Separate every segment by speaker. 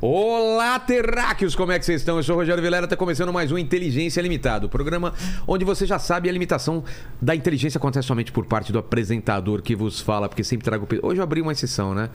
Speaker 1: Olá, terráqueos! Como é que vocês estão? Eu sou o Rogério Vilera, tá começando mais um Inteligência Limitada, o programa onde você já sabe a limitação da inteligência acontece somente por parte do apresentador que vos fala, porque sempre trago... pe- Hoje eu abri uma exceção, né?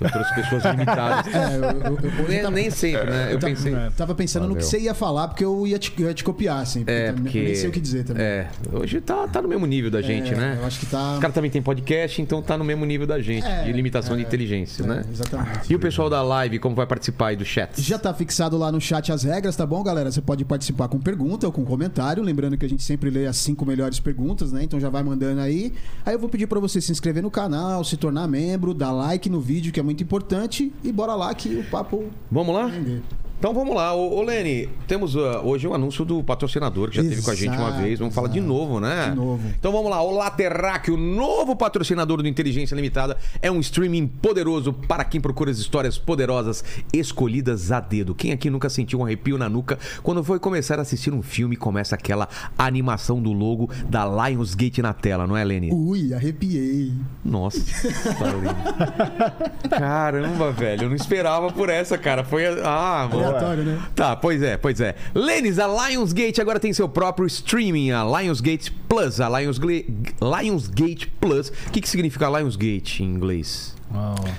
Speaker 1: Eu trouxe pessoas limitadas.
Speaker 2: É, eu, eu- eu- eu
Speaker 1: Nem-
Speaker 2: tava-
Speaker 1: nem sempre, né? Eu
Speaker 2: ta-
Speaker 1: pensei...
Speaker 2: Tava pensando no que
Speaker 1: Valeu.
Speaker 2: você ia falar, porque eu ia te, eu ia te copiar, assim.
Speaker 1: É,
Speaker 2: porque eu
Speaker 1: porque...
Speaker 2: Nem sei o que dizer também.
Speaker 1: É, hoje tá, tá no mesmo nível da gente,
Speaker 2: É,
Speaker 1: né?
Speaker 2: Eu acho que tá.
Speaker 1: Os caras também tem podcast, então tá no mesmo nível da gente,
Speaker 2: É,
Speaker 1: de limitação de
Speaker 2: é,
Speaker 1: inteligência,
Speaker 2: é,
Speaker 1: né?
Speaker 2: Exatamente.
Speaker 1: E o pessoal da live, como vai participar aí do chat?
Speaker 2: Já tá fixado lá no chat as regras, tá bom, galera? Você pode participar com pergunta ou com comentário. Lembrando que a gente sempre lê as cinco melhores perguntas, né? Então já vai mandando aí. Aí eu vou pedir pra você se inscrever no canal, se tornar membro, dar like no vídeo, que é muito importante. E bora lá que o papo.
Speaker 1: Vamos lá?
Speaker 2: Entendi.
Speaker 1: Então vamos lá, ô, ô Lene, temos ah, hoje o anúncio do patrocinador que já esteve com a gente uma
Speaker 2: Exato,
Speaker 1: vez, vamos falar de
Speaker 2: exato.
Speaker 1: novo, né?
Speaker 2: De novo.
Speaker 1: Então vamos lá, o Terrac, o novo patrocinador do Inteligência Limitada, é um streaming poderoso para quem procura as histórias poderosas escolhidas a dedo. Quem aqui nunca sentiu um arrepio na nuca quando foi começar a assistir um filme e começa aquela animação do logo da Lionsgate na tela, não é, Lene?
Speaker 2: Ui, arrepiei.
Speaker 1: Nossa, Taurino. Caramba, velho, eu não esperava por essa, cara. Foi. a- Ah, mano.
Speaker 2: Aleatório, né?
Speaker 1: Tá, pois é, pois é. Lênis, a Lionsgate agora tem seu próprio streaming, a Lionsgate Plus, a Lionsgle- Lionsgate Plus. O que, que significa Lionsgate em inglês?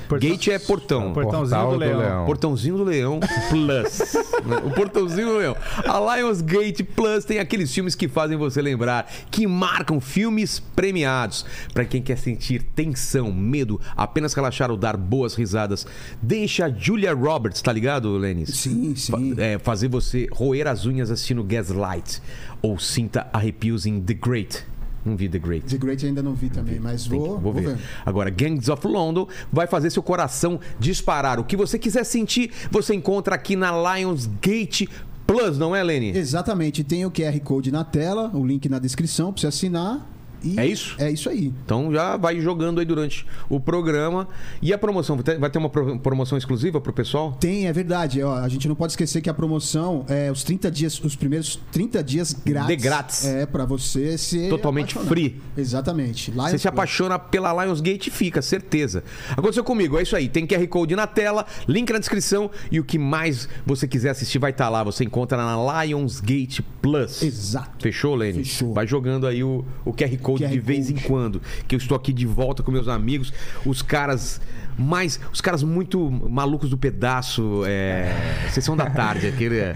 Speaker 3: Portão-
Speaker 1: Gate é portão.
Speaker 3: Portãozinho
Speaker 4: Portal
Speaker 3: do,
Speaker 4: do
Speaker 3: leão.
Speaker 4: Leão.
Speaker 1: Portãozinho do Leão Plus. né? o Portãozinho do Leão. A Lionsgate Plus tem aqueles filmes que fazem você lembrar, que marcam filmes premiados. Pra quem quer sentir tensão, medo, apenas relaxar ou dar boas risadas, deixa a Julia Roberts, tá ligado, Lenis?
Speaker 2: Sim, sim.
Speaker 1: Fa- é, fazer você roer as unhas assistindo Gaslight ou sinta arrepios em The Great. Não vi The Great.
Speaker 2: The Great ainda não vi também, mas
Speaker 1: Tem que-
Speaker 2: vou,
Speaker 1: vou ver. Agora, Gangs of London vai fazer seu coração disparar. O que você quiser sentir, você encontra aqui na Lionsgate Plus, não é, Lenny?
Speaker 2: Exatamente, tem o QR Code na tela, o link na descrição pra você assinar. E
Speaker 1: É isso?
Speaker 2: É isso aí.
Speaker 1: Então já vai jogando aí durante o programa. E a promoção? Vai ter uma pro- promoção exclusiva pro pessoal?
Speaker 2: Tem, é verdade. Ó, a gente não pode esquecer que a promoção é os 30 dias, os primeiros 30 dias grátis.
Speaker 1: De grátis.
Speaker 2: É, pra você ser.
Speaker 1: Totalmente
Speaker 2: apaixonado.
Speaker 1: free.
Speaker 2: Exatamente. Lá é
Speaker 1: Você se apaixona pela Lionsgate e fica, certeza. Aconteceu comigo, é isso aí. Tem QR Code na tela, link na descrição e o que mais você quiser assistir vai estar lá. Você encontra na Lionsgate Plus.
Speaker 2: Exato.
Speaker 1: Fechou, Lene?
Speaker 2: Fechou.
Speaker 1: Vai jogando aí o, o QR Code
Speaker 2: QR
Speaker 1: de vez em
Speaker 2: Code.
Speaker 1: quando. Que eu estou aqui de volta com meus amigos. Os caras mais. Os caras muito malucos do pedaço. É, sessão da tarde. Aquele, é,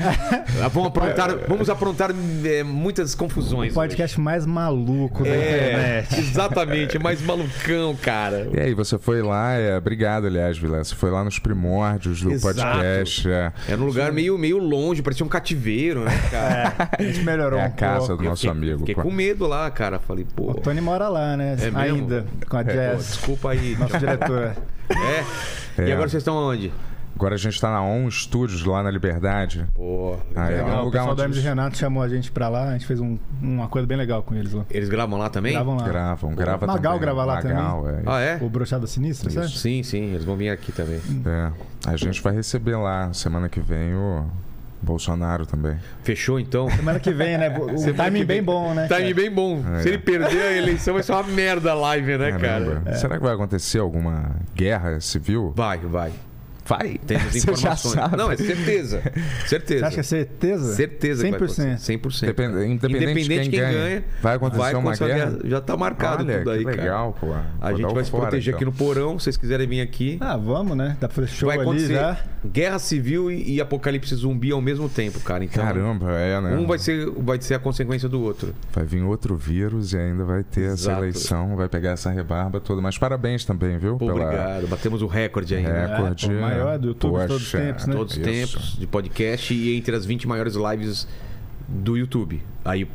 Speaker 1: vão aprontar, vamos aprontar é, muitas confusões.
Speaker 3: O podcast mais maluco da
Speaker 1: É,
Speaker 3: internet.
Speaker 1: exatamente, é mais malucão, cara.
Speaker 4: E aí, você foi lá, é, obrigado, aliás, Vilela. Você foi lá nos primórdios do
Speaker 1: Exato.
Speaker 4: podcast. É,
Speaker 1: Era um lugar meio, meio longe, parecia um cativeiro, né, cara?
Speaker 3: A gente melhorou
Speaker 4: é a
Speaker 3: um
Speaker 4: casa
Speaker 3: pouco.
Speaker 4: do nosso
Speaker 1: Fiquei-
Speaker 4: amigo.
Speaker 1: Fiquei
Speaker 4: pô.
Speaker 1: com medo lá, cara. Falei, pô.
Speaker 3: O Tony mora lá, né?
Speaker 1: É mesmo? É.
Speaker 3: Ainda, com a
Speaker 1: pô,
Speaker 3: Jazz,
Speaker 1: desculpa aí.
Speaker 3: nossa
Speaker 1: tchau.
Speaker 3: diretora.
Speaker 1: É. E
Speaker 4: É.
Speaker 1: agora vocês estão onde?
Speaker 4: Agora a gente tá na ON Studios, lá na Liberdade.
Speaker 1: Pô,
Speaker 4: Ah, é
Speaker 1: legal.
Speaker 4: um
Speaker 3: o
Speaker 4: lugar
Speaker 3: pessoal do
Speaker 4: onde
Speaker 3: MG
Speaker 4: eles
Speaker 3: Renato chamou a gente pra lá, a gente fez um- uma coisa bem legal com eles lá.
Speaker 1: Eles gravam lá também?
Speaker 3: Gravam lá.
Speaker 4: gravam, grava
Speaker 3: Magal
Speaker 4: também.
Speaker 3: grava lá
Speaker 4: Magal, É.
Speaker 1: Ah, é?
Speaker 3: O Brochada Sinistra, sabe?
Speaker 1: Sim, sim, eles vão vir aqui também.
Speaker 4: É. A gente vai receber lá, semana que vem, o Bolsonaro também.
Speaker 1: Fechou então?
Speaker 3: Semana que vem, né? O timing bem bom, né?
Speaker 1: Time Tá bem bom.
Speaker 4: É.
Speaker 1: Se ele perder a eleição, vai ser uma merda a live, né, cara?
Speaker 4: Caramba. Será que vai acontecer alguma guerra civil?
Speaker 1: Vai, vai.
Speaker 4: Vai.
Speaker 1: Temos
Speaker 4: Você já
Speaker 1: informações.
Speaker 4: sabe.
Speaker 1: Não, é certeza. Certeza.
Speaker 3: Você acha que é certeza?
Speaker 1: Certeza que vai
Speaker 3: 100%.
Speaker 1: acontecer. 100%.
Speaker 4: Depende-
Speaker 1: cara.
Speaker 4: independente de quem ganha, vai acontecer uma guerra?
Speaker 1: Já tá marcado
Speaker 4: Olha,
Speaker 1: tudo aí,
Speaker 4: que legal,
Speaker 1: cara.
Speaker 4: pô.
Speaker 1: A
Speaker 4: Vou dar
Speaker 1: gente
Speaker 4: o
Speaker 1: vai se
Speaker 4: fora,
Speaker 1: proteger
Speaker 4: então.
Speaker 1: aqui no porão, se vocês quiserem vir aqui.
Speaker 3: Ah, vamos, né? Dá pra fazer show
Speaker 1: vai
Speaker 3: ali
Speaker 1: acontecer
Speaker 3: já.
Speaker 1: guerra civil e, e apocalipse zumbi ao mesmo tempo, cara. Então,
Speaker 4: Caramba, é, né?
Speaker 1: um vai ser, vai ser a consequência do outro.
Speaker 4: Vai vir outro vírus e ainda vai ter essa
Speaker 1: Exato.
Speaker 4: eleição, vai pegar essa rebarba toda. Mas parabéns também, viu?
Speaker 1: Pô, Obrigado. Batemos o recorde ainda. né?
Speaker 4: É, recorde.
Speaker 3: pô, maior do YouTube de todos os tempos, né?
Speaker 1: Todos os
Speaker 4: isso.
Speaker 1: tempos de podcast e entre as 20 maiores lives do YouTube. Aí
Speaker 3: Pô,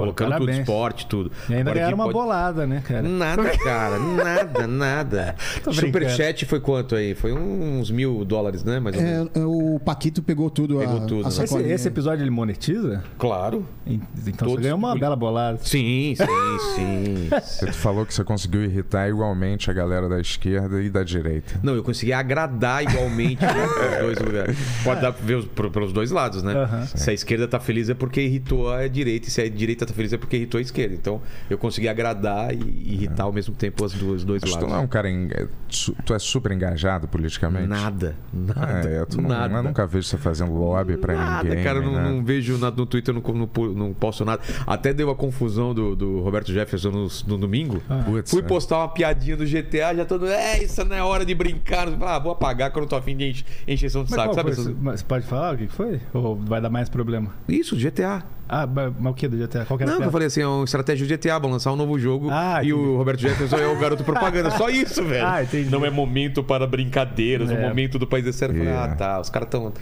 Speaker 1: colocando
Speaker 3: parabéns.
Speaker 1: tudo, esporte, tudo.
Speaker 3: E ainda
Speaker 1: Agora
Speaker 3: ganharam
Speaker 1: aqui
Speaker 3: uma
Speaker 1: pode- Hum,
Speaker 3: bolada, né, cara?
Speaker 1: Nada, cara. Nada, nada.
Speaker 3: Tô brincando.
Speaker 1: Superchat foi quanto aí? Foi uns mil dólares, né? Mais ou menos.
Speaker 2: É, é, o Paquito pegou tudo.
Speaker 1: Pegou
Speaker 2: a,
Speaker 1: tudo,
Speaker 2: a
Speaker 1: né?
Speaker 3: Esse,
Speaker 2: sacolinha.
Speaker 3: esse episódio ele monetiza?
Speaker 1: Claro.
Speaker 3: Então
Speaker 1: Todos
Speaker 3: você ganhou uma
Speaker 1: os-
Speaker 3: bela bolada.
Speaker 1: Sim, sim, sim.
Speaker 4: Você falou que você conseguiu irritar igualmente a galera da esquerda e da direita.
Speaker 1: Não, eu consegui agradar igualmente né, os dois lugares. Pode dar pra ver os- pro- pelos dois lados, né?
Speaker 3: Aham.
Speaker 1: Se a esquerda tá feliz é porque irritou a direita. E se a direita direita tá feliz é porque irritou a esquerda. Então eu consegui agradar e irritar ao mesmo tempo os dois, dois
Speaker 4: Mas tu não é
Speaker 1: lados.
Speaker 4: um cara. enga- su- Tu é super engajado politicamente?
Speaker 1: Nada,
Speaker 4: Ah,
Speaker 1: nada,
Speaker 4: é, tu não-
Speaker 1: nada.
Speaker 4: eu nunca vejo você fazendo lobby pra
Speaker 1: Nada,
Speaker 4: ninguém.
Speaker 1: cara, eu não,
Speaker 4: né?
Speaker 1: não vejo nada no Twitter, eu não, não, pu- não posto nada. Até deu a confusão do, do Roberto Jefferson no, no domingo.
Speaker 3: Ah.
Speaker 4: Putz,
Speaker 1: Fui
Speaker 4: é.
Speaker 1: postar uma piadinha do GTA, já todo mundo, é, isso não é hora de brincar. Eu falei, Ah, vou apagar que eu não tô afim de enche- encheção de
Speaker 3: Mas
Speaker 1: saco,
Speaker 3: qual
Speaker 1: sabe?
Speaker 3: foi?
Speaker 1: essas-
Speaker 3: Mas pode falar o que que foi? Ou vai dar mais problema?
Speaker 1: Isso, GTA.
Speaker 3: Ah, mas mas o que do GTA? Qual que era a
Speaker 1: Não, que eu
Speaker 3: piada?
Speaker 1: falei assim, é uma estratégia do GTA, vão lançar um novo jogo
Speaker 3: Ah,
Speaker 1: e o
Speaker 3: entendi.
Speaker 1: Roberto Jefferson é o garoto propaganda. Só isso, velho.
Speaker 3: Ah, entendi.
Speaker 1: não é momento para brincadeiras, o
Speaker 3: É.
Speaker 1: momento do país é sério. Eu falei,
Speaker 4: Yeah.
Speaker 1: Ah, tá. Os caras estão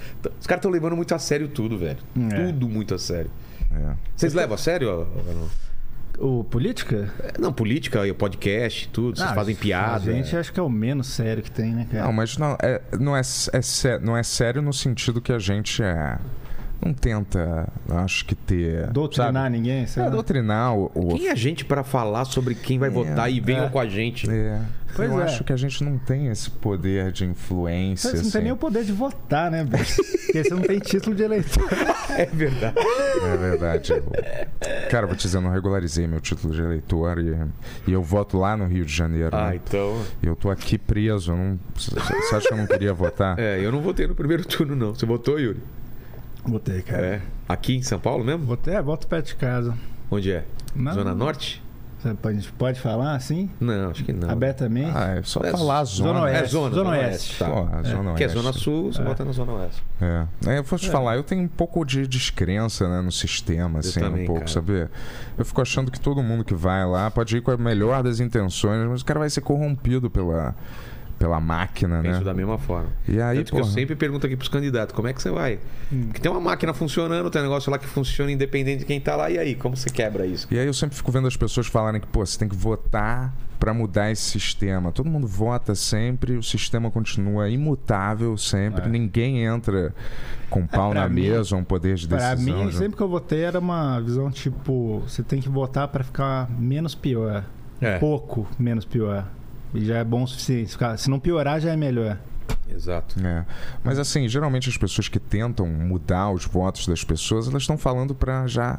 Speaker 1: os caras tão levando muito a sério tudo, velho.
Speaker 3: É.
Speaker 1: Tudo muito a sério.
Speaker 4: É.
Speaker 1: Vocês levam a sério? ó, ou não?
Speaker 3: O política?
Speaker 1: É, Não, política, e podcast, tudo. Vocês
Speaker 3: Ah,
Speaker 1: fazem piada.
Speaker 3: A gente acho que é o menos sério que tem, né, cara?
Speaker 4: Não, mas não é, não, é, é sé- não é sério no sentido que a gente é. Não tenta, acho que ter.
Speaker 3: Doutrinar
Speaker 4: sabe?
Speaker 3: ninguém, sei
Speaker 4: É,
Speaker 3: lá.
Speaker 4: doutrinar o. o-
Speaker 1: Quem é a gente para falar sobre quem vai
Speaker 4: É,
Speaker 1: votar e venham
Speaker 3: é.
Speaker 1: com a gente?
Speaker 4: É.
Speaker 3: Pois
Speaker 4: Eu
Speaker 3: é.
Speaker 4: acho que a gente não tem esse poder de influência.
Speaker 3: Você não
Speaker 4: assim.
Speaker 3: tem nem o poder de votar, né, bicho? Porque você não tem título de eleitor.
Speaker 1: É verdade.
Speaker 4: É verdade. Eu- Cara, vou te dizer, eu não regularizei meu título de eleitor e, e eu voto lá no Rio de Janeiro.
Speaker 1: Ah,
Speaker 4: né?
Speaker 1: então.
Speaker 4: E eu tô aqui preso. eu não- c- c- Você acha que eu não queria votar?
Speaker 1: É, eu não votei no primeiro turno, não. Você votou, Yuri?
Speaker 3: Votei, cara.
Speaker 1: É. Aqui em São Paulo mesmo?
Speaker 3: Votei, é, voto perto de casa.
Speaker 1: Onde é?
Speaker 3: Não.
Speaker 1: Zona Norte?
Speaker 3: Você pode, pode falar assim?
Speaker 1: Não, acho que não.
Speaker 3: Abertamente?
Speaker 4: Ah, é só
Speaker 1: É,
Speaker 4: falar
Speaker 3: Zona
Speaker 4: zona.
Speaker 3: Oeste.
Speaker 1: É zona,
Speaker 3: Zona
Speaker 1: Zona
Speaker 3: Oeste.
Speaker 1: Oeste. tá.
Speaker 4: Pô, a Zona
Speaker 1: Que é
Speaker 4: Oeste.
Speaker 1: Zona Sul, você
Speaker 3: É.
Speaker 1: vota na Zona Oeste.
Speaker 4: É. É, eu vou te falar, eu tenho um pouco de descrença né, no sistema, assim,
Speaker 1: também,
Speaker 4: um pouco,
Speaker 1: cara.
Speaker 4: sabe? Eu fico achando que todo mundo que vai lá pode ir com a melhor das intenções, mas o cara vai ser corrompido pela, pela máquina,
Speaker 1: Penso
Speaker 4: né?
Speaker 1: da mesma forma.
Speaker 4: E aí,
Speaker 1: Tanto que eu
Speaker 4: porra,
Speaker 1: sempre pergunto aqui pros candidatos, como é que você vai? Porque tem uma máquina funcionando, tem um negócio lá que funciona independente de quem tá lá. E aí, como você quebra isso?
Speaker 4: E aí eu sempre fico vendo as pessoas falarem que, pô, você tem que votar pra mudar esse sistema. Todo mundo vota sempre, o sistema continua imutável sempre,
Speaker 1: É.
Speaker 4: ninguém entra com pau
Speaker 3: pra
Speaker 4: na
Speaker 3: mim-
Speaker 4: mesa, um poder de decisão.
Speaker 3: Pra mim,
Speaker 4: junto.
Speaker 3: sempre que eu votei era uma visão tipo: você tem que votar pra ficar menos pior.
Speaker 1: É.
Speaker 3: Pouco menos pior. E já é bom o suficiente. Ficar- Se não piorar, já é melhor.
Speaker 1: Exato.
Speaker 4: É. Mas assim, geralmente as pessoas que tentam mudar os votos das pessoas, elas estão falando pra já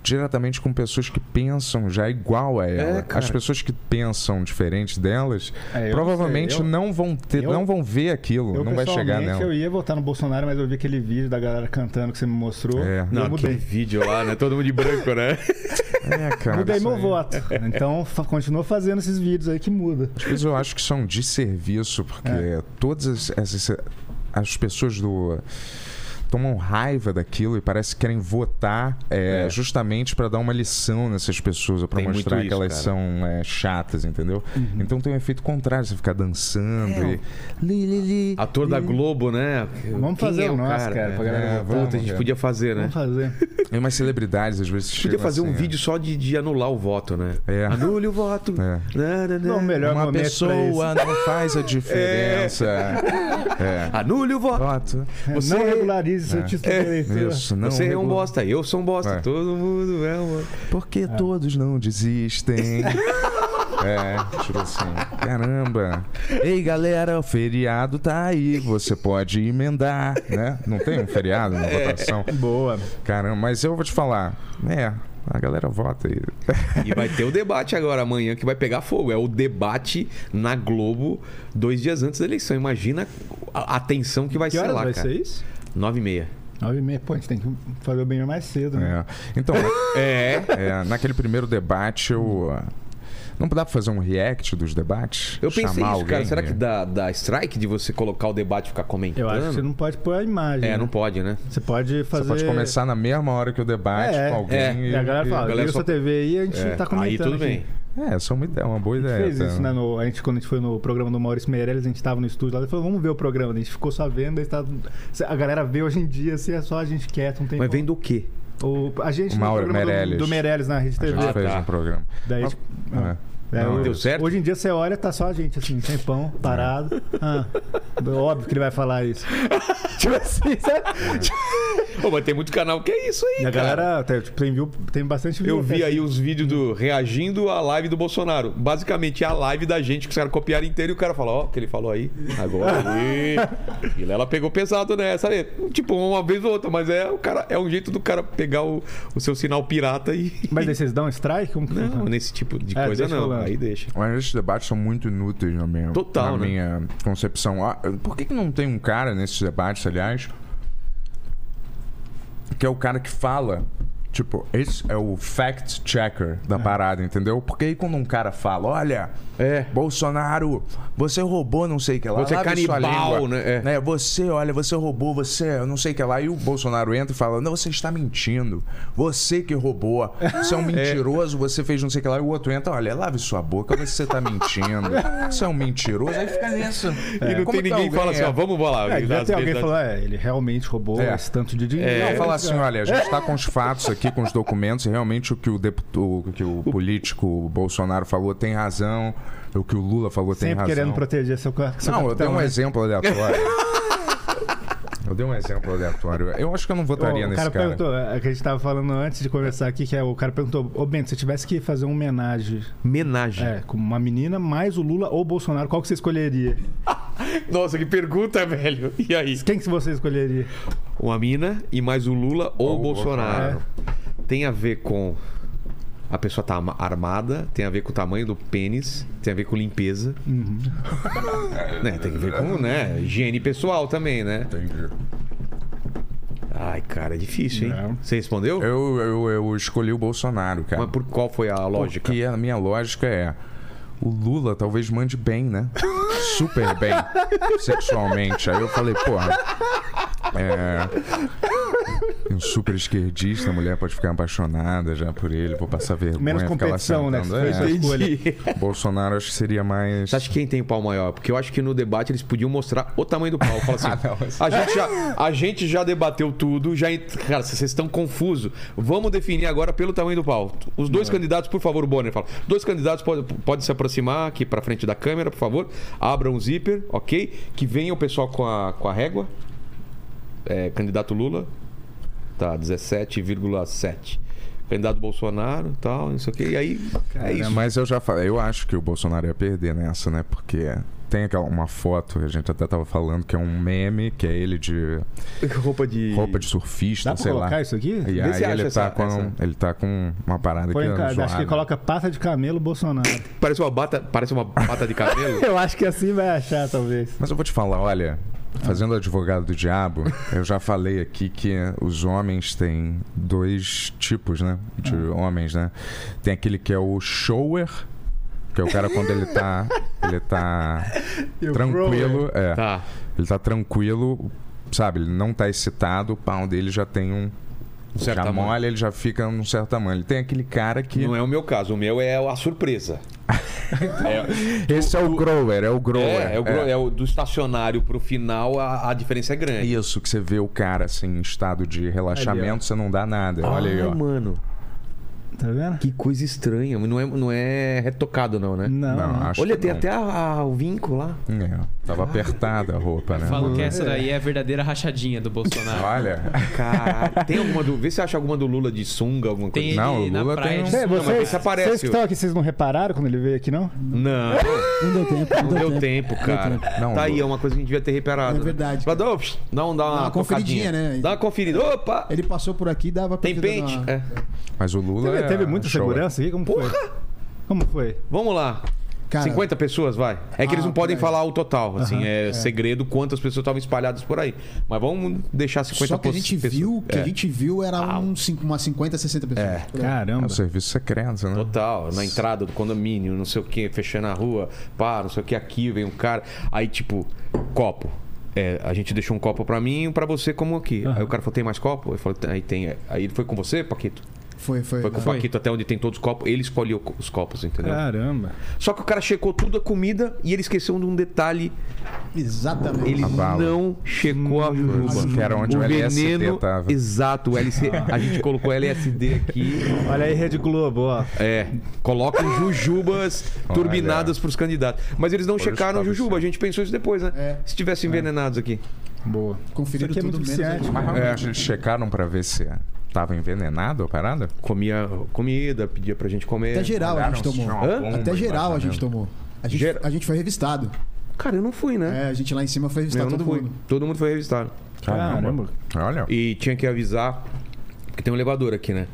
Speaker 4: diretamente com pessoas que pensam já igual a ela.
Speaker 1: cara.
Speaker 4: as pessoas que pensam diferente delas,
Speaker 3: É, eu
Speaker 4: provavelmente
Speaker 3: não sei, eu-
Speaker 4: não vão ter,
Speaker 3: eu-
Speaker 4: não vão ver aquilo,
Speaker 3: Eu,
Speaker 4: não vai chegar
Speaker 3: pessoalmente,
Speaker 4: nela.
Speaker 3: Eu ia votar no Bolsonaro, mas eu vi aquele vídeo da galera cantando que você me mostrou.
Speaker 4: É.
Speaker 3: E
Speaker 1: Não,
Speaker 3: eu
Speaker 1: aquele
Speaker 3: mudei.
Speaker 1: vídeo lá, né? Todo mundo de branco, né?
Speaker 4: É, cara,
Speaker 3: Mudei
Speaker 4: isso
Speaker 3: meu
Speaker 4: aí.
Speaker 3: voto. Então, fa continua fazendo esses vídeos aí que muda.
Speaker 1: É.
Speaker 4: Às vezes eu acho que são de serviço, porque todas as- essas as pessoas do tomam raiva daquilo e parece que querem votar é,
Speaker 1: É.
Speaker 4: justamente para dar uma lição nessas pessoas, para
Speaker 1: Tem muito
Speaker 4: mostrar que
Speaker 1: isso,
Speaker 4: elas
Speaker 1: cara. Uhum.
Speaker 4: são é, chatas, entendeu? Então tem um efeito contrário, você ficar dançando e li, li, li,
Speaker 1: É. Ator da Globo, né? Quem
Speaker 3: fazer
Speaker 1: é
Speaker 3: o nosso, cara,
Speaker 1: né?
Speaker 3: pra galera
Speaker 1: É,
Speaker 4: votar.
Speaker 1: puta, a gente
Speaker 4: Vamos,
Speaker 1: podia fazer, né?
Speaker 3: Vamos fazer.
Speaker 4: E umas celebridades às vezes
Speaker 1: Podia
Speaker 4: chegam
Speaker 1: fazer um
Speaker 4: assim,
Speaker 1: vídeo só de, de anular o voto, né?
Speaker 4: É.
Speaker 1: Anule o voto.
Speaker 4: É.
Speaker 1: Né, né, né.
Speaker 3: Não, melhor
Speaker 4: Uma
Speaker 3: momento pra
Speaker 4: pessoa não faz a diferença. É.
Speaker 1: Anule o voto.
Speaker 4: Voto.
Speaker 3: isso.
Speaker 1: Você, É.
Speaker 3: Não regularize seu título de eleitor.
Speaker 4: Isso, não.
Speaker 1: você é um
Speaker 4: regula-
Speaker 1: bosta, eu sou um bosta.
Speaker 4: É.
Speaker 1: Todo mundo é um bosta.
Speaker 4: Porque todos não desistem. É, tipo assim, caramba. Ei, galera, o feriado tá aí, você pode emendar, né? Não tem um feriado na
Speaker 1: É.
Speaker 4: votação?
Speaker 3: Boa.
Speaker 4: Caramba, mas eu vou te falar, é, a galera vota aí.
Speaker 1: E vai ter o debate agora amanhã que vai pegar fogo. É o debate na Globo dois dias antes da eleição. Imagina a, a tensão que vai
Speaker 3: Que
Speaker 1: ser
Speaker 3: horas
Speaker 1: lá,
Speaker 3: vai
Speaker 1: cara.
Speaker 3: ser isso?
Speaker 1: Nove e meia.
Speaker 3: Nove e meia. Pô, a gente tem que fazer o banheiro mais cedo, né?
Speaker 4: É. Então,
Speaker 1: É.
Speaker 4: é, naquele primeiro debate eu. ah, Não dá pra fazer um react dos debates?
Speaker 1: Eu pensei
Speaker 4: Chamar
Speaker 1: isso, cara.
Speaker 4: alguém? né?
Speaker 1: Será que dá, dá strike de você colocar o debate e ficar comentando?
Speaker 3: Eu acho que você não pode pôr a imagem.
Speaker 1: É, não
Speaker 3: né?
Speaker 1: pode, né?
Speaker 3: Você pode
Speaker 4: Você
Speaker 3: fazer...
Speaker 4: pode começar na mesma hora que o debate
Speaker 3: É,
Speaker 4: com alguém.
Speaker 1: é.
Speaker 4: e-
Speaker 3: E a galera fala,
Speaker 1: A galera
Speaker 3: liga
Speaker 1: só-
Speaker 3: sua TV aí, a gente
Speaker 1: É.
Speaker 3: tá comentando
Speaker 1: Aí tudo
Speaker 3: aqui.
Speaker 1: bem.
Speaker 4: É, essa é uma, ideia, uma boa
Speaker 3: A gente
Speaker 4: ideia.
Speaker 3: fez
Speaker 4: tá?
Speaker 3: isso, né? no- a gente, quando a gente foi no programa do Maurício Meirelles, a gente tava no estúdio lá, ele falou, vamos ver o programa. A gente ficou só vendo, a, gente tava- a galera vê hoje em dia, assim, é só a gente quieto, não tem
Speaker 1: Mas
Speaker 3: como.
Speaker 1: vem do quê?
Speaker 3: O, a gente
Speaker 4: O
Speaker 3: no
Speaker 4: Mauro
Speaker 3: programa do-
Speaker 4: Meirelles.
Speaker 3: do, Meirelles na Rede
Speaker 4: A
Speaker 3: TV.
Speaker 4: gente
Speaker 1: Ah,
Speaker 4: fez
Speaker 1: tá.
Speaker 4: um programa.
Speaker 3: Daí,
Speaker 4: Mas-
Speaker 3: tipo,
Speaker 1: Ah.
Speaker 4: É.
Speaker 3: é,
Speaker 4: Não, É.
Speaker 3: hoje-
Speaker 1: deu certo?
Speaker 3: Hoje em dia você olha, tá só a gente, assim, sem pão, parado. Ah, óbvio que ele vai falar isso. tipo assim, sabe?
Speaker 1: Ô, mas tem muito canal que é isso aí,
Speaker 3: E a
Speaker 1: cara.
Speaker 3: galera, até, tipo, tem, viu, tem bastante
Speaker 1: Eu vi
Speaker 3: vídeo.
Speaker 1: aí os vídeos do reagindo à live do Bolsonaro. Basicamente, é a live da gente que os caras copiaram inteiro e o cara fala, ó, o que ele falou aí. Agora aí. E ela pegou pesado nessa, né? Tipo, uma vez ou outra, mas é o cara é um jeito do cara pegar o, o seu sinal pirata e.
Speaker 3: Mas daí vocês dão strike? Como que
Speaker 1: Não,
Speaker 3: funciona?
Speaker 1: nesse tipo de
Speaker 3: É,
Speaker 1: coisa
Speaker 3: deixa
Speaker 1: não.
Speaker 3: rolando.
Speaker 1: Aí deixa.
Speaker 4: Mas esses debates são muito inúteis na minha,
Speaker 1: Total,
Speaker 4: na
Speaker 1: né?
Speaker 4: minha concepção. Ah, Por que, que não tem um cara nesses debates, aliás, que é o cara que fala. Tipo, esse é o fact checker da parada, entendeu? Porque aí quando um cara fala, olha,
Speaker 1: É.
Speaker 4: Bolsonaro, você roubou não sei o que lá.
Speaker 1: Você é
Speaker 4: lave sua
Speaker 1: canibal,
Speaker 4: língua."
Speaker 1: né? É.
Speaker 4: né? Você, olha, você roubou, você, eu não sei o que lá. E o Bolsonaro entra e fala: Não, você está mentindo. Você que roubou. Você é um mentiroso, você fez não sei o que lá. E o outro entra: Olha, lave sua boca, você está mentindo. Você é um mentiroso. Aí fica nisso.
Speaker 1: É. E não
Speaker 3: tá
Speaker 1: tem ninguém que fala assim, ó, vamos lá.
Speaker 3: É, já
Speaker 1: Às
Speaker 3: tem alguém
Speaker 1: vezes-
Speaker 3: falando, é, ele realmente roubou
Speaker 4: É.
Speaker 3: esse tanto de dinheiro.
Speaker 4: Não,
Speaker 3: fala
Speaker 4: falar assim, olha, a gente está com os fatos aqui, com os documentos, e realmente o que o, deputado, o que o político Bolsonaro falou tem razão, o que o Lula falou tem
Speaker 3: Sempre
Speaker 4: razão.
Speaker 3: querendo proteger seu, ca- seu
Speaker 4: Não, eu
Speaker 3: capitão,
Speaker 4: dei um
Speaker 3: né?
Speaker 4: exemplo aleatório. eu dei um exemplo aleatório. Eu acho que eu não votaria
Speaker 3: o
Speaker 4: nesse
Speaker 3: cara,
Speaker 4: cara.
Speaker 3: perguntou, é, que a gente tava falando antes de conversar aqui, que é, o cara perguntou, ô Bento, se tivesse que fazer uma homenagem
Speaker 1: Menagem.
Speaker 3: é, com uma menina, mais o Lula ou o Bolsonaro, qual que você escolheria?
Speaker 1: Nossa, que pergunta, velho. E aí?
Speaker 3: Quem que você escolheria?
Speaker 1: Uma mina e mais o Lula ou,
Speaker 4: Ou
Speaker 1: o
Speaker 4: o
Speaker 1: Bolsonaro. Tem a ver com a pessoa tá ama- armada, tem a ver com o tamanho do pênis, tem a ver com limpeza. Né, tem a ver com, né? Higiene pessoal também, né?
Speaker 4: Entendi.
Speaker 1: Ai, cara, é difícil, hein?
Speaker 3: Não.
Speaker 1: Você respondeu?
Speaker 4: Eu, eu, eu escolhi o Bolsonaro, cara.
Speaker 1: Mas por qual foi a lógica?
Speaker 4: Porque a minha lógica é. O Lula talvez mande bem, né? Super bem. sexualmente. Aí eu falei, porra. É. Um super esquerdista, a mulher pode ficar apaixonada já por ele, vou passar vergonha.
Speaker 3: Menos
Speaker 4: ficar lá
Speaker 3: competição, né?
Speaker 4: sentando.
Speaker 3: Você fez
Speaker 4: É.
Speaker 3: isso. Escolha.
Speaker 4: Bolsonaro acho que seria mais.
Speaker 1: Você acha que quem tem pau maior? Porque eu acho que no debate eles podiam mostrar o tamanho do pau. Fala assim, a, gente já, a gente já debateu tudo, já. ent- Cara, vocês estão confusos. Vamos definir agora pelo tamanho do pau. Os dois candidatos, por favor, o Bonner fala. Dois candidatos podem podem se aproximar aqui pra frente da câmera, por favor. Abram o zíper, ok? Que venha o pessoal com a, com a régua. É, candidato Lula. Tá, 17,7. Candidato Bolsonaro, tal, não sei o quê. E aí, é isso.
Speaker 4: Né, Mas eu já falei, eu acho que o Bolsonaro ia perder nessa, né? Porque tem aquela uma foto, a gente até tava falando, que é um meme, que é ele de
Speaker 1: Roupa de.
Speaker 4: roupa de surfista,
Speaker 3: Dá pra
Speaker 4: sei
Speaker 3: colocar
Speaker 4: lá.
Speaker 3: isso aqui?
Speaker 4: E
Speaker 1: Vê
Speaker 4: aí
Speaker 1: se acha
Speaker 4: ele tá,
Speaker 1: essa-
Speaker 4: com,
Speaker 1: essa.
Speaker 4: ele tá com uma parada
Speaker 3: Põe,
Speaker 4: que
Speaker 3: cara,
Speaker 4: é
Speaker 3: acho que
Speaker 4: zoada.
Speaker 3: coloca pata de camelo Bolsonaro.
Speaker 1: Parece uma bata, parece uma bata de cabelo.
Speaker 3: eu acho que assim vai achar, talvez.
Speaker 4: Mas eu vou te falar, olha,
Speaker 3: Ah.
Speaker 4: fazendo advogado do diabo, eu já falei aqui que os homens têm dois tipos, né? De
Speaker 3: Ah.
Speaker 4: homens, né? Tem aquele que é o shower, que é o cara quando ele tá. Ele tá
Speaker 3: E o
Speaker 4: tranquilo. É.
Speaker 1: tá.
Speaker 4: Ele tá tranquilo, sabe? Ele não tá excitado, o pau dele já tem um.
Speaker 1: Um certo
Speaker 4: já
Speaker 1: tamanho.
Speaker 4: molha, ele já fica num certo tamanho. Ele tem aquele cara que.
Speaker 1: Não é o meu caso, o meu é a surpresa. é,
Speaker 4: Esse é o grower, é o grower.
Speaker 1: é, é o, gro- é o do estacionário pro final, a, a diferença é grande.
Speaker 4: Isso, que você vê o cara assim, em estado de relaxamento, você não dá nada. Olha aí, ó.
Speaker 1: Ah, mano,
Speaker 3: Tá vendo?
Speaker 1: que coisa estranha. Não é, não é retocado, não, né?
Speaker 3: Não.
Speaker 4: Não, acho
Speaker 1: Olha,
Speaker 4: que
Speaker 1: tem
Speaker 4: não.
Speaker 1: até a- a- o vinco lá.
Speaker 4: É, tava apertada a roupa, né?
Speaker 5: Falo que essa daí é a verdadeira rachadinha do Bolsonaro.
Speaker 4: Olha.
Speaker 1: Caralho. tem alguma do. Vê se acha alguma do Lula de sunga, alguma coisa. assim.
Speaker 5: Tem
Speaker 4: Não, o
Speaker 5: ele na
Speaker 4: Lula tem
Speaker 5: praia.
Speaker 4: um-
Speaker 5: de
Speaker 3: Bem,
Speaker 5: sunga.
Speaker 1: mas
Speaker 3: vocês,
Speaker 1: esse aparece,
Speaker 3: vocês que
Speaker 1: ó.
Speaker 3: estão aqui, vocês não repararam quando ele veio aqui, não?
Speaker 1: Não,
Speaker 2: Não deu tempo, não,
Speaker 1: não deu tempo, cara.
Speaker 4: Não,
Speaker 1: tá aí,
Speaker 4: Lula.
Speaker 1: é uma coisa que a gente devia ter reparado. né?
Speaker 2: É verdade, cara.
Speaker 1: Rodolfo, dá, um, dá uma,
Speaker 2: Dá uma conferidinha,
Speaker 1: tocadinha.
Speaker 2: né?
Speaker 1: Dá uma conferida. Opa!
Speaker 2: Ele passou por aqui e dava pra
Speaker 1: Tem
Speaker 2: ter dado
Speaker 1: pente?
Speaker 2: uma-
Speaker 1: É.
Speaker 4: Mas o Lula.
Speaker 3: Teve,
Speaker 4: é
Speaker 3: teve muita
Speaker 4: show.
Speaker 3: segurança aqui? Como foi? Como foi?
Speaker 1: Vamos lá.
Speaker 2: Cara,
Speaker 1: 50 pessoas, vai. É que
Speaker 2: Ah,
Speaker 1: eles não podem
Speaker 2: peraí.
Speaker 1: falar o total, assim, é, segredo quantas pessoas estavam espalhadas por aí. Mas vamos deixar 50
Speaker 2: Só que a gente
Speaker 1: pessoas.
Speaker 2: viu, que
Speaker 1: É,
Speaker 2: a gente viu era um, cinco- umas 50, 60 pessoas. Por aí.
Speaker 4: É
Speaker 3: Caramba.
Speaker 4: um serviço secreto, né?
Speaker 1: Total, na entrada do condomínio, não sei o que, fechando a rua, pá, não sei o que, aqui vem um cara. Aí, tipo, copo. É, a gente deixou um copo pra mim e um pra você, como aqui. Aí o cara falou: tem mais copo? Eu falei: aí tem. Aí ele foi com você, Paquito?
Speaker 2: Foi, foi.
Speaker 1: Foi com o
Speaker 2: Foi. Ah.
Speaker 1: Paquito até onde tem todos os copos. Ele escolheu co- os copos, entendeu?
Speaker 3: Caramba.
Speaker 1: Só que o cara checou tudo a comida e ele esqueceu de um detalhe
Speaker 2: Exatamente.
Speaker 1: Ele
Speaker 4: A bala.
Speaker 1: não checou a juba.
Speaker 4: Que era onde o LSD
Speaker 1: veneno,
Speaker 4: tava.
Speaker 1: Exato, o LC. A gente colocou LSD aqui.
Speaker 3: Olha aí, Rede Globo, ó.
Speaker 1: É, colocam jujubas
Speaker 4: Olha.
Speaker 1: turbinadas pros candidatos. Mas eles não checaram
Speaker 4: tava
Speaker 1: checaram jujuba,
Speaker 4: certo.
Speaker 1: a gente pensou isso depois, né?
Speaker 2: É.
Speaker 1: Se tivessem envenenados aqui.
Speaker 3: Boa.
Speaker 2: Conferiram
Speaker 3: Isso aqui é
Speaker 2: tudo
Speaker 3: muito
Speaker 2: menos.
Speaker 3: viciante.
Speaker 4: Mas realmente eles checaram pra ver se tava envenenado a parada?
Speaker 1: Comia comida, pedia pra gente comer.
Speaker 2: Até geral a
Speaker 4: Olharam
Speaker 2: gente
Speaker 4: se
Speaker 2: tomou.
Speaker 4: tinha uma
Speaker 1: Hã?
Speaker 4: bomba
Speaker 2: Até geral a
Speaker 4: embaixo
Speaker 2: gente
Speaker 4: mesmo.
Speaker 2: tomou. A gente,
Speaker 1: Gera-
Speaker 2: a gente foi revistado.
Speaker 1: Cara, eu não fui, né?
Speaker 2: É, a gente lá em cima foi revistar
Speaker 1: eu não
Speaker 2: todo
Speaker 1: fui.
Speaker 2: mundo.
Speaker 1: Todo mundo foi revistado.
Speaker 4: Caramba. Tá, Olha.
Speaker 1: E tinha que avisar, porque tem um elevador aqui, né?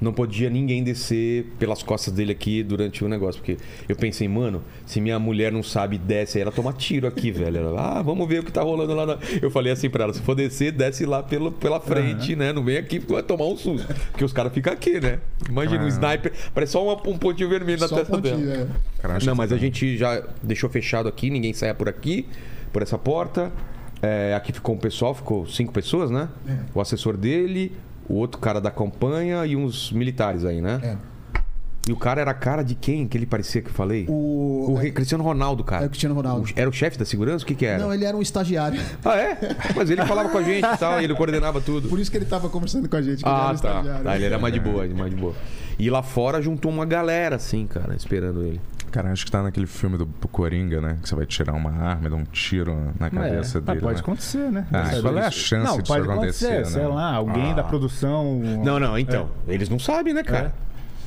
Speaker 1: Não podia ninguém descer pelas costas dele aqui durante o negócio. Porque eu pensei, mano, se minha mulher não sabe, desce aí, ela toma tiro aqui, velho. Ela, ah, vamos ver o que tá rolando lá. Na... Eu falei assim pra ela: se for descer, desce lá pelo, pela frente, né? Não vem aqui, porque vai tomar um susto. Porque os caras ficam aqui, né? Imagina um sniper, parece só uma- um pontinho vermelho na
Speaker 2: Ah. Só um
Speaker 1: testa dela.
Speaker 2: pontinho, é.
Speaker 4: Cara, acho
Speaker 1: Não,
Speaker 4: que-
Speaker 1: mas a gente já deixou fechado aqui, ninguém saia por aqui, por essa porta. É, aqui ficou um pessoal, ficou cinco pessoas, né?
Speaker 2: É.
Speaker 1: O assessor dele, o outro cara da campanha e uns militares aí, né?
Speaker 2: É.
Speaker 1: E o cara era a cara de quem que ele parecia que eu falei?
Speaker 2: O.
Speaker 1: O Re- Cristiano Ronaldo, cara.
Speaker 2: É o Cristiano Ronaldo.
Speaker 1: Era o chefe da segurança? O que que era?
Speaker 2: Não, ele era um estagiário.
Speaker 1: Ah, é? Mas ele falava com a gente e tal, e ele coordenava tudo.
Speaker 2: Por isso que ele tava conversando com a gente. que ele era
Speaker 1: Ah, tá.
Speaker 2: um estagiário.
Speaker 1: Tá, Ele era mais de boa, mais de boa. E lá fora juntou uma galera, assim, cara, esperando ele.
Speaker 4: Cara, acho que tá naquele filme do do Coringa, né? Que você vai tirar uma arma e dar um tiro na
Speaker 1: é,
Speaker 4: cabeça
Speaker 3: Mas
Speaker 4: dele.
Speaker 3: pode
Speaker 4: né?
Speaker 3: acontecer, né?
Speaker 4: Ah,
Speaker 3: Isso
Speaker 4: qual é a
Speaker 3: isso.
Speaker 4: chance
Speaker 3: não,
Speaker 4: disso
Speaker 3: pode
Speaker 4: acontecer, né?
Speaker 3: Sei lá, alguém
Speaker 4: Ah.
Speaker 3: da produção. um-
Speaker 1: Não,
Speaker 4: É.
Speaker 1: não, então. Eles não sabem, né, cara?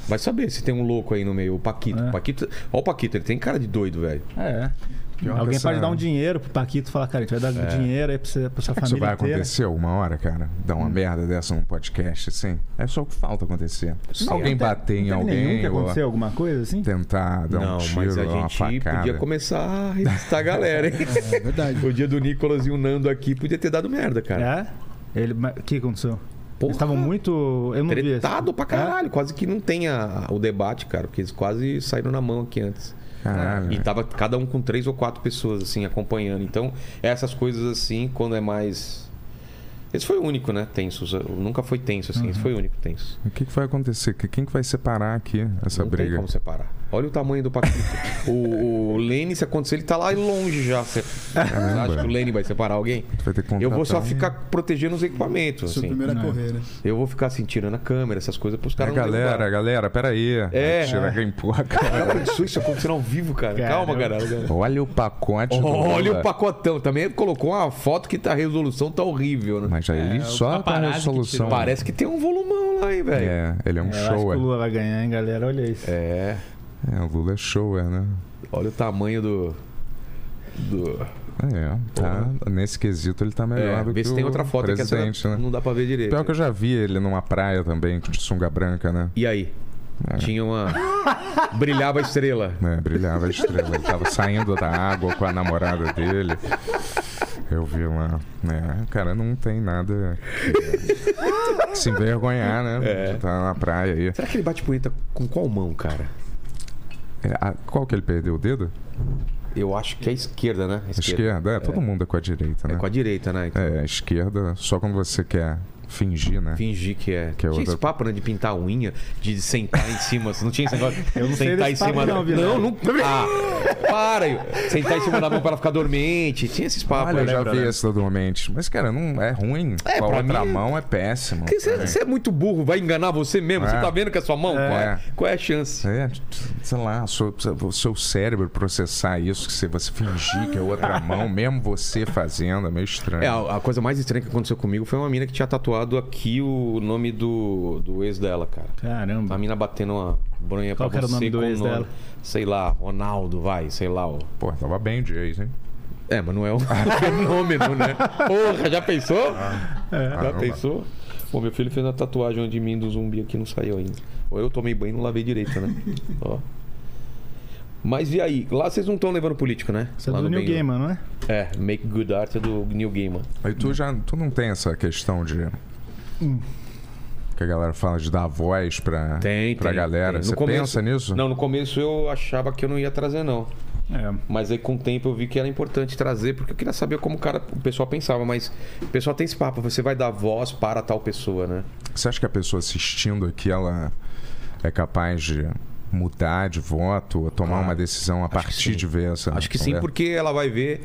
Speaker 1: Vai saber se tem um louco aí no meio, o Paquito.
Speaker 3: É.
Speaker 1: O Paquito. Ó, o Paquito, ele tem cara de doido, velho.
Speaker 3: É.
Speaker 4: Pior que
Speaker 3: alguém
Speaker 4: essa- É.
Speaker 3: pode dar um dinheiro pro Paquito e falar, cara, a gente vai dar dinheiro aí pra, você, pra sua
Speaker 4: Isso
Speaker 3: família.
Speaker 4: vai
Speaker 3: inteira.
Speaker 4: acontecer alguma hora, cara? Dar
Speaker 1: Hum.
Speaker 4: uma merda dessa num podcast, assim? É só o que falta acontecer. alguém
Speaker 3: Não teve-
Speaker 4: bater em
Speaker 3: não teve Nenhum
Speaker 4: alguém
Speaker 3: que
Speaker 4: ou
Speaker 3: aconteceu alguma coisa assim?
Speaker 4: tentar dar um
Speaker 1: não,
Speaker 4: tiro
Speaker 1: mas a
Speaker 4: ou uma
Speaker 1: gente
Speaker 4: facada.
Speaker 1: podia começar a revistar a galera, hein?
Speaker 2: É verdade.
Speaker 1: o dia do Nicolas e o Nando aqui podia ter dado merda, cara.
Speaker 3: É? Ele, mas o que aconteceu?
Speaker 1: Porra.
Speaker 3: Eles estavam muito. Eu não vi. esse-
Speaker 1: Tretado
Speaker 4: É.
Speaker 1: pra caralho. Quase que não tem a- o debate, cara, porque eles quase saíram na mão aqui antes.
Speaker 4: Caralho.
Speaker 1: E tava cada um com três ou quatro pessoas, assim, acompanhando. Então, essas coisas assim, quando é mais. Esse foi o único, né? Tenso. Nunca foi tenso,
Speaker 4: Uhum.
Speaker 1: assim. Esse foi o único tenso.
Speaker 4: O que, que vai acontecer? Que- Quem que vai separar aqui essa
Speaker 1: Não tem
Speaker 4: briga?
Speaker 1: como separar. Olha o tamanho do Paquito. o, o Lene, se acontecer, ele tá lá longe já. Você você acha que o Lene vai separar alguém?
Speaker 4: Vai ter que
Speaker 1: Eu vou só
Speaker 4: contratar um-
Speaker 1: ficar protegendo os equipamentos.
Speaker 2: Sou o
Speaker 1: assim.
Speaker 2: primeiro a correr, né?
Speaker 1: Eu vou ficar assim, tirando a câmera, essas coisas, pros
Speaker 4: A
Speaker 1: caras não
Speaker 4: um- É, galera,
Speaker 1: derrubarem.
Speaker 4: galera, peraí.
Speaker 1: É.
Speaker 4: Aí Tira quem empurra a galera.
Speaker 1: Cara, isso, isso acontecendo ao vivo, cara. Calma,
Speaker 3: Caramba.
Speaker 1: galera. galera.
Speaker 4: Olha o pacote do
Speaker 1: Olha
Speaker 4: Lula.
Speaker 1: o pacotão. Também colocou uma foto que tá, a resolução tá horrível, né?
Speaker 4: Mas aí
Speaker 5: É, o
Speaker 4: só com a
Speaker 5: paparazzi que
Speaker 4: resolução.
Speaker 5: tirou.
Speaker 1: Parece que tem um volumão lá, hein, velho. É.
Speaker 4: É, ele é um
Speaker 3: É, eu acho
Speaker 4: show,
Speaker 3: que o
Speaker 4: é.
Speaker 3: Lula vai ganhar, hein, galera? Olha isso.
Speaker 4: É, o Lula é show, é, né?
Speaker 1: Olha o tamanho do. Do.
Speaker 4: É, tá. Nesse quesito ele tá melhor
Speaker 1: É,
Speaker 4: do
Speaker 1: vê
Speaker 4: que
Speaker 1: se tem
Speaker 4: o
Speaker 1: outra foto que essa
Speaker 4: presidente, né?
Speaker 1: não dá pra ver direito.
Speaker 4: Pior que eu já vi ele numa praia também, de sunga branca, né?
Speaker 1: E aí? Tinha uma. Brilhava a estrela.
Speaker 4: É, brilhava a estrela. Ele tava saindo da água com a namorada dele. Eu vi lá. É, cara, não tem nada. que Se envergonhar, né?
Speaker 1: É.
Speaker 4: Tá na praia aí.
Speaker 1: Será que ele bate punheta com qual mão, cara?
Speaker 4: É, a- qual que ele perdeu o dedo?
Speaker 1: Eu acho que é a esquerda, né? A
Speaker 4: Esquerda. É, todo mundo é com a direita, né?
Speaker 1: É com a direita, né? Então,
Speaker 4: É, a esquerda, só quando você quer fingir, né?
Speaker 1: Fingir que é.
Speaker 4: Que é
Speaker 1: tinha
Speaker 4: outra-
Speaker 1: esse papo, né? De pintar a unha, de sentar em cima. Não tinha esse negócio? Eu
Speaker 3: não sei
Speaker 1: sentar
Speaker 3: desse
Speaker 1: em
Speaker 3: papo
Speaker 1: cima.
Speaker 3: não, viu?
Speaker 1: não, não. Ah, para! eu- Sentar em cima da mão pra ela ficar dormente. Tinha esses papos.
Speaker 4: Olha, Ah, eu já
Speaker 1: né?
Speaker 4: vi esse totalmente. Mas, cara, não é ruim.
Speaker 1: É,
Speaker 4: com a
Speaker 1: pra
Speaker 4: outra
Speaker 1: mim é-
Speaker 4: mão é péssimo.
Speaker 1: Porque Você você é muito burro, vai enganar você mesmo. Você
Speaker 4: É.
Speaker 1: tá vendo com a sua mão?
Speaker 4: É.
Speaker 1: Qual, é, qual é a chance?
Speaker 4: É, sei lá, o seu, o seu cérebro processar isso, que se você fingir que é outra mão, mesmo você fazendo, é meio estranho.
Speaker 1: É, a, a coisa mais estranha que aconteceu comigo foi uma mina que tinha tatuado aqui o nome do, do ex dela, cara. A
Speaker 4: Tá
Speaker 3: Caramba.
Speaker 1: mina batendo uma bronha
Speaker 3: Qual que
Speaker 1: pra
Speaker 3: era o
Speaker 1: você
Speaker 3: nome do
Speaker 1: com
Speaker 3: ex dela?
Speaker 1: Sei lá, Ronaldo, vai, sei lá. Ó.
Speaker 4: Pô, tava bem o Jays, hein?
Speaker 1: É, mas não é um fenômeno, né? Porra, já pensou? Já
Speaker 4: Caramba.
Speaker 1: pensou? Pô, meu filho fez uma tatuagem de mim do zumbi aqui não saiu ainda. Ou eu tomei banho e não lavei direito, né? Ó. Mas e aí? Lá vocês não estão levando político, né?
Speaker 3: Isso é
Speaker 1: Lá
Speaker 3: do
Speaker 1: no
Speaker 3: New
Speaker 1: Bem-
Speaker 3: Gamer, não é?
Speaker 1: É, Make Good Art é do New Gamer.
Speaker 4: Aí tu já tu não tem essa questão de.
Speaker 1: Hum.
Speaker 4: Que a galera fala de dar voz pra,
Speaker 1: Tem,
Speaker 4: pra
Speaker 1: tem,
Speaker 4: galera.
Speaker 1: tem. No
Speaker 4: Você
Speaker 1: começo-
Speaker 4: pensa nisso?
Speaker 1: Não, no começo eu achava que eu não ia trazer, não.
Speaker 3: É.
Speaker 1: Mas aí com o tempo eu vi que era importante trazer, porque eu queria saber como o cara, o pessoal pensava, mas o pessoal tem esse papo, você vai dar voz para tal pessoa, né?
Speaker 4: Você acha que a pessoa assistindo aqui, ela é capaz de mudar de voto ou tomar uma decisão a partir
Speaker 1: Ah, sim.
Speaker 4: de ver essa. É.
Speaker 1: Acho que sim,
Speaker 4: conversa?
Speaker 1: porque ela vai ver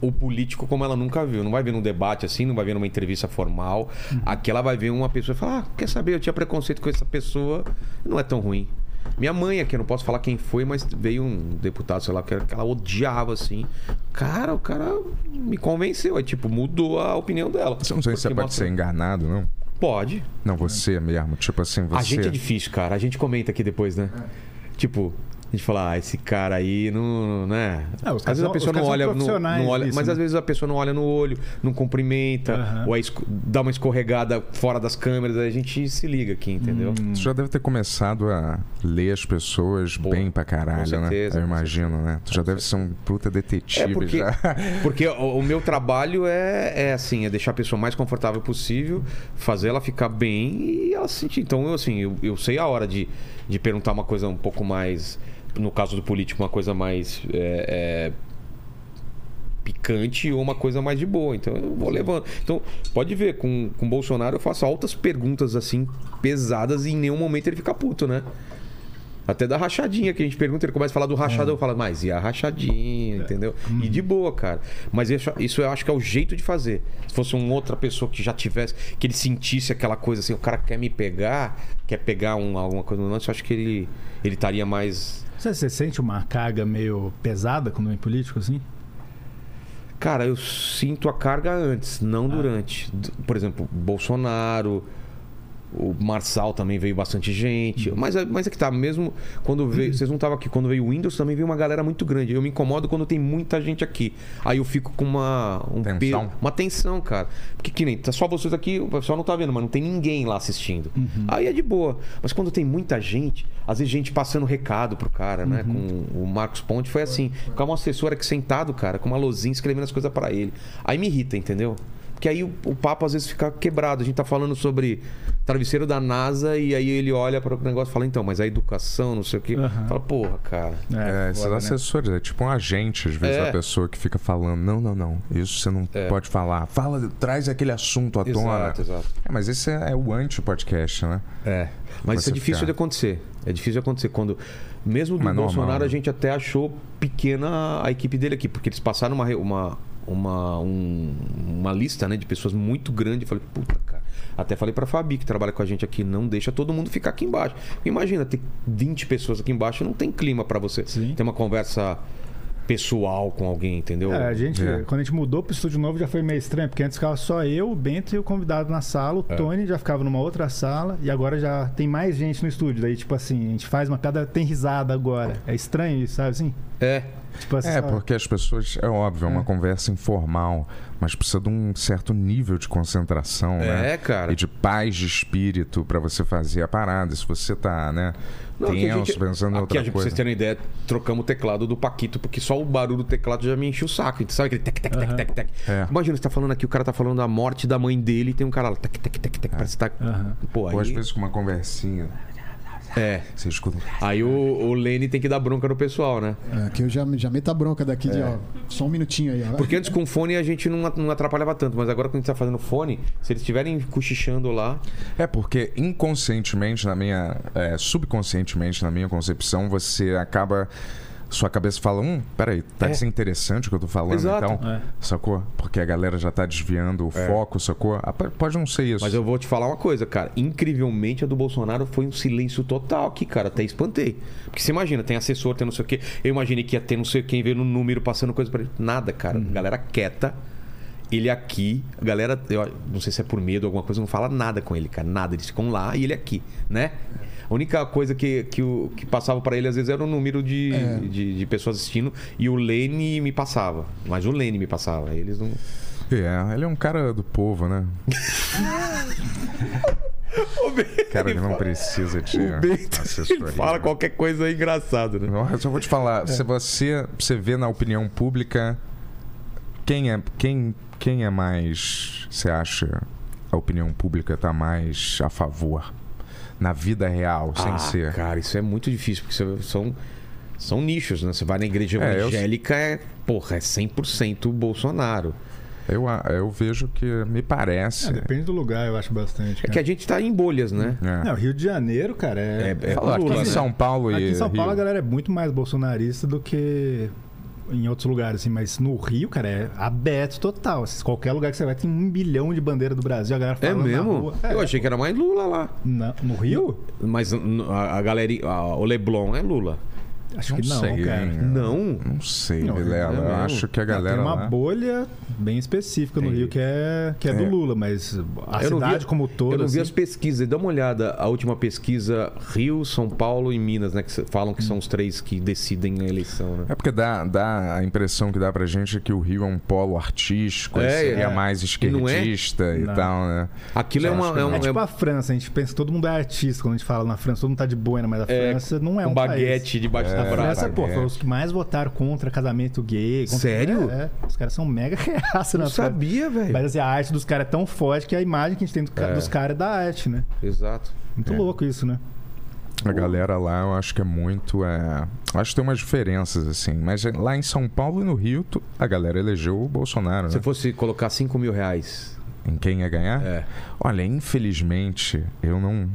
Speaker 1: o político como ela nunca viu. Não vai ver num debate assim, não vai ver numa entrevista formal.
Speaker 4: Uhum.
Speaker 1: Aqui ela vai ver uma pessoa e falar: ah, quer saber, eu tinha preconceito com essa pessoa, não é tão ruim. Minha mãe aqui, eu não posso falar quem foi, mas veio um deputado, sei lá, que ela odiava assim. Cara, o cara me convenceu. Aí, tipo, mudou a opinião dela.
Speaker 4: Você não sei se é você
Speaker 1: Porque
Speaker 4: pode
Speaker 1: mostra-
Speaker 4: ser enganado, não?
Speaker 1: Pode.
Speaker 4: Não, você mesmo. Tipo assim, você.
Speaker 1: A gente é difícil, cara. A gente comenta aqui depois, né? Tipo, a gente fala, ah, esse cara aí não. Né?
Speaker 3: Ah, os
Speaker 1: às
Speaker 3: caras
Speaker 1: vezes
Speaker 3: são-
Speaker 1: a pessoa
Speaker 3: os
Speaker 1: não
Speaker 3: caras são
Speaker 1: olha. No,
Speaker 3: profissionais
Speaker 1: não olha
Speaker 3: nisso,
Speaker 1: mas
Speaker 3: né?
Speaker 1: às vezes a pessoa não olha no olho, não cumprimenta,
Speaker 3: Aham.
Speaker 1: ou aí esco- dá uma escorregada fora das câmeras, aí a gente se liga aqui, entendeu?
Speaker 3: Hum.
Speaker 4: Você já deve ter começado a ler as pessoas
Speaker 1: Boa.
Speaker 4: bem pra caralho,
Speaker 1: Com certeza,
Speaker 4: né? Eu
Speaker 1: com
Speaker 4: imagino, né? Tu já deve ser um puta detetive
Speaker 1: É porque,
Speaker 4: já.
Speaker 1: porque o, o meu trabalho é, é assim, é deixar a pessoa mais confortável possível, fazer ela ficar bem e ela se sentir. Então, eu, assim, eu, eu sei a hora de, de perguntar uma coisa um pouco mais, no caso do político, uma coisa mais é, é, picante ou uma coisa mais de boa. Então, eu vou levando. Então, pode ver, com, com o Bolsonaro eu faço altas perguntas, assim, pesadas e em nenhum momento ele fica puto, né? Até da rachadinha que a gente pergunta, ele começa a falar do rachadão, eu falo, mas e a rachadinha, entendeu? E de boa, cara. Mas isso, isso eu acho que é o jeito de fazer. Se fosse uma outra pessoa que já tivesse, que ele sentisse aquela coisa assim, o cara quer me pegar, quer pegar um, alguma coisa no lance, eu acho que ele ele estaria mais.
Speaker 3: Você, você sente uma carga meio pesada quando é político, assim?
Speaker 1: Cara, eu sinto a carga antes, não durante. D- Por exemplo, Bolsonaro, o Marçal também veio bastante gente. Mas, é- mas é que tá, mesmo quando veio. Vocês não estavam aqui, quando veio o Windows também veio uma galera muito grande. Eu me incomodo quando tem muita gente aqui. Aí eu fico com uma. Um
Speaker 4: Tensão.
Speaker 1: peso- uma tensão, cara. Porque que nem. Tá só vocês aqui, o pessoal não tá vendo, mas não tem ninguém lá assistindo. Aí é de boa. Mas quando tem muita gente, às vezes gente passando recado pro cara, né? Com o Marcos Ponte foi assim. Ficava uma assessora aqui sentado, cara, com uma lozinha escrevendo as coisas pra ele. Aí me irrita, entendeu? Porque aí o, o papo às vezes fica quebrado. A gente tá falando sobre travesseiro da NASA e aí ele olha para o negócio e fala, então, mas a educação, não sei o quê.
Speaker 3: Aham.
Speaker 1: Fala, porra, cara.
Speaker 4: É, esses
Speaker 3: foda, né?
Speaker 4: assessores, é tipo um agente, às vezes,
Speaker 1: É.
Speaker 4: da pessoa que fica falando, não, não, não, isso você não pode falar. Fala, traz aquele assunto à tona.
Speaker 1: Exato, exato.
Speaker 4: É, mas esse é, é o anti-podcast, né?
Speaker 1: É. Mas isso
Speaker 4: Você
Speaker 1: é difícil
Speaker 4: ficar-
Speaker 1: de acontecer. É difícil de acontecer. Quando, mesmo do
Speaker 4: Mas normal,
Speaker 1: Bolsonaro,
Speaker 4: né?
Speaker 1: a gente até achou pequena a equipe dele aqui, porque eles passaram uma, re- uma, uma, um- uma lista né, de pessoas muito grande. Eu falei, puta, cara. Até falei pra Fabi, que trabalha com a gente aqui, não deixa todo mundo ficar aqui embaixo. Imagina, ter 20 pessoas aqui embaixo, não tem clima pra você
Speaker 3: Sim.
Speaker 1: ter uma conversa pessoal com alguém, entendeu?
Speaker 3: É, a gente,
Speaker 4: É.
Speaker 3: quando a gente mudou pro estúdio novo já foi meio estranho, porque antes ficava só eu, o Bento e o convidado na sala, o Tony já ficava numa outra sala e agora já tem mais gente no estúdio. Daí, tipo assim, a gente faz uma piada, tem risada agora. É estranho isso, sabe assim?
Speaker 1: É.
Speaker 3: Tipo assim,
Speaker 4: É,
Speaker 3: sabe?
Speaker 4: porque as pessoas, é óbvio,
Speaker 1: Hum.
Speaker 4: é uma conversa informal, mas precisa de um certo nível de concentração, né?
Speaker 1: É, cara.
Speaker 4: E de paz de espírito pra você fazer a parada. Se você tá, né,
Speaker 1: Não, aqui a
Speaker 4: tenso,
Speaker 1: gente-
Speaker 4: pensando em
Speaker 1: aqui
Speaker 4: outra
Speaker 1: a gente, pra
Speaker 4: coisa.
Speaker 1: vocês terem uma ideia, trocamos o teclado do Paquito, porque só o barulho do teclado já me enche o saco. Sabe aquele tec, tec, tec, tec, tec.
Speaker 4: É.
Speaker 1: Imagina, você tá falando aqui, o cara tá falando da morte da mãe dele e tem um cara lá, tec, tec, tec, tec, parece que tá...
Speaker 3: Aham.
Speaker 1: Pô, aí...
Speaker 4: Ou às vezes com uma conversinha,
Speaker 1: É.
Speaker 4: você escuta... um
Speaker 1: Aí o, o Lenny tem que dar bronca no pessoal, né?
Speaker 2: Aqui É, eu já, já meto a bronca daqui de, ó, só um minutinho aí, ó.
Speaker 1: Porque antes com fone a gente não, não atrapalhava tanto, mas agora quando a gente tá fazendo fone, se eles estiverem cochichando lá...
Speaker 4: É porque inconscientemente, na minha. é, subconscientemente, na minha concepção, você acaba. Sua cabeça fala, hum, peraí, tá
Speaker 1: É.
Speaker 4: isso interessante o que eu tô falando,
Speaker 1: Exato. É.
Speaker 4: então.
Speaker 3: É.
Speaker 4: Sacou? Porque a galera já tá desviando o foco, sacou? Ah, p- Pode não ser isso.
Speaker 1: Mas eu vou te falar uma coisa, cara. Incrivelmente, a do Bolsonaro foi um silêncio total aqui, cara. Até espantei. Porque você imagina, tem assessor, tem não sei o quê. Eu imaginei que ia ter não sei quem, veio no número, passando coisa pra ele. Nada, cara. Galera quieta. Ele aqui, a galera, eu não sei se é por medo ou alguma coisa, não fala nada com ele, cara. Nada. Eles ficam lá e ele aqui, né? A única coisa que, que, o, que passava pra ele, às vezes, era o número de, de, de pessoas assistindo. E o Lene me passava. Mas o Lene me passava. Eles não.
Speaker 4: É, ele é um cara do povo, né? Cara, ele não precisa de
Speaker 1: O Bento
Speaker 4: assessoria. né?
Speaker 1: fala qualquer coisa engraçado, né?
Speaker 4: Não, Eu só vou te falar, se você, você vê na opinião pública, quem é, quem, quem é mais. Você acha a opinião pública tá mais a favor? Na vida real, sem
Speaker 1: ah,
Speaker 4: ser.
Speaker 1: Cara, isso é muito difícil, porque você- são, são nichos, né? Você vai na igreja
Speaker 4: É, eu-
Speaker 1: evangélica, é, porra, é 100% Bolsonaro.
Speaker 4: Eu, a- eu vejo que me parece.
Speaker 3: É, depende do lugar, eu acho bastante.
Speaker 1: É que
Speaker 3: Cara.
Speaker 1: a gente tá em bolhas, né?
Speaker 4: né?
Speaker 3: Não, Rio de Janeiro, cara, é.
Speaker 1: É- é
Speaker 4: Fala,
Speaker 1: Lula,
Speaker 4: aqui em
Speaker 1: né?
Speaker 4: São Paulo e.
Speaker 3: Aqui em São Paulo a
Speaker 4: Rio.
Speaker 3: galera é muito mais bolsonarista do que em outros lugares, assim, mas no Rio, cara, é aberto total. Assim, qualquer lugar que você vai tem um bilhão de bandeira do Brasil, a galera
Speaker 1: É
Speaker 3: falando na
Speaker 1: mesmo?
Speaker 3: rua. É,
Speaker 1: Eu achei que era mais Lula lá.
Speaker 3: na- no Rio?
Speaker 1: Mas n- a, a galerinha. a- o Leblon é Lula.
Speaker 3: Acho que não,
Speaker 4: sei,
Speaker 3: cara.
Speaker 4: hein?
Speaker 1: Não.
Speaker 4: Não sei,
Speaker 3: Não,
Speaker 4: Vilela.
Speaker 1: é
Speaker 4: Eu
Speaker 1: mesmo.
Speaker 4: acho que a
Speaker 3: Não,
Speaker 4: galera. é.
Speaker 3: tem uma
Speaker 4: lá-
Speaker 3: bolha bem específica no
Speaker 4: Entendi.
Speaker 3: Rio que é, que é, do
Speaker 4: É.
Speaker 3: Lula, mas a
Speaker 1: Eu não vi-
Speaker 3: cidade como um todo.
Speaker 1: Eu não vi as
Speaker 3: assim,
Speaker 1: pesquisas. Dá uma olhada. A última pesquisa, Rio, São Paulo e Minas, né? Que cê- falam que são os três que decidem a eleição, né?
Speaker 4: É porque dá, dá a impressão que dá pra gente é que o Rio é um polo artístico,
Speaker 1: É,
Speaker 4: é, seria
Speaker 1: é.
Speaker 4: mais
Speaker 1: E não é?
Speaker 4: esquerdista e
Speaker 3: Não.
Speaker 4: tal, né?
Speaker 1: Aquilo é,
Speaker 4: Eu acho
Speaker 1: uma,
Speaker 4: que
Speaker 1: é
Speaker 4: não.
Speaker 1: um.
Speaker 3: É tipo a França, a gente pensa que todo mundo é artista quando a gente fala na França, todo mundo tá de boina, mas a
Speaker 1: É,
Speaker 3: França não é um,
Speaker 1: um
Speaker 3: país.
Speaker 1: baguete debaixo
Speaker 4: É.
Speaker 1: da
Speaker 3: A
Speaker 1: braça.
Speaker 3: França, pô,
Speaker 4: Baguete.
Speaker 3: foi os que mais votaram contra casamento gay. contra-
Speaker 1: Sério?
Speaker 3: É, é. os caras são mega reaça na
Speaker 1: Não
Speaker 3: França.
Speaker 1: sabia,
Speaker 3: Mas
Speaker 1: velho.
Speaker 3: assim, a arte dos caras é tão forte que a imagem que a gente tem do ca-
Speaker 1: É.
Speaker 3: dos caras é da arte, né?
Speaker 1: Exato.
Speaker 3: Muito
Speaker 4: É.
Speaker 3: louco isso, né?
Speaker 4: A galera lá, eu acho que é muito. É... Acho que tem umas diferenças, assim. Mas lá em São Paulo e no Rio, tu- a galera elegeu o Bolsonaro,
Speaker 3: É.
Speaker 1: Se
Speaker 4: né?
Speaker 1: eu fosse colocar 5 mil reais.
Speaker 4: Em quem ia ganhar?
Speaker 1: É.
Speaker 4: Olha, infelizmente, eu não.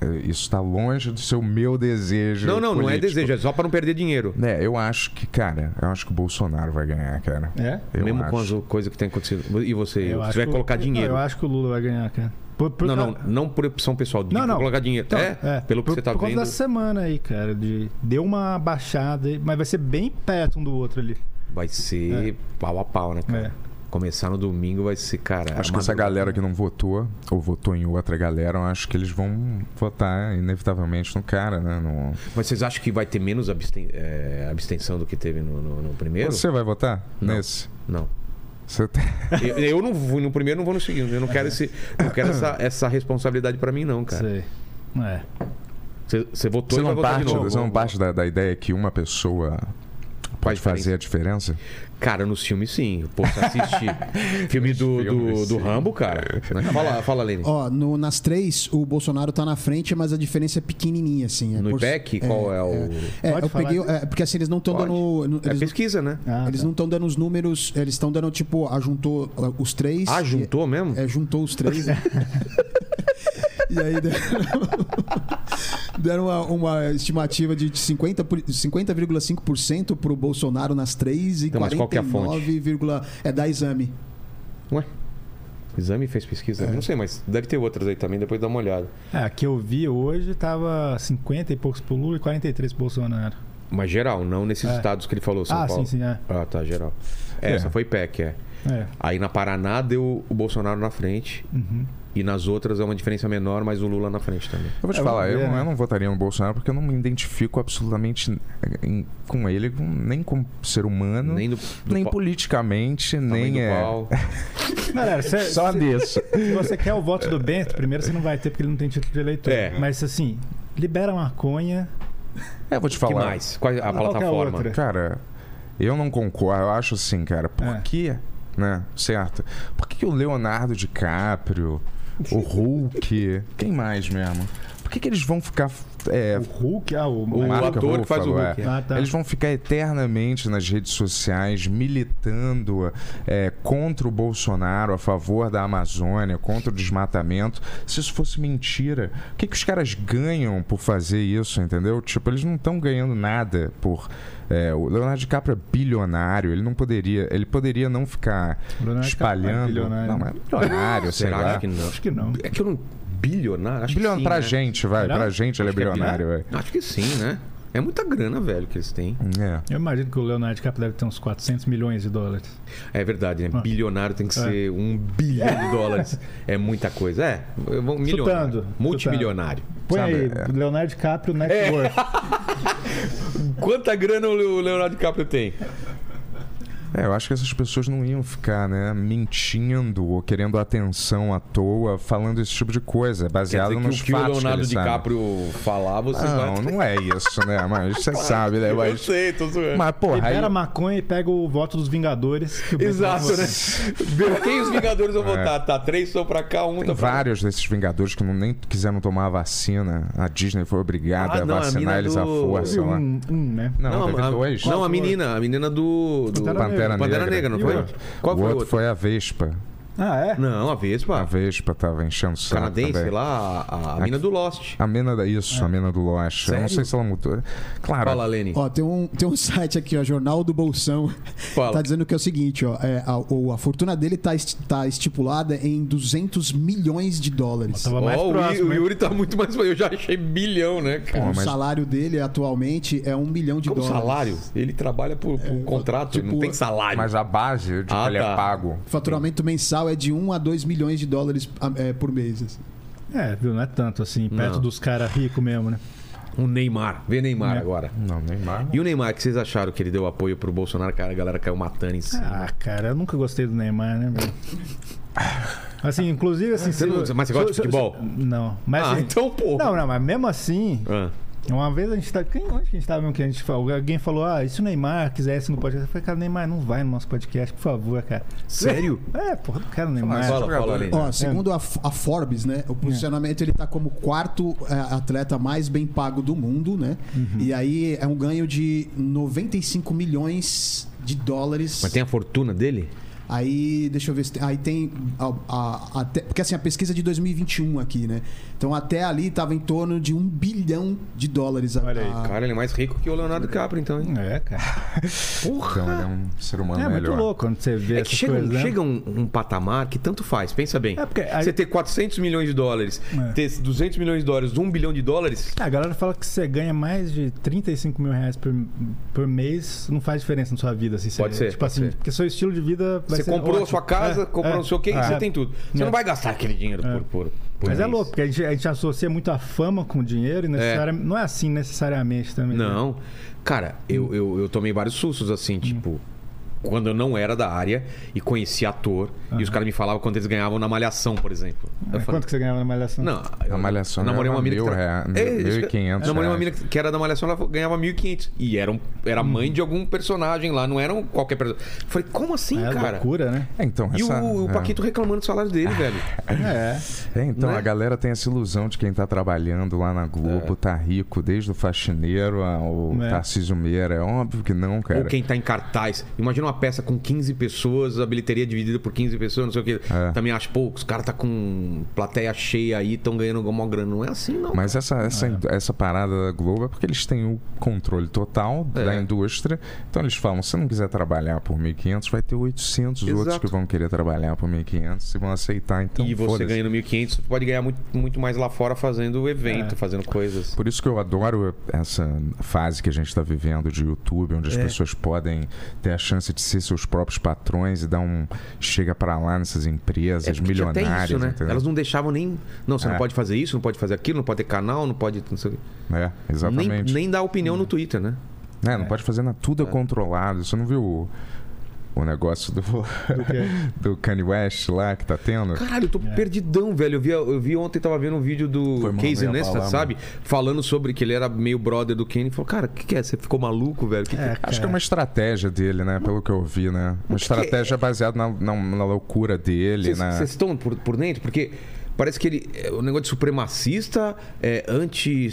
Speaker 4: é, Isso tá longe do seu meu desejo.
Speaker 1: Não, não, não é
Speaker 4: político.
Speaker 1: desejo, é só pra não perder dinheiro.
Speaker 4: É, eu acho que, cara, eu acho que o Bolsonaro vai ganhar, cara.
Speaker 3: É?
Speaker 4: Eu
Speaker 1: Mesmo com
Speaker 4: acho.
Speaker 1: as coisas que tem acontecido. E você,
Speaker 3: Eu
Speaker 1: você vai
Speaker 3: acho-
Speaker 1: colocar dinheiro.
Speaker 3: Não, eu acho que o Lula vai ganhar, cara. Por- por
Speaker 1: Não,
Speaker 3: causa-
Speaker 1: não, não por opção pessoal. de
Speaker 3: Não, não.
Speaker 1: colocar dinheiro.
Speaker 3: Então,
Speaker 1: é, pelo que
Speaker 3: por,
Speaker 1: você tá
Speaker 3: por
Speaker 1: vendo.
Speaker 3: causa da semana aí, cara. De, deu uma baixada, aí, mas vai ser bem perto um do outro ali.
Speaker 1: Vai
Speaker 3: É.
Speaker 1: ser pau a pau, né, cara? Começar no domingo vai ser, cara.
Speaker 4: Acho que essa
Speaker 1: madrugada.
Speaker 4: galera que não votou, ou votou em outra galera, eu acho que eles vão votar inevitavelmente no cara, né? No...
Speaker 1: Mas vocês acham que vai ter menos absten- é, abstenção do que teve no, no- no primeiro?
Speaker 4: Você vai votar
Speaker 1: Não.
Speaker 4: nesse?
Speaker 1: Não.
Speaker 4: Você tem...
Speaker 1: Eu, eu não vou no primeiro, não vou no segundo. Eu não
Speaker 3: É.
Speaker 1: quero, esse, não quero essa, essa responsabilidade pra mim, não, cara.
Speaker 3: Sei. É.
Speaker 1: Você você votou
Speaker 4: Você
Speaker 1: e vai
Speaker 4: não
Speaker 1: votar
Speaker 4: parte,
Speaker 1: de novo.
Speaker 4: você não parte da, da ideia que uma pessoa pode fazer a diferença?
Speaker 1: Cara, nos filmes sim. Pô, você assiste filme do, do,
Speaker 4: filmes,
Speaker 1: do
Speaker 4: sim.
Speaker 1: Rambo, cara. Fala, fala Lene.
Speaker 2: Ó, no- nas três, o Bolsonaro tá na frente, mas a diferença é pequenininha, assim. É
Speaker 1: No
Speaker 2: por-
Speaker 1: IPEC, qual é, o.
Speaker 2: É,
Speaker 3: Pode
Speaker 2: eu
Speaker 3: falar
Speaker 2: peguei.
Speaker 3: disso?
Speaker 2: é, porque assim, eles não estão
Speaker 1: Pode.
Speaker 2: dando. no-
Speaker 1: É
Speaker 2: Eles,
Speaker 1: pesquisa, né?
Speaker 3: Ah,
Speaker 2: eles
Speaker 3: tá.
Speaker 2: não estão dando os números, eles estão dando, tipo, ajuntou ah, os três.
Speaker 1: Ah, juntou mesmo?
Speaker 2: E, é, juntou os três. e aí deram, deram uma, uma estimativa de 50 por- 50,5% pro Bolsonaro nas três e
Speaker 1: Então, mas qual que é a fonte?
Speaker 2: 49,9%. É da exame.
Speaker 1: Ué? Exame fez pesquisa? Não sei, mas deve ter outras aí também, depois dá uma olhada.
Speaker 3: É, a que eu vi hoje tava 50 e poucos pro Lula e 43 pro Bolsonaro.
Speaker 1: Mas geral, não nesses
Speaker 3: É.
Speaker 1: estados que ele falou, São
Speaker 3: ah,
Speaker 1: Paulo.
Speaker 3: sim, sim, é.
Speaker 1: Ah, tá, geral.
Speaker 4: É.
Speaker 1: Essa foi PEC, é.
Speaker 3: É.
Speaker 1: Aí na Paraná deu o Bolsonaro na frente.
Speaker 3: Uhum.
Speaker 1: E nas outras é uma diferença menor, mas o Lula na frente também.
Speaker 4: Eu vou te
Speaker 3: É,
Speaker 4: falar,
Speaker 3: vamos
Speaker 4: eu,
Speaker 3: ver,
Speaker 4: não-
Speaker 3: né?
Speaker 4: eu não votaria no Bolsonaro porque eu não me identifico absolutamente em- com ele, com- nem como ser humano, nem,
Speaker 1: Nem do, do pau-
Speaker 4: politicamente,
Speaker 1: tamanho
Speaker 4: nem
Speaker 1: do
Speaker 4: é.
Speaker 1: pau. É,
Speaker 3: Galera, se,
Speaker 4: Só
Speaker 3: se-
Speaker 4: disso.
Speaker 3: se você quer o voto do Bento, primeiro você não vai ter porque ele não tem título de eleitor.
Speaker 1: É.
Speaker 3: Mas assim, libera a maconha.
Speaker 4: É, vou te
Speaker 1: que
Speaker 4: falar.
Speaker 1: mais? Qual é a
Speaker 3: Qual que é a
Speaker 1: plataforma?
Speaker 3: outra?
Speaker 4: Cara, eu não concordo. Eu acho assim, cara. Por
Speaker 3: É.
Speaker 4: que, né? Certo? Por que, que o Leonardo DiCaprio, o Hulk, quem mais mesmo? Por que, que eles vão ficar. é,
Speaker 3: O Hulk, ah, o,
Speaker 1: o
Speaker 4: Mark
Speaker 1: ator que faz o
Speaker 4: Ruffalo,
Speaker 1: Hulk,
Speaker 4: é.
Speaker 3: Ah, tá.
Speaker 4: Eles vão ficar eternamente nas redes sociais militando é, contra o Bolsonaro, a favor da Amazônia, contra o desmatamento. Se isso fosse mentira, o que, que os caras ganham por fazer isso, entendeu? Tipo, eles não estão ganhando nada por. é, o Leonardo DiCaprio é bilionário, ele não poderia. Ele poderia não ficar
Speaker 3: Leonardo
Speaker 4: espalhando.
Speaker 3: DiCaprio é bilionário.
Speaker 4: Não, mas é bilionário, sei
Speaker 1: Será
Speaker 4: lá.
Speaker 1: que não?
Speaker 3: Acho que não.
Speaker 1: É que eu não. Bilionário? Acho
Speaker 4: Bilhon-
Speaker 1: que sim,
Speaker 4: pra
Speaker 1: né?
Speaker 4: gente, vai.
Speaker 3: Será?
Speaker 4: Pra gente ele é
Speaker 1: Acho que é
Speaker 4: bilionário, velho.
Speaker 1: Acho que sim, né? É muita grana, velho, que eles têm.
Speaker 4: É.
Speaker 3: Eu imagino que o Leonardo DiCaprio deve ter uns 400 milhões de dólares.
Speaker 1: É verdade, né?
Speaker 3: Ah.
Speaker 1: Bilionário tem que
Speaker 3: É.
Speaker 1: ser um bilhão de dólares. É muita coisa. É, eu vou- milionário.
Speaker 3: Chutando,
Speaker 1: né? Multimilionário. É.
Speaker 3: Põe
Speaker 4: Sabe,
Speaker 3: aí,
Speaker 4: é.
Speaker 3: Leonardo DiCaprio Net Worth.
Speaker 1: Quanta grana o Le- o Leonardo DiCaprio tem?
Speaker 4: É, eu acho que essas pessoas não iam ficar, né, mentindo ou querendo atenção à toa, falando esse tipo de coisa,
Speaker 1: Quer
Speaker 4: baseado
Speaker 1: dizer que
Speaker 4: nos
Speaker 1: o que o
Speaker 4: fatos
Speaker 1: Leonardo
Speaker 4: que eles sabem.
Speaker 1: DiCaprio falar, você
Speaker 4: Não,
Speaker 1: vai...
Speaker 4: não é isso, né? Mas você sabe, né?
Speaker 1: Eu
Speaker 4: Mas,
Speaker 1: sei, tô zoando.
Speaker 4: mas porra, aí...
Speaker 3: Libera a maconha e pega o voto dos Vingadores. que o Bento
Speaker 1: Exato,
Speaker 3: vai
Speaker 1: né?
Speaker 3: votar.
Speaker 1: Ver Quem os Vingadores vão votar? Tá, três são pra cá, um
Speaker 4: Tem
Speaker 1: tá pra cá.
Speaker 4: É. vários desses Vingadores que não, nem quiseram tomar a vacina. A Disney foi obrigada
Speaker 1: Ah,
Speaker 4: a
Speaker 1: não, a
Speaker 4: vacinar
Speaker 1: mina
Speaker 4: eles à
Speaker 1: do-
Speaker 4: força lá.
Speaker 3: Um, um, né?
Speaker 4: Não, teve
Speaker 1: a,
Speaker 4: dois.
Speaker 1: não, a menina, a menina do, do
Speaker 3: Pantera
Speaker 4: Pantera,
Speaker 1: Pantera Negra, não
Speaker 4: E
Speaker 1: foi?
Speaker 4: outro?
Speaker 1: Qual
Speaker 4: o
Speaker 1: foi o
Speaker 4: outro?
Speaker 1: outro?
Speaker 4: foi a Vespa.
Speaker 3: Ah, é?
Speaker 1: Não, a Vespa.
Speaker 4: A Vespa tava enchendo o saco
Speaker 1: canadense
Speaker 4: também.
Speaker 1: lá, a, a mina do Lost.
Speaker 4: A Mena da isso, a Mena do Lost. Eu não sei
Speaker 1: Sério?
Speaker 4: se ela mudou. Claro.
Speaker 1: Fala, Lene.
Speaker 2: Ó, tem um, tem um site aqui, ó, Jornal do Bolsão.
Speaker 1: Fala.
Speaker 2: Tá dizendo que é o seguinte, ó. é, a, o- a fortuna dele tá, est- tá estipulada em 200 milhões de dólares.
Speaker 3: Tava mais
Speaker 1: Ó, o
Speaker 3: próximo.
Speaker 1: Yuri-
Speaker 3: hein?
Speaker 1: o Yuri tá muito mais. Eu já achei bilhão, né, cara?
Speaker 4: Pô,
Speaker 2: o
Speaker 4: mas-
Speaker 2: salário dele atualmente é um milhão de
Speaker 1: Como
Speaker 2: dólares.
Speaker 1: salário? Ele trabalha por, por um contrato,
Speaker 2: tipo,
Speaker 1: não tem salário.
Speaker 4: Mas a base de
Speaker 1: Ah,
Speaker 4: que ele
Speaker 1: tá.
Speaker 4: é pago.
Speaker 2: O faturamento mensal é de 1 a 2 milhões de dólares ah, é, por mês. assim.
Speaker 3: É, viu? Não é tanto assim, perto
Speaker 1: Não.
Speaker 3: dos caras ricos mesmo, né?
Speaker 1: Um Neymar. Vê Neymar
Speaker 3: Ne-
Speaker 1: agora.
Speaker 4: Não, Neymar.
Speaker 1: E o Neymar, que vocês acharam que ele deu apoio pro Bolsonaro? Cara, a galera caiu matando em cima.
Speaker 3: Ah, cara, eu nunca gostei do Neymar, né, meu? Assim, inclusive, assim.
Speaker 1: Você
Speaker 3: se-
Speaker 1: não- mas você gosta de
Speaker 3: se- se-
Speaker 1: futebol?
Speaker 3: Não. Mas,
Speaker 1: Ah,
Speaker 3: assim,
Speaker 1: então, pô.
Speaker 3: Não, não, mas mesmo assim,
Speaker 1: Ah.
Speaker 3: uma vez a gente tá. Quem, onde que a gente tava mesmo que a gente falou? Alguém falou, ah, e se o Neymar quisesse no podcast? Eu falei, cara, Neymar, não vai no nosso podcast, por favor, cara.
Speaker 1: Sério?
Speaker 3: É, porra, do cara,
Speaker 1: Mas
Speaker 3: Neymar.
Speaker 1: fala, fala, Lene.
Speaker 2: Ó, segundo a, F- a Forbes, né, o posicionamento ele tá como quarto é, atleta mais bem pago do mundo, né?
Speaker 1: Uhum.
Speaker 2: E aí é um ganho de 95 milhões de dólares.
Speaker 1: Mas tem a fortuna dele?
Speaker 2: Aí, deixa eu ver se tem, aí tem a, a- até- porque assim, a pesquisa é de 2021 aqui, né? Então até ali tava em torno de 1 bilhão de dólares. a-
Speaker 3: Olha aí,
Speaker 2: a-
Speaker 1: Cara, ele é mais rico que o Leonardo DiCaprio, então, hein?
Speaker 3: É, cara.
Speaker 4: Porra. Então ele é um ser humano
Speaker 3: É muito
Speaker 4: melhor.
Speaker 3: louco quando você vê
Speaker 1: É
Speaker 3: essas
Speaker 1: que chega,
Speaker 3: coisas,
Speaker 1: um,
Speaker 3: né?
Speaker 1: chega um, um patamar que tanto faz, pensa bem.
Speaker 3: É, porque aí-
Speaker 1: Você ter 400 milhões de dólares,
Speaker 3: É.
Speaker 1: ter 200 milhões de dólares, 1 bilhão de dólares,
Speaker 3: A galera fala que você ganha mais de 35 mil reais por, por mês, não faz diferença na sua vida. Assim, você-
Speaker 1: Pode ser,
Speaker 3: Tipo
Speaker 1: pode
Speaker 3: assim,
Speaker 1: ser.
Speaker 3: porque seu estilo de vida vai
Speaker 1: você
Speaker 3: ser
Speaker 1: comprou
Speaker 3: ótimo.
Speaker 1: a sua casa,
Speaker 3: É,
Speaker 1: comprou
Speaker 3: é,
Speaker 1: não sei o quê,
Speaker 3: é.
Speaker 1: você tem tudo. Você
Speaker 3: É.
Speaker 1: não vai gastar aquele dinheiro
Speaker 3: É.
Speaker 1: por, por, por
Speaker 3: Mas é
Speaker 1: mês.
Speaker 3: louco, porque a gente, a gente associa muito a fama com o dinheiro e necessari- não é assim necessariamente também. né?
Speaker 1: Não. Cara, eu, eu, eu tomei vários sustos,
Speaker 3: Hum.
Speaker 1: assim, tipo. Quando eu não era da área e conhecia ator, e os caras me falavam quanto eles ganhavam na malhação, por exemplo. Eu
Speaker 3: Mas
Speaker 1: falei,
Speaker 3: É, Quanto que você ganhava assim? na malhação?
Speaker 1: Não,
Speaker 4: Na Malhação
Speaker 1: namorei
Speaker 4: era
Speaker 1: uma mina
Speaker 4: mil
Speaker 1: que tra-
Speaker 4: rea- mil-
Speaker 1: É, isso que-
Speaker 4: 1.500
Speaker 1: Namorei uma mina
Speaker 4: reais.
Speaker 1: que que era da Malhação, ela ganhava 1.500. E era, um, era mãe de algum personagem lá, não era um qualquer personagem. Falei, como assim,
Speaker 3: é
Speaker 1: cara?
Speaker 3: loucura, né?
Speaker 4: É, então,
Speaker 1: E
Speaker 4: essa-
Speaker 1: o, o
Speaker 4: é. Ah,
Speaker 1: Paquito reclamando do salário dele, velho.
Speaker 3: É.
Speaker 4: É, então
Speaker 1: né? É.
Speaker 4: a galera tem essa ilusão de quem tá trabalhando lá na Globo, tá rico, desde o faxineiro ao
Speaker 3: É.
Speaker 4: Tarcísio Meira. É óbvio que não, cara.
Speaker 1: Ou quem tá em cartaz. Imagina uma peça com 15 pessoas, a bilheteria é dividida por 15 pessoas, não sei o quê.
Speaker 4: É.
Speaker 1: Também acho pouco. Os caras tá com plateia cheia aí, estão ganhando alguma grana. Não é assim, não.
Speaker 4: Mas essa, essa, essa parada da Globo é porque eles têm o controle total
Speaker 1: É.
Speaker 4: da indústria. Então eles falam, se não quiser trabalhar por 1.500, vai ter 800 outros
Speaker 1: Exato.
Speaker 4: que vão querer trabalhar por 1.500 e vão aceitar. Então,
Speaker 1: e você
Speaker 4: foda-se.
Speaker 1: ganhando 1.500, pode ganhar muito, muito mais lá fora fazendo evento,
Speaker 3: É.
Speaker 1: fazendo coisas.
Speaker 4: Por isso que eu adoro essa fase que a gente está vivendo de YouTube,
Speaker 1: É.
Speaker 4: onde as pessoas podem ter a chance de ser seus próprios patrões e dar um chega pra lá nessas
Speaker 1: É,
Speaker 4: empresas
Speaker 1: porque tinha até
Speaker 4: milionárias.
Speaker 1: isso, né?
Speaker 4: entendeu?
Speaker 1: Elas não deixavam nem. Não, você
Speaker 4: É.
Speaker 1: não pode fazer isso, não pode fazer aquilo, não pode ter canal, não pode. Não sei, o quê.
Speaker 4: É,
Speaker 1: nem,
Speaker 4: exatamente.
Speaker 1: nem dar opinião no Twitter, né?
Speaker 4: É, não pode fazer nada, tudo é controlado. Você não viu o, o negócio do,
Speaker 3: Do quê?
Speaker 4: do Kanye West lá que tá tendo?
Speaker 1: Caralho, eu tô
Speaker 3: É.
Speaker 1: perdidão, velho. Eu vi, eu vi ontem, tava vendo um vídeo
Speaker 4: Foi
Speaker 1: do
Speaker 4: mal,
Speaker 1: Casey
Speaker 4: eu ia
Speaker 1: Neistat,
Speaker 4: falar,
Speaker 1: sabe? Falando sobre que ele era meio brother do Kenny. Falou, cara, o que, que é? Você ficou maluco, velho? Que que-
Speaker 3: É,
Speaker 4: Acho que é
Speaker 3: cara.
Speaker 4: uma estratégia dele, né? Pelo que eu vi, né?
Speaker 1: é-
Speaker 4: Uma estratégia baseada na, na- na loucura dele,
Speaker 1: Vocês
Speaker 4: né?
Speaker 1: vocês estão por, por dentro? Porque parece que ele. é, O negócio de supremacista, é,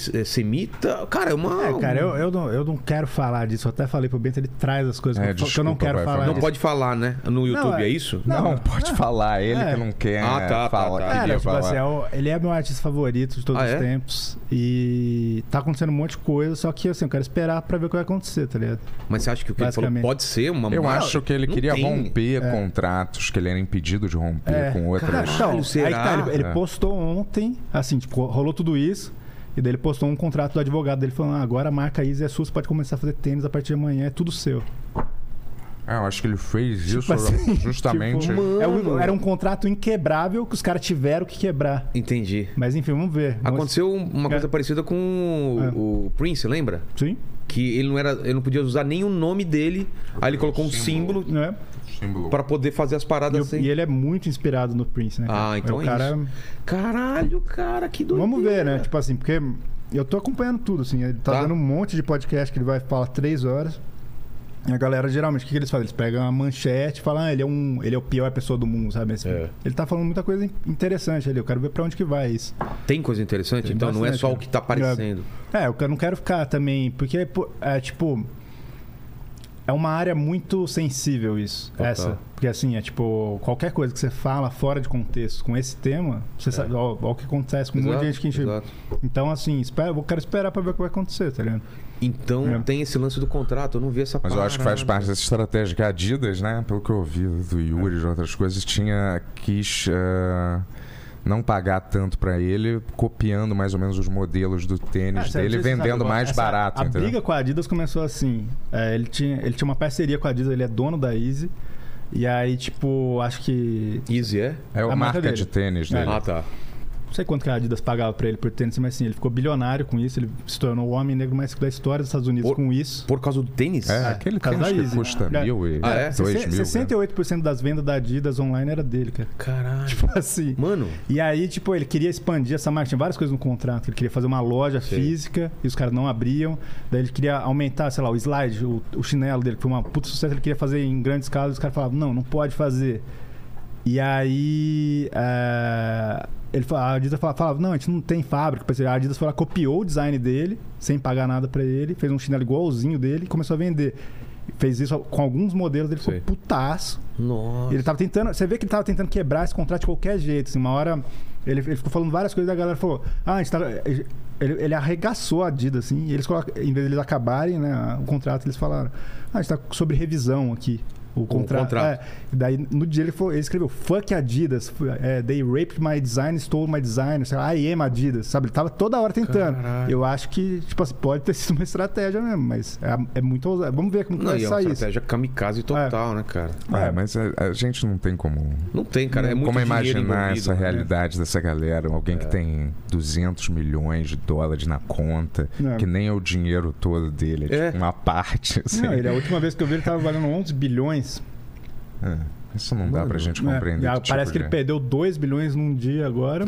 Speaker 1: antissemita. Cara, é uma.
Speaker 3: É, cara, eu, eu, não, eu não quero falar disso. Eu até falei pro Bento, ele traz as coisas
Speaker 4: É,
Speaker 3: que, eu, que eu
Speaker 4: desculpa,
Speaker 3: não quero
Speaker 4: vai,
Speaker 3: falar.
Speaker 4: vai.
Speaker 1: Não
Speaker 3: disso.
Speaker 1: pode falar, né? No YouTube,
Speaker 3: é-
Speaker 1: é. isso?
Speaker 4: Não,
Speaker 3: Não,
Speaker 4: pode falar, ele
Speaker 3: É.
Speaker 4: que não quer
Speaker 1: Ah, tá, tá,
Speaker 4: falar.
Speaker 1: tá.
Speaker 4: queria
Speaker 3: Cara, tipo
Speaker 4: falar.
Speaker 3: assim, é o- ele é meu artista favorito de todos
Speaker 1: Ah,
Speaker 3: os
Speaker 1: é?
Speaker 3: tempos. E tá acontecendo um monte de coisa, só que assim, eu quero esperar pra ver o que vai acontecer, tá ligado?
Speaker 1: Mas você acha que o que ele falou
Speaker 3: Basicamente.
Speaker 1: pode ser uma
Speaker 4: Eu
Speaker 1: uma-
Speaker 4: acho que ele
Speaker 1: Não
Speaker 4: queria
Speaker 1: tem.
Speaker 4: romper contratos, que ele era impedido de romper
Speaker 3: É.
Speaker 4: com outras.
Speaker 1: Caralho,
Speaker 3: Então, aí
Speaker 1: será?
Speaker 3: que tá, ele, ele
Speaker 4: É.
Speaker 3: postou ontem, assim, tipo, rolou tudo isso. E daí ele postou um contrato do advogado dele falando: ah, agora a marca Easy é sua, você pode começar a fazer tênis a partir de amanhã, é tudo seu.
Speaker 4: É, eu acho que ele fez isso
Speaker 3: assim,
Speaker 4: justamente.
Speaker 3: É um- era um contrato inquebrável que os caras tiveram que quebrar.
Speaker 1: Entendi.
Speaker 3: Mas enfim, vamos ver. Vamos-
Speaker 1: Aconteceu uma coisa
Speaker 3: É.
Speaker 1: parecida com o-
Speaker 3: É.
Speaker 1: o, Prince, lembra?
Speaker 3: Sim,
Speaker 1: Que ele não era, ele não podia usar nem o nome dele. Aí ele colocou um símbolo
Speaker 3: né?
Speaker 4: símbolo.
Speaker 1: pra poder fazer as
Speaker 3: E,
Speaker 1: paradas
Speaker 3: o-
Speaker 1: assim.
Speaker 3: e ele é muito inspirado no Prince, né? cara?
Speaker 1: Ah, então
Speaker 3: o
Speaker 1: é
Speaker 3: cara,
Speaker 1: isso. Caralho, cara, que doideira.
Speaker 3: Vamos ver, né? Tipo assim, porque eu tô acompanhando tudo, assim. Ele tá,
Speaker 1: Tá.
Speaker 3: dando um monte de podcast que ele vai falar três horas. E a galera, geralmente, o que, que eles fazem? Eles pegam uma manchete e falam, ah, ele é, um, ele é o pior pessoa do mundo, sabe? Assim,
Speaker 1: É.
Speaker 3: Ele tá falando muita coisa in- interessante ali. Eu quero ver pra onde que vai isso.
Speaker 1: Tem coisa interessante?
Speaker 3: Tem
Speaker 1: então não é
Speaker 3: bastante,
Speaker 1: só o
Speaker 3: né?
Speaker 1: que tá aparecendo.
Speaker 3: É, eu não quero ficar também... Porque, pô, é, tipo... é uma área muito sensível isso.
Speaker 1: Total.
Speaker 3: Essa. Porque assim, é tipo, qualquer coisa que você fala fora de contexto com esse tema, você sabe, ó, ó o que acontece com um monte de gente que a gente.
Speaker 1: É. exato.
Speaker 3: Então, assim, espera, eu quero esperar pra ver o que vai acontecer, tá ligado?
Speaker 1: Então
Speaker 3: É.
Speaker 1: tem esse lance do contrato, eu não vi essa
Speaker 4: Mas eu acho que faz parte dessa estratégia que a Adidas, né? Pelo que eu ouvi do Yuri e de outras coisas, tinha quis eh, não pagar tanto pra ele, copiando mais ou menos os modelos do tênis
Speaker 3: É,
Speaker 4: dele,
Speaker 3: você- você
Speaker 4: vendendo
Speaker 3: sabe,
Speaker 4: mais
Speaker 3: essa-
Speaker 4: barato,
Speaker 3: A
Speaker 4: entendeu?
Speaker 3: briga com a Adidas começou assim. é, ele, tinha, ele tinha uma parceria com a Adidas, ele é dono da Easy. E aí, tipo, acho que.
Speaker 1: Easy, é?
Speaker 4: É a,
Speaker 3: a
Speaker 4: marca
Speaker 3: marca dele.
Speaker 4: de tênis dele.
Speaker 1: Ah, tá.
Speaker 3: Não sei quanto que a Adidas pagava pra ele por tênis, mas assim, ele ficou bilionário com isso. Ele se tornou o homem negro mais rico da história dos Estados Unidos
Speaker 1: Por-
Speaker 3: com isso.
Speaker 1: Por causa do tênis?
Speaker 4: É, aquele
Speaker 3: Por causa
Speaker 4: tênis
Speaker 3: da
Speaker 4: que
Speaker 3: Yeezy.
Speaker 4: custa
Speaker 3: É.
Speaker 4: mil e
Speaker 1: Ah, é?
Speaker 4: dois mil. né?
Speaker 3: 68% das vendas da Adidas online era dele, cara.
Speaker 1: Caralho.
Speaker 3: Assim.
Speaker 1: Mano,
Speaker 3: E aí, tipo, ele queria expandir essa marca. Tinha várias coisas no contrato. Ele queria fazer uma loja física e os caras não abriam. Daí ele queria aumentar, sei lá, o slide, o, o chinelo dele, que foi um puta sucesso. Ele queria fazer em grande escala. e Os caras falavam, não, não pode fazer. E aí... eh, Ele, fa- a Adidas fala- falava, não, a gente não tem fábrica. pra isso." A Adidas foi lá, copiou o design dele, sem pagar nada pra ele. Fez um chinelo igualzinho dele e começou a vender. Fez isso com alguns modelos. Ele ficou
Speaker 1: Sei.
Speaker 3: putaço.
Speaker 1: nossa.
Speaker 3: Ele tava tentando. Você vê que ele tava tentando quebrar esse contrato de qualquer jeito. Assim, uma hora. Ele, ele ficou falando várias coisas e a galera falou: Ah, a gente tá. Ele, ele arregaçou a Adidas, assim, e eles colocam, em vez de eles acabarem, né, o contrato, eles falaram: Ah, a gente tá sobre revisão aqui. O contrato.
Speaker 1: contrato.
Speaker 3: É, e daí, no dia, ele, falou, ele escreveu: Fuck Adidas. fu- é, they raped my design, stole my design. Sei lá, I am Adidas. Sabe? Ele tava toda hora tentando.
Speaker 1: Caralho.
Speaker 3: Eu acho que, tipo assim, pode ter sido uma estratégia mesmo, mas é, é muito ousado. Vamos ver como que
Speaker 1: Não,
Speaker 3: vai
Speaker 1: e é uma
Speaker 3: sair isso.
Speaker 1: estratégia kamikaze total, né, cara?
Speaker 4: É, mas a, a gente não tem como,
Speaker 1: Não tem, cara. É muito
Speaker 4: como
Speaker 1: dinheiro
Speaker 4: imaginar
Speaker 1: envolvido, É.
Speaker 4: essa
Speaker 1: né?
Speaker 4: realidade dessa galera. Um, Alguém que tem 200 milhões de dólares na conta,
Speaker 3: É.
Speaker 4: que nem é o dinheiro todo dele, é,
Speaker 1: É.
Speaker 4: tipo uma parte. Assim.
Speaker 3: Não, ele, a última vez que eu vi ele tava valendo 11 bilhões.
Speaker 4: É, Isso não dá pra gente
Speaker 3: né?
Speaker 4: compreender.
Speaker 3: E a-
Speaker 4: que tipo
Speaker 3: parece que
Speaker 4: de-
Speaker 3: ele perdeu 2 bilhões num dia agora.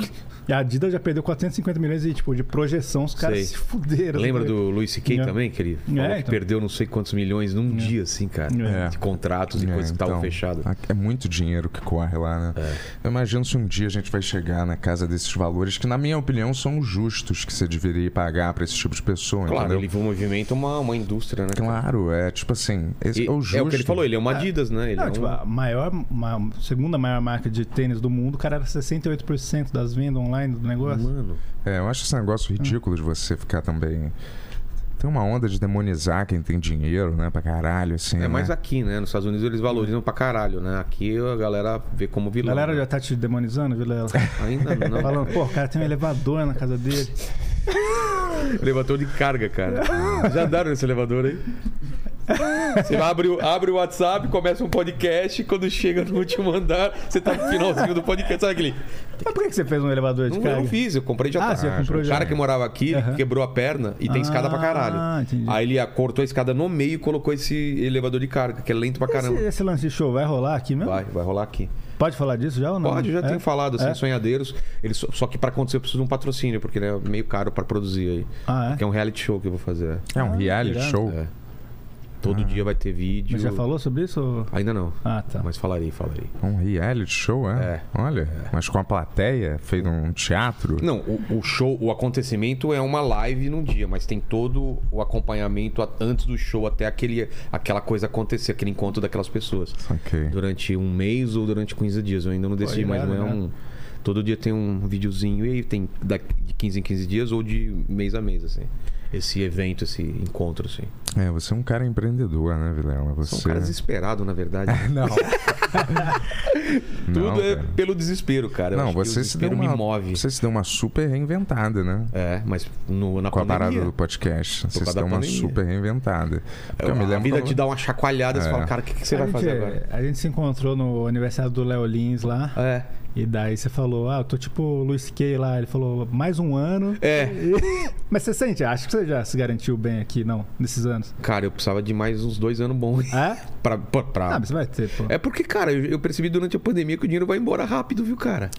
Speaker 3: E a Adidas já perdeu 450 milhões e, tipo, de projeção, os caras
Speaker 1: Sei.
Speaker 3: se fuderam.
Speaker 1: Lembra
Speaker 3: né?
Speaker 1: do Luiz C.K.
Speaker 3: É.
Speaker 1: também, que ele falou
Speaker 3: É,
Speaker 1: que
Speaker 3: então.
Speaker 1: perdeu não sei quantos milhões num dia, assim, cara.
Speaker 3: É.
Speaker 1: De contratos e
Speaker 4: É,
Speaker 1: coisas que estavam
Speaker 4: então,
Speaker 1: fechadas. É.
Speaker 4: a- É muito dinheiro que corre lá, né? Eu imagino se um dia a gente vai chegar na casa desses valores que, na minha opinião, são justos que você deveria pagar pra esse tipo de pessoa,
Speaker 1: Claro,
Speaker 4: entendeu?
Speaker 1: ele movimenta uma, uma indústria, né? cara?
Speaker 4: Claro, é tipo assim, esse
Speaker 1: E-
Speaker 4: é o justo.
Speaker 1: é o que ele falou, ele é uma Adidas, né? Ele
Speaker 3: Não,
Speaker 1: é um-
Speaker 3: tipo, a maior, ma- segunda maior marca de tênis do mundo, o cara era 68% das vendas online do negócio.
Speaker 1: Mano,
Speaker 4: É, eu acho esse negócio ridículo de você ficar também. Tem uma onda de demonizar quem tem dinheiro, né? Pra caralho, assim.
Speaker 1: é
Speaker 4: né?
Speaker 1: mais aqui, né? Nos Estados Unidos eles valorizam pra caralho, né? Aqui a galera vê como
Speaker 3: A
Speaker 1: vilão.
Speaker 3: galera
Speaker 1: né?
Speaker 3: já tá te demonizando, Vilela?
Speaker 1: Ainda não. né?
Speaker 3: Falando, pô, o cara tem um elevador na casa dele.
Speaker 1: Elevador de carga, cara. Já andaram nesse elevador aí? Você abre o, abre o WhatsApp, começa um podcast, e quando chega no último andar, você tá no finalzinho do podcast, sabe aquele?
Speaker 3: Mas por que que você fez um elevador
Speaker 1: Não,
Speaker 3: de
Speaker 1: eu
Speaker 3: carga?
Speaker 1: não fiz, eu comprei já.
Speaker 3: Ah, você comprou
Speaker 1: o
Speaker 3: já.
Speaker 1: cara que morava aqui ele
Speaker 3: Aham.
Speaker 1: quebrou a perna e tem escada pra caralho.
Speaker 3: Ah, entendi.
Speaker 1: Aí ele ah, cortou a escada no meio e colocou esse elevador de carga, que é lento pra
Speaker 3: Esse,
Speaker 1: caramba.
Speaker 3: esse lance de show vai rolar aqui mesmo?
Speaker 1: Vai, vai rolar aqui.
Speaker 3: Pode falar disso já ou não?
Speaker 1: Pode, já
Speaker 3: É?
Speaker 1: tenho falado, assim,
Speaker 3: É?
Speaker 1: sonhadeiros. Eles, só- só que pra acontecer eu preciso de um patrocínio, porque né, é meio caro pra produzir aí.
Speaker 3: Ah, é?
Speaker 1: Que é um reality show que eu vou fazer.
Speaker 4: É um reality
Speaker 3: irado.
Speaker 4: show.
Speaker 1: É. Todo
Speaker 4: Ah.
Speaker 1: dia vai ter vídeo.
Speaker 3: Mas já falou sobre isso? ou-
Speaker 1: Ainda não.
Speaker 3: Ah, tá.
Speaker 1: Mas falarei, falarei.
Speaker 4: Um reality show, é?
Speaker 1: É.
Speaker 4: Olha, mas com a plateia, feito um teatro.
Speaker 1: Não, o, o show, o acontecimento é uma live num dia, mas tem todo o acompanhamento a- antes do show até aquele, aquela coisa acontecer, aquele encontro daquelas pessoas.
Speaker 4: Ok.
Speaker 1: Durante um mês ou durante 15 dias. Eu ainda não decidi, mas não
Speaker 3: irado,
Speaker 1: é
Speaker 3: né?
Speaker 1: um. Todo dia tem um videozinho e aí tem da- de 15 em 15 dias ou de mês a mês, assim. Esse evento, esse encontro, assim.
Speaker 4: É, você é um cara empreendedor, né, Vilela? Você.
Speaker 1: São um cara desesperado, na verdade.
Speaker 4: Não.
Speaker 1: Tudo
Speaker 4: Não,
Speaker 1: é
Speaker 4: cara.
Speaker 1: pelo desespero, cara. Eu
Speaker 4: Não,
Speaker 1: acho que o
Speaker 4: você se deu
Speaker 1: desespero
Speaker 4: uma.
Speaker 1: me move.
Speaker 4: Você se deu uma super reinventada, né?
Speaker 1: É, mas no, na
Speaker 4: Com a
Speaker 1: pandemia,
Speaker 4: parada do podcast. Você se
Speaker 1: causa
Speaker 4: deu
Speaker 1: da
Speaker 4: uma
Speaker 1: pandemia.
Speaker 4: super reinventada. Porque eu me
Speaker 1: a
Speaker 4: lembro.
Speaker 1: vida
Speaker 4: que eu-
Speaker 1: te dá uma chacoalhada, você
Speaker 4: É.
Speaker 1: fala, cara, o que, que você
Speaker 3: a
Speaker 1: vai
Speaker 3: gente,
Speaker 1: fazer agora?
Speaker 3: A gente se encontrou no aniversário do Léo Lins lá.
Speaker 1: É.
Speaker 3: E daí você falou, ah, eu tô tipo o Luiz Kay lá. Ele falou, mais um ano.
Speaker 1: É,
Speaker 3: Mas você sente? Acho que você já se garantiu bem aqui, não, nesses anos.
Speaker 1: cara, eu precisava de mais uns dois anos bons
Speaker 3: É?
Speaker 1: pra... pra, pra-
Speaker 3: Ah, mas você vai ter, pô.
Speaker 1: É porque, cara, eu, eu percebi durante a pandemia que o dinheiro vai embora rápido, viu, cara?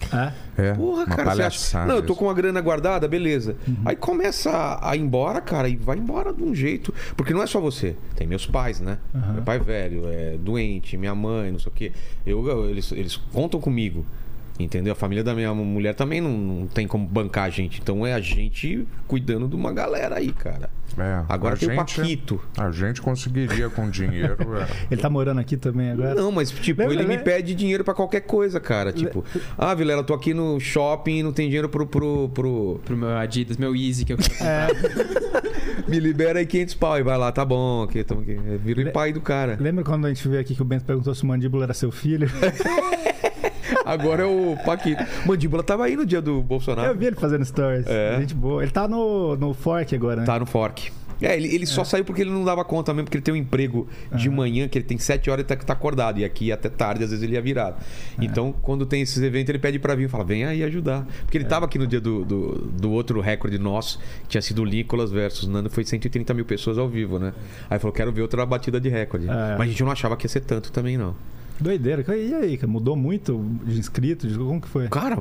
Speaker 3: É?
Speaker 4: É,
Speaker 1: Porra,
Speaker 4: uma
Speaker 1: cara, você acha...
Speaker 4: palhaçada
Speaker 1: Não, eu tô
Speaker 4: isso.
Speaker 1: com uma grana guardada, beleza.
Speaker 3: Uhum.
Speaker 1: Aí começa a, a ir embora, cara, e vai embora de um jeito. Porque não é só você, tem meus pais, né? Meu é pai velho, é doente, minha mãe, não sei o quê. Eu, eu- eles, eles contam comigo. Entendeu? A família da minha mulher também não, não tem como bancar a gente. Então é a gente cuidando de uma galera aí, cara.
Speaker 4: É,
Speaker 1: Agora
Speaker 4: a
Speaker 1: tem o
Speaker 4: gente-
Speaker 1: Paquito.
Speaker 4: A gente conseguiria com dinheiro. é.
Speaker 3: Ele tá morando aqui também agora?
Speaker 1: Não, mas tipo,
Speaker 3: Lembra,
Speaker 1: ele me
Speaker 3: né?
Speaker 1: pede dinheiro pra qualquer coisa, cara. Tipo, ah, Vilela, eu tô aqui no shopping e não tem dinheiro pro, pro, pro-
Speaker 5: Pro meu Adidas, meu Easy que eu quero.
Speaker 3: É,
Speaker 1: Me libera aí 500 pau e vai lá, tá bom, aqui, tamo aqui. É, Vira o pai do cara.
Speaker 3: lembra quando a gente veio aqui que o Bento perguntou se o Mandíbula era seu filho?
Speaker 1: Agora é o Paquito. Mandíbula tava aí no dia do Bolsonaro.
Speaker 3: Eu vi ele fazendo stories.
Speaker 1: Tá. É.
Speaker 3: Gente boa. Ele tá no, no Fork agora, né?
Speaker 1: Tá no fork. É, ele, ele só saiu porque ele não dava conta mesmo, porque ele tem um emprego
Speaker 3: É.
Speaker 1: de manhã, que ele tem 7 horas e tá, tá acordado. E aqui até tarde, às vezes, ele ia virado.
Speaker 3: É.
Speaker 1: Então, quando tem esses eventos, ele pede pra vir e fala, vem aí ajudar. Porque ele
Speaker 3: É.
Speaker 1: tava aqui no dia do, do, do outro recorde nosso, que tinha sido o Nicolas versus Nando, foi 130 mil pessoas ao vivo, né? Aí falou, quero ver outra batida de recorde.
Speaker 3: É.
Speaker 1: Mas a gente não achava que ia ser tanto também, não.
Speaker 3: Doideira. E aí, cara? Mudou muito de inscrito? De- Como que foi?
Speaker 1: Cara,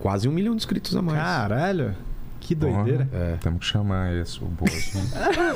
Speaker 1: quase um milhão de inscritos a mais.
Speaker 3: Caralho. Que doideira.
Speaker 4: Porra, Temos que chamar esse, o Bozo. né?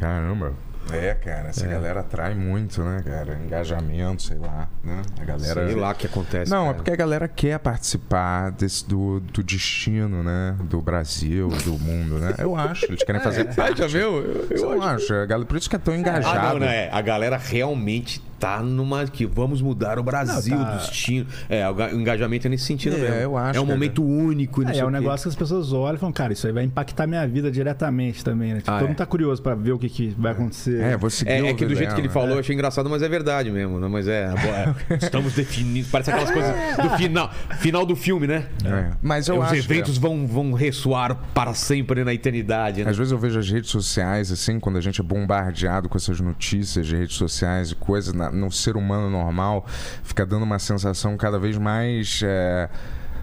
Speaker 4: Caramba. É, cara, essa galera atrai muito, né, cara? Engajamento, sei lá, né? A galera.
Speaker 1: Sei lá o que acontece.
Speaker 4: Não, é
Speaker 1: cara.
Speaker 4: porque a galera quer participar desse, do, do destino, né? Do Brasil, do mundo, né? Eu acho. Eles querem fazer
Speaker 1: Ah, já viu? Eu, eu
Speaker 4: Eu acho, a galera- por isso que é tão engajado.
Speaker 1: Ah, não, não, é. A galera realmente tá numa. que vamos mudar o Brasil
Speaker 3: Não, tá.
Speaker 1: dos tios. É, o ga- o engajamento é nesse sentido
Speaker 4: É,
Speaker 1: mesmo.
Speaker 4: eu acho,
Speaker 1: É um
Speaker 4: cara.
Speaker 1: momento único. e não
Speaker 3: É,
Speaker 1: sei
Speaker 3: é um
Speaker 1: o quê.
Speaker 3: negócio que as pessoas olham e falam, cara, isso aí vai impactar minha vida diretamente também, né? Tipo,
Speaker 1: Ah,
Speaker 3: todo
Speaker 1: é.
Speaker 3: mundo tá curioso pra ver o que, que vai acontecer.
Speaker 4: É, vou seguir
Speaker 1: É,
Speaker 4: o né?
Speaker 1: é que do jeito
Speaker 4: Vilela.
Speaker 1: que ele falou, eu achei engraçado, mas é verdade mesmo. Né? Mas é, boa, é, Estamos definidos. Parece aquelas coisas do final, final do filme, né?
Speaker 4: É. Mas é. eu
Speaker 1: Os
Speaker 4: acho.
Speaker 1: eventos vão, vão ressoar para sempre na eternidade, né?
Speaker 4: Às vezes eu vejo as redes sociais, assim, quando a gente é bombardeado com essas notícias de redes sociais e coisas, na- no ser humano normal, fica dando uma sensação cada vez mais. é,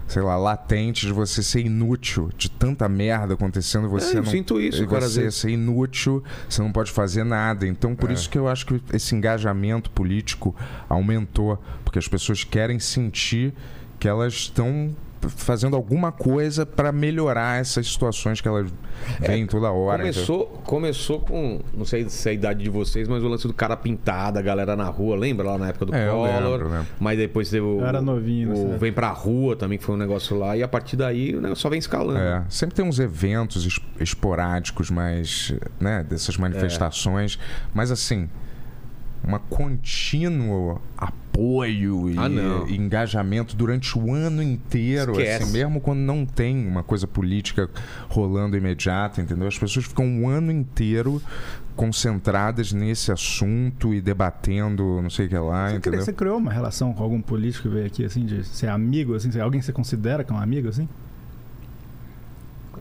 Speaker 4: Sei lá, latente de você ser inútil, de tanta merda acontecendo, você
Speaker 1: É, eu
Speaker 4: não.
Speaker 1: sinto isso,
Speaker 4: e
Speaker 1: cara, às
Speaker 4: Você
Speaker 1: vezes.
Speaker 4: ser inútil, você não pode fazer nada. Então, por isso que eu acho que esse engajamento político aumentou, porque as pessoas querem sentir que elas estão fazendo alguma coisa para melhorar essas situações que elas vêm toda hora. entendeu?
Speaker 1: Começou, começou com, não sei se é a idade de vocês, mas o lance do cara pintado, a galera na rua, lembra lá na época do
Speaker 4: É, eu
Speaker 1: Collor?
Speaker 4: lembro, lembro.
Speaker 1: Mas depois teve o.
Speaker 3: Eu era novinho,
Speaker 1: o
Speaker 3: nessa
Speaker 1: Vem pra rua também, que foi um negócio lá, e a partir daí o negócio só vem escalando.
Speaker 4: É, sempre tem uns eventos es- esporádicos, mas, né, dessas manifestações, mas assim, uma contínuo apoio e,
Speaker 1: Ah, não.
Speaker 4: e engajamento durante o ano inteiro,
Speaker 1: Esquece.
Speaker 4: assim, mesmo quando não tem uma coisa política rolando imediata, entendeu? As pessoas ficam um ano inteiro concentradas nesse assunto e debatendo, não sei o que
Speaker 3: Você,
Speaker 4: lá,
Speaker 3: cri-
Speaker 4: entendeu?
Speaker 3: você criou uma relação com algum político que veio aqui, assim, de ser amigo, assim? Alguém que você considera que é um amigo, assim?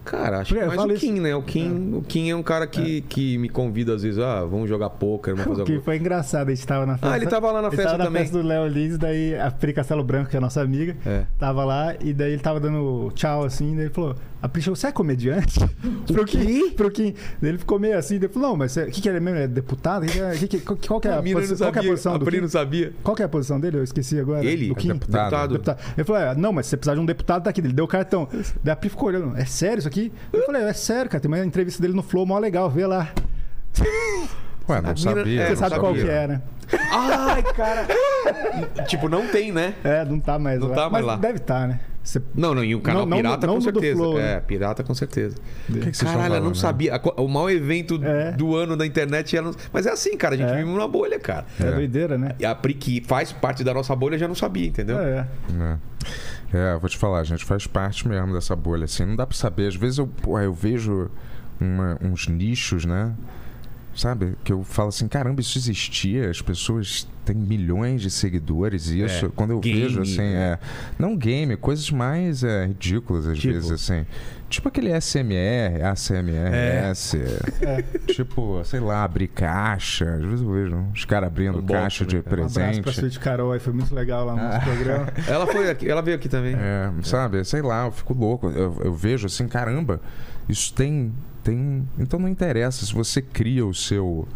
Speaker 1: Cara, acho que
Speaker 3: É, Eu
Speaker 1: mais
Speaker 3: falo
Speaker 1: o Kim, né? O Kim, o Kim é um cara que, que me convida às vezes, ah, vamos jogar poker, vamos fazer
Speaker 3: Porque
Speaker 1: alguma coisa. Ah,
Speaker 3: foi engraçado, a gente tava na festa.
Speaker 1: ele tava lá na
Speaker 3: ele
Speaker 1: festa
Speaker 3: tava na
Speaker 1: também.
Speaker 3: festa do Léo Lins, daí a Pri Castelo Branco, que é a nossa amiga,
Speaker 1: É.
Speaker 3: tava lá e daí ele tava dando tchau assim, daí ele falou: A Pri, chegou, você é comediante? pro Kim, pro Kim. Daí ele ficou meio assim, daí ele falou: Não, mas você- o que, que ele é mesmo? É deputado? O que que é- o que que- qual, qual que é a,
Speaker 1: mina
Speaker 3: posi- qual que é a posição
Speaker 1: a
Speaker 3: do
Speaker 1: Pri
Speaker 3: Kim?
Speaker 1: não sabia.
Speaker 3: Qual que é a posição dele? Eu esqueci agora.
Speaker 1: Ele?
Speaker 3: do
Speaker 1: É
Speaker 3: Kim?
Speaker 4: deputado.
Speaker 3: Deputado. Ele falou: "É, Não, mas se você precisar de um deputado, tá aqui. Ele deu o cartão. Daí a Pri ficou olhando: É sério isso aqui? Eu falei: É sério, cara. Tem uma entrevista dele no Flow, mó legal, vê lá.
Speaker 4: Ué, não sabia.
Speaker 1: é,
Speaker 4: não
Speaker 3: Você sabe qual
Speaker 4: sabia.
Speaker 3: que é, né?
Speaker 1: Ai, cara. tipo, não tem, né?
Speaker 3: É, não tá mais
Speaker 1: Não
Speaker 3: lá.
Speaker 1: tá mais
Speaker 3: Mas
Speaker 1: lá.
Speaker 3: Deve tá, né? Você-
Speaker 1: Não, não, e o canal
Speaker 3: Não, não,
Speaker 1: Pirata
Speaker 3: não
Speaker 1: com
Speaker 3: do
Speaker 1: certeza.
Speaker 3: Flow,
Speaker 1: é,
Speaker 3: né?
Speaker 1: Pirata com certeza.
Speaker 4: O que que vocês estão
Speaker 1: Caralho, ela não
Speaker 4: falando, né?
Speaker 1: sabia. A co- O maior evento
Speaker 3: É.
Speaker 1: do ano da internet. Ela não... Mas é assim, cara, a gente
Speaker 3: É.
Speaker 1: vive numa bolha, cara.
Speaker 3: É, doideira, né?
Speaker 1: E a Pri, que faz parte da nossa bolha, já não sabia, entendeu?
Speaker 3: É.
Speaker 4: É, eu vou te falar, a gente faz parte mesmo dessa bolha, assim, não dá pra saber. Às vezes eu, porra, eu vejo uma- uns nichos, né? Sabe? Que eu falo assim, caramba, isso existia, as pessoas têm milhões de seguidores, e isso,
Speaker 1: É,
Speaker 4: quando eu
Speaker 1: game,
Speaker 4: vejo, assim, é. Não game, coisas mais é, ridículas, às
Speaker 1: Tipo?
Speaker 4: vezes, assim. Tipo aquele SMR, ACMRS. Tipo, sei lá, abrir caixa. Às vezes eu vejo uns caras abrindo
Speaker 1: Um bom
Speaker 4: caixa de
Speaker 1: também, cara.
Speaker 3: Um abraço
Speaker 4: presente.
Speaker 3: pra Suíte Carol aí, foi muito legal lá no
Speaker 1: Ah.
Speaker 3: nosso programa.
Speaker 1: Ela foi aqui, ela veio aqui também.
Speaker 4: É, sabe? Sei lá, eu fico louco. Eu, eu vejo assim, caramba, isso tem, tem. Então não interessa se você cria o seu.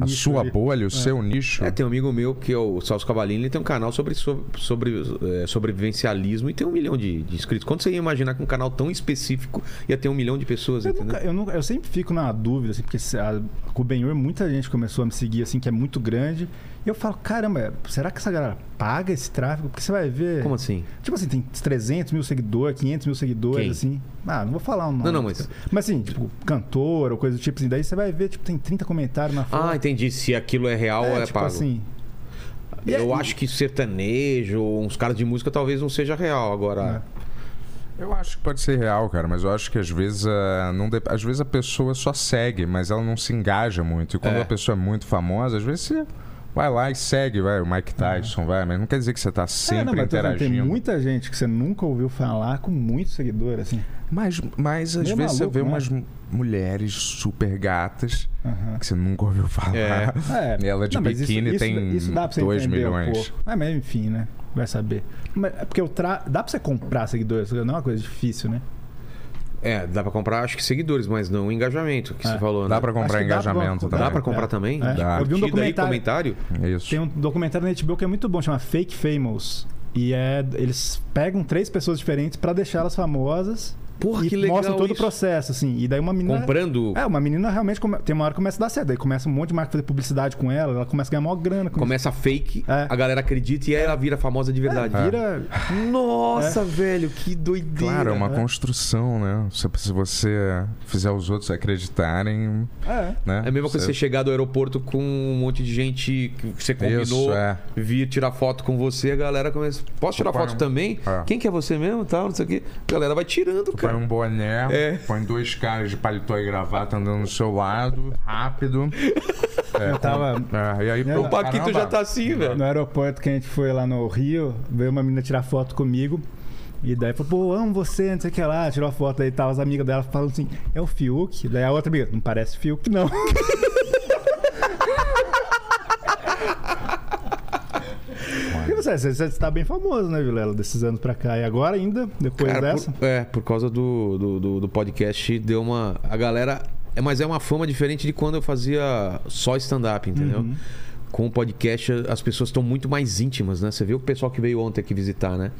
Speaker 4: A
Speaker 3: Nicho
Speaker 4: sua
Speaker 3: ali.
Speaker 4: bolha, o seu nicho.
Speaker 1: É, tem um amigo meu que é o Celso Cavalini, ele tem um canal sobre, so- sobre, eh, sobrevivencialismo e tem um milhão de, de inscritos. Quando você ia imaginar que um canal tão específico ia ter um milhão de pessoas,
Speaker 3: Eu,
Speaker 1: entendeu?
Speaker 3: nunca, eu, nunca- eu sempre fico na dúvida, assim, porque se a, com o Benhur muita gente começou a me seguir, assim, que é muito grande. E eu falo, caramba, será que essa galera paga esse tráfego? Porque você vai ver.
Speaker 1: Como assim?
Speaker 3: Tipo assim, tem 300 mil seguidores, 500 mil seguidores,
Speaker 1: Quem?
Speaker 3: assim. Ah, não vou falar o nome.
Speaker 1: Não, não, mas-
Speaker 3: Mas assim, tipo, cantor ou coisa do tipo assim. Daí você vai ver, tipo, tem 30 comentários na foto.
Speaker 1: Ah, entendi. Se aquilo é real ou é
Speaker 3: tipo
Speaker 1: pago.
Speaker 3: assim. e
Speaker 1: Eu
Speaker 3: aí?
Speaker 1: acho que sertanejo, ou uns caras de música talvez não seja real agora.
Speaker 4: Eu acho que pode ser real, cara, mas eu acho que às vezes a, não dep- às vezes a pessoa só segue, mas ela não se engaja muito. E quando
Speaker 1: É.
Speaker 4: a pessoa é muito famosa, às vezes você vai lá e segue, vai, o Mike Tyson, vai, mas não quer dizer que você tá sempre
Speaker 3: É, não, mas tô falando,
Speaker 4: interagindo.
Speaker 3: tem muita gente que você nunca ouviu falar com muito seguidor, assim.
Speaker 4: Mas, mas às
Speaker 3: Meio
Speaker 4: vezes você
Speaker 3: maluco,
Speaker 4: vê
Speaker 3: né?
Speaker 4: umas m- mulheres super gatas
Speaker 3: Aham.
Speaker 4: que você nunca ouviu falar.
Speaker 1: É.
Speaker 3: É.
Speaker 4: Ela de
Speaker 3: Não, mas
Speaker 4: biquíni tem
Speaker 3: você
Speaker 4: 2
Speaker 3: entender um
Speaker 4: milhões.
Speaker 3: pouco. Ah, mas enfim, né? Vai saber. Mas é porque o tra... dá pra você comprar seguidores, não é uma coisa difícil, né?
Speaker 1: É, dá pra comprar, acho que seguidores, mas não engajamento, que
Speaker 3: É.
Speaker 1: você falou, né?
Speaker 4: Dá pra
Speaker 3: Acho
Speaker 4: comprar
Speaker 3: que dá pra-
Speaker 4: engajamento
Speaker 3: dá
Speaker 4: também.
Speaker 1: Dá pra comprar também?
Speaker 3: É.
Speaker 4: Dá.
Speaker 3: Eu vi um
Speaker 1: Curtida aí,
Speaker 3: documentário.
Speaker 1: comentário?
Speaker 4: Isso.
Speaker 3: Tem um documentário na HBO que é muito bom, chama Fake Famous. E é, eles pegam três pessoas diferentes pra deixá-las famosas
Speaker 1: Porra,
Speaker 3: e
Speaker 1: que legal
Speaker 3: mostram todo o
Speaker 1: isso.
Speaker 3: processo, assim. E daí uma menina.
Speaker 1: Comprando,
Speaker 3: É, uma menina realmente come- tem uma hora que começa a dar certo. Daí começa um monte de marca a fazer publicidade com ela, ela começa a ganhar maior grana. Com
Speaker 1: começa fake,
Speaker 3: É.
Speaker 1: a galera acredita e aí ela vira famosa de verdade.
Speaker 3: isso. Vira. É.
Speaker 1: Nossa, velho, que doideira.
Speaker 4: Claro, é uma construção, né? Se, se você fizer os outros acreditarem,
Speaker 3: É.
Speaker 4: né?
Speaker 1: É a mesma coisa que você chegar do aeroporto com um monte de gente que você combinou
Speaker 4: Isso, é.
Speaker 1: vir tirar foto com você, a galera começa. Posso tirar
Speaker 4: Põe
Speaker 1: foto
Speaker 4: um-
Speaker 1: também?
Speaker 4: É.
Speaker 1: Quem que é você mesmo? Tal, não sei o quê. A galera vai tirando, cara.
Speaker 4: Põe um boné,
Speaker 1: É.
Speaker 4: põe dois caras de paletó e gravata andando do seu lado, rápido.
Speaker 3: Eu tava.
Speaker 4: É, e aí,
Speaker 3: O
Speaker 4: pô,
Speaker 1: O Paquito
Speaker 4: caramba.
Speaker 1: já tá assim, velho.
Speaker 3: No aeroporto que a gente foi lá no Rio, veio uma menina tirar foto comigo. E daí falou, pô, amo você, não sei o que lá, tirou a foto, daí tava as amigas dela falando assim, é o Fiuk. Daí a outra amiga, não parece Fiuk, não. E você, você, você tá bem famoso, né, Vilela, desses anos pra cá. E agora ainda, depois
Speaker 1: Cara,
Speaker 3: dessa.
Speaker 1: por, é, por causa do, do, do- do podcast, deu uma. A galera. É, mas é uma fama diferente de quando eu fazia só stand-up, entendeu? Com o podcast, as pessoas estão muito mais íntimas, né? Você viu o pessoal que veio ontem aqui visitar, né?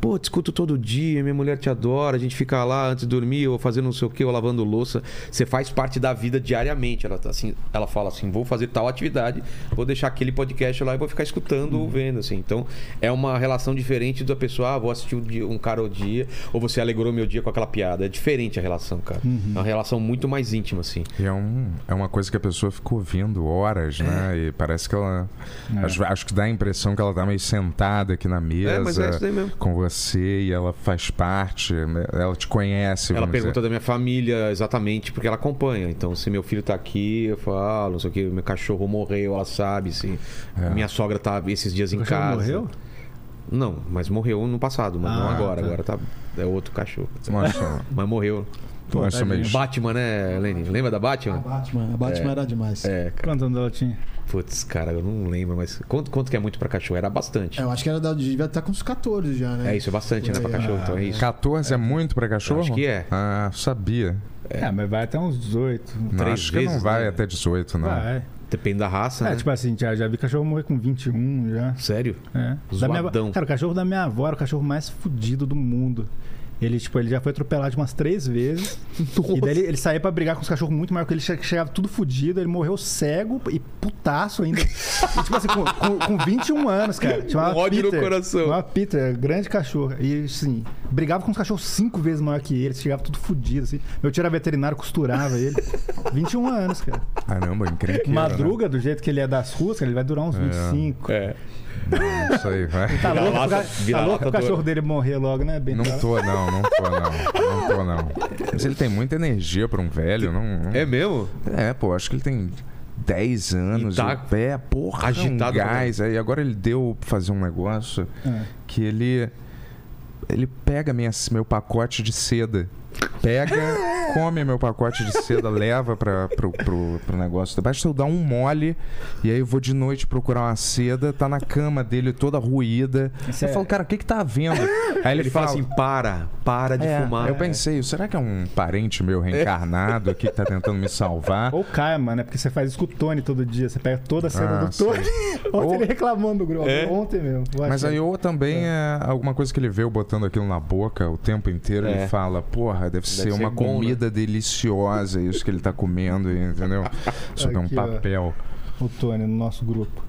Speaker 1: Pô, te escuto todo dia, minha mulher te adora, a gente fica lá antes de dormir, ou fazendo não sei o quê, ou lavando louça. Você faz parte da vida diariamente. Ela, tá assim, ela fala assim: vou fazer tal atividade, vou deixar aquele podcast lá e vou ficar escutando ou vendo. Assim. Então, é uma relação diferente da pessoa, ah, vou assistir um dia- um cara o dia, ou você alegrou meu dia com aquela piada. É diferente a relação, cara. É uma relação muito mais íntima, assim.
Speaker 4: E é, um, é uma coisa que a pessoa fica ouvindo
Speaker 1: É.
Speaker 4: horas, né? E parece que ela. Acho, acho que dá a impressão que ela tá meio sentada aqui na mesa.
Speaker 1: É, mas é isso aí mesmo.
Speaker 4: Com você e ela faz parte, né? ela te conhece.
Speaker 1: Ela
Speaker 4: vamos
Speaker 1: pergunta
Speaker 4: dizer.
Speaker 1: da minha família exatamente, porque ela acompanha. Então, se meu filho tá aqui, eu falo, não sei o que, meu cachorro morreu, ela sabe. Se minha sogra tá esses dias em
Speaker 3: O cachorro
Speaker 1: casa.
Speaker 3: morreu?
Speaker 1: Não, mas morreu no passado, mas não
Speaker 3: Ah,
Speaker 1: agora.
Speaker 3: tá.
Speaker 1: Agora tá. É outro cachorro.
Speaker 4: Nossa,
Speaker 1: Mas morreu. É
Speaker 4: tu acha
Speaker 3: tadinho.
Speaker 4: meio.
Speaker 1: Batman, né, Lenny? Lembra da Batman?
Speaker 2: Batman, a Batman era demais.
Speaker 1: É, cara.
Speaker 3: Quanto anos ela tinha?
Speaker 1: Putz, cara, eu não lembro, mas quanto, quanto que é muito pra cachorro? Era bastante.
Speaker 2: É, Eu acho que era da, devia estar com uns 14 já, né?
Speaker 1: É isso, é bastante, né, pra cachorro. Então é isso.
Speaker 4: 14 é muito pra cachorro?
Speaker 1: Acho que é.
Speaker 4: Ah, sabia.
Speaker 3: É, mas vai até uns 18.
Speaker 4: Não,
Speaker 1: Três
Speaker 4: acho que não
Speaker 1: vezes,
Speaker 4: vai
Speaker 1: né?
Speaker 4: até 18, não.
Speaker 3: Vai.
Speaker 1: Depende da raça,
Speaker 3: É,
Speaker 1: né?
Speaker 3: tipo assim, já, já vi cachorro morrer com 21 já.
Speaker 1: Sério?
Speaker 3: É. Da minha,
Speaker 1: Zoadão.
Speaker 3: avó- cara, o cachorro da minha avó era o cachorro mais fudido do mundo. Ele, tipo, ele já foi atropelado umas três vezes. E daí ele, ele saía pra brigar com os cachorros muito maior que ele, che- chegava tudo fudido, ele morreu cego e putaço ainda. E, tipo assim, com, com, com 21 anos, cara. Chamava
Speaker 1: Um ódio no
Speaker 3: Peter.
Speaker 1: coração.
Speaker 3: Chamava Peter, grande cachorro. E assim, brigava com os cachorros cinco vezes maior que ele, chegava tudo fudido, assim. Meu tio era veterinário, costurava ele. 21 anos, cara.
Speaker 4: Caramba, incrível. né?
Speaker 3: Madruga, do jeito que ele é das ruas, cara, ele vai durar uns 25.
Speaker 1: É.
Speaker 4: Né? Isso aí, vai.
Speaker 3: Tá
Speaker 1: Vira
Speaker 3: louco,
Speaker 1: lata-
Speaker 3: pro ca-
Speaker 1: vira
Speaker 3: tá louco pro
Speaker 1: lata
Speaker 3: cachorro
Speaker 1: do-
Speaker 3: dele morrer logo, né, Bento?
Speaker 4: Não tô, não, não tô, não. Não tô, não. Mas ele tem muita energia pra um velho, não. não-
Speaker 1: É mesmo?
Speaker 4: É, pô, acho que ele tem 10 anos.
Speaker 1: E tá
Speaker 4: o pé, é porra,
Speaker 1: agitado
Speaker 4: agitado. Um gás. Aí agora ele deu pra fazer um negócio
Speaker 3: É.
Speaker 4: que ele. Ele pega minha, meu pacote de seda. Pega, come meu pacote de seda, leva pra, pro, pro, pro negócio. Basta eu dar um mole e aí eu vou de noite procurar uma seda, tá na cama dele toda ruída.
Speaker 3: Isso
Speaker 4: eu
Speaker 3: é-
Speaker 4: falo, cara, o que que tá havendo? Aí ele,
Speaker 1: Ele
Speaker 4: fala,
Speaker 1: fala assim: para, para de
Speaker 4: é,
Speaker 1: fumar.
Speaker 4: Eu pensei, será que é um parente meu reencarnado aqui que tá tentando me salvar?
Speaker 3: Ou karma, né? Porque você faz isso com o Tony todo dia. Você é um pega toda a cena
Speaker 4: Ah,
Speaker 3: do Tony. Ontem
Speaker 4: Ou-
Speaker 3: ele reclamando do grupo.
Speaker 1: É.
Speaker 3: Ontem mesmo. Eu
Speaker 4: Mas
Speaker 3: achei.
Speaker 4: aí ou também é alguma coisa que ele veio botando aquilo na boca o tempo inteiro,
Speaker 1: É.
Speaker 4: ele fala, porra, deve, ser,
Speaker 1: ser
Speaker 4: uma
Speaker 1: bom,
Speaker 4: comida deliciosa isso que ele tá comendo, entendeu? Sobre um
Speaker 3: Aqui, ó.
Speaker 4: papel.
Speaker 3: O Tony no nosso grupo.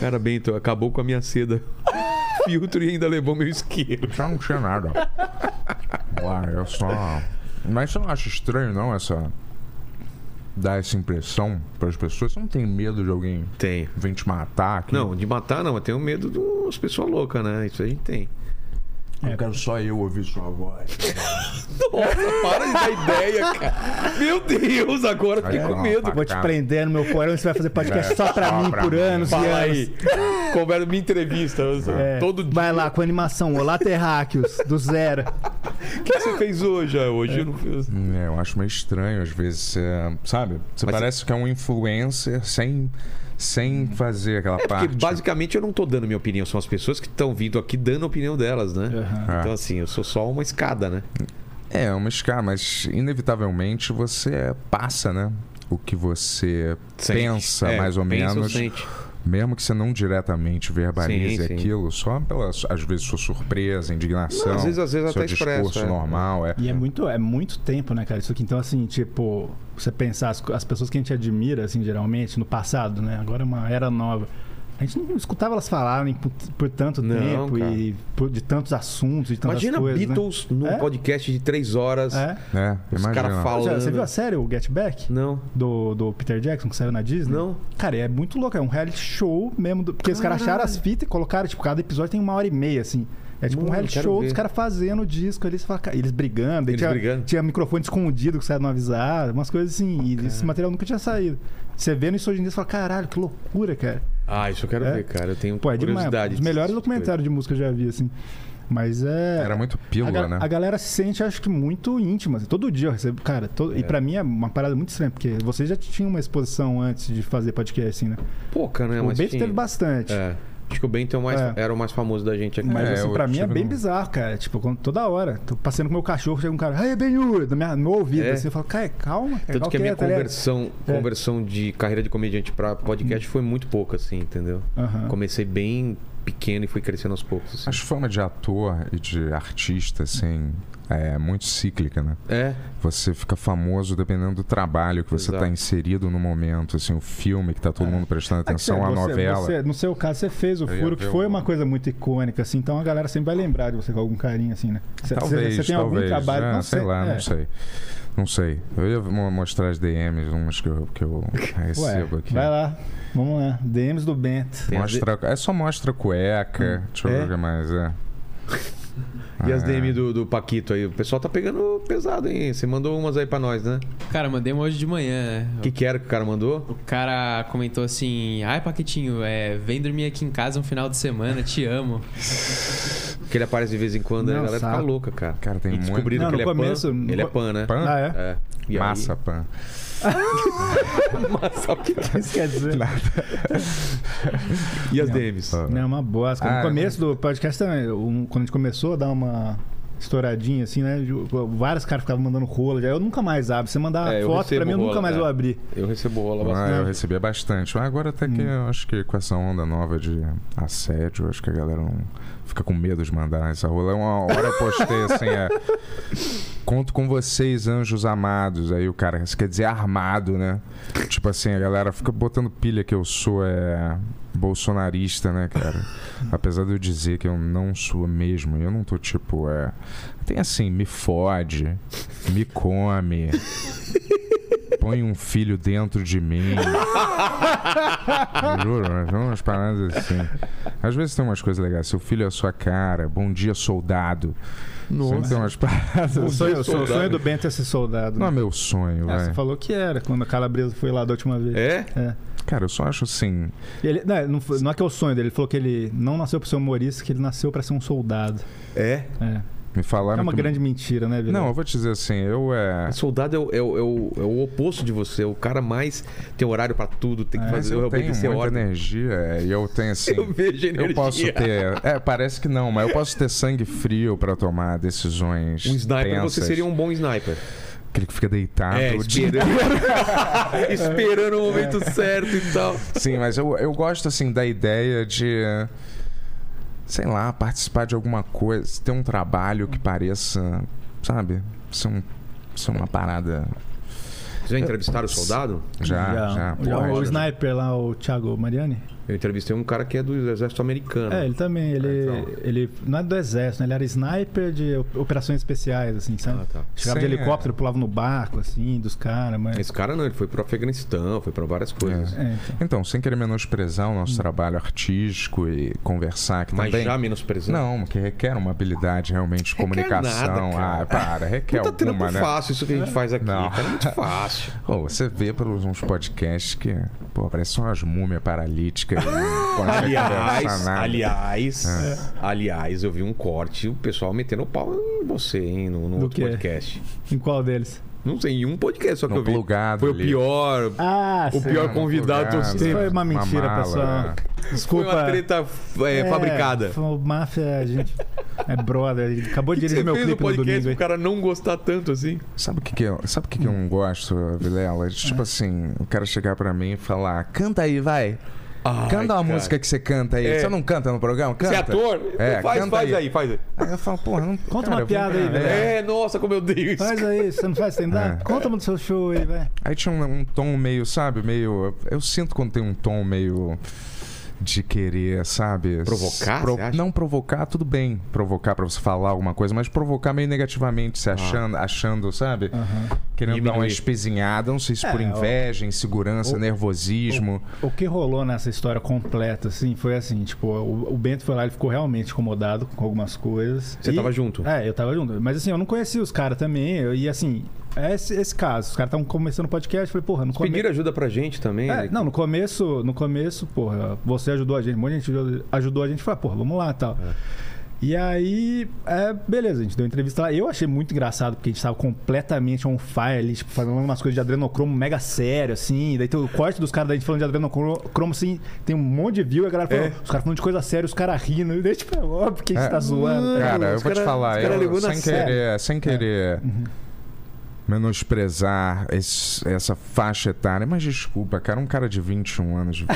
Speaker 1: Cara, Bento, acabou com a minha seda. Filtro e ainda levou meu isqueiro.
Speaker 4: Já não tinha nada. Lá, eu só. Mas você não acha estranho, não, essa. Dar essa impressão para as pessoas? Você não tem medo de alguém
Speaker 1: Tem.
Speaker 4: vir te matar? aqui?
Speaker 1: Não, de matar não, eu tenho medo das pessoas loucas, né? Isso a gente tem. É.
Speaker 4: Eu quero só eu ouvir sua voz.
Speaker 1: Nossa, para de dar ideia, cara. Meu Deus, agora eu fiquei
Speaker 4: É,
Speaker 1: com
Speaker 4: não,
Speaker 1: medo.
Speaker 4: pra
Speaker 3: Vou te
Speaker 4: cá.
Speaker 3: prender no meu porão e você vai fazer podcast
Speaker 4: É,
Speaker 3: só pra
Speaker 4: só
Speaker 3: mim
Speaker 4: pra
Speaker 3: por
Speaker 4: mim.
Speaker 3: anos e
Speaker 1: Fala
Speaker 3: anos.
Speaker 1: aí. Conversa, me entrevista. eu-
Speaker 3: É.
Speaker 1: Todo dia.
Speaker 3: Vai lá com animação. Olá, Terráqueos, do zero.
Speaker 1: O que você fez hoje? Ah, hoje eu não fiz.
Speaker 4: É, eu acho meio estranho, às vezes, é, sabe? Você
Speaker 1: Mas
Speaker 4: parece que é um influencer sem, sem fazer aquela
Speaker 1: Porque
Speaker 4: parte. né?
Speaker 1: basicamente eu não tô dando minha opinião, são as pessoas que estão vindo aqui dando a opinião delas, né?
Speaker 4: É.
Speaker 1: Então assim, eu sou só uma escada, né?
Speaker 4: É, uma escala, mas inevitavelmente você passa, né? O que você
Speaker 1: Sente.
Speaker 4: pensa,
Speaker 1: É,
Speaker 4: mais ou
Speaker 1: pensa
Speaker 4: menos.
Speaker 1: sente.
Speaker 4: Mesmo que você não diretamente verbalize
Speaker 1: Sim, sim.
Speaker 4: aquilo, só pela, às vezes, sua surpresa, indignação.
Speaker 1: Não, às vezes- às vezes
Speaker 4: seu
Speaker 1: até expresso,
Speaker 4: discurso
Speaker 1: é.
Speaker 4: normal. É.
Speaker 3: E é muito, é muito tempo, né, cara? Isso aqui, então, assim, tipo, você pensar as, co- as pessoas que a gente admira, assim, geralmente, no passado, né? Agora é uma era nova. A gente não escutava elas falarem por, por tanto
Speaker 1: Não,
Speaker 3: tempo
Speaker 1: cara.
Speaker 3: e por- de tantos assuntos e tantas
Speaker 1: Imagina
Speaker 3: coisas. né?
Speaker 1: Beatles num
Speaker 3: É?
Speaker 1: podcast de três horas.
Speaker 3: É.
Speaker 4: É,
Speaker 1: Os
Speaker 4: imagina.
Speaker 1: caras falam.
Speaker 3: Já- você viu a série, o Get Back?
Speaker 1: Não.
Speaker 3: Do, do Peter Jackson, que saiu na Disney?
Speaker 1: Não.
Speaker 3: Cara, é muito louco. É um reality show mesmo. do- porque os caras acharam as fitas e colocaram, tipo, cada episódio tem uma hora e meia, assim. É tipo
Speaker 1: Mano,
Speaker 3: um reality
Speaker 1: quero
Speaker 3: show
Speaker 1: ver.
Speaker 3: dos caras fazendo o disco ali. Você fala, cara, eles brigando. aí
Speaker 1: Eles
Speaker 3: tinha,
Speaker 1: brigando.
Speaker 3: Tinha microfone escondido que o caras não avisaram. Umas coisas assim. E esse material nunca tinha saído. Você vendo isso hoje em dia, você fala, caralho, que loucura, cara.
Speaker 1: Ah, isso eu quero
Speaker 3: É.
Speaker 1: ver, cara. Eu tenho
Speaker 3: Pô, é demais.
Speaker 1: curiosidade.
Speaker 3: Os melhores
Speaker 1: dessas
Speaker 3: documentários de música que eu já vi, assim. Mas é.
Speaker 4: Era muito pílula,
Speaker 3: A ga-
Speaker 4: né?
Speaker 3: A galera se sente, acho que, muito íntima. assim. Todo dia eu recebo. Cara, to- e pra mim é uma parada muito estranha, porque vocês já tinham uma exposição antes de fazer podcast, assim, né?
Speaker 1: coisas. Pouca, né?
Speaker 3: o
Speaker 1: Mas
Speaker 3: Bento
Speaker 1: tinha.
Speaker 3: teve bastante.
Speaker 1: É. Acho que o Bento é o mais-
Speaker 3: É.
Speaker 1: era o mais famoso da gente aqui.
Speaker 3: Mas
Speaker 4: É,
Speaker 3: assim,
Speaker 4: eu
Speaker 3: pra mim é
Speaker 4: tive
Speaker 3: bem
Speaker 4: um-
Speaker 3: bizarro, cara. Tipo, quando- toda hora. Tô passeando com meu cachorro, chega um cara, ai, Benhur, no meu ouvido.
Speaker 1: É.
Speaker 3: Assim, eu falo, cara, calma, cara.
Speaker 1: Tanto
Speaker 3: qual
Speaker 1: que a minha
Speaker 3: é, tá ligado?"
Speaker 1: conversão,
Speaker 3: É.
Speaker 1: conversão de carreira de comediante pra podcast foi muito pouca, assim, entendeu?
Speaker 3: Aham.
Speaker 1: Comecei bem pequeno e fui crescendo aos poucos. assim.
Speaker 4: Acho que fama de ator e de artista, assim, é muito cíclica, né?
Speaker 1: É,
Speaker 4: Você fica famoso dependendo do trabalho que você
Speaker 1: Exato. É.
Speaker 4: está inserido no momento, assim, o filme que tá todo mundo prestando
Speaker 3: Ah, que
Speaker 4: atenção,
Speaker 3: você-
Speaker 4: a
Speaker 3: você-
Speaker 4: novela.
Speaker 3: você- no seu caso, você fez o
Speaker 4: Eu ia
Speaker 3: furo, que
Speaker 4: ver
Speaker 3: foi
Speaker 4: o-
Speaker 3: uma coisa muito icônica, assim. Então a galera sempre vai lembrar de você com algum carinho, assim, né? Você, você-
Speaker 4: Talvez,
Speaker 3: você tem
Speaker 4: talvez.
Speaker 3: algum trabalho.
Speaker 4: Ah,
Speaker 3: não
Speaker 4: sei, lá,
Speaker 3: é.
Speaker 4: não sei. Não sei. Eu ia mo- mostrar as DMs, umas que eu, que eu
Speaker 3: Ué,
Speaker 4: recebo aqui.
Speaker 3: vai lá. Vamos lá. DMs do Bento.
Speaker 1: Tem as
Speaker 4: Mostra, é só mostra
Speaker 3: Hum,
Speaker 4: cueca. Deixa eu
Speaker 1: É?
Speaker 4: ver o que mais é.
Speaker 1: E as
Speaker 4: Ah,
Speaker 1: DM do, do Paquito aí? O pessoal tá pegando pesado, hein? Você mandou umas aí pra nós, né?
Speaker 5: Cara, mandei uma hoje de manhã, né?
Speaker 1: O que, que era que o cara mandou?
Speaker 5: O cara comentou assim: Ai, Paquitinho, é, vem dormir aqui em casa um final de semana, te amo.
Speaker 1: Que ele aparece de vez em quando, aí a
Speaker 3: Não,
Speaker 1: galera
Speaker 3: sabe.
Speaker 1: fica louca, cara.
Speaker 4: Cara, tem
Speaker 1: e
Speaker 4: muito-
Speaker 1: descobriram
Speaker 3: Não,
Speaker 1: que
Speaker 3: no
Speaker 1: ele é
Speaker 3: começo-
Speaker 1: pan. Ele é pan, né?
Speaker 4: Pan?
Speaker 3: Ah, é?
Speaker 1: É. E aí-
Speaker 4: Massa, pan.
Speaker 1: Massa, pan.
Speaker 3: Isso quer dizer.
Speaker 1: E as DMs?
Speaker 4: Ah.
Speaker 3: Não, é uma boa.
Speaker 4: Ah,
Speaker 3: no começo do podcast também, um- quando a gente começou a dar uma estouradinha, assim, né? de- Vários caras ficavam mandando rola. já Eu nunca mais abro. Você mandar
Speaker 1: É, eu
Speaker 3: foto pra
Speaker 1: recebo
Speaker 3: mim, eu nunca
Speaker 1: rola,
Speaker 3: mais
Speaker 1: é.
Speaker 3: vou abrir.
Speaker 1: Eu recebo rola
Speaker 4: Ah,
Speaker 1: bastante.
Speaker 4: eu recebia bastante. Mas agora até que eu acho que com essa onda nova de assédio, acho que a galera não fica com medo de mandar essa rola. É Uma hora eu postei assim, é. Conto com vocês, anjos amados. Aí o cara, isso quer dizer armado, né? Tipo assim, a galera fica botando pilha que eu sou é, bolsonarista, né, cara? Apesar de eu dizer que eu não sou mesmo, eu não tô tipo, é. Tem assim, me fode, me come, põe um filho dentro de mim. Eu Juro, mas são umas paradas assim. Às vezes tem umas coisas legais. Seu filho é a sua cara. Bom dia, soldado. Sempre tem umas paradas.
Speaker 3: O sonho, o
Speaker 1: soldado.
Speaker 3: sonho do Bento é ser soldado.
Speaker 4: Um Não é
Speaker 3: né?
Speaker 4: meu sonho, é.
Speaker 3: Ah, você
Speaker 4: vai.
Speaker 3: falou que era quando a Calabresa foi lá da última vez.
Speaker 1: É?
Speaker 3: É.
Speaker 4: Cara, eu só acho assim.
Speaker 3: Ele, não, não, foi- não é que é o sonho dele. Ele falou que ele não nasceu pra ser humorista, que ele nasceu pra ser um soldado.
Speaker 1: É?
Speaker 3: É,
Speaker 4: Me falaram.
Speaker 3: é uma
Speaker 4: que-
Speaker 3: grande mentira, né, Vila?
Speaker 4: Não, eu vou te dizer assim. Eu é.
Speaker 1: Soldado é o, é o- é o- é o oposto de você. é O cara mais tem horário pra tudo, tem que
Speaker 4: Mas
Speaker 1: fazer
Speaker 4: É, eu tenho
Speaker 1: obedecer
Speaker 4: muita
Speaker 1: ordem.
Speaker 4: energia é, e eu tenho assim.
Speaker 1: Eu vejo energia.
Speaker 4: Eu posso ter. É, parece que não, mas eu posso ter sangue frio pra tomar decisões.
Speaker 1: Um sniper,
Speaker 4: tensas.
Speaker 1: você seria um bom sniper.
Speaker 4: Aquele que fica deitado
Speaker 1: é,
Speaker 4: o dia
Speaker 1: esperando. esperando o momento
Speaker 4: É.
Speaker 1: certo e tal.
Speaker 4: Sim, mas eu, eu gosto, assim, da ideia de. Sei lá, participar de alguma coisa, ter um trabalho que pareça, sabe? Ser, um, ser uma parada.
Speaker 1: Já entrevistaram o soldado?
Speaker 4: Já, já.
Speaker 3: Já
Speaker 4: pô,
Speaker 3: o sniper lá, o Thiago Mariani?
Speaker 1: Eu entrevistei um cara que é do exército americano.
Speaker 3: É, ele também, ele,
Speaker 1: Então.
Speaker 3: ele não é do exército, né? Ele era sniper de op- operações especiais, assim, sabe?
Speaker 1: Ah, tá.
Speaker 3: Chegava
Speaker 4: Sim,
Speaker 3: de helicóptero, pulava no barco, assim, dos caras, mas...
Speaker 1: Esse cara não, ele foi pro Afeganistão, foi pra várias coisas.
Speaker 3: É, então.
Speaker 4: Então, sem querer menosprezar o nosso trabalho artístico e conversar, que
Speaker 1: Hum. Mas
Speaker 4: também.
Speaker 1: já menosprezando.
Speaker 4: Não, que requer uma habilidade realmente de
Speaker 1: Requer nada,
Speaker 4: comunicação.
Speaker 1: cara.
Speaker 4: ah, para, requer
Speaker 1: Puta trampo
Speaker 4: alguma, né?
Speaker 1: tá fácil isso que a gente faz aqui,
Speaker 4: Não.
Speaker 1: cara. É muito fácil.
Speaker 4: Pô, você vê pelos uns podcasts que, pô, parece só umas múmias paralíticas. e né? não consegue conversar
Speaker 1: Aliás,
Speaker 4: nada. É.
Speaker 1: aliás, aliás, eu vi um corte, o pessoal metendo o pau em você, hein, no, no
Speaker 3: Do
Speaker 1: outro
Speaker 3: quê?
Speaker 1: podcast.
Speaker 3: Em qual deles?
Speaker 1: Não sei, em um podcast só que
Speaker 4: No
Speaker 1: eu vi.
Speaker 4: plugado
Speaker 1: foi
Speaker 4: ali.
Speaker 1: o pior,
Speaker 3: Ah,
Speaker 1: o pior
Speaker 4: no
Speaker 1: convidado de todos
Speaker 4: plugado.
Speaker 1: os
Speaker 3: Isso
Speaker 1: tempos.
Speaker 3: foi uma mentira,
Speaker 4: mala,
Speaker 3: pessoal.
Speaker 4: né?
Speaker 1: Foi
Speaker 3: Desculpa.
Speaker 1: uma treta é, fabricada.
Speaker 3: Foi uma máfia, a gente. É brother, ele acabou
Speaker 1: O
Speaker 3: de
Speaker 1: que que você
Speaker 3: dirigir meu
Speaker 1: fez no
Speaker 3: clipe no
Speaker 1: podcast
Speaker 3: domingo.
Speaker 1: pro
Speaker 3: aí.
Speaker 1: cara não gostar tanto assim?
Speaker 4: Sabe o que, que eu, sabe o que, que
Speaker 3: Hum.
Speaker 4: eu não gosto,
Speaker 3: É.
Speaker 4: Vilela? Tipo assim, o cara chegar pra mim e falar: canta aí, vai.
Speaker 1: Ai,
Speaker 4: Canta
Speaker 1: cara.
Speaker 4: uma música que você canta aí.
Speaker 1: É.
Speaker 4: Você não canta no programa? Canta.
Speaker 1: Você é ator?
Speaker 4: É,
Speaker 1: faz,
Speaker 4: canta
Speaker 1: faz aí. faz aí.
Speaker 4: Aí eu falo, porra, não.
Speaker 3: Conta
Speaker 4: cara,
Speaker 3: uma
Speaker 4: eu vou-
Speaker 3: piada aí, Vilela.
Speaker 1: É, nossa, como eu odeio isso.
Speaker 3: Faz aí, você não faz stand-up?
Speaker 4: É.
Speaker 3: Conta do seu show aí, velho.
Speaker 4: Aí tinha um, um tom meio, sabe, meio. Eu sinto quando tem um tom meio. De querer, sabe?
Speaker 1: Provocar,
Speaker 4: Pro-
Speaker 1: você acha?
Speaker 4: Não provocar, tudo bem. Provocar pra você falar alguma coisa, mas provocar meio negativamente, se achando, achando sabe? Querendo dar uma
Speaker 1: Diminuir.
Speaker 4: espezinhada, não sei se
Speaker 3: É,
Speaker 4: por
Speaker 3: ó.
Speaker 4: inveja, insegurança,
Speaker 3: O-
Speaker 4: nervosismo.
Speaker 3: O que rolou nessa história completa, assim, foi assim, tipo, o, o Bento foi lá, ele ficou realmente incomodado com algumas coisas.
Speaker 1: Você tava junto?
Speaker 3: É, eu tava junto. Mas assim, eu não conhecia os caras também. eu- e assim, é esse, esse caso. Os caras estavam começando o podcast, eu falei, porra, não
Speaker 1: Pedir ajuda pra gente também.
Speaker 3: É,
Speaker 1: né?
Speaker 3: não, no começo, no começo, porra, você ajudou a gente, um monte de gente ajudou- ajudou a gente, falou, porra, vamos lá e tal.
Speaker 4: É.
Speaker 3: E aí, é, beleza, a gente deu entrevista lá. Eu achei muito engraçado, porque a gente tava completamente on fire ali, tipo, fazendo umas coisas de adrenocromo mega sério, assim. Daí tem o corte dos caras da gente falando de adrenocromo, assim, tem um monte de view, e a galera falando, os caras falando de coisa séria, os caras rindo. E daí, tipo, é óbvio que a gente
Speaker 4: É.
Speaker 3: tá zoando.
Speaker 4: Cara,
Speaker 1: Mano,
Speaker 4: eu
Speaker 1: os
Speaker 4: vou te
Speaker 1: cara-
Speaker 4: falar,
Speaker 1: os cara
Speaker 4: eu,
Speaker 1: ligou na É. Uhum.
Speaker 4: sem querer, sem querer menosprezar esse- essa faixa etária, mas desculpa, cara, um cara de 21 anos, 20,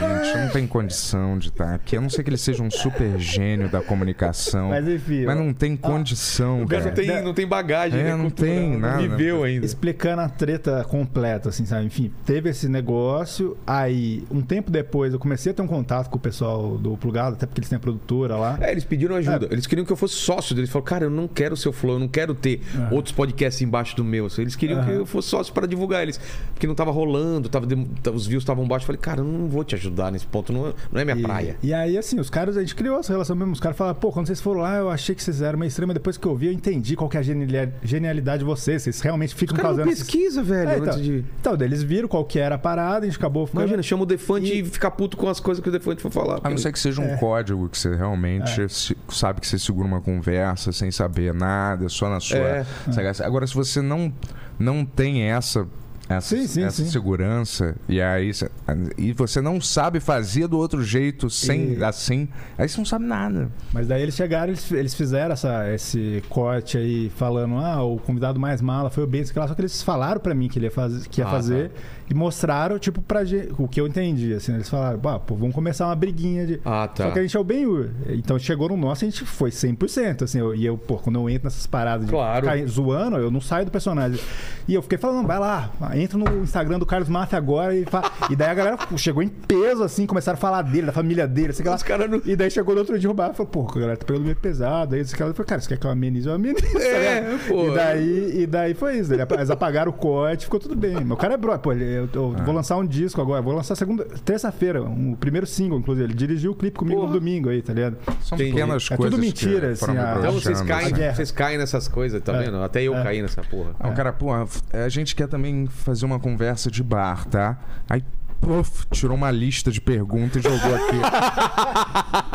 Speaker 4: não tem condição de estar aqui. A não ser que ele seja um super gênio da comunicação.
Speaker 3: Mas
Speaker 4: Mas,
Speaker 3: enfim. ó,
Speaker 4: não tem condição,
Speaker 1: O cara
Speaker 4: cara.
Speaker 1: não tem, não tem bagagem,
Speaker 4: É,
Speaker 1: né?
Speaker 4: não
Speaker 1: cultural,
Speaker 4: tem nada.
Speaker 1: Viveu ainda.
Speaker 3: Explicando a treta completa, assim, sabe? Enfim, teve esse negócio. Aí, um tempo depois, eu comecei a ter um contato com o pessoal do Plugado, até porque eles têm a produtora lá.
Speaker 1: É, eles pediram ajuda. Eles queriam que eu fosse sócio deles. Falaram, cara, eu não quero o seu flow, eu não quero ter
Speaker 3: É.
Speaker 1: outros podcasts embaixo do meu. Eles queriam que eu fosse sócio para divulgar eles. Porque não tava rolando, tava dem- tá- os views estavam baixos. Eu Falei, cara, eu não vou te ajudar nesse ponto, não, não é minha
Speaker 3: E-
Speaker 1: praia.
Speaker 3: E aí, assim, os caras, a gente criou essa relação mesmo. Os caras falaram, pô, quando vocês foram lá, eu achei que vocês eram meio extrema. Depois que eu vi, eu entendi qual que é a geniali- genialidade de vocês. Vocês realmente ficam
Speaker 1: Os caras não
Speaker 3: causando. esses-
Speaker 1: pesquisa, velho,
Speaker 3: É,
Speaker 1: antes
Speaker 3: então,
Speaker 1: de.
Speaker 3: então, daí eles viram qual que era a parada, a gente acabou ficando.
Speaker 1: Imagina, chama o Defante e... fica puto com as coisas que o Defante for falar.
Speaker 4: A não ser que seja
Speaker 3: é.
Speaker 4: um código que você realmente se- sabe que você segura uma conversa sem saber nada, só na sua.
Speaker 1: É.
Speaker 4: sagacidade. Agora, se você não, não tem essa. Essa,
Speaker 3: Sim, sim,
Speaker 4: essa
Speaker 3: sim.
Speaker 4: segurança, e aí cê- e você não sabe fazer do outro jeito, sem
Speaker 3: E-
Speaker 4: assim, aí você não sabe nada.
Speaker 3: Mas daí eles chegaram, eles, eles fizeram essa, esse corte aí falando, ah, o convidado mais mala foi o Bento, sei lá, só que eles falaram pra mim que ele ia, faz, que ia
Speaker 1: Ah,
Speaker 3: fazer e mostraram, tipo, pra gente, o que eu entendi, assim, eles falaram, ah, pô, vamos começar uma briguinha de...
Speaker 1: Ah, tá.
Speaker 3: Só que a gente é o ben -Hur. Então chegou no nosso, a gente foi 100%, assim, eu- e eu, pô, quando eu entro nessas paradas de
Speaker 1: Claro.
Speaker 3: ficar zoando, eu não saio do personagem. E eu fiquei falando, vai lá, entra no Instagram do Carlos Mafia agora e fa... E daí a galera pô, chegou em peso, assim, começaram a falar dele, da família dele, sei lá.
Speaker 1: Os caras não.
Speaker 3: E daí chegou no outro dia o Barba falou, pô, a galera tá pegando meio pesado. Aí esse cara falou, cara, você quer que eu amenize? Eu amenizo.
Speaker 1: É,
Speaker 3: tá ligado?
Speaker 1: pô.
Speaker 3: E daí, e daí foi isso. Ele, ap- eles apagaram o corte, ficou tudo bem. Mas o cara é brother. Pô, ele- eu, eu
Speaker 1: Ah.
Speaker 3: vou lançar um disco agora. Vou lançar segunda, terça-feira, um, o primeiro single, inclusive. Ele dirigiu o clipe comigo no domingo aí, tá ligado?
Speaker 4: São
Speaker 1: Entendi.
Speaker 4: pequenas
Speaker 3: É tudo
Speaker 4: coisas.
Speaker 3: mentira,
Speaker 4: que foram
Speaker 3: assim,
Speaker 4: me
Speaker 3: a-
Speaker 1: Então vocês
Speaker 4: broxando,
Speaker 1: caem,
Speaker 4: sabe?
Speaker 3: guerra.
Speaker 1: vocês caem nessas coisas, tá
Speaker 3: É.
Speaker 1: vendo? Até eu
Speaker 3: É.
Speaker 1: caí nessa porra.
Speaker 4: Ah, o cara, pô, a gente quer também fazer uma conversa de bar, tá? Aí, puf, tirou uma lista de perguntas e jogou aqui.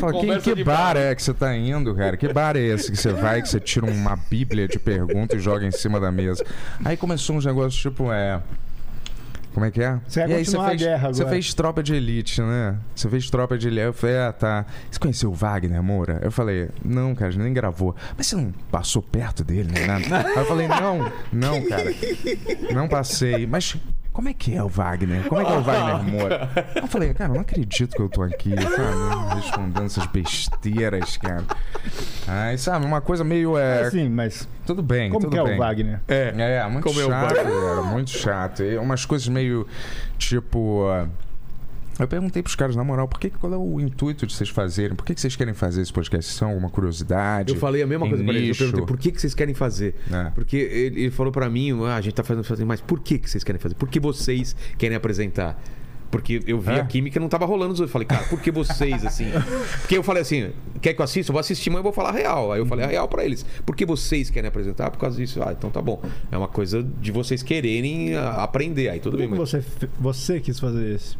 Speaker 4: Fala, quem,
Speaker 1: Conversa
Speaker 4: que
Speaker 1: de
Speaker 4: bar
Speaker 1: bar.
Speaker 4: é que você tá indo, cara? Que bar é esse que você vai, que você tira uma bíblia de perguntas e joga em cima da mesa? Aí começou uns negócios tipo, é. Como é que é?
Speaker 3: Você vai
Speaker 4: e aí
Speaker 3: continuar a
Speaker 4: fez,
Speaker 3: guerra
Speaker 4: Você
Speaker 3: agora.
Speaker 4: fez tropa de elite, né? Você fez tropa de elite. Eu falei, ah, tá. Você conheceu o Wagner Moura? Eu falei, não, cara, a gente nem gravou. Mas você não passou perto dele, nem nada? Aí eu falei, não, não, cara. Não passei. Mas como é que é o Wagner? Como é que é o Wagner Moura? Eu falei, cara, eu não acredito que eu tô aqui, sabe? Respondendo essas besteiras, cara. Aí, sabe, uma coisa meio. É,
Speaker 3: Assim, mas
Speaker 4: Tudo bem,
Speaker 3: como
Speaker 4: tudo
Speaker 3: que é
Speaker 4: bem.
Speaker 3: o Wagner?
Speaker 4: É, é, muito
Speaker 1: Como eu
Speaker 4: chato,
Speaker 1: pago.
Speaker 4: cara, muito chato. E umas coisas meio tipo. ah, Eu perguntei pros caras, na moral, por que, qual é o intuito de vocês fazerem? Por que, que vocês querem fazer esse podcast? São alguma curiosidade?
Speaker 1: Eu falei a mesma
Speaker 4: Tem
Speaker 1: coisa pra eles. Eu
Speaker 4: nicho?
Speaker 1: perguntei por que, que vocês querem fazer.
Speaker 4: É.
Speaker 1: Porque ele, ele falou pra mim, ah, a gente tá fazendo, fazendo, mas por que, que vocês querem fazer? Por que vocês querem apresentar? Porque eu vi
Speaker 4: É?
Speaker 1: a química e não tava rolando. os outros. Eu falei, cara, por que vocês, assim? Porque eu falei assim, quer que eu assista? Eu vou assistir, mas eu vou falar a real. Aí eu falei a real pra eles. Por que vocês querem apresentar? "Ah, Por causa disso. Ah, então tá bom. É uma coisa de vocês quererem ah, aprender. Aí tudo
Speaker 3: Por
Speaker 1: bem,
Speaker 3: que
Speaker 1: mas...
Speaker 3: você, fe- você quis fazer isso?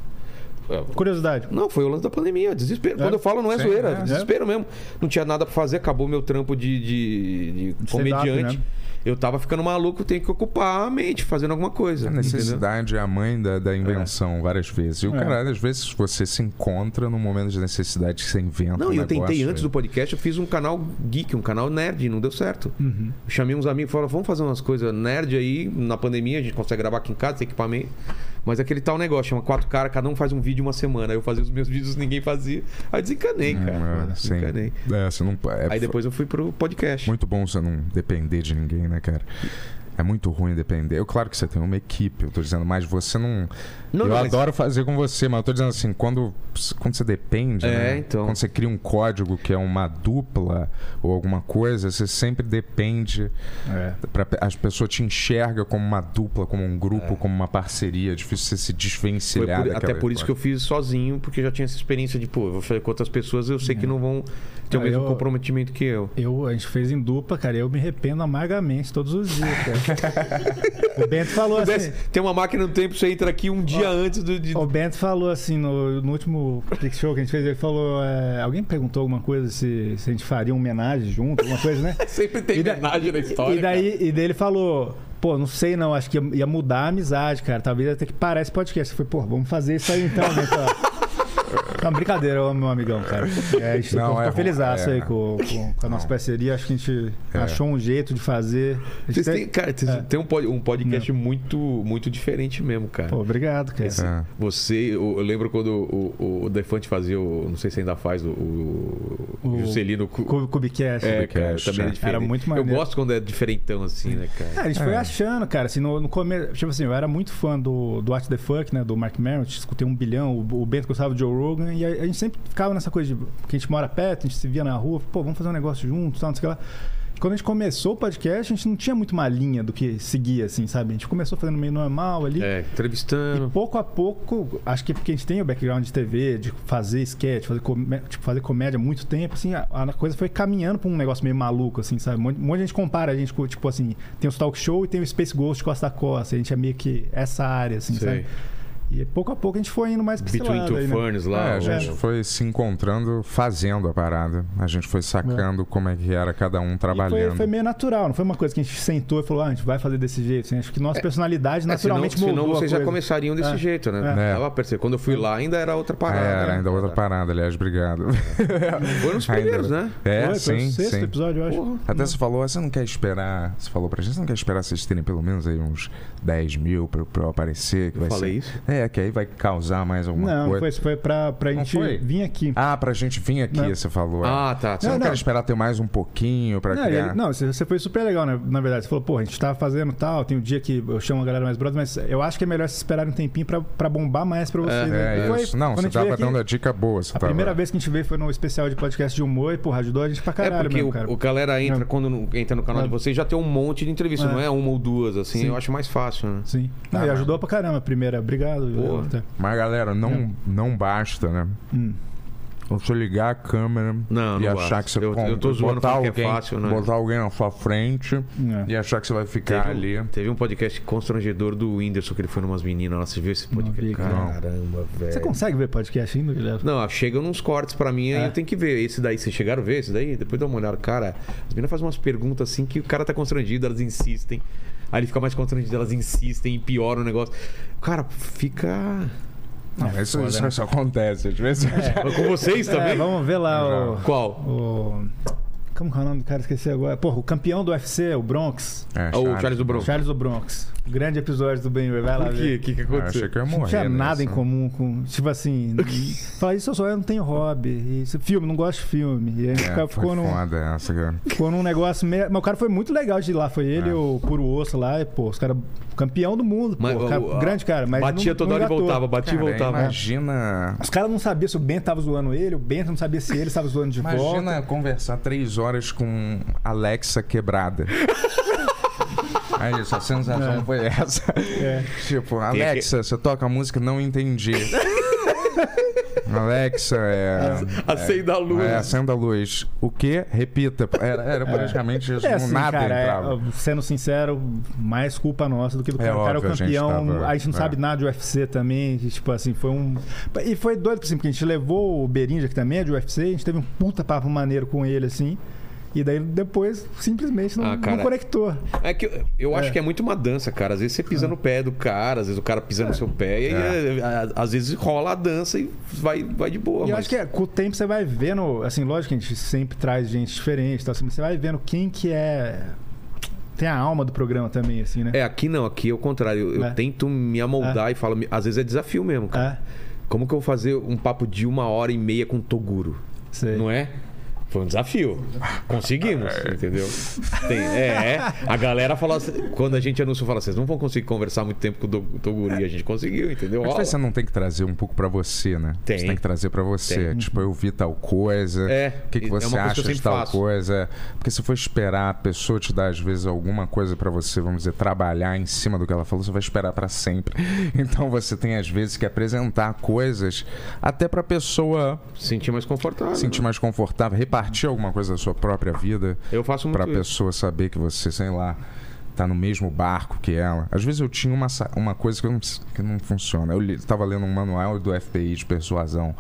Speaker 1: É,
Speaker 3: Curiosidade.
Speaker 1: Não, foi o lance da pandemia, desespero. Quando eu falo, não é
Speaker 4: Sim,
Speaker 1: zoeira,
Speaker 4: é,
Speaker 1: desespero mesmo. Não tinha nada pra fazer, acabou meu trampo de, de- de
Speaker 3: up,
Speaker 1: comediante.
Speaker 3: né?
Speaker 1: Eu tava ficando maluco, tenho que ocupar a mente fazendo alguma coisa.
Speaker 4: A
Speaker 1: entendeu?
Speaker 4: necessidade é a mãe da, da invenção, várias vezes. E o
Speaker 3: É.
Speaker 4: cara, às vezes, você se encontra num momento de necessidade que você inventa.
Speaker 1: Não,
Speaker 4: um
Speaker 1: e eu
Speaker 4: negócio
Speaker 1: tentei antes
Speaker 4: e-
Speaker 1: do podcast, eu fiz um canal geek, um canal nerd, não deu certo.
Speaker 4: Uhum.
Speaker 1: Chamei uns amigos e falaram, vamos fazer umas coisas nerd aí, na pandemia, a gente consegue gravar aqui em casa, tem equipamento. Mas é aquele tal negócio, chama quatro caras, cada um faz um vídeo uma semana. Aí eu fazia os meus vídeos, ninguém fazia. Aí desencanei, cara.
Speaker 4: Hum, é, sim.
Speaker 1: desencanei.
Speaker 4: É, você não, é
Speaker 1: Aí
Speaker 4: f-
Speaker 1: depois eu fui pro podcast.
Speaker 4: muito bom você não depender de ninguém, né, cara? É muito ruim depender. Eu, claro que você tem uma equipe, eu tô dizendo, mas você não.
Speaker 1: Não,
Speaker 4: eu
Speaker 1: não, mas-
Speaker 4: adoro fazer com você, mas eu tô dizendo assim, quando, quando você depende,
Speaker 1: É,
Speaker 4: né?
Speaker 1: então.
Speaker 4: Quando você cria um código que é uma dupla ou alguma coisa, você sempre depende.
Speaker 3: É.
Speaker 4: Pra, as pessoas te enxergam como uma dupla, como um grupo, como uma parceria. É difícil você se
Speaker 1: Foi por-
Speaker 4: desvencilhar
Speaker 1: até por isso que eu fiz sozinho, porque eu já tinha essa experiência de, pô, eu vou fazer com outras pessoas, eu sei que não vão ter o
Speaker 3: Ah,
Speaker 1: mesmo
Speaker 3: eu-
Speaker 1: comprometimento que eu.
Speaker 3: Eu, a gente fez em dupla, cara, e eu me arrependo amargamente todos os dias, cara. o Bento falou assim.
Speaker 1: Pudesse- Tem uma máquina do tempo, você entra aqui um dia antes do. De...
Speaker 3: O Bento falou assim no, no último Click Show que a gente fez, ele falou. é, alguém perguntou alguma coisa se, se a gente faria uma homenagem junto, alguma coisa, né?
Speaker 1: Sempre tem
Speaker 3: E da-
Speaker 1: homenagem na história.
Speaker 3: e daí, e daí ele falou. Pô, não sei não, acho que ia, ia mudar a amizade, cara. Talvez ia ter que parar esse podcast. Eu falei, pô, vamos fazer isso aí então, né? cara? Não, brincadeira, eu amo meu amigão, cara. É, a gente
Speaker 4: Não,
Speaker 3: ficou
Speaker 4: é
Speaker 3: é felizaço
Speaker 4: ruim, é.
Speaker 3: aí com, com- com a nossa parceria. Acho que a gente
Speaker 4: É.
Speaker 3: achou um jeito de fazer. A gente
Speaker 1: Vocês têm, cara, vocês
Speaker 3: É.
Speaker 1: têm um, pod- um podcast muito, muito diferente mesmo, cara.
Speaker 3: Pô, obrigado, cara.
Speaker 4: É.
Speaker 1: Você, eu, eu lembro quando o, o, o Defante fazia, o, não sei se ainda faz, o, o, o
Speaker 3: O-
Speaker 1: Juscelino. Cu-
Speaker 3: Cu- Cubicast.
Speaker 1: é, cara,
Speaker 4: Cubicast,
Speaker 1: também
Speaker 4: é.
Speaker 1: era diferente.
Speaker 3: Era muito
Speaker 1: Eu
Speaker 3: maneiro.
Speaker 1: gosto quando é diferentão assim, né, cara?
Speaker 3: Cara, a gente foi achando, cara, assim, no, no começo, tipo assim, eu era muito fã do, do What the Fuck, né, do Mark Merritt, escutei um bilhão, o, o Bento gostava do Joe Rogan, e a, a gente sempre ficava nessa coisa de, que a gente mora perto, a gente se via na rua, pô, vamos fazer um negócio junto, tal, não sei o que lá. E Quando a gente começou o podcast, a gente não tinha muito uma linha do que seguir, assim, sabe? A gente começou fazendo meio normal ali,
Speaker 1: É, entrevistando.
Speaker 3: e pouco a pouco, acho que porque a gente tem o background de TV, de fazer sketch, fazer, comé- tipo, fazer comédia há muito tempo, assim, a, a coisa foi caminhando pra um negócio meio maluco, assim, sabe? Um monte, um monte de gente compara a gente com, tipo assim, tem os talk show e tem o Space Ghost costa a costa. A gente é meio que essa área, assim,
Speaker 1: Sei.
Speaker 3: sabe? E pouco a pouco a gente foi indo mais pra esse
Speaker 1: Between
Speaker 3: lado
Speaker 1: Two
Speaker 3: aí, né?
Speaker 1: Ferns lá.
Speaker 4: É, a
Speaker 1: o-
Speaker 4: gente foi se encontrando fazendo a parada. A gente foi sacando como é que era cada um
Speaker 3: E Foi,
Speaker 4: trabalhando.
Speaker 3: foi meio natural, não foi uma coisa que a gente sentou e falou, ah, a gente vai fazer desse jeito. assim. Acho que nossa personalidade
Speaker 1: É, senão,
Speaker 3: naturalmente
Speaker 1: senão
Speaker 3: moldou a
Speaker 1: vocês já
Speaker 3: coisa.
Speaker 1: começariam desse
Speaker 3: É.
Speaker 1: jeito, né?
Speaker 4: É.
Speaker 1: Dava pra perceber. Quando eu fui lá, ainda era outra
Speaker 4: Ah,
Speaker 1: parada.
Speaker 4: era
Speaker 1: né?
Speaker 4: ainda outra parada, aliás, obrigado.
Speaker 1: Foi nos primeiros, né?
Speaker 4: É,
Speaker 3: foi, foi
Speaker 4: sim,
Speaker 3: o sexto
Speaker 4: sim.
Speaker 3: episódio, né? eu acho.
Speaker 1: Porra.
Speaker 4: Até você falou, "Ah, você não quer esperar. Você falou pra gente, você não quer esperar vocês terem pelo menos aí uns 10 mil pra, eu- pra eu aparecer. Que vai
Speaker 1: Falei
Speaker 4: ser...
Speaker 1: isso?
Speaker 4: É, que aí vai causar mais alguma
Speaker 3: Não,
Speaker 4: coisa.
Speaker 3: não foi, isso foi pra, pra
Speaker 4: Não
Speaker 3: gente
Speaker 4: foi?
Speaker 3: vir aqui.
Speaker 4: Ah, pra gente vir aqui,
Speaker 3: Não.
Speaker 4: você falou. é.
Speaker 1: Ah, tá.
Speaker 4: você não,
Speaker 3: Não,
Speaker 4: quer
Speaker 3: não.
Speaker 4: esperar ter mais um pouquinho pra
Speaker 3: Não,
Speaker 4: criar.
Speaker 3: ele- não, você você foi super legal, na, na verdade. Você falou, pô, a gente tá fazendo tal, tem um dia que eu chamo a galera mais brother, mas eu acho que é melhor se esperar um tempinho pra, pra bombar mais pra você. né?
Speaker 4: É,
Speaker 3: E foi-
Speaker 4: isso. Não,
Speaker 3: quando a
Speaker 4: você
Speaker 3: gente veio
Speaker 4: tava
Speaker 3: aqui,
Speaker 4: dando a dica boa. Você
Speaker 3: A
Speaker 4: tava-
Speaker 3: primeira vez que a gente veio foi no especial de podcast de humor e, porra, ajudou a gente pra caralho
Speaker 1: é porque
Speaker 3: mesmo,
Speaker 1: o,
Speaker 3: cara.
Speaker 1: o galera entra, quando não- entra no canal
Speaker 3: É.
Speaker 1: de vocês, já tem um monte de entrevista,
Speaker 3: É.
Speaker 1: não é uma ou duas, assim.
Speaker 3: Sim.
Speaker 1: Eu acho mais fácil, né?
Speaker 3: Sim. Não,
Speaker 4: Ah,
Speaker 3: e
Speaker 4: mas-
Speaker 3: ajudou pra caramba a primeira. Obrigado.
Speaker 1: Porra.
Speaker 3: Viu?
Speaker 4: Mas galera, não, não basta, né?
Speaker 3: Hum.
Speaker 4: Você ligar a câmera
Speaker 1: Não,
Speaker 4: e
Speaker 1: não
Speaker 4: achar
Speaker 1: basta.
Speaker 4: que você
Speaker 1: Eu- eu tô zoando
Speaker 4: botar
Speaker 1: falando que é
Speaker 4: alguém,
Speaker 1: fácil, né?
Speaker 4: botar alguém na sua frente
Speaker 3: É.
Speaker 4: e achar que você vai
Speaker 3: Tá
Speaker 4: ficar ali.
Speaker 3: Ah,
Speaker 1: um, teve um podcast constrangedor do Whindersson, que ele foi numas meninas lá. Você viu esse podcast?
Speaker 3: vi, cara.
Speaker 1: Caramba, velho.
Speaker 3: Você consegue ver podcast ainda, Guilherme?
Speaker 1: Não, chegam uns cortes pra mim, aí
Speaker 3: É.
Speaker 1: eu tenho que ver. Esse daí, vocês chegaram a ver esse daí? Depois dá uma olhada. Cara, as meninas fazem umas perguntas assim que o cara tá constrangido, elas insistem. Aí ele fica mais constrangido, elas insistem e piora o negócio. Cara, fica.
Speaker 4: Não, isso, isso
Speaker 3: né?
Speaker 4: só acontece. Às vezes eu já-
Speaker 1: Com vocês
Speaker 3: É,
Speaker 1: também?
Speaker 3: vamos ver lá o,
Speaker 1: Qual?
Speaker 3: o... Como que é o nome do cara? Esqueci agora. Porra, o campeão do UFC, o Bronx.
Speaker 4: É,
Speaker 1: Ó, o Charles do Bronx.
Speaker 3: Charles do Bronx. Grande episódio do Ben Hur, vai lá
Speaker 1: Por quê?
Speaker 3: ver.
Speaker 1: O que, que
Speaker 4: Ah, eu achei
Speaker 1: aconteceu?
Speaker 4: que eu ia morrer.
Speaker 3: Não tinha nada em
Speaker 4: nessa.
Speaker 3: comum com. Tipo assim, falar isso eu só eu não tenho hobby. Isso, filme, não gosto de filme. E aí
Speaker 4: É,
Speaker 3: fica-
Speaker 4: foi
Speaker 3: ficou, num,
Speaker 4: foda essa, cara.
Speaker 3: ficou num um negócio meio. Mas o cara foi muito legal de ir lá. Foi ele,
Speaker 4: É.
Speaker 3: o Puro Osso lá, e, pô, os caras. Campeão do mundo, pô,
Speaker 1: Mas,
Speaker 3: cara,
Speaker 1: o- a-
Speaker 3: grande cara. Mas
Speaker 1: batia
Speaker 3: não-
Speaker 1: toda
Speaker 3: não
Speaker 1: hora
Speaker 3: é
Speaker 1: e
Speaker 3: engatou.
Speaker 1: voltava, batia
Speaker 4: Cara,
Speaker 1: e voltava.
Speaker 4: Imagina.
Speaker 3: Os caras não sabiam se o Ben tava zoando ele, o Ben não sabia se ele estava zoando de
Speaker 4: Imagina
Speaker 3: volta.
Speaker 4: conversar três horas com Alexa quebrada. É isso, a sensação
Speaker 3: É.
Speaker 4: foi essa.
Speaker 3: É.
Speaker 4: Tipo, Alexa, você toca a música? Não entendi. Alexa, é.
Speaker 1: Acenda a luz.
Speaker 4: É, acenda a luz. O quê? Repita. Era, era praticamente isso.
Speaker 3: É
Speaker 4: não
Speaker 3: assim,
Speaker 4: nada
Speaker 3: cara, é,
Speaker 4: entrava.
Speaker 3: sendo sincero, mais culpa nossa do que do
Speaker 4: É
Speaker 3: cara. o cara é o
Speaker 4: óbvio, a gente
Speaker 3: campeão, a gente,
Speaker 4: tava-
Speaker 3: não
Speaker 4: é.
Speaker 3: sabe nada de UFC também, e, tipo assim, foi um... E foi doido, assim, porque a gente levou o Berinja, que também é de UFC, a gente teve um puta papo maneiro com ele, assim, e daí depois simplesmente não,
Speaker 1: Ah,
Speaker 3: não
Speaker 1: cara.
Speaker 3: conectou.
Speaker 1: É que eu, eu acho que é muito uma dança, cara. Às vezes você
Speaker 3: É.
Speaker 1: pisa no pé do cara, às vezes o cara pisa no seu pé, e aí, é, a- às vezes rola a dança e vai, vai de boa.
Speaker 3: E eu
Speaker 1: mas-
Speaker 3: acho que é, com o tempo você vai vendo, assim, lógico que a gente sempre traz gente diferente, tá, assim, mas você vai vendo quem que é... Tem a alma do programa também, assim, né?
Speaker 1: É, aqui não, aqui é o contrário. Eu, eu
Speaker 3: É.
Speaker 1: tento me amoldar e falo. Às vezes é desafio mesmo, cara.
Speaker 3: É,
Speaker 1: Como que eu vou fazer um papo de uma hora e meia com Toguro?
Speaker 3: sei.
Speaker 1: Não é? Foi um desafio. Conseguimos,
Speaker 4: É.
Speaker 1: entendeu? Tem- é, é. A galera falou assim, quando a gente anunciou, fala, vocês não vão conseguir conversar muito tempo com o Do- Toguro. E a gente conseguiu, entendeu?
Speaker 4: Mas
Speaker 1: Rola.
Speaker 4: você não tem que trazer um pouco pra você, né?
Speaker 1: Tem.
Speaker 4: Você tem que trazer pra você. Tipo, eu vi tal coisa.
Speaker 1: É,
Speaker 4: O que, que
Speaker 1: é uma
Speaker 4: você
Speaker 1: coisa que eu
Speaker 4: acha de
Speaker 1: sempre
Speaker 4: tal
Speaker 1: faço.
Speaker 4: coisa? Porque se for esperar a pessoa te dar, às vezes, alguma coisa pra você, vamos dizer, trabalhar em cima do que ela falou, você vai esperar pra sempre. Então você tem, às vezes, que apresentar coisas até pra pessoa
Speaker 1: Sentir mais confortável.
Speaker 4: se sentir mais confortável, repartir alguma coisa da sua própria vida.
Speaker 1: Eu faço muito
Speaker 4: Pra
Speaker 1: isso.
Speaker 4: pessoa saber que você, sei lá, tá no mesmo barco que ela. Às vezes eu tinha uma, sa- uma coisa que, eu não, que não funciona. Eu li, tava lendo um manual do FBI de persuasão.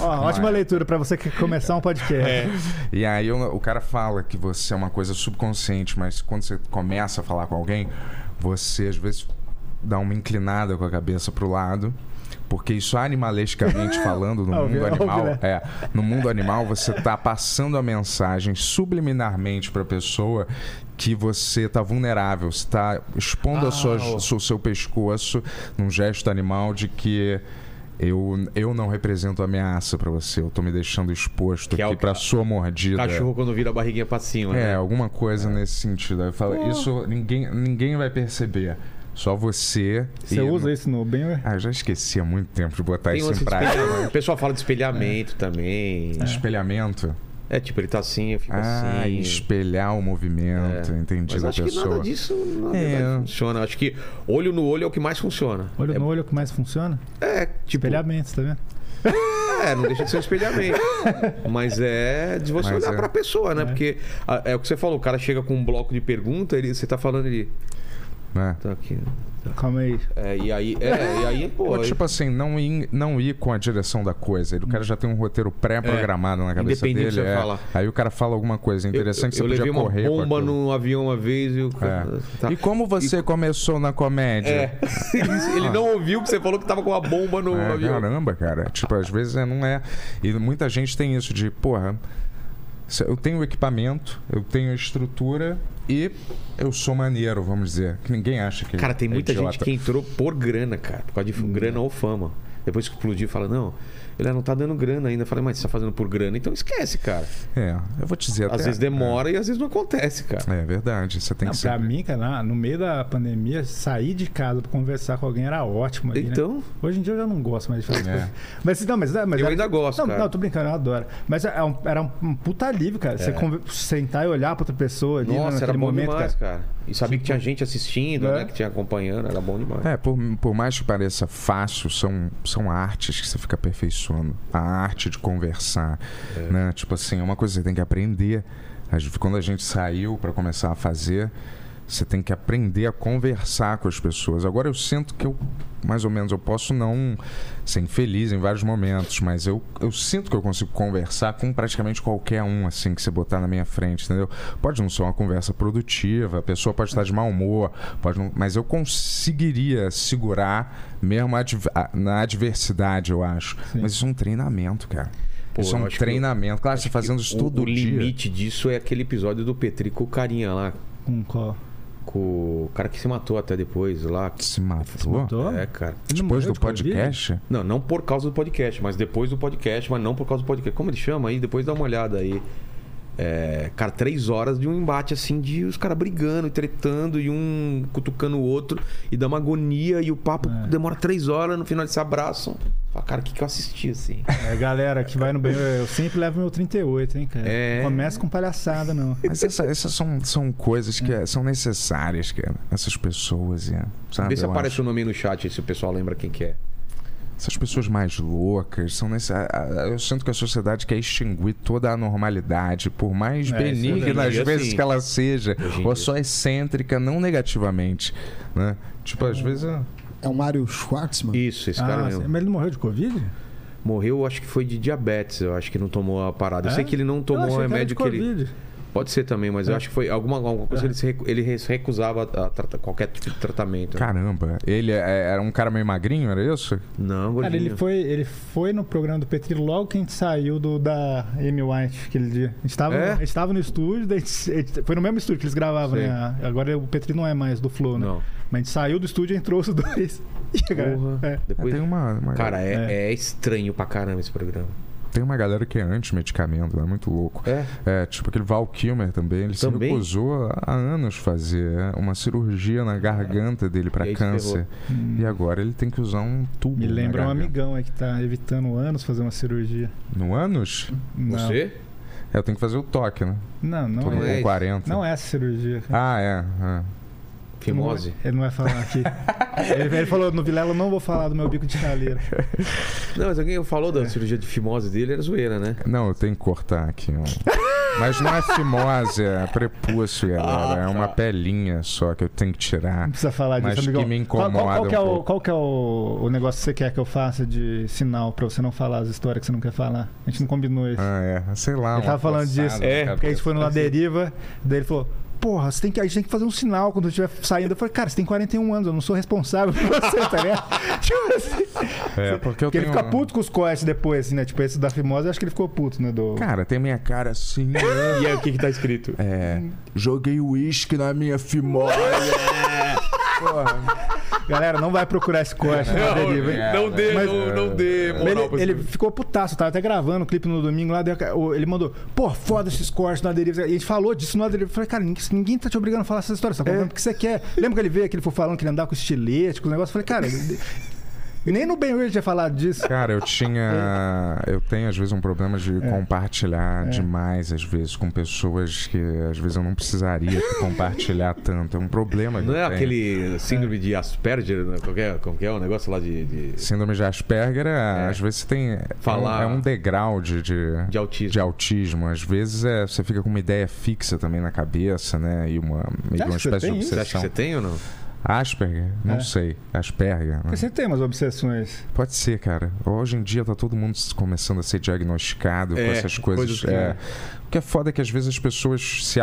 Speaker 3: Ó, ótima leitura pra você que quer começar um podcast.
Speaker 1: É.
Speaker 4: E aí eu- o cara fala que você é uma coisa subconsciente, mas quando você começa a falar com alguém, você às vezes dá uma inclinada com a cabeça pro lado. Porque isso animalescamente falando no
Speaker 3: Ouvi-
Speaker 4: mundo animal,
Speaker 3: ouvi, né?
Speaker 4: é, no mundo animal você tá passando a mensagem subliminarmente pra pessoa que você tá vulnerável, você tá expondo a sua,
Speaker 1: Ah, ó.
Speaker 4: o seu pescoço num gesto animal de que eu, eu não represento ameaça pra você, eu tô me deixando exposto
Speaker 1: Que é
Speaker 4: aqui
Speaker 1: o-
Speaker 4: pra sua mordida.
Speaker 1: Cachorro quando vira a barriguinha pra cima.
Speaker 4: É,
Speaker 1: né?
Speaker 4: alguma coisa nesse sentido. Aí fala, isso ninguém, ninguém vai perceber. Só você.
Speaker 3: Você usa isso no Ben Hur?
Speaker 4: Ah, eu já esqueci há muito tempo de botar
Speaker 1: Tem
Speaker 4: isso
Speaker 1: lance
Speaker 4: em
Speaker 1: de
Speaker 4: prática.
Speaker 1: espelhamento. O pessoal fala de
Speaker 4: É.
Speaker 1: espelhamento também.
Speaker 4: Espelhamento.
Speaker 1: É, tipo, ele tá assim, eu fico
Speaker 4: Ah,
Speaker 1: assim. é.
Speaker 4: espelhar o movimento, entendi
Speaker 1: Mas
Speaker 4: da
Speaker 1: acho que
Speaker 4: pessoa.
Speaker 1: nada disso na
Speaker 4: É.
Speaker 1: verdade, funciona. Acho que olho no olho é o que mais funciona.
Speaker 3: Olho
Speaker 1: é,
Speaker 3: no olho que mais funciona?
Speaker 1: É, tipo.
Speaker 3: Espelhamento, tá vendo?
Speaker 1: É, não deixa de ser um espelhamento. Mas é de você
Speaker 4: Mas
Speaker 1: olhar
Speaker 4: é.
Speaker 1: pra pessoa, né? Porque a- é o que você falou, o cara chega com um bloco de pergunta, ele, você tá falando ele.
Speaker 4: né?
Speaker 1: Tá aqui.
Speaker 3: Calma aí.
Speaker 1: É, e aí, é, e aí, pô.
Speaker 4: Ou, tipo assim, não ir, não ir com a direção da coisa. Ele- O cara já tem um roteiro pré-programado na cabeça
Speaker 1: Independente do
Speaker 4: dele.
Speaker 1: que você
Speaker 4: é.
Speaker 1: falar.
Speaker 4: Aí o cara fala alguma coisa
Speaker 1: eu,
Speaker 4: interessante,
Speaker 1: eu
Speaker 4: você
Speaker 1: levei
Speaker 4: podia
Speaker 1: uma
Speaker 4: correr. com
Speaker 1: bomba
Speaker 4: aquilo.
Speaker 1: num avião uma vez e o.
Speaker 4: É.
Speaker 1: Tá.
Speaker 4: E como você começou na comédia?
Speaker 1: É. Ele não ouviu que você falou que tava com uma bomba no
Speaker 4: É,
Speaker 1: avião.
Speaker 4: caramba, cara. Tipo, às vezes é, não é. E muita gente tem isso de, porra, se eu tenho equipamento, eu tenho estrutura e eu sou maneiro, vamos dizer. Que ninguém acha que.
Speaker 1: Cara, tem
Speaker 4: é
Speaker 1: muita
Speaker 4: idiota.
Speaker 1: gente que entrou por grana, cara. Por causa de grana ou fama. Depois que explodiu, fala, não, ele não tá dando grana ainda. Fala, mas você tá fazendo por grana, então esquece, cara.
Speaker 4: É, eu é. vou te dizer até.
Speaker 1: Às vezes demora e às vezes não acontece, cara.
Speaker 4: É, é verdade. Você tem
Speaker 3: Não,
Speaker 4: que
Speaker 3: pra
Speaker 4: ser.
Speaker 3: mim, cara, na- no meio da pandemia, sair de casa pra conversar com alguém era ótimo. ali, né?
Speaker 1: Então,
Speaker 3: Hoje em dia eu já não gosto mais de fazer
Speaker 4: É.
Speaker 3: isso. Mas não, mas, mas é-
Speaker 1: Eu ainda gosto,
Speaker 3: Não,
Speaker 1: cara.
Speaker 3: não, tô brincando, eu adoro. Mas é um- era um, um puta alívio, cara. Você conver- sentar e olhar pra outra pessoa ali né,
Speaker 1: É. nossa,
Speaker 3: naquele
Speaker 1: era bom
Speaker 3: momento,
Speaker 1: demais,
Speaker 3: cara.
Speaker 1: cara. E sabia que tinha gente assistindo,
Speaker 3: É.
Speaker 1: né? Que tinha acompanhando, era bom demais.
Speaker 4: É, por, por mais que pareça fácil, são, são artes que você fica aperfeiçoando. A arte de conversar, né? Tipo assim, é uma coisa que você tem que aprender. Às vezes, Quando a gente saiu para começar a fazer, você tem que aprender a conversar com as pessoas. Agora eu sinto que eu, mais ou menos, eu posso não ser infeliz Assim, em vários momentos, mas eu, eu sinto que eu consigo conversar com praticamente qualquer um, assim, que você botar na minha frente, entendeu? Pode não ser uma conversa produtiva, a pessoa pode estar de mau humor, pode não- mas eu conseguiria segurar mesmo a adv- a- na adversidade, eu acho. Mas isso é um treinamento, cara.
Speaker 1: Pô,
Speaker 4: Isso é
Speaker 1: eu
Speaker 4: um
Speaker 1: acho que
Speaker 4: treinamento. Claro, você fazendo
Speaker 1: o-
Speaker 4: isso todo
Speaker 1: o
Speaker 4: dia.
Speaker 1: limite disso é aquele episódio do Petri com o carinha lá.
Speaker 3: Com um qual?
Speaker 1: Com o cara que se matou até depois lá.
Speaker 4: Se matou?
Speaker 3: matou?
Speaker 1: É, cara.
Speaker 3: Ele não
Speaker 4: Depois
Speaker 3: morreu
Speaker 4: do
Speaker 3: de Covid?
Speaker 4: podcast?
Speaker 1: Não, não por causa do podcast, mas depois do podcast, mas não por causa do podcast. Como ele chama aí? Depois dá uma olhada aí. É, cara, três horas de um embate assim, de os caras brigando, e tretando e um cutucando o outro e dá uma agonia e o papo
Speaker 3: É.
Speaker 1: demora três horas, no final eles se abraçam. Fala, cara, o que, que eu assisti assim?
Speaker 3: É, galera que vai no banheiro, eu sempre levo meu 38, hein, cara?
Speaker 1: É.
Speaker 3: Não Começa com palhaçada, não.
Speaker 4: Mas essa- essas são, são coisas
Speaker 1: Hum.
Speaker 4: que é, são necessárias, cara. Essas pessoas, é, sabe?
Speaker 1: Vê se
Speaker 4: Eu
Speaker 1: aparece
Speaker 4: acho.
Speaker 1: o nome aí no chat aí, se o pessoal lembra quem que é.
Speaker 4: Essas pessoas mais loucas são nesse, a- a- Eu sinto que a sociedade quer extinguir toda a normalidade, por mais
Speaker 3: É, isso
Speaker 4: benigna
Speaker 1: hoje em
Speaker 4: às
Speaker 1: dia,
Speaker 4: vezes
Speaker 1: sim.
Speaker 4: que ela seja,
Speaker 1: Hoje em
Speaker 4: ou
Speaker 1: dia.
Speaker 4: só excêntrica, não negativamente, né? Tipo, às vezes é-
Speaker 1: Então.
Speaker 2: É o Mário Schwartzman.
Speaker 1: Isso, esse cara
Speaker 3: Ah,
Speaker 1: mesmo.
Speaker 3: mas ele não morreu de Covid?
Speaker 1: Morreu, acho que foi de diabetes, eu acho que não tomou a parada. Eu
Speaker 3: É?
Speaker 1: sei que ele não
Speaker 3: Eu
Speaker 1: tomou o
Speaker 3: achei
Speaker 1: remédio que
Speaker 3: era de
Speaker 1: ele.
Speaker 3: Covid.
Speaker 1: Pode ser também, mas eu acho que foi alguma, alguma coisa ele, se recu- ele res- recusava a tratar- qualquer tipo de tratamento.
Speaker 4: Caramba, ele é- era um cara meio magrinho, era isso? É,
Speaker 1: não,
Speaker 3: Cara,
Speaker 1: gordinho.
Speaker 3: ele foi, ele foi no programa do Petri logo que a gente saiu do, da Amy White aquele dia. A gente tava,
Speaker 1: É?
Speaker 3: a gente tava no estúdio, daí a gente- a gente- foi no mesmo estúdio que eles gravavam,
Speaker 1: Sei.
Speaker 3: né? Agora o Petri não é mais do Flow, né?
Speaker 1: Não.
Speaker 3: Mas a gente saiu do estúdio e entrou os dois. E, cara,
Speaker 1: Porra.
Speaker 3: é.
Speaker 4: É,
Speaker 1: Depois...
Speaker 4: tem uma, uma-
Speaker 1: Cara, é, é estranho pra caramba esse programa.
Speaker 4: tem uma galera que é anti-medicamento, é muito louco.
Speaker 1: É.
Speaker 4: É, tipo aquele Val Kilmer também. Ele
Speaker 1: Também?
Speaker 4: se recusou há anos fazer é, uma cirurgia na garganta dele
Speaker 1: E
Speaker 4: pra
Speaker 1: aí
Speaker 4: câncer. E agora ele tem que usar um tubo.
Speaker 3: Hum, Me
Speaker 4: na
Speaker 3: lembra um
Speaker 4: garganta.
Speaker 3: amigão aí que tá evitando anos fazer uma cirurgia.
Speaker 4: No ânus?
Speaker 3: Não.
Speaker 1: Você?
Speaker 4: É, Eu tenho que fazer o toque, né?
Speaker 3: Não,
Speaker 4: Tô
Speaker 3: não
Speaker 4: com
Speaker 1: é
Speaker 3: é.
Speaker 1: isso.
Speaker 4: 40.
Speaker 3: Não é essa cirurgia. cara.
Speaker 4: Ah, é. é.
Speaker 1: Fimose?
Speaker 3: Ele não vai falar aqui. ele, ele falou, no Vilela eu não vou falar do meu bico de chaleira.
Speaker 1: Não, mas alguém falou da cirurgia de fimose dele, era zoeira, né?
Speaker 4: é. Não, eu tenho que cortar aqui. ó. Mas não é fimose, é prepúcio,
Speaker 3: Ah,
Speaker 4: galera.
Speaker 3: tá.
Speaker 4: é uma pelinha só que eu tenho que tirar.
Speaker 3: Não precisa falar disso,
Speaker 4: Mas que
Speaker 3: amigão.
Speaker 4: me
Speaker 3: qual, qual- qual
Speaker 4: incomoda
Speaker 3: que é,
Speaker 4: um
Speaker 3: o,
Speaker 4: pouco.
Speaker 3: qual que é o, o negócio que você quer que eu faça de sinal pra você não falar as histórias que você não quer falar? A gente não combinou isso.
Speaker 4: Ah, assim. é. Sei lá.
Speaker 3: Ele
Speaker 4: uma
Speaker 3: tava falando
Speaker 4: coçada
Speaker 3: disso.
Speaker 4: na
Speaker 1: É,
Speaker 3: Porque a gente
Speaker 4: cabeça.
Speaker 3: foi no La Deriva, daí ele falou. Porra, você tem que, a gente tem que fazer um sinal quando eu estiver saindo. Eu falei, cara, você tem 41 anos, eu não sou responsável por você, tá ligado? Tipo assim.
Speaker 4: É, porque eu
Speaker 3: Porque ele
Speaker 4: tenho-
Speaker 3: fica puto com os cortes depois, assim, né? Tipo, esse da Fimosa, eu acho que ele ficou puto, né? Do...
Speaker 4: Cara, tem minha cara assim.
Speaker 1: E aí, o que que tá escrito?
Speaker 4: É. Joguei uísque na minha fimose. Porra.
Speaker 3: Galera, não vai procurar esse corte na deriva, hein?
Speaker 4: não é, dê,
Speaker 1: não, dê,
Speaker 3: Mas Ele, ele ficou putaço, eu tava até gravando o clipe no domingo lá, daí eu- ele mandou, pô, foda esses cortes na deriva. E a gente falou disso na deriva. Eu falei, cara, ninguém, ninguém tá te obrigando a falar essas
Speaker 4: É.
Speaker 3: histórias, você tá contando o que você quer. Lembra que ele veio aqui, ele foi falando que ele andava com estilete, com os negócios? Eu falei, cara, ele- nem no Ben ele tinha falado disso.
Speaker 4: Cara, eu tinha.
Speaker 3: É.
Speaker 4: Eu tenho, às vezes, um problema de compartilhar demais, às vezes, com pessoas que às vezes eu não precisaria compartilhar tanto. É um problema. que
Speaker 1: Não
Speaker 4: eu
Speaker 1: é
Speaker 4: tenho.
Speaker 1: aquele síndrome de Asperger, né? Qualquer- como que é o negócio lá de, de,
Speaker 4: Síndrome de Asperger, é, às vezes você tem. é um-
Speaker 1: Falar-
Speaker 4: É um, degrau de, de,
Speaker 1: de autismo?
Speaker 4: de autismo. Às vezes é, você fica com uma ideia fixa também na cabeça, né? E uma,
Speaker 3: Você
Speaker 4: meio
Speaker 3: acha
Speaker 4: que uma
Speaker 3: que você
Speaker 4: espécie de
Speaker 3: tem isso?
Speaker 1: Você acha
Speaker 4: obsessão.
Speaker 1: que você tem ou não?
Speaker 4: Asperger? Não
Speaker 3: É.
Speaker 4: sei. Asperger. né?
Speaker 3: Você tem umas obsessões.
Speaker 4: Pode ser, cara. Hoje em dia tá todo mundo s- começando a ser diagnosticado
Speaker 1: É,
Speaker 4: com essas
Speaker 1: coisas
Speaker 4: coisas.
Speaker 1: que-
Speaker 4: é. O que é foda é que às vezes as pessoas se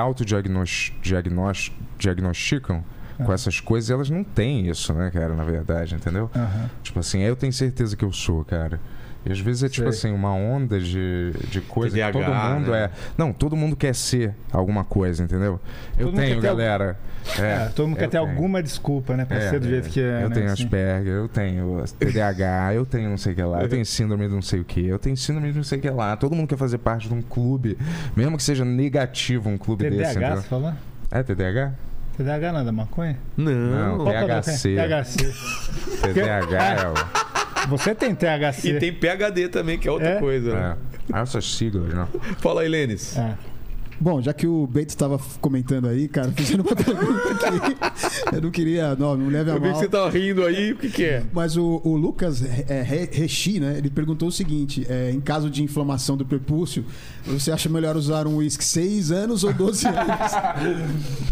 Speaker 4: autodiagnosticam
Speaker 3: É.
Speaker 4: com essas coisas e elas não têm isso, né, cara, na verdade, entendeu?
Speaker 3: Aham.
Speaker 4: Tipo assim, eu tenho certeza que eu sou, cara. E às vezes é tipo
Speaker 3: Sei.
Speaker 4: assim, uma onda de, de coisa
Speaker 1: TDAH,
Speaker 4: que todo mundo
Speaker 1: né?
Speaker 4: é. Não, todo mundo quer ser alguma coisa, entendeu? eu
Speaker 3: Todo mundo
Speaker 4: tenho,
Speaker 3: quer ter al-
Speaker 4: galera.
Speaker 3: É, todo mundo quer
Speaker 4: eu
Speaker 3: ter
Speaker 4: tenho.
Speaker 3: alguma desculpa, né? Pra
Speaker 4: É,
Speaker 3: ser do jeito que é.
Speaker 4: Eu
Speaker 3: né,
Speaker 4: tenho
Speaker 3: assim.
Speaker 4: Asperger, eu tenho TDAH, eu tenho não sei o que lá, eu tenho síndrome de não sei o que, eu tenho síndrome de não sei o que lá. Todo mundo quer fazer parte de um clube, mesmo que seja negativo um clube
Speaker 3: TDAH,
Speaker 4: desse.
Speaker 3: você
Speaker 4: entendeu?
Speaker 3: falou?
Speaker 4: É TDAH?
Speaker 3: TDAH nada, é maconha?
Speaker 1: Não.
Speaker 4: Não.
Speaker 3: Qual que é o
Speaker 4: THC.
Speaker 3: THC.
Speaker 4: TDAH é o.
Speaker 3: Você tem THC.
Speaker 1: E tem PHD também, que é outra
Speaker 3: É?
Speaker 1: coisa.
Speaker 4: É.
Speaker 1: né?
Speaker 4: Ah, essas siglas, não.
Speaker 1: Fala aí, Lênis.
Speaker 3: É.
Speaker 2: Bom, já que o Beito estava comentando aí, cara, fazendo uma pergunta que eu não queria, não, não leve a
Speaker 1: Eu vi que
Speaker 2: mal.
Speaker 1: você tá rindo aí, o que que é?
Speaker 2: Mas o, o Lucas é, é, Re- Rechi, né? Ele perguntou o seguinte: é, em caso de inflamação do prepúcio, você acha melhor usar um uísque 6 anos ou 12 anos?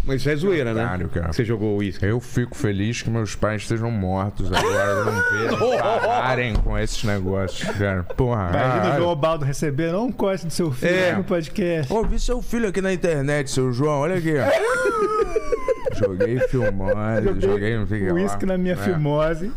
Speaker 1: Mas isso é zoeira, né?
Speaker 4: Caralho, cara.
Speaker 1: Você jogou o uísque.
Speaker 4: Eu fico feliz que meus pais estejam mortos agora, não vejam,
Speaker 1: Ah,
Speaker 4: pararem com esses negócios, cara. Porra.
Speaker 3: Imagina
Speaker 4: ah,
Speaker 3: ver o Obaldo recebendo um corte do seu filho
Speaker 4: É.
Speaker 3: no podcast.
Speaker 4: Ouvi seu filho aqui na internet, seu João, olha aqui. ó. joguei filmose, joguei não sei o que lá.
Speaker 3: Uísque na minha
Speaker 4: É.
Speaker 3: filmose.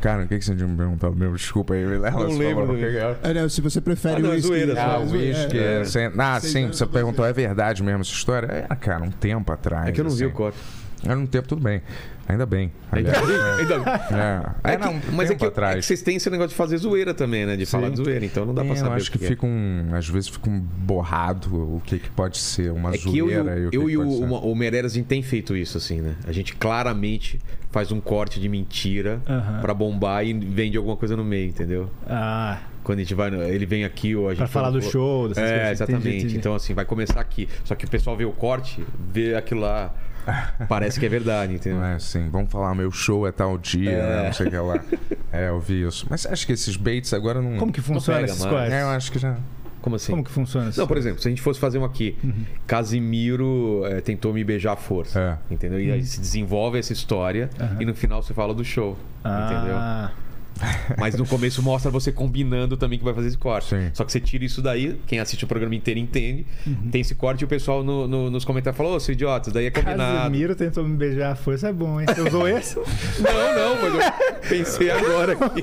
Speaker 4: Cara, o que, que você tinha me perguntado mesmo? Desculpa aí, me leva
Speaker 1: Não
Speaker 4: essa
Speaker 1: lembro
Speaker 4: palavra,
Speaker 1: do
Speaker 4: o que que era?
Speaker 2: É, né, se você prefere
Speaker 1: Ah, não,
Speaker 2: o
Speaker 1: é
Speaker 2: uísque.
Speaker 1: zoeira,
Speaker 4: Ah,
Speaker 1: só,
Speaker 2: é,
Speaker 4: o
Speaker 1: zoeira.
Speaker 4: uísque.
Speaker 1: É.
Speaker 4: é, sem- Ah,
Speaker 2: Seis
Speaker 4: sim,
Speaker 2: anos
Speaker 4: você
Speaker 2: pra
Speaker 4: perguntou, é verdade mesmo essa história? Era, cara, um tempo atrás.
Speaker 1: É que eu não vi
Speaker 4: assim.
Speaker 1: o corte.
Speaker 4: Era um tempo, tudo bem. Ainda bem.
Speaker 1: Ainda
Speaker 4: aliás,
Speaker 1: bem,
Speaker 4: né?
Speaker 1: ainda bem.
Speaker 4: É,
Speaker 1: É que-
Speaker 4: era um
Speaker 1: mas
Speaker 4: tempo
Speaker 1: é que,
Speaker 4: atrás.
Speaker 1: é que vocês têm esse negócio de fazer zoeira também, né? De falar de zoeira, então não dá
Speaker 4: É,
Speaker 1: pra saber.
Speaker 4: Eu acho
Speaker 1: o
Speaker 4: que,
Speaker 1: é.
Speaker 4: fica um. Às vezes fica um borrado o que, que pode ser uma
Speaker 1: É que eu e o,
Speaker 4: zoeira. e o que
Speaker 1: eu
Speaker 4: que
Speaker 1: e o,
Speaker 4: pode ser.
Speaker 1: o, o Meirelles, a gente tem feito isso, assim, né? A gente claramente faz um corte de mentira
Speaker 3: Aham.
Speaker 1: pra bombar e vende alguma coisa no meio, entendeu?
Speaker 3: Ah,
Speaker 1: Quando a gente vai. no- Ele vem aqui ou a gente.
Speaker 3: pra falar do show, dessas
Speaker 1: Então, É,
Speaker 3: coisas. Entendi,
Speaker 1: exatamente.
Speaker 3: entendi.
Speaker 1: Então, assim, vai começar aqui. Só que o pessoal vê o corte, vê aquilo lá. Parece que é verdade, entendeu?
Speaker 4: Não é assim, vamos falar, meu show é tal dia,
Speaker 1: É.
Speaker 4: né? Não sei o que lá. É, eu vi isso. Mas acho que esses baits agora não.
Speaker 3: Como que funciona
Speaker 1: pega
Speaker 3: esses
Speaker 1: mais.
Speaker 3: cortes?
Speaker 4: É, eu acho que já.
Speaker 1: Como assim?
Speaker 3: Como que funciona isso?
Speaker 1: Não, por exemplo, se a gente fosse fazer um aqui, Casimiro eh, tentou me beijar à força.
Speaker 4: É.
Speaker 1: Entendeu? E aí se desenvolve essa história e no final você fala do show.
Speaker 3: ah,
Speaker 1: Entendeu? Mas no começo mostra você combinando também que vai fazer esse corte.
Speaker 4: Sim.
Speaker 1: Só que você tira isso daí, quem assiste o programa inteiro entende. Tem esse corte e o pessoal no- no- nos comentários fala, ô, seu idiota, isso daí é combinado.
Speaker 3: Casimiro tentou me beijar à força, é bom, hein? Você usou esse?
Speaker 1: Não, não, mas eu pensei agora aqui.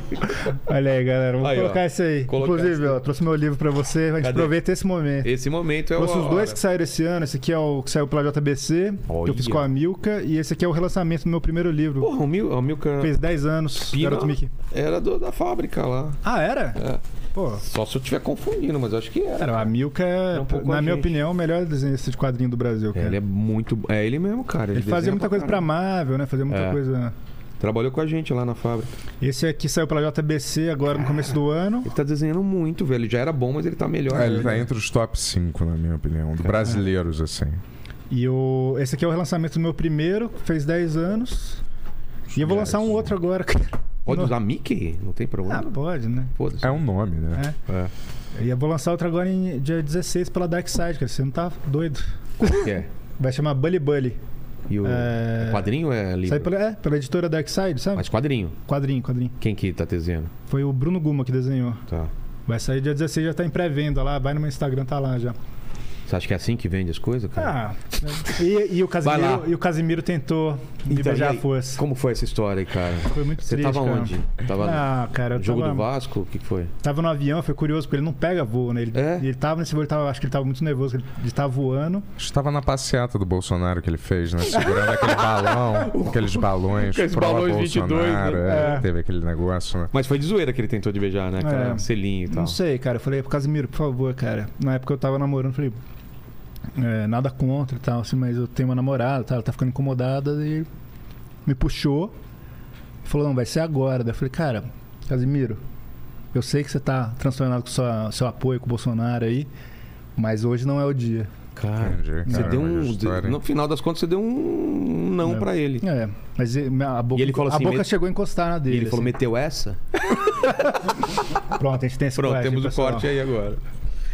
Speaker 3: Olha aí, galera, vou
Speaker 1: Aí, ó.
Speaker 3: colocar isso aí.
Speaker 1: Colocar
Speaker 3: Inclusive,
Speaker 1: isso.
Speaker 3: ó, trouxe meu livro pra você, a gente
Speaker 1: Cadê?
Speaker 3: aproveita esse momento.
Speaker 1: Esse momento é o.
Speaker 3: Trouxe os dois que saíram esse ano. Esse aqui é o que saiu pela JBC, que eu fiz
Speaker 1: Olha.
Speaker 3: com a Milka. E esse aqui é o relançamento do meu primeiro livro.
Speaker 1: Porra, o Mil- o Milka
Speaker 3: Fez 10 anos,
Speaker 1: Pina?
Speaker 3: Garoto Mickey.
Speaker 1: era do- da fábrica lá.
Speaker 3: Ah, era?
Speaker 1: É.
Speaker 3: Pô,
Speaker 1: Só se eu estiver confundindo, mas eu acho que era.
Speaker 3: cara, a Milka é,
Speaker 1: É um pouco
Speaker 3: na
Speaker 1: a
Speaker 3: minha
Speaker 1: gente.
Speaker 3: opinião, o melhor desenhista de quadrinho do Brasil, cara.
Speaker 1: Ele é muito. É ele mesmo, cara.
Speaker 3: Ele fazia muita coisa pra
Speaker 1: mim.
Speaker 3: Marvel, né? Fazia muita
Speaker 1: É.
Speaker 3: coisa.
Speaker 1: Trabalhou com a gente lá na fábrica.
Speaker 3: Esse aqui saiu pela JBC agora no começo do ano.
Speaker 1: Ele tá desenhando muito, velho. Ele Já era bom, mas ele tá melhor.
Speaker 4: É, ele tá entre os top 5, na minha opinião.
Speaker 1: É.
Speaker 4: Do brasileiros, assim.
Speaker 3: E o... esse aqui é o relançamento do meu primeiro, que fez 10 anos. E eu vou lançar um outro agora, cara.
Speaker 1: Pode
Speaker 3: Não-
Speaker 1: usar Mickey? Não tem problema.
Speaker 3: Ah, pode, né?
Speaker 1: Foda-se.
Speaker 4: É um nome, né?
Speaker 3: É. E eu vou lançar outra agora em dia 16 pela Dark Side, cara. Você não tá doido.
Speaker 1: Que é.
Speaker 3: Vai chamar Bully Bully.
Speaker 1: E o
Speaker 3: É.
Speaker 1: o quadrinho é livro?
Speaker 3: Sai pela, é, pela editora Dark Side, sabe?
Speaker 1: Mas quadrinho.
Speaker 3: Quadrinho, quadrinho.
Speaker 1: Quem que tá desenhando?
Speaker 3: Foi o Bruno Guma que desenhou.
Speaker 1: Tá.
Speaker 3: Vai sair dia 16, já tá em pré-venda lá. Vai no meu Instagram, tá lá já.
Speaker 1: Você acha que é assim que vende as coisas, cara?
Speaker 3: Ah, e, e o
Speaker 1: Vai lá.
Speaker 3: Casimiro, e o Casimiro tentou me
Speaker 1: Então, e
Speaker 3: beijar a
Speaker 1: aí?
Speaker 3: força.
Speaker 1: Como foi essa história aí, cara?
Speaker 3: Foi muito
Speaker 1: Você
Speaker 3: triste,
Speaker 1: tava
Speaker 3: cara.
Speaker 1: onde? Tava no
Speaker 3: Ah, cara, eu
Speaker 1: jogo
Speaker 3: tava,
Speaker 1: do Vasco? O que que foi?
Speaker 3: tava no avião, foi curioso, porque ele não pega voo, né? Ele,
Speaker 1: É?
Speaker 3: ele tava nesse voo, ele tava, acho que ele tava muito nervoso, ele, ele tava voando.
Speaker 4: Estava na passeata do Bolsonaro que ele fez, né? Segurando aquele balão, aqueles balões.
Speaker 1: Aqueles
Speaker 4: pró
Speaker 1: balões 22, né?
Speaker 4: Bolsonaro, é,
Speaker 3: É.
Speaker 4: Teve aquele negócio, né?
Speaker 1: Mas foi de zoeira que ele tentou de beijar, né? Aquela
Speaker 3: É.
Speaker 1: selinho e tal.
Speaker 3: Não sei, cara. Eu falei pro Casimiro, por favor, cara. Na época eu tava namorando, eu falei. é, nada contra e tal, assim, mas eu tenho uma namorada, tá? Ela tá ficando incomodada e me puxou. Falou, não, vai ser agora. Daí eu falei, cara, Casimiro, eu sei que você tá transtornado com sua, seu apoio com o Bolsonaro aí, mas hoje não é o dia.
Speaker 1: Cara,
Speaker 4: Entendi,
Speaker 1: Ah, você
Speaker 4: cara,
Speaker 1: deu
Speaker 4: mas a
Speaker 1: um.
Speaker 4: história, hein?
Speaker 1: no final das contas, você deu um não
Speaker 3: É.
Speaker 1: pra ele.
Speaker 3: É, mas ele- a
Speaker 1: E
Speaker 3: boca,
Speaker 1: ele falou
Speaker 3: a
Speaker 1: assim,
Speaker 3: boca
Speaker 1: met-
Speaker 3: chegou a encostar na
Speaker 1: E
Speaker 3: dele.
Speaker 1: ele falou:
Speaker 3: assim.
Speaker 1: meteu essa?
Speaker 3: Pronto, a gente tem esse
Speaker 1: Pronto,
Speaker 3: corte aí,
Speaker 1: temos o
Speaker 3: pessoal.
Speaker 1: corte aí agora.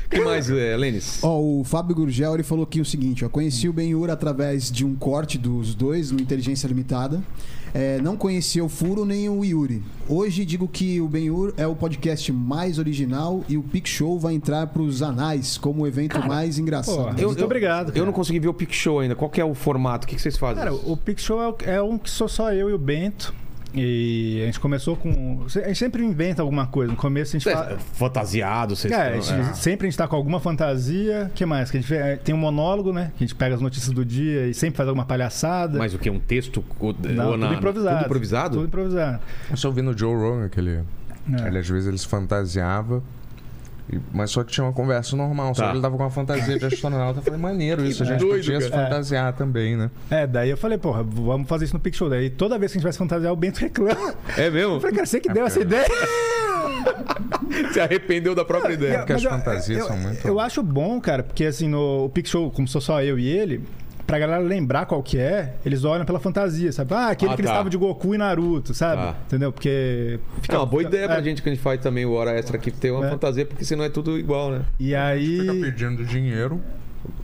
Speaker 1: O que mais, é, Lênis?
Speaker 2: Ó, o Fábio Gurgel ele falou aqui o seguinte: ó, conheci o Ben-Hur através de um corte dos dois no Inteligência Limitada. É, não conhecia o Furo nem o Yuri. Hoje digo que o Ben-Hur é o podcast mais original e o Pic Show vai entrar pros anais como o evento mais
Speaker 3: Pô,
Speaker 2: engraçado.
Speaker 1: Eu-
Speaker 3: muito
Speaker 1: eu-
Speaker 3: obrigado.
Speaker 1: Eu
Speaker 3: cara.
Speaker 1: não consegui ver o Pic Show ainda. Qual que é o formato? O que, que vocês fazem?
Speaker 3: Cara, o Pix Show é o- é, um que sou só eu e o Bento. E a gente começou com. A gente sempre inventa alguma coisa. No começo a gente
Speaker 1: Vocês- né?
Speaker 3: fala.
Speaker 1: Fantasiado, vocês
Speaker 3: É, a
Speaker 1: estão-
Speaker 3: gente- sempre a gente tá com alguma fantasia. O que mais? Que a gente vê- tem um monólogo, né? Que a gente pega as notícias do dia e sempre faz alguma palhaçada.
Speaker 1: Mas o que? Um texto? ou-
Speaker 3: é. Não,
Speaker 1: ou na-
Speaker 3: tudo improvisado.
Speaker 1: Tudo improvisado?
Speaker 3: Tudo improvisado.
Speaker 4: Eu só ouvi no tá Joe Rogan aquele.
Speaker 3: É.
Speaker 4: Ele, às vezes ele se fantasiava. e- Mas só que tinha uma conversa normal, só
Speaker 1: Tá.
Speaker 4: que ele tava com uma fantasia de astronauta. Eu falei, maneiro isso, a gente
Speaker 1: doido,
Speaker 4: podia se
Speaker 3: cara.
Speaker 4: fantasiar também, né?
Speaker 3: É, daí eu falei, porra, vamos fazer isso no Pix Show. Daí toda vez que a gente vai se fantasiar, o Bento reclama.
Speaker 1: É mesmo?
Speaker 3: Eu falei, cara, você que deu essa ideia.
Speaker 1: Se arrependeu da própria ideia.
Speaker 4: Porque
Speaker 3: Mas
Speaker 4: as
Speaker 3: eu-
Speaker 4: fantasias
Speaker 3: eu-
Speaker 4: são muito.
Speaker 3: Eu acho bom, cara, porque assim, no o Pix Show, como sou só eu e ele, pra galera lembrar qual que é, eles olham pela fantasia, sabe? Ah, aquele
Speaker 1: Ah,
Speaker 3: que eles
Speaker 1: tá.
Speaker 3: estavam de Goku e Naruto, sabe?
Speaker 1: Tá.
Speaker 3: Entendeu? Porque.
Speaker 1: É uma boa ideia pra
Speaker 3: é.
Speaker 1: gente que a gente faz também o Hora Extra aqui, ter uma
Speaker 3: É.
Speaker 1: fantasia, porque senão é tudo igual, né?
Speaker 3: E
Speaker 4: Fica
Speaker 3: aí.
Speaker 4: pedindo dinheiro.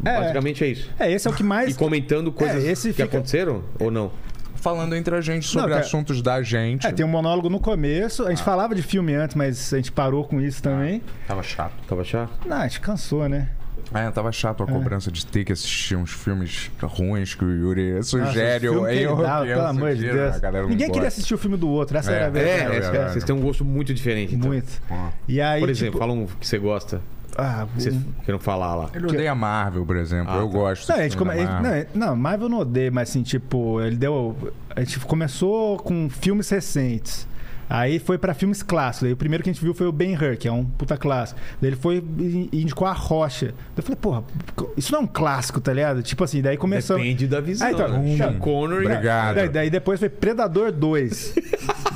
Speaker 3: É,
Speaker 1: Basicamente é isso.
Speaker 3: é, esse é o que mais.
Speaker 1: E comentando coisas
Speaker 3: É, esse
Speaker 1: que
Speaker 3: fica-
Speaker 1: aconteceram ou não?
Speaker 4: falando entre a gente sobre
Speaker 3: Não, cara-
Speaker 4: assuntos da gente.
Speaker 3: É, tem um monólogo no começo. A
Speaker 4: Ah.
Speaker 3: gente falava de filme antes, mas a gente parou com isso também.
Speaker 4: Tava chato.
Speaker 1: Tava chato?
Speaker 3: Não, a gente cansou, né?
Speaker 4: É, tava chato a cobrança de ter que assistir uns filmes ruins que o Yuri sugere.
Speaker 3: Nossa, o filme
Speaker 4: ou
Speaker 3: que ele
Speaker 4: eu, né,
Speaker 3: dá, pelo amor de Deus. Ninguém queria assistir o filme do outro, essa era a
Speaker 4: É,
Speaker 3: verdade.
Speaker 4: é,
Speaker 1: esse-
Speaker 4: verdade.
Speaker 1: vocês têm um gosto muito diferente. então.
Speaker 3: Muito.
Speaker 4: Ah.
Speaker 3: E aí,
Speaker 1: Por exemplo,
Speaker 3: tipo,
Speaker 1: fala um que você gosta,
Speaker 3: ah,
Speaker 1: que vocês queiram falar lá.
Speaker 4: Ele odeia Marvel, por exemplo.
Speaker 1: Ah,
Speaker 4: eu
Speaker 1: tá.
Speaker 4: gosto.
Speaker 3: Não,
Speaker 4: do
Speaker 3: a gente
Speaker 4: filme
Speaker 3: come...
Speaker 4: da Marvel.
Speaker 3: ele- não, não, Marvel eu não odeio, mas assim, tipo, ele deu. A gente começou com filmes recentes. Aí foi pra filmes clássicos. Aí o primeiro que a gente viu foi o Ben Hur, que é um puta clássico. Daí ele foi e e indicou a Rocha. Daí eu falei, porra, isso não é um clássico, tá ligado? Tipo assim, daí começou.
Speaker 1: Depende da visão.
Speaker 3: Ah, então,
Speaker 1: né?
Speaker 3: Sean
Speaker 1: Sean Connery.
Speaker 4: Hum. Obrigado.
Speaker 3: Daí, daí depois foi Predador 2.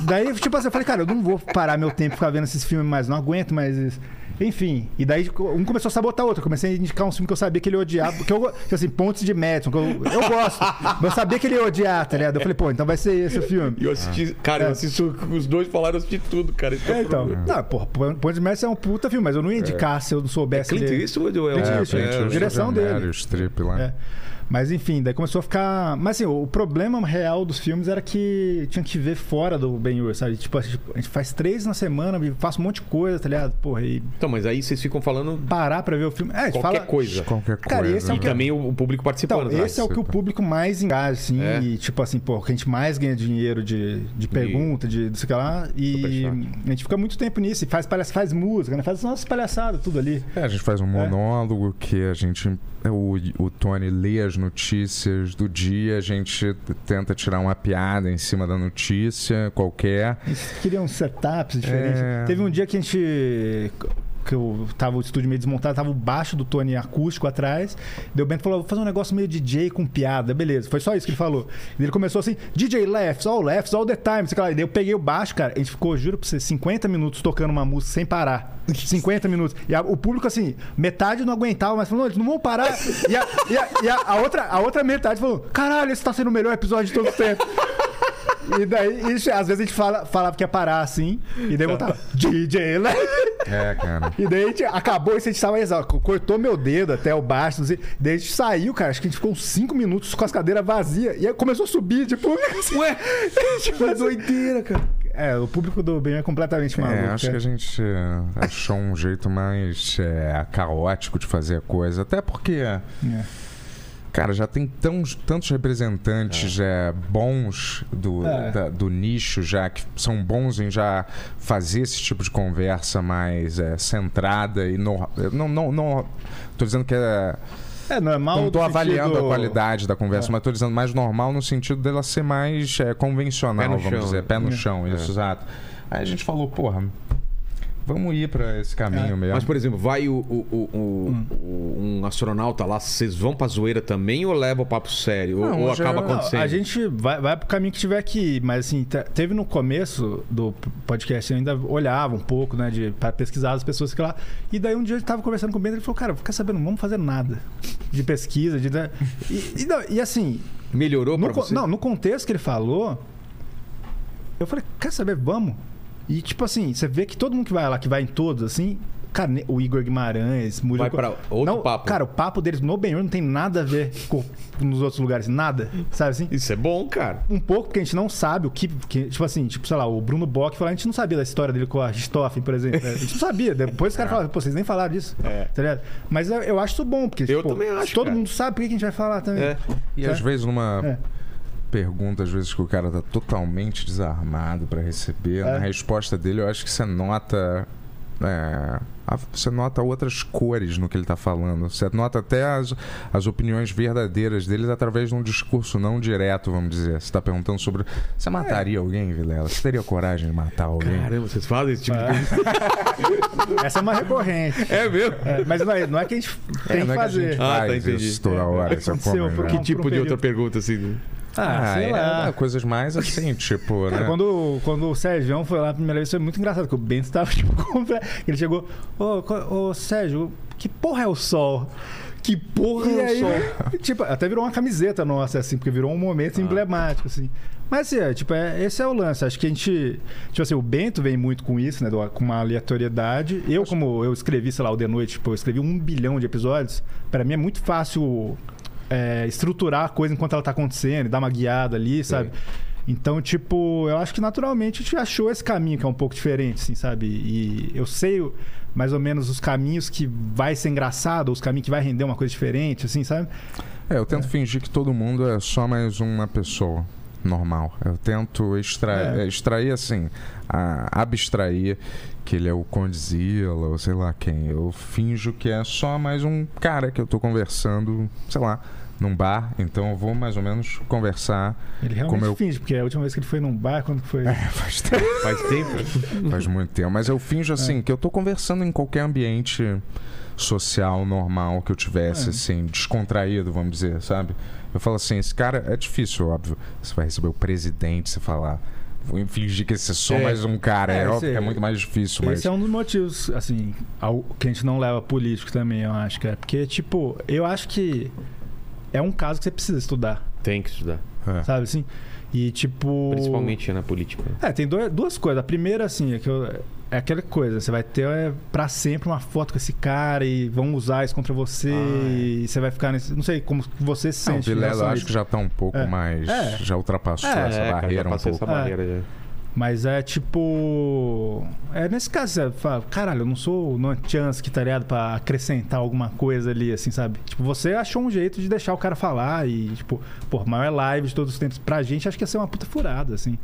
Speaker 3: daí, tipo assim, eu falei, cara, eu não vou parar meu tempo e ficar vendo esses filmes mais, não aguento mais isso. Enfim, e daí um começou a sabotar o outro. Eu comecei a indicar um filme que eu sabia que ele odiava. Que eu, go- tipo assim, Pontes de Madison, que eu, eu gosto. mas eu sabia que ele ia odiar, tá ligado? Eu falei, pô, então vai ser esse o
Speaker 1: E
Speaker 3: filme.
Speaker 1: eu assisti, cara, eu assisti o que os dois falaram, eu assisti tudo, cara. Então,
Speaker 3: Ah. É, então. Não, porra, Pontes de Madison é um puta filme, mas eu não ia indicar se eu não soubesse.
Speaker 1: Clint
Speaker 3: dele.
Speaker 1: Eastwood ou é
Speaker 3: Clint
Speaker 1: um-
Speaker 4: É,
Speaker 3: Eastwood.
Speaker 1: é,
Speaker 4: frente ao
Speaker 3: direção
Speaker 4: Javier,
Speaker 3: dele.
Speaker 4: O strip lá.
Speaker 3: É. Mas enfim, daí começou a ficar. Mas assim, o o problema real dos filmes era que tinha que ver fora do Ben Hur, sabe? Tipo, a gente a gente faz três na semana, e faço um monte de coisa, tá ligado? Porra, e
Speaker 1: Então, mas aí vocês ficam falando
Speaker 3: parar pra ver o filme. É, a gente
Speaker 1: qualquer
Speaker 3: fala.
Speaker 1: coisa.
Speaker 4: Qualquer
Speaker 3: Cara,
Speaker 4: coisa.
Speaker 3: esse é o
Speaker 1: E
Speaker 4: né?
Speaker 1: também o, o público
Speaker 3: Então,
Speaker 1: participando. né?
Speaker 3: esse é o que o público mais engaja, assim,
Speaker 1: É.
Speaker 3: e tipo assim, pô, que a gente mais ganha dinheiro de, de pergunta, de não sei o que lá, e
Speaker 1: Superchat.
Speaker 3: a gente fica muito tempo nisso, e faz, palhaça, faz música, né? faz as nossas palhaçadas, tudo ali.
Speaker 4: É, a gente faz um monólogo que a gente. é O, o Tony lê as notícias do dia, a gente tenta tirar uma piada em cima da notícia qualquer.
Speaker 3: Eles queriam setups diferentes.
Speaker 4: É.
Speaker 3: Teve um dia que a gente. Que eu tava o estúdio meio desmontado, tava o baixo do Tony acústico atrás. Deu Bento falou: vou fazer um negócio meio DJ com piada, beleza. Foi só isso que ele falou. E ele começou assim: DJ laughs, all laughs, all the time. não sei o que lá. E daí eu peguei o baixo, cara. A gente ficou, juro pra você, 50 minutos tocando uma música sem parar. 50 minutos. E a- o público, assim, metade não aguentava, mas falou: não, eles não vão parar. E a, e a- e a- a outra, a outra metade falou: caralho, esse tá sendo o melhor episódio de todos os tempos. E daí, isso, às vezes a gente fala, falava que ia parar assim, e daí voltava, DJ, né?
Speaker 4: É, cara.
Speaker 3: E daí a gente acabou isso, a gente tava exausto. Cortou meu dedo até o baixo, não sei. Daí a gente saiu, cara, acho que a gente ficou uns 5 minutos com as cadeiras vazias. E aí começou a subir, tipo.
Speaker 1: Ué,
Speaker 3: tipo
Speaker 1: que doideira, cara.
Speaker 3: É, o público do bem é completamente maluco.
Speaker 4: É, acho que a gente eh, achou um jeito mais eh, caótico de fazer a coisa. Até porque,
Speaker 3: É.
Speaker 4: cara, já tem tão, tantos representantes
Speaker 1: É.
Speaker 4: eh, bons do,
Speaker 3: É.
Speaker 4: da- do nicho, já que são bons em já fazer esse tipo de conversa mais eh, centrada e no, não, não, não. Tô dizendo que é.
Speaker 3: É normal.
Speaker 4: Não
Speaker 3: no
Speaker 4: tô
Speaker 3: sentido-
Speaker 4: avaliando a qualidade da conversa,
Speaker 1: É.
Speaker 4: mas tô dizendo mais normal no sentido dela ser mais é, convencional,
Speaker 1: Pé no
Speaker 4: vamos
Speaker 1: chão,
Speaker 4: dizer.
Speaker 1: né?
Speaker 4: Pé no chão, isso, exato. Aí a gente falou, porra, vamos ir pra esse caminho
Speaker 1: É.
Speaker 4: mesmo.
Speaker 1: Mas, por exemplo, vai o, o- o- o-
Speaker 3: Hum.
Speaker 1: o- um astronauta lá, vocês vão pra zoeira também ou leva o papo sério? Ou-
Speaker 4: Não,
Speaker 1: ou
Speaker 4: já-
Speaker 1: acaba
Speaker 4: não,
Speaker 1: acontecendo?
Speaker 3: é, A gente vai, vai pro caminho que tiver que ir, mas assim, te- teve no começo do podcast, eu ainda olhava um pouco, né, de, pra pesquisar as pessoas que lá. E daí um dia eu tava conversando com o Bento, ele falou, cara, quer saber, não vamos fazer nada de pesquisa, de. né? E, e não, e assim,
Speaker 1: Melhorou
Speaker 3: no
Speaker 1: pra
Speaker 3: con-
Speaker 1: você?
Speaker 3: Não, no contexto que ele falou, eu falei, quer saber, vamos. E tipo assim, você vê que todo mundo que vai lá, que vai em todos, assim, cara, ne- o Igor Guimarães, Murilo...
Speaker 1: Vai pra outro
Speaker 3: não,
Speaker 1: papo.
Speaker 3: Cara, o papo deles no Benhur não tem nada a ver com nos outros lugares, nada, sabe assim?
Speaker 1: Isso é bom, cara.
Speaker 3: Um pouco porque a gente não sabe o que, que- Tipo assim, tipo, sei lá, o Bruno Bock falou, a gente não sabia da história dele com a Richthofen, por exemplo. né? A gente não sabia. Depois os caras falaram, pô, vocês nem falaram disso. Tá ligado? Mas eu, eu acho isso bom, porque
Speaker 1: Eu
Speaker 3: tipo,
Speaker 1: também acho,
Speaker 3: se todo
Speaker 1: cara.
Speaker 3: mundo sabe, por que que a gente vai falar também?
Speaker 1: É.
Speaker 4: E
Speaker 3: Tá?
Speaker 4: às vezes numa
Speaker 3: É.
Speaker 4: pergunta, às vezes que o cara tá totalmente desarmado pra receber,
Speaker 3: É.
Speaker 4: na resposta dele eu acho que você nota... é, a- você nota outras cores no que ele tá falando. Você nota até as, as opiniões verdadeiras deles através de um discurso não direto, vamos dizer. Você tá perguntando sobre. Você mataria
Speaker 3: É.
Speaker 4: alguém, Vilela? Você teria coragem de matar alguém?
Speaker 1: Caramba, vocês fazem esse tipo
Speaker 3: É.
Speaker 1: de coisa?
Speaker 3: Essa é uma recorrente.
Speaker 1: É mesmo?
Speaker 3: É, mas não é, não é que a gente
Speaker 4: É,
Speaker 3: tem
Speaker 4: não
Speaker 3: que
Speaker 4: é que a gente
Speaker 3: fazer.
Speaker 1: Ah, tá,
Speaker 4: faz
Speaker 1: entendi.
Speaker 4: isso toda hora. essa
Speaker 3: Aconteceu
Speaker 4: forma,
Speaker 3: um
Speaker 4: né?
Speaker 3: pouquinho.
Speaker 1: Que tipo
Speaker 3: Por um
Speaker 1: de outra
Speaker 3: período.
Speaker 1: pergunta, assim?
Speaker 3: Ah, sei
Speaker 4: é,
Speaker 3: lá.
Speaker 4: é, coisas mais assim, tipo.
Speaker 3: Cara,
Speaker 4: né?
Speaker 3: É, quando, quando o Sérgio foi lá a primeira vez, foi muito engraçado, porque o Bento tava tipo, completo. Ele chegou, ô, co- ô, Sérgio, que porra é o sol? Que porra
Speaker 1: é o
Speaker 3: sol? Tipo, até virou uma camiseta nossa, assim, porque virou um momento emblemático, assim. Mas, assim, é, tipo, é, esse é o lance. Acho que a gente... Tipo assim, o Bento vem muito com isso, né? do- Com uma aleatoriedade. Eu, como eu escrevi, sei lá, o The Noite, tipo, eu escrevi um bilhão de episódios. Pra mim é muito fácil é, estruturar a coisa enquanto ela tá acontecendo, e dar uma guiada ali, sabe? Então, tipo, eu acho que naturalmente a gente achou esse caminho que é um pouco diferente, assim, sabe? E eu sei o- mais ou menos os caminhos que vai ser engraçado, os caminhos que vai render uma coisa diferente, assim, sabe?
Speaker 4: É, eu tento fingir que todo mundo é só mais uma pessoa normal. Eu tento extra...
Speaker 3: É.
Speaker 4: eh, extrair, assim, a- abstrair que ele é o Condzilla ou sei lá quem. Eu finjo que é só mais um cara que eu tô conversando, sei lá, num bar. Então eu vou mais ou menos conversar.
Speaker 3: Ele realmente
Speaker 4: Como eu- É,
Speaker 3: finge, porque a última vez que ele foi num bar, quando que foi?
Speaker 4: Faz tempo.
Speaker 1: Faz tempo?
Speaker 4: Faz muito tempo. Mas eu
Speaker 3: É.
Speaker 4: finjo assim, que eu tô conversando em qualquer ambiente social, normal, que eu tivesse,
Speaker 3: É.
Speaker 4: assim, descontraído, vamos dizer, sabe? Eu falo assim, esse cara é difícil, óbvio. Você vai receber o presidente, você falar. Vou fingir que esse é só
Speaker 1: É.
Speaker 4: mais um cara. É,
Speaker 3: É,
Speaker 4: óbvio
Speaker 3: esse-
Speaker 4: que é muito mais difícil, mas.
Speaker 3: Esse é um dos motivos, assim, ao- que a gente não leva político também, eu acho, cara. Porque, tipo, eu acho que é um caso que você precisa estudar,
Speaker 1: Tem que estudar.
Speaker 4: é.
Speaker 3: sabe assim? E, tipo.
Speaker 1: Principalmente na política.
Speaker 3: É, tem dois- duas coisas. A primeira, assim, é que eu- é aquela coisa, você vai ter é, pra sempre uma foto com esse cara e vão usar isso contra você e você vai ficar nesse. Não sei como que você se
Speaker 4: Ah, o
Speaker 3: sente. em
Speaker 4: Vilela, eu
Speaker 3: relação a
Speaker 4: acho
Speaker 3: isso.
Speaker 4: que já tá um pouco
Speaker 3: É.
Speaker 4: mais.
Speaker 3: É.
Speaker 4: Já ultrapassou
Speaker 3: É,
Speaker 4: essa
Speaker 1: cara,
Speaker 4: barreira
Speaker 1: já
Speaker 4: um
Speaker 1: passei
Speaker 4: pouco.
Speaker 1: essa barreira já.
Speaker 3: Mas é tipo. É nesse caso, você fala, caralho, eu não sou o Noah Chance que tá ligado pra acrescentar alguma coisa ali, assim, sabe? Tipo, você achou um jeito de deixar o cara falar e, tipo, pô, maior live de todos os tempos pra gente, acho que ia ser uma puta furada, assim.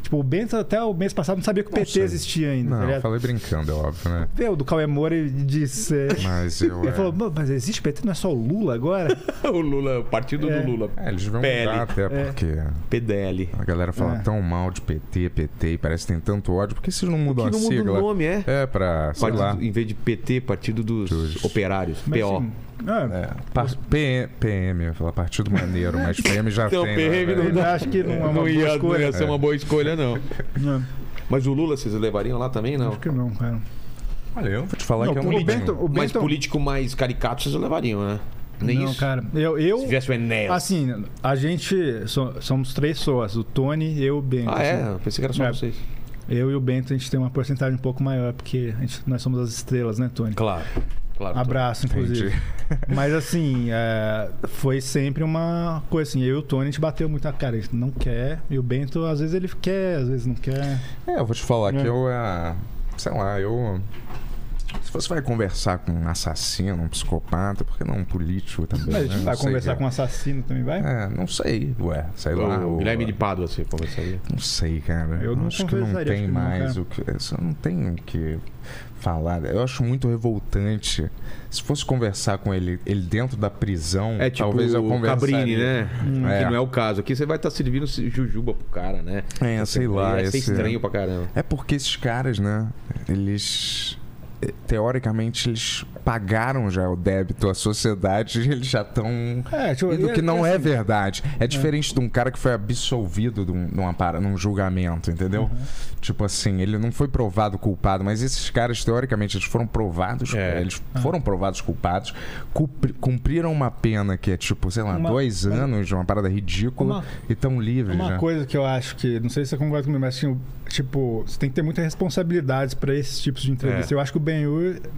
Speaker 3: Tipo, o Bento até o mês passado não sabia que o PT
Speaker 4: Nossa.
Speaker 3: existia ainda, tá
Speaker 4: Não, eu
Speaker 3: ligado?
Speaker 4: falei brincando, é óbvio, né?
Speaker 3: Deu do Cauê Moura e disse. é,
Speaker 4: Mas eu.
Speaker 3: Ele
Speaker 4: é-
Speaker 3: falou, "Mô, mas existe PT, não é só o Lula agora?
Speaker 1: o Lula, o partido
Speaker 3: É.
Speaker 1: do Lula.
Speaker 4: É, eles vão
Speaker 1: PL.
Speaker 4: mudar até, porque.
Speaker 1: PDL.
Speaker 4: A galera fala
Speaker 3: É.
Speaker 4: tão mal de PT, PT, e parece que tem tanto ódio. Por que vocês não mudam
Speaker 1: Que
Speaker 4: a
Speaker 1: não muda
Speaker 4: sigla?
Speaker 1: o nome, é?
Speaker 4: É, pra, sei
Speaker 1: Partido-
Speaker 4: lá.
Speaker 1: Em vez de PT, Partido dos
Speaker 4: Dos-
Speaker 1: Operários.
Speaker 3: Mas,
Speaker 1: PO.
Speaker 3: assim, é,
Speaker 4: É, par- PM, PM, eu ia falar Partido Maneiro, mas PM já
Speaker 1: Então,
Speaker 4: tem.
Speaker 1: PM
Speaker 4: né,
Speaker 1: não
Speaker 4: velho?
Speaker 3: eu acho que não é uma
Speaker 1: não,
Speaker 3: boa
Speaker 1: ia, não ia
Speaker 3: escolha.
Speaker 1: ser uma boa escolha, não.
Speaker 3: Não,
Speaker 1: Mas o Lula, vocês levariam lá também? Não.
Speaker 3: acho que não, cara.
Speaker 4: Olha, eu vou te falar
Speaker 3: Não,
Speaker 4: que é um
Speaker 3: o Bento,
Speaker 4: político.
Speaker 3: o
Speaker 1: Mas
Speaker 3: Bento,
Speaker 1: político mais caricato vocês levariam, né? Nem
Speaker 3: então- não,
Speaker 1: isso.
Speaker 3: cara. Eu, eu
Speaker 1: Se tivesse o Enéas.
Speaker 3: assim, a gente so- somos três sócios, o Tony, eu e o Bento.
Speaker 1: ah, é? Eu Pensei que era só
Speaker 3: É.
Speaker 1: vocês.
Speaker 3: Eu e o Bento, a gente tem uma porcentagem um pouco maior, porque a gente- nós somos as estrelas, né, Tony?
Speaker 1: Claro. claro
Speaker 3: Abraço, inclusive. Mas assim, é, foi sempre uma coisa assim, eu e o Tony, a gente bateu muito a cara, a gente não quer, e o Bento, às vezes ele quer, às vezes não quer.
Speaker 4: É, eu vou te falar
Speaker 3: É.
Speaker 4: que eu é. Sei lá, eu. Se você vai conversar com um assassino, um psicopata, por que não um político também?
Speaker 3: Mas a
Speaker 4: né?
Speaker 3: gente
Speaker 4: Não
Speaker 3: vai
Speaker 4: sei
Speaker 3: conversar
Speaker 4: que-
Speaker 3: com um assassino também, vai?
Speaker 4: É, não sei, ué, sei lá.
Speaker 1: o
Speaker 4: ou-
Speaker 1: Guilherme de Pádua, você conversaria.
Speaker 4: Não sei, cara.
Speaker 3: Eu não
Speaker 4: acho que não
Speaker 3: conversaria,
Speaker 4: tem
Speaker 3: acho que não,
Speaker 4: mais
Speaker 3: cara.
Speaker 4: o que. Isso não tem o que falar. Eu acho muito revoltante. Se fosse conversar com ele, ele dentro da prisão,
Speaker 1: É tipo
Speaker 4: talvez eu
Speaker 1: o
Speaker 4: conversaria.
Speaker 1: Cabrini, né?
Speaker 4: É.
Speaker 3: Hum.
Speaker 1: Que não é o caso. Aqui você vai estar servindo jujuba pro cara, né?
Speaker 4: É, sei lá,
Speaker 1: Ia ser
Speaker 4: esse-
Speaker 1: estranho pra caramba.
Speaker 4: É porque esses caras, né? Eles. eh, Teoricamente, eles pagaram já o débito à sociedade e eles já estão.
Speaker 3: É, tipo,
Speaker 4: E do que não
Speaker 3: assim,
Speaker 4: é verdade. É diferente de um cara que foi absolvido de um- de uma para- num julgamento,
Speaker 3: é,
Speaker 4: entendeu? Tipo assim, ele não foi provado culpado, mas esses caras, teoricamente, eles foram provados,
Speaker 1: É.
Speaker 4: eles foram provados culpados, cumpri- cumpriram uma pena que é tipo, sei lá,
Speaker 3: Uma-
Speaker 4: dois anos de uma parada ridícula
Speaker 3: Uma-
Speaker 4: e estão livres,
Speaker 3: É Uma
Speaker 4: né?
Speaker 3: coisa que eu acho que, não sei se você concorda comigo, mas assim, tipo, você tem que ter muita responsabilidade pra esses tipos de entrevista.
Speaker 1: É.
Speaker 3: Eu acho que o Ben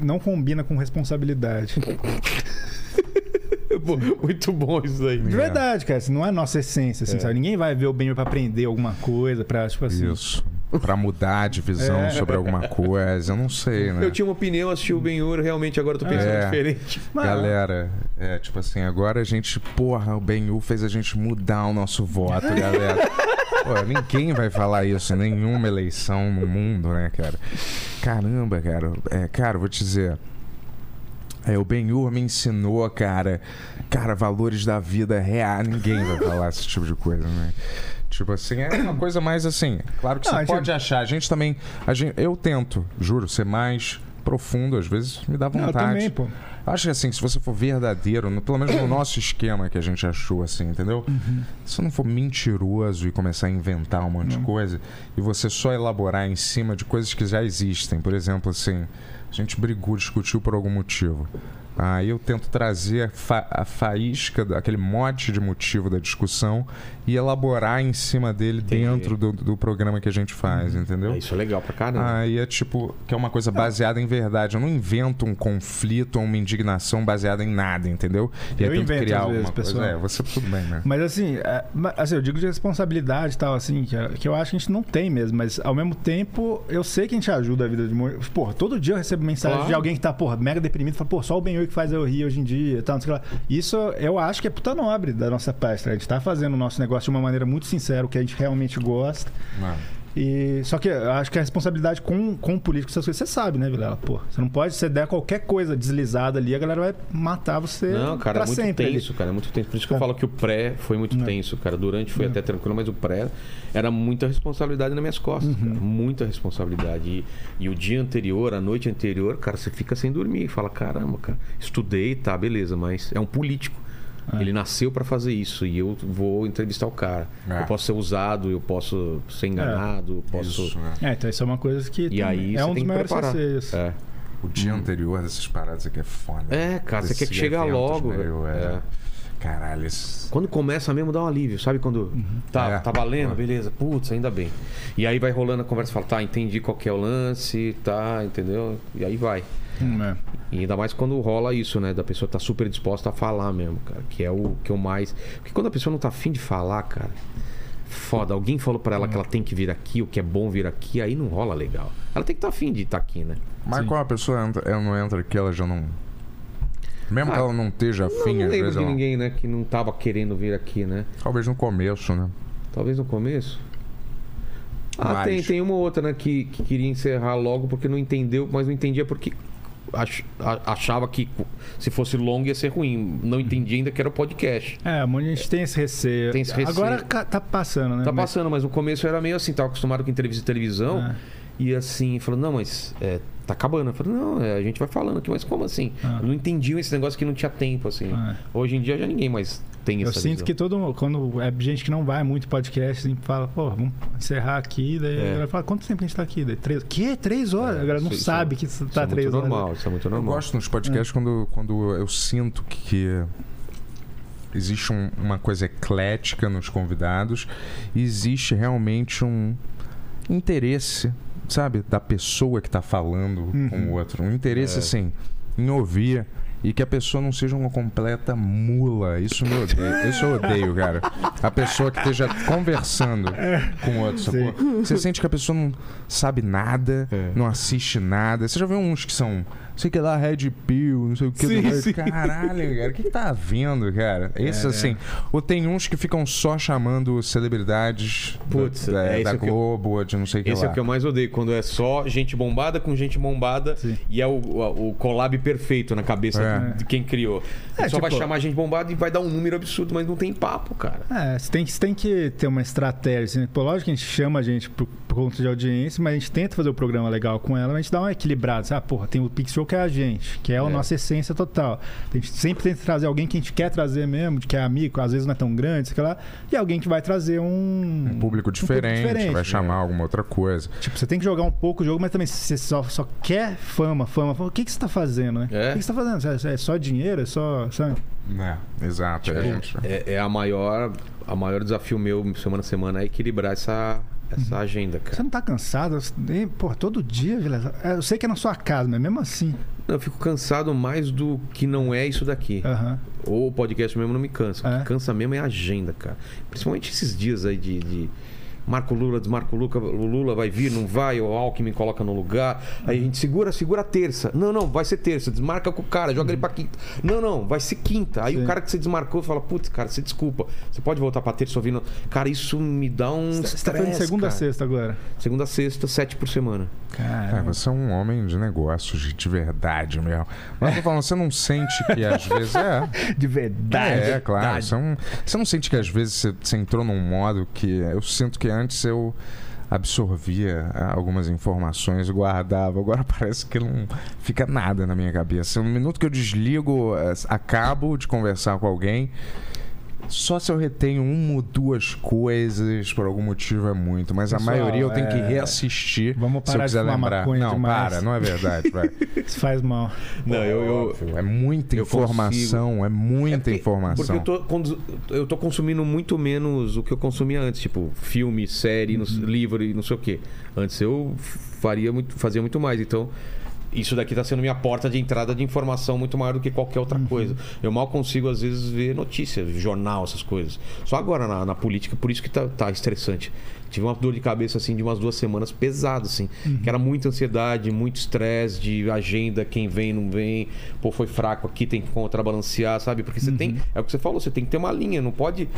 Speaker 3: não combina com responsabilidade.
Speaker 1: Pô, Muito bom isso aí.
Speaker 3: De verdade, cara, isso não é nossa essência, assim, sabe? Ninguém vai ver o Ben pra aprender alguma coisa, pra, tipo assim.
Speaker 4: Isso. Pra mudar de visão
Speaker 3: É.
Speaker 4: sobre alguma coisa, eu não sei, né?
Speaker 1: Eu tinha uma opinião, assisti o Ben-Hur, realmente agora eu tô pensando
Speaker 4: É.
Speaker 1: diferente.
Speaker 3: Mas-
Speaker 4: Galera, é tipo assim, agora a gente, porra, o Benhu fez a gente mudar o nosso voto, galera. Pô, ninguém vai falar isso em nenhuma eleição no mundo, né, cara? Caramba, cara. É, cara, vou te dizer. É, o Benhur me ensinou, cara. Cara, valores da vida real. Ninguém vai falar esse tipo de coisa, né? Tipo assim, é uma coisa mais assim. Claro que
Speaker 3: Não,
Speaker 4: você
Speaker 3: a gente-
Speaker 4: pode achar. A gente também. A gente, eu tento, juro, ser mais profundo. Às vezes me dá
Speaker 3: Não, eu
Speaker 4: vontade.
Speaker 3: também, pô.
Speaker 4: Acho que assim, se você for verdadeiro, no- pelo menos no nosso esquema que a gente achou, assim, entendeu?
Speaker 3: Uhum.
Speaker 4: Se você não for mentiroso e começar a inventar um monte de coisa, e você só elaborar em cima de coisas que já existem. Por exemplo, assim, a gente brigou, discutiu por algum motivo. Aí eu tento trazer a, fa- a faísca, da- aquele mote de motivo da discussão e elaborar em cima dele dentro do, do programa que a gente faz, entendeu?
Speaker 1: Ah, Isso é legal pra caramba.
Speaker 4: Aí é tipo, que é uma coisa baseada em verdade. Eu não invento um conflito ou uma indignação baseada em nada, entendeu? E aí
Speaker 3: Eu
Speaker 4: tento
Speaker 3: invento,
Speaker 4: criar
Speaker 3: às vezes,
Speaker 4: alguma coisa.
Speaker 3: pessoal.
Speaker 4: É, você tudo bem, né?
Speaker 3: Mas assim, é, ma- assim, eu digo de responsabilidade e tal, assim, que, que eu acho que a gente não tem mesmo, mas ao mesmo tempo eu sei que a gente ajuda a vida de muitos. Porra, todo dia eu recebo mensagem
Speaker 1: Claro.
Speaker 3: de alguém que tá, porra, mega deprimido, fala, pô, só o Benhur que faz eu rir hoje em dia e tal, não sei o que lá. Isso eu acho que é puta nobre da nossa parte, né? A gente tá fazendo o nosso negócio de uma maneira muito sincera, o que a gente realmente gosta. E, só que eu acho que a responsabilidade com, com o político, essas coisas, você sabe, né, Vilela? Pô, você não pode, se você der qualquer coisa deslizada ali, a galera vai matar você
Speaker 1: Não, cara,
Speaker 3: pra
Speaker 1: é muito
Speaker 3: sempre. ali.
Speaker 1: tenso, cara. É muito tenso. Por isso que eu
Speaker 3: É.
Speaker 1: falo que o pré foi muito tenso, cara. Durante foi até tranquilo, mas o pré era muita responsabilidade nas minhas costas,
Speaker 3: Uhum.
Speaker 1: cara. Muita responsabilidade. E, e o dia anterior, a noite anterior, cara, você fica sem dormir. Fala, caramba, cara, estudei, tá, beleza, mas é um político.
Speaker 3: É.
Speaker 1: Ele nasceu pra fazer isso e eu vou entrevistar o cara.
Speaker 4: É.
Speaker 1: Eu posso ser usado, eu posso ser enganado, eu posso.
Speaker 4: Isso, né?
Speaker 3: É, então isso é uma coisa que
Speaker 1: E
Speaker 3: também
Speaker 1: aí
Speaker 3: é
Speaker 1: você
Speaker 3: um
Speaker 1: tem
Speaker 3: dos
Speaker 1: que
Speaker 3: maiores
Speaker 1: preparar.
Speaker 3: receios.
Speaker 1: É.
Speaker 4: O dia anterior dessas paradas aqui é foda.
Speaker 1: É, cara, você
Speaker 4: Desses
Speaker 1: quer que chegar
Speaker 4: eventos,
Speaker 1: logo,
Speaker 4: né?
Speaker 1: velho.
Speaker 4: é.
Speaker 1: É.
Speaker 4: Caralho, esse...
Speaker 1: Quando começa mesmo, dá um alívio, sabe? Quando tá,
Speaker 4: É.
Speaker 1: tá valendo, beleza, putz, ainda bem. E aí vai rolando a conversa, fala, tá, entendi qual que é o lance, tá, entendeu? E aí vai.
Speaker 3: Hum, é.
Speaker 1: E ainda mais quando rola isso, né? Da pessoa tá super disposta a falar mesmo, cara. Que é o que eu mais. Porque quando a pessoa não tá afim de falar, cara, foda. Alguém falou pra ela que ela tem que vir aqui, o que é bom vir aqui, aí não rola legal. Ela tem que estar tá afim de estar aqui, né?
Speaker 4: Mas qual a pessoa entra, ela não entra aqui, ela já não. Mesmo
Speaker 1: Ah,
Speaker 4: que ela não esteja
Speaker 1: Não,
Speaker 4: afim,
Speaker 1: não
Speaker 4: às
Speaker 1: lembro
Speaker 4: vezes
Speaker 1: de
Speaker 4: ela-
Speaker 1: ninguém, né? Que não tava querendo vir aqui, né?
Speaker 4: Talvez no começo, né?
Speaker 1: Talvez no começo. Ah,
Speaker 4: Mas-
Speaker 1: tem, tem uma ou outra, né, que, que queria encerrar logo porque não entendeu, mas não entendia porque ach- a- achava que cu- se fosse longo ia ser ruim. Não entendia ainda que era o podcast.
Speaker 3: É, um monte de gente tem esse receio.
Speaker 1: Tem esse receio.
Speaker 3: Agora ca- tá passando, né?
Speaker 1: Tá
Speaker 3: Mas-
Speaker 1: passando, mas no começo era meio assim, tava acostumado com entrevista de televisão.
Speaker 3: É.
Speaker 1: E assim, falando, não, mas é, tá acabando. Eu falei, não, é, a gente vai falando aqui, mas como assim?
Speaker 3: Ah.
Speaker 1: Eu Não entendiam esse negócio que não tinha tempo, assim.
Speaker 3: Ah.
Speaker 1: Hoje em dia já ninguém mais tem
Speaker 3: Eu
Speaker 1: essa
Speaker 3: sinto
Speaker 1: visão.
Speaker 3: que todo mundo, quando é gente que não vai muito podcast, sempre fala, pô, vamos encerrar aqui, daí
Speaker 1: É.
Speaker 3: a galera fala, quanto tempo que a gente tá aqui? Daí, três... Que? Três horas?
Speaker 1: É,
Speaker 3: a galera não
Speaker 1: isso- isso-
Speaker 3: sabe que isso
Speaker 1: Isso
Speaker 3: tá
Speaker 1: é
Speaker 3: três
Speaker 1: muito
Speaker 3: horas.
Speaker 1: normal, isso é muito
Speaker 4: Eu
Speaker 1: normal.
Speaker 4: gosto nos podcasts quando, quando eu sinto que existe um- uma coisa eclética nos convidados e existe realmente um interesse, sabe, da pessoa que está falando com o outro. Um interesse,
Speaker 1: É.
Speaker 4: assim, em ouvir. E que a pessoa não seja uma completa mula. Isso me odeio. Isso eu odeio, cara. A pessoa que esteja conversando com o outro. sacou? Você sente que a pessoa não sabe nada,
Speaker 1: É.
Speaker 4: não assiste nada. Você já viu uns que são, sei que lá, Red Pill, não sei o que.
Speaker 3: Sim,
Speaker 4: do-
Speaker 3: sim.
Speaker 4: Caralho, cara, o que que tá havendo, cara?
Speaker 1: É,
Speaker 4: Esse assim. Ou tem uns que ficam só chamando celebridades
Speaker 1: Putz,
Speaker 4: da,
Speaker 1: é
Speaker 4: da
Speaker 1: isso que eu-
Speaker 4: Globo, ou de não sei o que
Speaker 1: Esse
Speaker 4: lá.
Speaker 1: é o que eu mais odeio, quando é só gente bombada com gente bombada
Speaker 3: Sim.
Speaker 1: e é o, o, o collab perfeito na cabeça
Speaker 4: É.
Speaker 1: de quem criou.
Speaker 3: É,
Speaker 1: só vai
Speaker 3: tipo-
Speaker 1: chamar gente bombada e vai dar um número absurdo, mas não tem papo, cara.
Speaker 3: É, você tem, que- você tem que ter uma estratégia. Assim, pô, lógico que a gente chama a gente por, por conta de audiência, mas a gente tenta fazer o programa legal com ela, mas a gente dá uma equilibrada. Sabe? Ah, porra, tem o Pixel que é a gente, que é a
Speaker 1: É.
Speaker 3: nossa essência total. A gente sempre tenta trazer alguém que a gente quer trazer mesmo, de que é amigo, às vezes não é tão grande, sei lá, e alguém que vai trazer um.
Speaker 4: Um público diferente, vai chamar
Speaker 1: é.
Speaker 4: alguma outra coisa.
Speaker 3: Tipo, você tem que jogar um pouco o jogo, mas também se você só, só quer fama, fama, fama, o que, que você tá fazendo, né?
Speaker 1: É.
Speaker 3: O que, que você tá fazendo? Você- É só dinheiro? É só. Sabe?
Speaker 4: É, exato. é, gente.
Speaker 1: É, é a maior a maior desafio meu semana a semana é equilibrar essa, essa agenda,
Speaker 3: Você
Speaker 1: cara.
Speaker 3: não tá cansado? Ei, Pô, todo dia, Vilela. É, Eu sei que é na sua casa, mas mesmo assim.
Speaker 1: Eu fico cansado mais do que não é isso daqui.
Speaker 3: Aham.
Speaker 1: Ou o podcast mesmo não me cansa. O
Speaker 3: É.
Speaker 1: que cansa mesmo é a agenda, cara. Principalmente esses dias aí de. de Marco Lula, desmarco Luca, o Lula vai vir, não vai, o Alckmin coloca no lugar. Aí a gente segura, segura a terça. Não, não, vai ser terça. Desmarca com o cara, joga ele pra quinta. Não, não, vai ser quinta. Aí
Speaker 3: Sim.
Speaker 1: o cara que você desmarcou fala, putz, cara, você desculpa. Você pode voltar pra terça ouvindo. Cara, isso me dá um.
Speaker 3: Você tá fazendo
Speaker 1: estresse,
Speaker 3: segunda a
Speaker 1: cara.
Speaker 3: sexta agora.
Speaker 1: Segunda a sexta, sete por semana.
Speaker 4: É,
Speaker 3: Cara.
Speaker 4: você é um homem de negócios, de- de verdade mesmo. Mas eu tô falando, você não sente que às vezes. É,
Speaker 3: De verdade.
Speaker 4: É, claro. Você não, você não sente que às vezes você, você entrou num modo que. Eu sinto que antes eu absorvia ah, algumas informações, guardava. Agora parece que não fica nada na minha cabeça. No minuto que eu desligo, eh, acabo de conversar com alguém. Só se eu retenho uma ou duas coisas, por algum motivo é muito. Mas a
Speaker 3: Pessoal,
Speaker 4: maioria eu tenho que
Speaker 3: é,
Speaker 4: reassistir
Speaker 3: Vamos
Speaker 4: se eu
Speaker 3: parar de
Speaker 4: quiser
Speaker 3: fumar
Speaker 4: lembrar.
Speaker 3: maconha
Speaker 4: Não,
Speaker 3: demais.
Speaker 4: para, não é verdade, vai.
Speaker 3: Isso faz mal.
Speaker 1: Não, eu. eu-
Speaker 4: Óbvio, é muita
Speaker 1: eu
Speaker 4: informação, é muita
Speaker 1: porque- Porque
Speaker 4: informação.
Speaker 1: eu tô, condu- eu tô consumindo muito menos o que eu consumia antes, tipo filme, série, não
Speaker 4: Uhum.
Speaker 1: sei- livro e não sei o quê. Antes eu faria muito, fazia muito mais, então isso daqui tá sendo minha porta de entrada de informação muito maior do que qualquer
Speaker 4: Uhum.
Speaker 1: outra coisa. Eu mal consigo, às vezes, ver notícias, jornal, essas coisas. Só agora na, na política, por isso que tá, tá estressante. Tive uma dor de cabeça, assim, de umas duas semanas pesada, assim. Que era muita ansiedade, muito estresse de agenda, quem vem, não vem. Pô, foi fraco aqui, tem que contrabalancear, sabe? Porque você
Speaker 3: Uhum.
Speaker 1: tem... É o que você falou, você tem que ter uma linha. Não pode...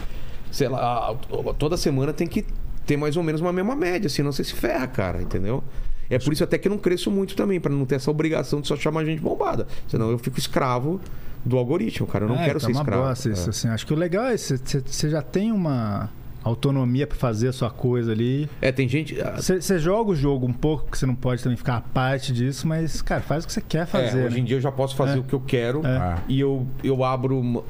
Speaker 1: Sei lá, toda semana tem que ter mais ou menos uma mesma média, senão você se ferra, cara, entendeu? É por isso até que eu não cresço muito também, pra não ter essa obrigação de só chamar gente bombada. Senão eu fico escravo do algoritmo, cara. Eu não
Speaker 3: É,
Speaker 1: quero
Speaker 3: então
Speaker 1: ser
Speaker 3: é uma
Speaker 1: escravo.
Speaker 3: bosta isso, assim. Acho que o legal é você- você você já tem uma autonomia pra fazer a sua coisa ali.
Speaker 1: é. É, tem gente. ah,
Speaker 3: Você você joga o jogo um pouco, que você não pode também ficar à parte disso, mas, cara, faz o que você quer fazer.
Speaker 1: é, hoje em
Speaker 3: né?
Speaker 1: dia eu já posso fazer
Speaker 3: É.
Speaker 1: o que eu quero
Speaker 3: É.
Speaker 4: Ah.
Speaker 1: e eu, eu abro. mão-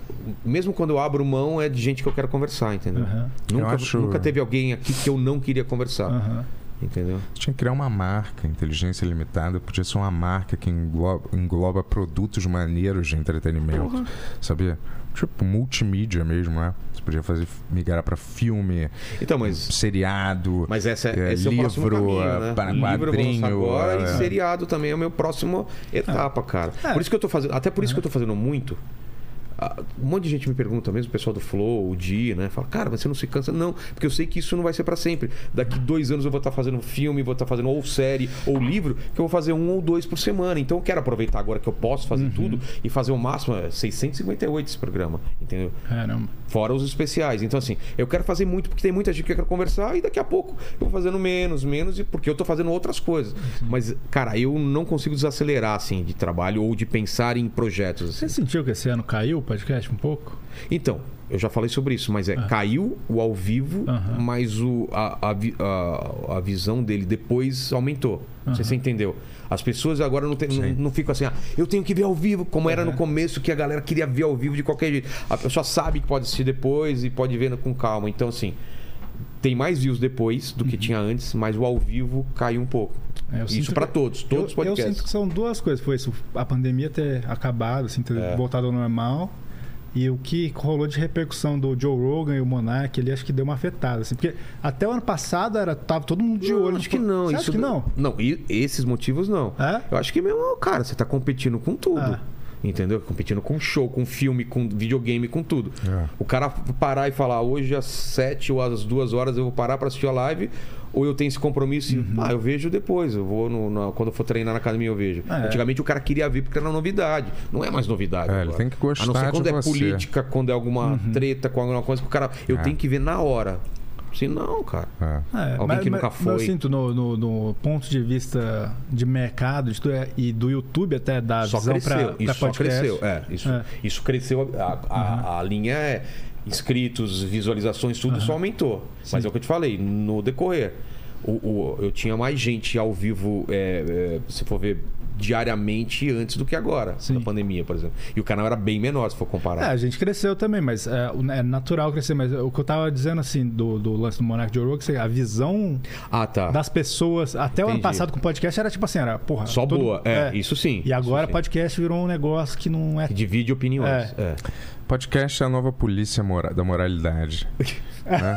Speaker 1: Mesmo quando eu abro mão, é de gente que eu quero conversar, entendeu?
Speaker 3: Aham,
Speaker 1: Nunca,
Speaker 4: Eu acho- Ah.
Speaker 1: nunca teve alguém aqui que eu não queria conversar,
Speaker 3: aham.
Speaker 1: entendeu?
Speaker 4: Tinha que criar uma marca, inteligência limitada, podia ser uma marca que engloba, engloba produtos maneiros de entretenimento, sabia? Tipo multimídia mesmo, né? Você podia fazer migrar pra filme,
Speaker 1: Então, mas.
Speaker 4: seriado.
Speaker 1: Mas essa,
Speaker 4: É,
Speaker 1: esse é o próximo
Speaker 4: livro,
Speaker 1: caminho, né?
Speaker 4: para
Speaker 1: livro eu vou lançar
Speaker 4: quadrinho,
Speaker 1: agora
Speaker 4: é.
Speaker 1: e seriado também é o meu próximo etapa, cara. Por isso que eu tô fazendo, até
Speaker 4: É.
Speaker 1: por isso que eu tô fazendo muito. Ah, Um monte de gente me pergunta mesmo, o pessoal do Flow, o Di, né? Fala, cara, mas você não se cansa? Não, porque eu sei que isso não vai ser pra sempre. Daqui dois anos eu vou estar fazendo filme, vou estar fazendo ou série ou livro, que eu vou fazer um ou dois por semana. Então eu quero aproveitar agora que eu posso fazer
Speaker 4: Uhum.
Speaker 1: tudo e fazer o máximo, é 658 esse programa, entendeu?
Speaker 3: Caramba.
Speaker 1: Fora os especiais. Então, assim, eu quero fazer muito porque tem muita gente que eu quero conversar e daqui a pouco eu vou fazendo menos, menos, e porque eu tô fazendo outras coisas. Mas, cara, eu não consigo desacelerar, assim, de trabalho ou de pensar em projetos. assim.
Speaker 3: Você sentiu que esse ano caiu o podcast um pouco?
Speaker 1: Então, eu já falei sobre isso, mas é, caiu o ao vivo,
Speaker 3: Ah. Aham.
Speaker 1: mas o, a, a, vi- a, a visão dele depois aumentou. Não sei se você entendeu. As pessoas agora não, tem, não, não ficam assim, ah, eu tenho que ver ao vivo, como era no começo, que a galera queria ver ao vivo de qualquer jeito. A pessoa sabe que pode assistir depois e pode ver com calma. Então, assim, tem mais views depois do que tinha antes, mas o ao vivo caiu um pouco.
Speaker 3: Uhum. É, eu
Speaker 1: Isso
Speaker 3: sinto
Speaker 1: pra
Speaker 3: que-
Speaker 1: todos, todos os
Speaker 3: eu, eu
Speaker 1: podcasts.
Speaker 3: sinto que são duas coisas. Foi isso, a pandemia ter acabado, assim, ter
Speaker 1: É.
Speaker 3: voltado ao normal. E o que rolou de repercussão do Joe Rogan e o Monark, ele acho que deu uma afetada, assim. Porque até o ano passado era, tava todo mundo de
Speaker 1: Eu
Speaker 3: olho.
Speaker 1: acho
Speaker 3: tipo,
Speaker 1: que não.
Speaker 3: Você
Speaker 1: isso
Speaker 3: acha que não?
Speaker 1: Não, e esses motivos não.
Speaker 3: É?
Speaker 1: Eu acho que mesmo, cara, você tá competindo com tudo.
Speaker 3: Ah.
Speaker 1: Entendeu? Competindo com show, com filme, com videogame, com tudo.
Speaker 4: É.
Speaker 1: O cara parar e falar, hoje às sete ou às duas horas eu vou parar pra assistir a live, ou eu tenho esse compromisso, e,
Speaker 3: Uhum.
Speaker 1: ah, eu vejo depois, eu vou no, na- quando eu for treinar na academia eu vejo.
Speaker 3: É.
Speaker 1: Antigamente o cara queria ver porque era uma novidade. Não é mais novidade.
Speaker 4: É, ele
Speaker 1: agora.
Speaker 4: tem que gostar
Speaker 1: A não ser
Speaker 4: de
Speaker 1: quando é
Speaker 4: você.
Speaker 1: política, quando é alguma treta, com alguma coisa que o cara. Eu
Speaker 4: Uhum. É.
Speaker 1: tenho que ver na hora. Se não, cara.
Speaker 4: É.
Speaker 3: É,
Speaker 1: Alguém que nunca foi.
Speaker 3: eu sinto, no, no- no ponto de vista de mercado de tudo, é- e do YouTube até da
Speaker 1: só
Speaker 3: visão
Speaker 1: cresceu.
Speaker 3: para
Speaker 1: isso só cresceu. É, isso,
Speaker 3: É. Uhum.
Speaker 1: isso cresceu. A, a- a linha é inscritos, visualizações, tudo só aumentou. Mas é o que eu te falei, no decorrer. O, o- eu tinha mais gente ao vivo, é, é, se for ver, diariamente antes do que agora,
Speaker 3: Sim.
Speaker 1: na pandemia, por exemplo. E o canal era bem menor, se for
Speaker 3: É,
Speaker 1: comparar.
Speaker 3: a gente cresceu também, mas é, o- é natural crescer. Mas o que eu tava dizendo, assim, do, do lance do Monark de Ouro, que a visão
Speaker 1: ah, tá.
Speaker 3: das pessoas. Até o ano
Speaker 1: Entendi.
Speaker 3: passado com o podcast era tipo assim, era, porra.
Speaker 1: Só
Speaker 3: todo-
Speaker 1: boa. É, isso sim.
Speaker 3: E agora
Speaker 1: isso sim.
Speaker 3: podcast virou um negócio que não é.
Speaker 1: Que Divide opiniões. É.
Speaker 4: Podcast é a nova polícia mora- da moralidade. né?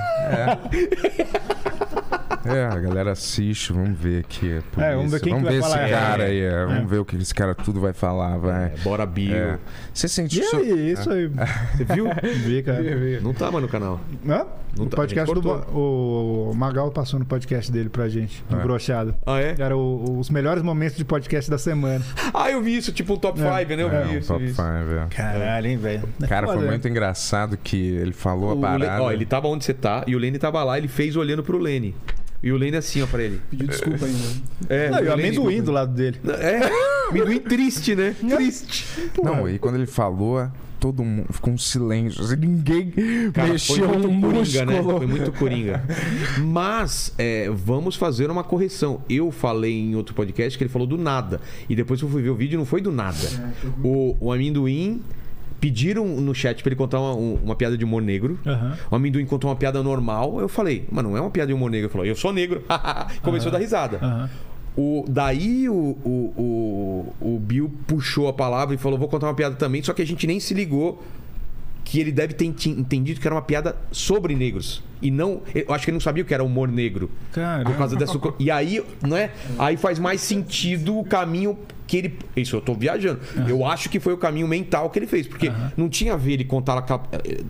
Speaker 4: É. É, a galera assiste, vamos ver aqui. polícia,
Speaker 3: vamos ver quem que
Speaker 4: vamos
Speaker 3: vai
Speaker 4: ver
Speaker 3: falar
Speaker 4: esse
Speaker 3: essa.
Speaker 4: cara aí. é, Vamos ver o que esse cara tudo vai falar, vai.
Speaker 1: É, Bora Bio.
Speaker 4: É. Você sentiu.
Speaker 3: E
Speaker 4: seu-
Speaker 3: aí, isso aí.
Speaker 1: É.
Speaker 3: Você viu? Vi, cara.
Speaker 1: Não tá mais no canal.
Speaker 3: Hã?
Speaker 1: Não
Speaker 3: o
Speaker 1: tá-
Speaker 3: podcast
Speaker 1: a
Speaker 3: do.
Speaker 1: gente
Speaker 3: Bo- O Magal passou no podcast dele pra gente, no Brochado.
Speaker 1: Ah, é?
Speaker 3: Era o- os melhores momentos de podcast da semana.
Speaker 1: Ah, eu vi isso, tipo um top 5, né? Eu
Speaker 4: É,
Speaker 1: vi
Speaker 4: um
Speaker 1: isso.
Speaker 4: top
Speaker 1: vi isso.
Speaker 4: 5, é.
Speaker 3: Caralho, hein, velho.
Speaker 4: Cara, foi muito engraçado que ele falou a
Speaker 1: O Le-
Speaker 4: parada.
Speaker 1: Ó, ele tava onde você tá e o Lene tava lá, ele fez olhando pro Lene. E o Lene assim, ó, pra ele.
Speaker 2: Pediu desculpa ainda.
Speaker 1: É,
Speaker 3: Não, e o
Speaker 1: Lene-
Speaker 3: amendoim do lado dele.
Speaker 1: É, amendoim triste, né? Triste.
Speaker 4: Não, e quando ele falou, todo mundo ficou um silêncio. assim, Ninguém
Speaker 1: Cara,
Speaker 4: mexeu
Speaker 1: foi muito
Speaker 4: um
Speaker 1: coringa, né?
Speaker 4: músculo.
Speaker 1: Foi muito coringa. Mas, é, vamos fazer uma correção. Eu falei em outro podcast que ele falou do nada. E depois eu fui ver o vídeo e não foi do nada. O, o amendoim Pediram no chat pra ele contar uma, um- uma piada de humor negro.
Speaker 4: É.
Speaker 3: Aham.
Speaker 1: O amendoim contou uma piada normal. Eu falei, mas não é uma piada de humor negro. Ele falou, eu sou negro. Começou a dar risada.
Speaker 3: Aham.
Speaker 1: O, daí o, o, o, o Bill puxou a palavra e falou: vou contar uma piada também, só que a gente nem se ligou que ele deve ter enti- entendido que era uma piada sobre negros. E não. Eu acho que ele não sabia o que era humor negro.
Speaker 3: Cara,
Speaker 1: Por causa dessa. co- E aí, né? Aí faz mais sentido o caminho que ele. Isso, eu tô viajando. Eu acho que foi o caminho mental que ele fez. Porque não tinha a ver ele contar. aquela-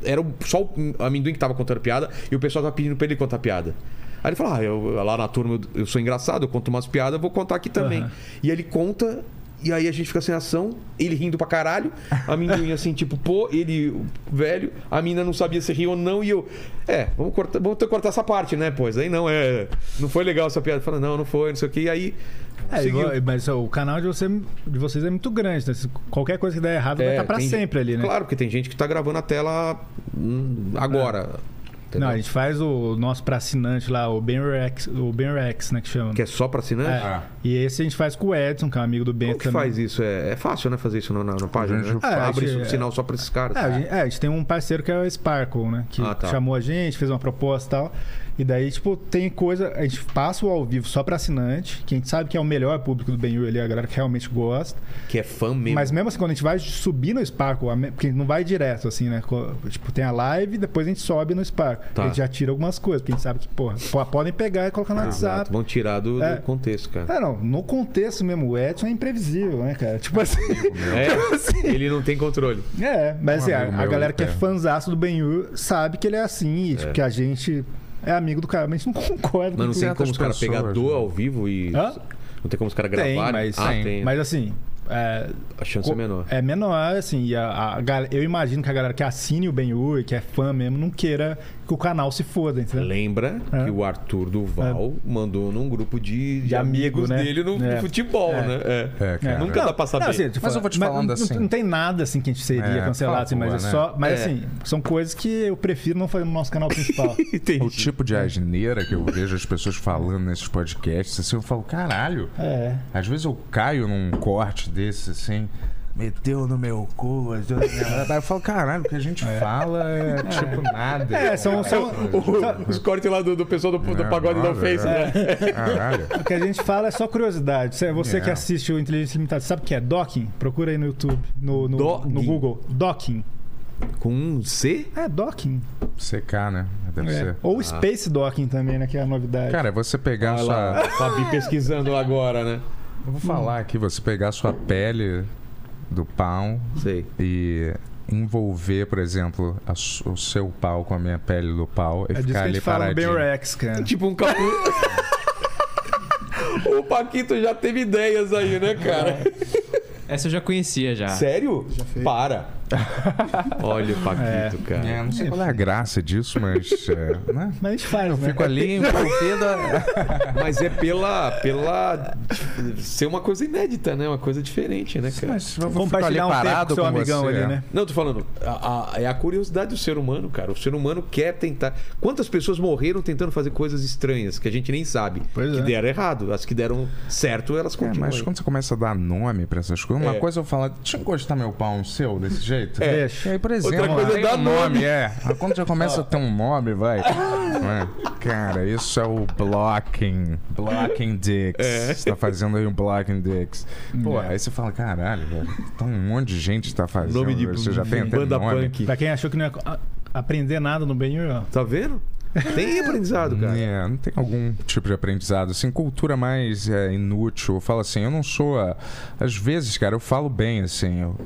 Speaker 1: Era o- só o amendoim que tava contando piada e o pessoal tava pedindo pra ele contar piada. Aí ele fala: ah, eu, lá na turma eu, eu sou engraçado, eu conto umas piadas, eu vou contar aqui também. E ele conta. E aí a gente fica sem ação, ele rindo pra caralho, amendoim assim, tipo, pô, ele velho, a mina não sabia se ria ou não, e eu, é, vamos cortar, vamos ter que cortar essa parte, né, pois, aí não, é, não foi legal essa piada, fala, não, não foi, não sei o que, e aí,
Speaker 3: é,
Speaker 1: seguiu.
Speaker 3: igual- mas ó, o canal de, você- de vocês é muito grande, né? Se Qualquer coisa que der errado vai
Speaker 1: É,
Speaker 3: estar pra
Speaker 1: tem-
Speaker 3: sempre ali, né?
Speaker 1: Claro, porque tem gente que tá gravando a tela hum, agora,
Speaker 3: É. Não,
Speaker 1: entendeu?
Speaker 3: a gente faz o nosso pra assinante lá, o Ben Rex, o Ben Rex, né, que chama.
Speaker 1: que é só pra assinante?
Speaker 3: É.
Speaker 4: Ah.
Speaker 3: E esse a gente faz com o Edson, que é um amigo do Ben
Speaker 1: Como que
Speaker 3: também.
Speaker 1: faz isso? É, é fácil, né, fazer isso na, na- na página,
Speaker 4: gente
Speaker 1: né?
Speaker 4: faz,
Speaker 1: Abre isso,
Speaker 3: é.
Speaker 1: sinal só pra esses caras.
Speaker 3: É a, gente, é, a gente tem um parceiro que é o Sparkle, né? Que
Speaker 1: Ah, tá.
Speaker 3: chamou a gente, fez uma proposta e tal. E daí, tipo, tem coisa. A gente passa o ao vivo só pra assinante, que a gente sabe que é o melhor público do Ben ali, a galera que realmente gosta.
Speaker 1: Que é fã mesmo.
Speaker 3: Mas mesmo assim, quando a gente vai subir no Sparkle, a me- porque não vai direto, assim, né? Co- Tipo, tem a live, depois a gente sobe no Sparkle.
Speaker 1: Tá. Ah,
Speaker 3: A gente já tira algumas coisas, porque a gente sabe que, porra, po- podem pegar e colocar no WhatsApp.
Speaker 1: Exato, vão tirar do, do
Speaker 3: É.
Speaker 1: contexto, cara.
Speaker 3: Ah, não, no contexto mesmo, o Edson é imprevisível, né, cara? Tipo assim.
Speaker 1: É, ele não tem controle.
Speaker 3: É, mas assim,
Speaker 4: amigo
Speaker 3: a, a
Speaker 4: meu,
Speaker 3: galera que é
Speaker 4: cara.
Speaker 3: fanzaço do Benhur sabe que ele é assim, e, tipo, que a gente é amigo do cara, mas a gente não concorda
Speaker 1: Mas não
Speaker 3: com
Speaker 1: tem
Speaker 4: Certas
Speaker 1: como os caras
Speaker 4: pessoas,
Speaker 1: pegar dor
Speaker 4: né?
Speaker 1: ao vivo e.
Speaker 3: Hã?
Speaker 1: Não tem como os caras
Speaker 3: Tem,
Speaker 1: gravarem.
Speaker 3: mas-
Speaker 1: ah,
Speaker 3: tem.
Speaker 1: tem.
Speaker 3: Mas assim. É,
Speaker 1: A chance
Speaker 3: co-
Speaker 1: é menor.
Speaker 3: É menor, assim. E a, a gal- eu imagino que a galera que assine o Benhur, que é fã mesmo, não queira que o canal se foda, entendeu?
Speaker 1: Lembra
Speaker 3: É.
Speaker 1: que o Arthur Duval mandou num grupo de, de
Speaker 3: De amigo,
Speaker 1: amigos
Speaker 3: né?
Speaker 1: dele no
Speaker 3: É.
Speaker 1: de futebol,
Speaker 3: É.
Speaker 1: né? É.
Speaker 4: É, cara.
Speaker 1: Nunca dá pra saber.
Speaker 3: Não, assim, tipo,
Speaker 4: Mas eu vou te
Speaker 3: mas
Speaker 4: falando
Speaker 3: não,
Speaker 4: assim.
Speaker 3: Não, tem nada assim que a gente seria
Speaker 4: É,
Speaker 3: cancelado, assim, mas
Speaker 4: fala,
Speaker 3: é
Speaker 4: né?
Speaker 3: só. Mas
Speaker 1: É.
Speaker 3: assim, são coisas que eu prefiro não fazer no nosso canal principal.
Speaker 1: Entendi.
Speaker 4: O tipo de asneira que eu vejo as pessoas falando nesses podcasts, assim, eu falo, caralho.
Speaker 3: é.
Speaker 4: Às vezes eu caio num corte desse, assim, meteu no meu cu, as duas- eu falo, caralho, o que a gente fala é tipo nada.
Speaker 3: É, são- são-
Speaker 1: Os cortes lá do, do pessoal do, do
Speaker 4: É,
Speaker 1: pagode do
Speaker 4: nada,
Speaker 1: Face,
Speaker 4: é.
Speaker 1: né?
Speaker 4: Caralho.
Speaker 3: O que a gente fala é só curiosidade. Você- Você
Speaker 4: É.
Speaker 3: que assiste o Inteligência Limitada, sabe o que é docking? Procura aí no YouTube, no, no,
Speaker 1: Docking.
Speaker 3: no Google. Docking.
Speaker 1: Com um C?
Speaker 3: É, docking.
Speaker 4: Secar, né? Deve
Speaker 3: É.
Speaker 4: ser.
Speaker 3: Ou Space Docking também, né? Que é a novidade.
Speaker 4: Cara, é você pegar
Speaker 1: Olha lá,
Speaker 4: sua.
Speaker 1: a Fabi pesquisando agora, né?
Speaker 4: Eu vou falar aqui, você pegar sua pele do pau
Speaker 1: Sei.
Speaker 4: e envolver, por exemplo, a su- o seu pau com a minha pele do pau e
Speaker 3: é disso que
Speaker 4: ficar
Speaker 3: a
Speaker 4: ali
Speaker 3: gente fala no Ben
Speaker 4: paradinho.
Speaker 3: Rex, cara.
Speaker 1: Tipo um capu. o Paquito já teve ideias aí, né, cara?
Speaker 5: Essa eu já conhecia já.
Speaker 1: Sério?
Speaker 2: fez.
Speaker 1: Para. Olha o Paquito, cara.
Speaker 4: É, não sei qual é a graça disso, mas. é, né?
Speaker 3: Mas a gente faz, né?
Speaker 4: Fico ali envolvido. a-
Speaker 1: Mas é pela, pela ser uma coisa inédita, né? Uma coisa diferente, né, cara?
Speaker 4: Mas eu vou ficar ali
Speaker 3: Compartilhar um tempo
Speaker 4: parado
Speaker 3: com seu
Speaker 4: com
Speaker 3: amigão
Speaker 4: você. é.
Speaker 3: ali, né?
Speaker 1: Não, tô falando, a- a- é a curiosidade do ser humano, cara. O ser humano quer tentar. Quantas pessoas morreram tentando fazer coisas estranhas que a gente nem sabe,
Speaker 3: Pois
Speaker 1: que
Speaker 3: é.
Speaker 1: deram errado. As que deram certo, elas
Speaker 4: É,
Speaker 1: continuam.
Speaker 4: mas quando você começa a dar nome pra essas coisas, uma
Speaker 1: É.
Speaker 4: coisa eu falo, deixa eu encostar meu pau no seu desse jeito.
Speaker 3: É.
Speaker 4: E aí, por exemplo,
Speaker 1: coisa é
Speaker 4: tem
Speaker 1: dar
Speaker 4: um
Speaker 1: nome.
Speaker 4: é. Aí Quando já começa a ter um nome, vai. É. Cara, isso é o blocking. Blocking dicks.
Speaker 1: É.
Speaker 4: Você tá fazendo aí um blocking dicks. Pô, aí você fala, caralho, velho. Então um monte de gente tá fazendo.
Speaker 1: Nome de
Speaker 4: você já tem até
Speaker 1: banda
Speaker 4: nome.
Speaker 1: punk.
Speaker 3: Pra quem achou que não ia a- aprender nada no Ben Hur, ó.
Speaker 1: Tá vendo? Tem aprendizado, cara.
Speaker 4: É, não tem algum tipo de aprendizado, assim, cultura mais é, inútil. Eu falo assim, eu não sou. a- Às vezes, cara, eu falo bem, assim. eu-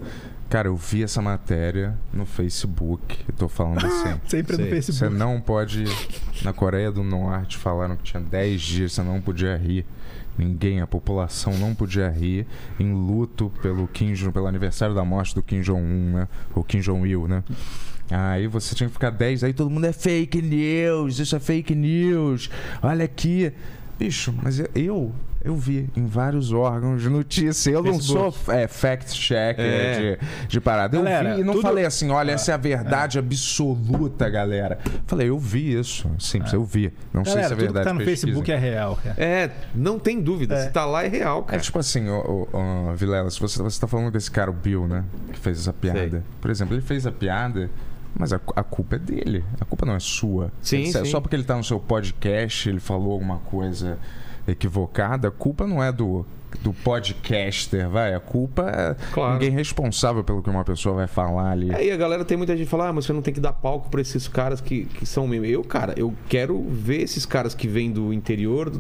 Speaker 4: Cara, eu vi essa matéria no Facebook. Eu tô falando assim.
Speaker 3: Sempre
Speaker 1: Sei.
Speaker 3: no
Speaker 4: Você
Speaker 3: Facebook.
Speaker 4: não pode. Na Coreia do Norte falaram que tinha 10 dias, você não podia rir. Ninguém, a população não podia rir em luto pelo Kim Jong, pelo aniversário da morte do Kim Jong-un, né? Ou Kim Jong-il, né? Aí você tinha que ficar 10, aí todo mundo é fake news, isso é fake news, olha aqui. Bicho, mas eu- eu, eu vi em vários órgãos de notícia. Eu não
Speaker 3: Facebook.
Speaker 4: sou é, fact-checker
Speaker 1: É.
Speaker 4: de, de parada. Eu
Speaker 3: Galera,
Speaker 4: vi e não
Speaker 3: tudo- Ah,
Speaker 4: falei assim, olha, essa é a verdade absoluta, galera. Falei, eu vi isso. Simples, eu vi. Não sei
Speaker 3: É. Galera,
Speaker 4: se é
Speaker 3: tudo que
Speaker 4: verdade.
Speaker 3: tá no
Speaker 4: pesquisem.
Speaker 3: Facebook é real, cara.
Speaker 1: É, não tem dúvida.
Speaker 3: É.
Speaker 1: Se tá lá, é real,
Speaker 4: É
Speaker 1: cara.
Speaker 4: tipo assim, ô, ô, ô, Vilela, se você, você tá falando desse cara, o Bill, né? Que fez essa piada.
Speaker 1: Sei.
Speaker 4: Por exemplo, ele fez a piada, mas a, cu- a culpa é dele. A culpa não é sua.
Speaker 1: Sim,
Speaker 4: É só-
Speaker 1: sim.
Speaker 4: Só porque ele tá no seu podcast, ele falou alguma coisa equivocada, a culpa não é do, do podcaster, vai. A culpa é
Speaker 1: Claro.
Speaker 4: ninguém responsável pelo que uma pessoa vai falar ali.
Speaker 3: É,
Speaker 1: Aí a galera tem muita gente que fala, ah, mas você não tem que dar palco pra esses caras que, que são meme. Eu, cara, eu quero ver esses caras que vêm do interior,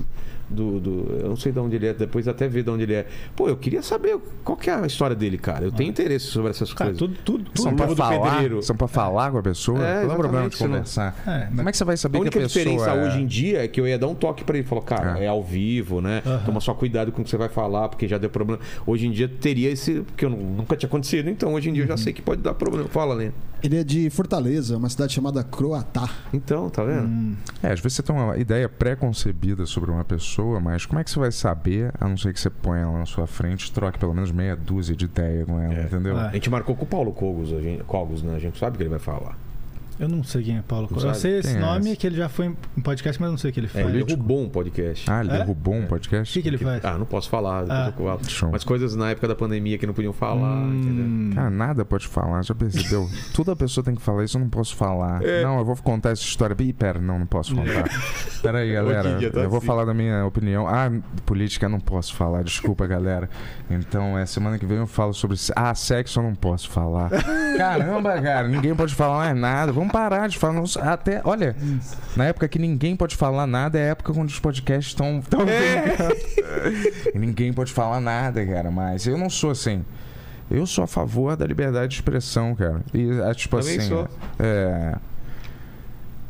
Speaker 1: do, do- Eu não sei de onde ele é, depois até ver de onde ele é. Pô, eu queria saber qual que é a história dele, cara. Eu tenho interesse sobre essas
Speaker 3: Cara,
Speaker 1: coisas.
Speaker 3: tudo, tudo,
Speaker 4: São
Speaker 3: tudo.
Speaker 4: pra
Speaker 1: do
Speaker 4: falar,
Speaker 1: pedreiro.
Speaker 4: são pra falar com a pessoa,
Speaker 1: É,
Speaker 4: não é problema
Speaker 1: exatamente,
Speaker 4: de
Speaker 1: você não-
Speaker 4: conversar.
Speaker 3: É, mas-
Speaker 4: Como é que você vai saber
Speaker 1: A única
Speaker 4: que a pessoa
Speaker 1: diferença
Speaker 4: é-
Speaker 1: hoje em dia é que eu ia dar um toque pra ele. Falar, cara,
Speaker 4: É.
Speaker 1: é, ao vivo, né? Toma só cuidado com o que você vai falar, porque já deu problema. Hoje em dia teria esse... Porque eu nu- nunca tinha acontecido. Então, hoje em
Speaker 3: Uhum.
Speaker 1: dia eu já sei que pode dar problema. Fala, né?
Speaker 2: Ele é de Fortaleza, uma cidade chamada Croatá.
Speaker 1: Então, tá vendo?
Speaker 4: É, às vezes você tem uma ideia pré-concebida sobre uma pessoa, mas como é que você vai saber, a não ser que você ponha ela na sua frente e troque pelo menos meia dúzia de ideia com ela, entendeu?
Speaker 3: É.
Speaker 1: A gente marcou com o Paulo Cogos, a gente- Cogos, né? A gente sabe o que ele vai falar.
Speaker 3: Eu não sei quem é Paulo Coelho. Eu
Speaker 1: sabe?
Speaker 3: sei esse
Speaker 4: Quem é
Speaker 3: nome
Speaker 4: esse?
Speaker 3: que ele já foi em podcast, mas eu não sei o que ele
Speaker 1: É,
Speaker 3: faz.
Speaker 1: ele
Speaker 3: o
Speaker 4: tipo
Speaker 3: que,
Speaker 1: derrubou um podcast.
Speaker 4: Ah, ele
Speaker 3: É?
Speaker 4: derrubou um podcast?
Speaker 3: que ele faz?
Speaker 1: Ah, não posso falar. depois
Speaker 3: Ah.
Speaker 1: eu falo.
Speaker 4: Show.
Speaker 1: Mas coisas na época da pandemia que não podiam falar,
Speaker 4: Hum,
Speaker 1: entendeu?
Speaker 3: Hum.
Speaker 4: Cara, nada pode falar, já percebeu? Toda pessoa tem que falar isso, eu não posso falar. Não, eu vou contar essa história. Ih, pera, não, não posso contar. Pera aí, galera.
Speaker 1: em dia tá
Speaker 4: eu vou
Speaker 1: assim.
Speaker 4: falar da minha opinião. Ah, política eu não posso falar, desculpa, galera. Então, é, semana que vem eu falo sobre. se- Ah, sexo eu não posso falar. Caramba, cara, ninguém pode falar mais nada. Vamos parar de falar. não- Até, olha, na época que ninguém pode falar nada, é a época quando os podcasts estão.
Speaker 3: É.
Speaker 4: ninguém pode falar nada, cara, mas eu não sou assim. Eu sou a favor da liberdade de expressão, cara. E, é, tipo
Speaker 1: Também
Speaker 4: assim.
Speaker 1: sou.
Speaker 4: É.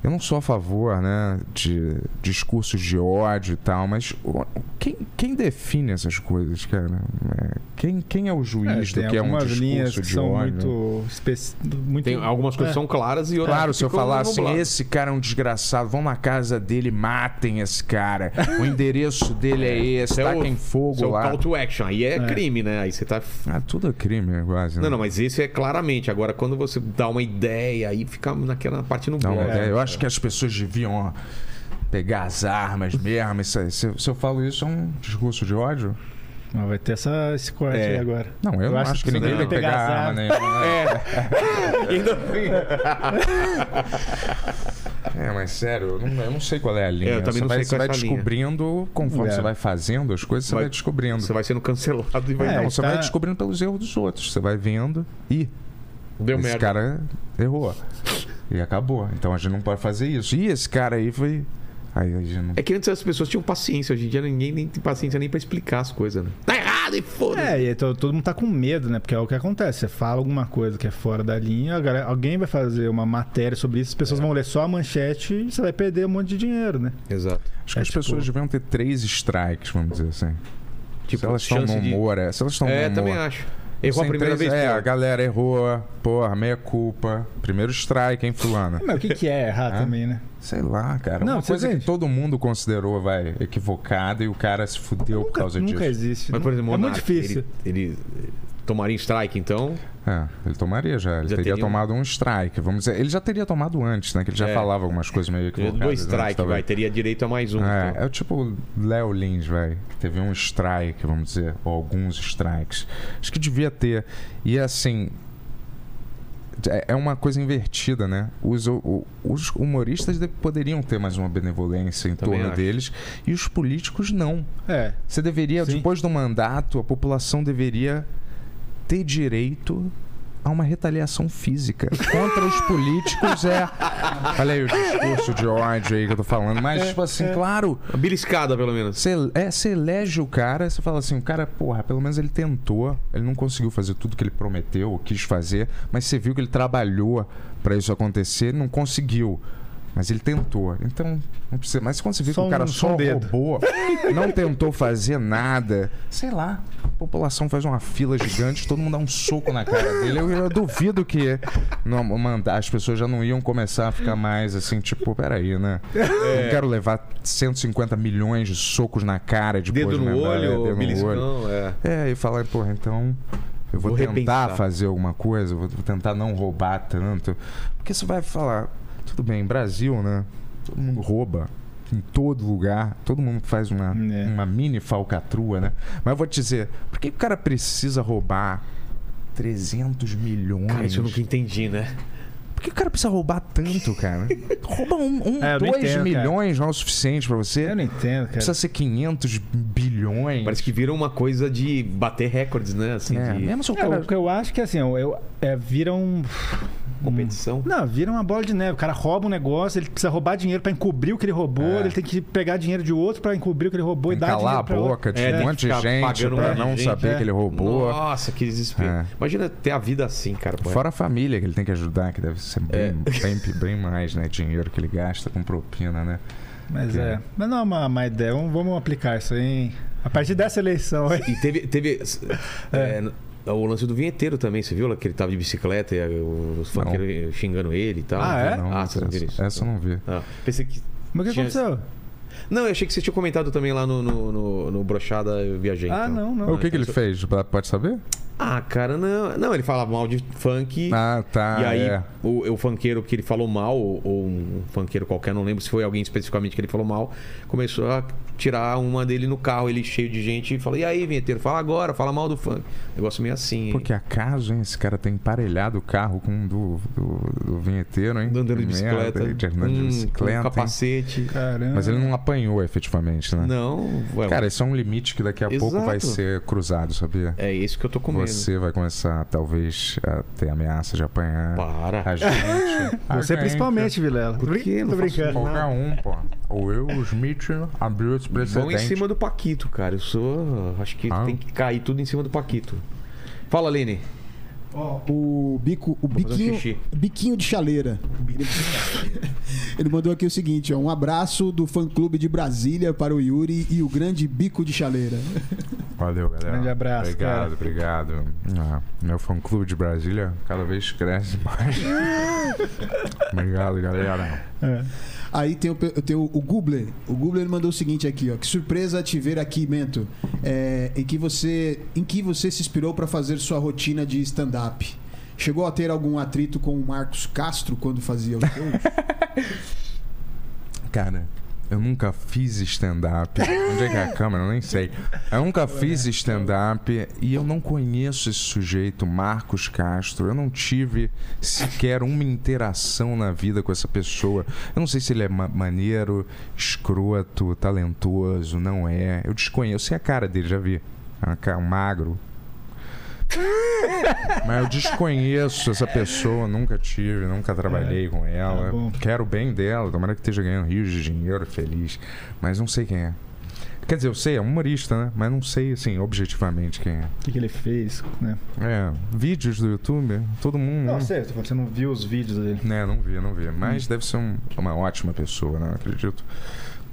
Speaker 4: Eu não sou a favor, né, de discursos de ódio e tal, mas o- quem, quem define essas coisas, cara? É, Quem, quem é o juiz do
Speaker 3: tem
Speaker 4: que é um
Speaker 3: algumas linhas
Speaker 4: discurso
Speaker 3: que
Speaker 4: de
Speaker 3: são
Speaker 4: ódio?
Speaker 3: muito, especi... muito.
Speaker 1: Tem algumas coisas
Speaker 3: É.
Speaker 1: que são claras e outras.
Speaker 4: Claro,
Speaker 1: que
Speaker 4: se eu
Speaker 1: ficam
Speaker 4: falar assim,
Speaker 1: nubladas.
Speaker 4: esse cara é um desgraçado, vão na casa dele, matem esse cara. O endereço dele é esse,
Speaker 1: Isso é o-
Speaker 4: taquem
Speaker 1: Isso é
Speaker 4: fogo
Speaker 1: o
Speaker 4: lá.
Speaker 1: call to action. Aí é, crime, né? Aí você tá.
Speaker 4: Ah, tudo é crime, quase. né?
Speaker 1: Não, não, mas esse é claramente. Agora, quando você dá uma ideia, aí fica naquela parte no
Speaker 4: Não,
Speaker 1: bloco.
Speaker 4: é, eu acho que as pessoas deviam ó, pegar as armas mesmo. isso aí. se, se eu falo isso, é um discurso de ódio?
Speaker 3: Ah, vai ter essa, esse corte
Speaker 1: É.
Speaker 3: aí agora.
Speaker 4: Não, eu, não acho, que
Speaker 3: você
Speaker 4: ninguém vai
Speaker 3: deve
Speaker 4: pegar
Speaker 3: as
Speaker 4: arma
Speaker 3: armas.
Speaker 4: nenhuma. né?
Speaker 1: Ainda-
Speaker 4: É, mas sério, eu não, eu não sei qual é a linha.
Speaker 1: É, eu também
Speaker 4: você
Speaker 1: não
Speaker 4: vai,
Speaker 1: sei
Speaker 4: você
Speaker 1: qual é
Speaker 4: vai
Speaker 1: essa linha.
Speaker 4: descobrindo, conforme
Speaker 3: É.
Speaker 4: você vai fazendo as coisas, você vai,
Speaker 1: Vai-
Speaker 4: descobrindo.
Speaker 1: Você vai sendo cancelado e vai.
Speaker 3: É,
Speaker 4: Não, você vai
Speaker 3: tá-
Speaker 4: descobrindo pelos erros dos outros. Você vai vendo. Ih,
Speaker 1: um- Deu
Speaker 4: esse
Speaker 1: merda.
Speaker 4: cara errou. E acabou. Então a gente não pode fazer isso. Ih, esse cara aí foi. Aí a gente não.
Speaker 1: É que antes as pessoas tinham paciência. Hoje em dia ninguém nem tem paciência nem pra explicar as coisas, né? Tá errado e foda-se.
Speaker 3: É, e aí to- todo mundo tá com medo, né? Porque é o que acontece. Você fala alguma coisa que é fora da linha, a galera- alguém vai fazer uma matéria sobre isso, as
Speaker 1: É.
Speaker 3: pessoas vão ler só a manchete e você vai perder um monte de dinheiro, né?
Speaker 1: Exato.
Speaker 4: Acho que
Speaker 3: É,
Speaker 4: as
Speaker 3: tipo-
Speaker 4: pessoas deviam ter três strikes, vamos dizer assim.
Speaker 1: Tipo,
Speaker 4: se elas estão no
Speaker 1: chance de-
Speaker 4: humor, é. Se elas estão no
Speaker 1: É,
Speaker 4: humor.
Speaker 1: também acho. Errou a
Speaker 4: Sem
Speaker 1: primeira
Speaker 4: três-
Speaker 1: vez.
Speaker 4: É, a
Speaker 1: pior.
Speaker 4: galera errou. Porra, meia culpa. Primeiro strike, hein, fulano?
Speaker 3: Mas o que, que é errar também, né?
Speaker 4: Sei lá, cara.
Speaker 3: Não,
Speaker 4: uma
Speaker 3: você
Speaker 4: coisa
Speaker 3: entende?
Speaker 4: que todo mundo considerou, vai, equivocada e o cara se fudeu por causa
Speaker 3: nunca
Speaker 4: disso.
Speaker 3: existe.
Speaker 1: Mas, por exemplo,
Speaker 3: é muito
Speaker 1: Monark,
Speaker 3: difícil.
Speaker 1: Ele, ele tomaria strike, então.
Speaker 4: É, ele tomaria já.
Speaker 1: Já
Speaker 4: Ele teria
Speaker 1: teria um-
Speaker 4: tomado um strike, vamos dizer. Ele já teria tomado antes, né? Que ele já
Speaker 1: É.
Speaker 4: falava algumas coisas meio equivocadas.
Speaker 1: dois
Speaker 4: antes,
Speaker 1: strike,
Speaker 4: talvez.
Speaker 1: vai. Teria direito a mais um. então.
Speaker 4: tá É, é o tipo Léo Lins, velho. Teve um strike, vamos dizer, ou alguns strikes. Acho que devia ter. E assim. é- É uma coisa invertida, né? Os, o- o- os humoristas de- poderiam ter mais uma benevolência em
Speaker 1: Também
Speaker 4: torno
Speaker 1: acho.
Speaker 4: deles e os políticos não.
Speaker 3: É.
Speaker 4: Você deveria,
Speaker 3: Sim.
Speaker 4: depois do mandato, a população deveria ter direito a uma retaliação física. Contra os políticos é. Olha aí o discurso de ódio aí que eu tô falando. Mas, tipo assim, claro,
Speaker 1: Beliscada, pelo menos.
Speaker 4: você é, você elege o cara, você fala assim, o cara, porra, pelo menos ele tentou, ele não conseguiu fazer tudo que ele prometeu, ou quis fazer, mas você viu que ele trabalhou pra isso acontecer, não conseguiu. Mas ele tentou. Então, não precisa. Mas quando você vê
Speaker 3: Só
Speaker 4: que o cara
Speaker 3: um- só
Speaker 4: só
Speaker 3: um dedo.
Speaker 4: roubou, não tentou fazer nada, sei lá. A população faz uma fila gigante, todo mundo dá um soco na cara dele. Eu, eu duvido que não, manda- as pessoas já não iam começar a ficar mais assim, tipo, peraí, né? Eu
Speaker 1: É.
Speaker 4: Não quero levar 150 milhões de socos na cara depois
Speaker 1: Dedo
Speaker 4: de
Speaker 1: no
Speaker 4: lembrar, é,
Speaker 1: olho,
Speaker 4: dedo no olho.
Speaker 1: beliscão, é.
Speaker 4: É, e falar, porra, então eu
Speaker 1: Vou
Speaker 4: vou, tentar
Speaker 1: repensar.
Speaker 4: fazer alguma coisa, vou vou tentar não roubar tanto. Porque você vai falar, tudo bem, Brasil, né? Todo mundo rouba. Em todo lugar, todo mundo faz uma,
Speaker 3: É.
Speaker 4: uma mini falcatrua, né? Mas eu vou te dizer, por que que o cara precisa roubar 300 milhões?
Speaker 1: Cara, isso eu nunca entendi, né?
Speaker 4: Por que o cara precisa roubar tanto, cara? Rouba um, um
Speaker 3: É, eu não
Speaker 4: dois
Speaker 3: entendo, cara.
Speaker 4: milhões não é o suficiente pra você.
Speaker 3: Eu não entendo, cara.
Speaker 4: Precisa ser 500 bilhões.
Speaker 1: Parece que vira uma coisa de bater recordes, né? Assim,
Speaker 4: é,
Speaker 1: de
Speaker 4: mesmo se o
Speaker 3: É,
Speaker 4: cara
Speaker 3: o que eu acho que assim, eu, eu- é, vira um.
Speaker 1: competição.
Speaker 3: Não, vira uma bola de neve. O cara rouba um negócio, ele precisa roubar dinheiro pra encobrir o que ele roubou,
Speaker 4: É.
Speaker 3: ele tem que pegar dinheiro de outro pra encobrir o que ele roubou
Speaker 4: Tem
Speaker 3: e
Speaker 4: que
Speaker 3: dar
Speaker 4: calar
Speaker 3: dinheiro
Speaker 4: a
Speaker 3: pra outro.
Speaker 4: boca de
Speaker 1: É,
Speaker 4: um
Speaker 1: tem que
Speaker 4: monte de
Speaker 1: ficar
Speaker 4: gente
Speaker 1: pagando um
Speaker 4: pra
Speaker 1: monte de
Speaker 4: não
Speaker 1: gente,
Speaker 4: saber
Speaker 1: é.
Speaker 4: que ele roubou.
Speaker 1: Nossa, que desespero.
Speaker 4: É.
Speaker 1: Imagina ter a vida assim, cara. pô.
Speaker 4: Fora a família que ele tem que ajudar, que deve ser
Speaker 1: É.
Speaker 4: bem, bem, bem mais, né? Dinheiro que ele gasta com propina, né?
Speaker 3: Mas
Speaker 4: Que-
Speaker 3: é. Mas não é uma má ideia. Vamos, vamos aplicar isso aí. hein? A partir dessa eleição aí.
Speaker 1: E teve. teve é, o lance do vinheteiro também, você viu lá que ele tava de bicicleta e eh, os
Speaker 4: Não.
Speaker 1: funkeiros xingando ele e tal.
Speaker 3: Ah, é?
Speaker 1: ah, você não viu isso?
Speaker 4: essa, essa eu não vi.
Speaker 1: Ah, pensei que.
Speaker 3: Mas o que
Speaker 1: Tinha-
Speaker 3: aconteceu?
Speaker 1: Não, eu achei que você tinha comentado também lá no, no, no, no Brochada Eu Viajei.
Speaker 3: Ah,
Speaker 1: então.
Speaker 3: não, não.
Speaker 4: o que, que ele fez? Pode saber?
Speaker 1: Ah, cara, não. Não, ele falava mal de funk.
Speaker 4: Ah, tá.
Speaker 1: e aí,
Speaker 4: é.
Speaker 1: o, o funkeiro que ele falou mal, ou ou um funkeiro qualquer, não lembro se foi alguém especificamente que ele falou mal, começou a tirar uma dele no carro, ele cheio de gente, e falou: E aí, vinheteiro, fala agora, fala mal do funk. Negócio meio assim.
Speaker 4: Pô, que acaso, hein? Esse cara tem emparelhado o carro com o do, do, do vinheteiro, hein?
Speaker 1: hein? Andando de
Speaker 4: Que merda,
Speaker 1: bicicleta.
Speaker 4: hein? De andando de
Speaker 1: Hum,
Speaker 4: bicicleta,
Speaker 1: Com
Speaker 4: hein?
Speaker 1: capacete.
Speaker 3: Caramba.
Speaker 4: Mas ele não apanhou efetivamente, né?
Speaker 1: Não, ué,
Speaker 4: Cara, esse é um limite que daqui a pouco vai
Speaker 1: Exato.
Speaker 4: ser cruzado, sabia?
Speaker 1: é isso que eu tô comendo.
Speaker 4: Você vai começar, talvez, a ter ameaça de apanhar.
Speaker 1: Para.
Speaker 4: A gente.
Speaker 3: Você
Speaker 4: alguém,
Speaker 3: principalmente, Vilela. Tô brin-
Speaker 1: quê? Não
Speaker 3: Tô
Speaker 1: faço
Speaker 4: cara.
Speaker 3: brincando.
Speaker 4: Qualquer um, pô. Ou eu, o Smith, abriu esse
Speaker 1: Vão
Speaker 4: precedente.
Speaker 1: em cima do Paquito, cara. Eu sou. Acho que
Speaker 4: Ah.
Speaker 1: tem que cair tudo em cima do Paquito. Fala, Aline.
Speaker 2: O bico, o
Speaker 1: fazer um
Speaker 2: biquinho,
Speaker 1: xixi.
Speaker 2: biquinho de chaleira. Ele mandou aqui o seguinte, ó, um abraço do fã clube de Brasília para o Yuri e o grande bico de chaleira.
Speaker 4: Valeu, galera.
Speaker 3: Grande abraço,
Speaker 4: Obrigado,
Speaker 3: cara.
Speaker 4: obrigado. Ah, meu fã-clube de Brasília cada vez cresce mais. obrigado, galera.
Speaker 3: É.
Speaker 2: Aí tem o, pe- tem o, o Gubler. O Gubler ele mandou o seguinte aqui, ó. Que surpresa te ver aqui, Mento. É, em, que você, em que você se inspirou para fazer sua rotina de stand-up? Chegou a ter algum atrito com o Marcos Castro quando fazia o show?
Speaker 4: Cara, eu nunca fiz stand-up. Onde é que é a câmera? Eu nem sei. Eu nunca fiz stand-up e eu não conheço esse sujeito, Marcos Castro. Eu não tive sequer uma interação na vida com essa pessoa. Eu não sei se ele é ma- maneiro, escroto, talentoso, não é. Eu desconheço. Eu sei a cara dele, já vi. É uma cara magro. Mas eu desconheço essa pessoa, nunca tive, nunca trabalhei com ela.
Speaker 3: tá bom.
Speaker 4: Quero o bem dela, tomara que esteja ganhando rios de dinheiro, feliz. Mas não sei quem é. Quer dizer, eu sei, é um humorista, né? Mas não sei, assim, objetivamente quem é.
Speaker 3: O que, que ele fez, né?
Speaker 4: É, vídeos do YouTube, todo mundo.
Speaker 3: Não, sei, eu tô falando, você não viu os vídeos dele.
Speaker 4: Né, não vi, não vi. Mas deve ser um- uma ótima pessoa, né? Acredito.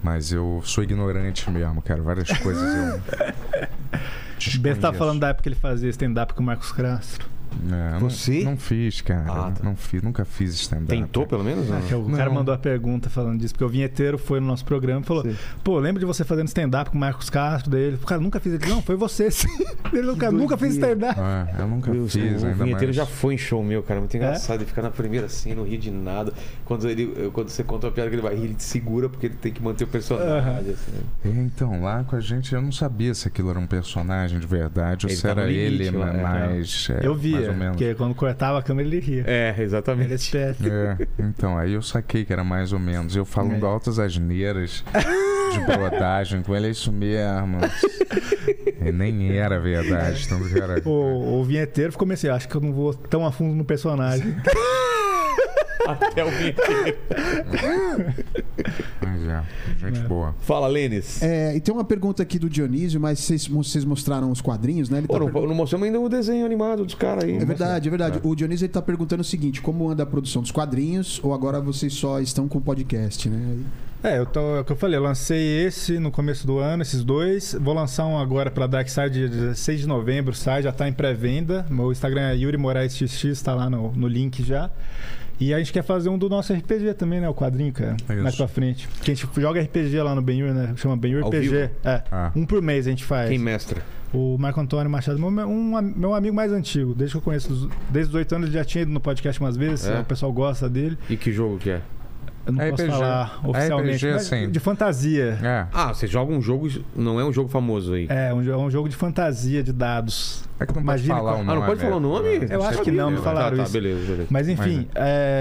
Speaker 4: Mas eu sou ignorante mesmo, cara. Várias coisas eu.
Speaker 3: Bento tá
Speaker 4: desconheço.
Speaker 3: falando da época que ele fazia stand-up com o Marcos Castro.
Speaker 4: É, não-
Speaker 1: Você?
Speaker 4: Não, fiz, cara.
Speaker 1: Ah, tá.
Speaker 4: Não fiz, nunca fiz stand-up.
Speaker 1: Tentou, pelo menos? não?
Speaker 3: É Ah, Que o
Speaker 4: Não.
Speaker 3: cara mandou a pergunta falando disso, porque o vinheteiro foi no nosso programa e falou: Pô, lembra de você fazendo stand-up com o Marcos Castro? Daí ele, cara, nunca fiz ele. Não, foi você sim. Ele nunca, nunca fez stand-up.
Speaker 4: É, eu nunca
Speaker 1: Meu,
Speaker 4: fiz,
Speaker 1: o
Speaker 4: ainda
Speaker 1: um vinheteiro
Speaker 4: mais.
Speaker 1: já foi em show meu, cara. Muito engraçado. Ele fica na primeira assim, não ri de nada. Quando, ele, eu- quando você conta uma piada que ele vai rir, ele te segura porque ele tem que manter o personagem. assim.
Speaker 4: É, Então, lá com a gente, eu não sabia se aquilo era um personagem de verdade ou
Speaker 1: Ele
Speaker 4: se
Speaker 1: tá no
Speaker 4: era
Speaker 1: limite
Speaker 4: ele,
Speaker 1: lá,
Speaker 4: mas
Speaker 1: é.
Speaker 4: mais. é,
Speaker 3: eu
Speaker 4: Mais
Speaker 3: via,
Speaker 4: ou menos.
Speaker 3: porque quando cortava a câmera ele ria.
Speaker 1: É,
Speaker 3: Ele É.
Speaker 1: exatamente.
Speaker 3: esperto.
Speaker 4: É, então, aí eu saquei que era mais ou menos. Eu falando altas asneiras de brodagem com ele, é isso mesmo. E nem era verdade, tanto que era.
Speaker 3: O, o vinheteiro ficou meio assim, acho que eu não vou tão a fundo no personagem.
Speaker 1: Até o vinheteiro.
Speaker 4: Mas é, gente boa.
Speaker 1: Fala, Lênis.
Speaker 2: É, e tem uma pergunta aqui do Dionísio, mas vocês, vocês mostraram os quadrinhos, né? Ele tá
Speaker 1: Pô, não,
Speaker 2: per-
Speaker 1: não mostramos ainda o desenho animado dos caras aí. né?
Speaker 2: É verdade, é verdade. O Dionísio ele tá perguntando o seguinte: como anda a produção dos quadrinhos, ou agora vocês só estão com o podcast, né?
Speaker 3: É, eu tô, é o que eu falei, eu lancei esse no começo do ano, esses dois. Vou lançar um agora pela Dark Side, dia 16 de novembro, sai, já tá em pré-venda. Meu Instagram é Yuri Moraes XX, tá lá no, no link já. E a gente quer fazer um do nosso RPG também, né? O quadrinho, cara.
Speaker 4: Isso.
Speaker 3: Mais pra frente. Porque a gente joga RPG lá no Benhur, né? Chama Benhur
Speaker 1: Ao
Speaker 3: RPG.
Speaker 1: vivo?
Speaker 3: É.
Speaker 4: Ah.
Speaker 3: Um por mês a gente faz.
Speaker 1: Quem mestra?
Speaker 3: O Marco Antônio Machado, meu, um, am- meu amigo mais antigo, desde que eu conheço, dos- desde os oito anos ele já tinha ido no podcast umas vezes,
Speaker 1: É.
Speaker 3: o pessoal gosta dele.
Speaker 1: E que jogo que é?
Speaker 3: Eu não
Speaker 4: É
Speaker 3: posso
Speaker 4: RPG.
Speaker 3: falar oficialmente.
Speaker 4: RPG,
Speaker 3: mas
Speaker 4: sim.
Speaker 3: De fantasia.
Speaker 4: É.
Speaker 1: Ah, você joga um jogo, não é um jogo famoso aí.
Speaker 3: É, um, jo- é um jogo de fantasia, de dados.
Speaker 4: É que não pode
Speaker 3: Imagina
Speaker 4: falar
Speaker 3: qual-
Speaker 4: o
Speaker 1: Ah,
Speaker 4: nome.
Speaker 1: não pode falar o nome?
Speaker 4: né?
Speaker 3: Eu acho que não, me falaram
Speaker 1: tá, tá,
Speaker 3: isso.
Speaker 1: beleza, beleza.
Speaker 3: Mas enfim,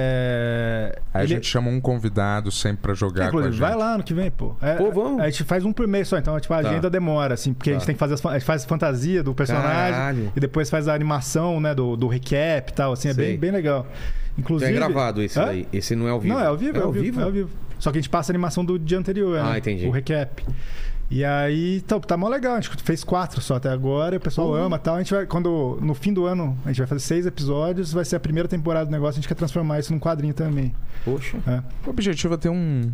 Speaker 3: é.
Speaker 4: Aí a
Speaker 3: ele-
Speaker 4: gente chama um convidado sempre pra jogar com a
Speaker 3: Inclusive,
Speaker 4: gente.
Speaker 3: vai lá no que vem, pô. É,
Speaker 1: Pô, vamos.
Speaker 3: A gente faz um por mês só, então tipo, a
Speaker 1: Tá.
Speaker 3: agenda demora, assim, porque a
Speaker 1: Tá.
Speaker 3: gente tem que fazer as, fan- a gente faz fantasia do personagem
Speaker 1: Caralho.
Speaker 3: e depois faz a animação, né, do, do recap e tal, assim, é
Speaker 1: Sei.
Speaker 3: bem, bem legal.
Speaker 1: Então
Speaker 3: Inclusive.
Speaker 1: é gravado esse
Speaker 3: Hã?
Speaker 1: daí. Esse não é ao vivo.
Speaker 3: Não, é ao vivo, é ao vivo, é ao vivo. Só que a gente passa a animação do dia anterior,
Speaker 1: Ah,
Speaker 3: né?
Speaker 1: entendi.
Speaker 3: O recap. E aí, então, tá mó legal. A gente fez quatro só até agora, o pessoal
Speaker 1: Uhum.
Speaker 3: ama e tal. A gente vai, quando, no fim do ano, a gente vai fazer seis episódios, vai ser a primeira temporada do negócio, a gente quer transformar isso num quadrinho também.
Speaker 1: Poxa.
Speaker 3: É.
Speaker 4: O objetivo é ter um.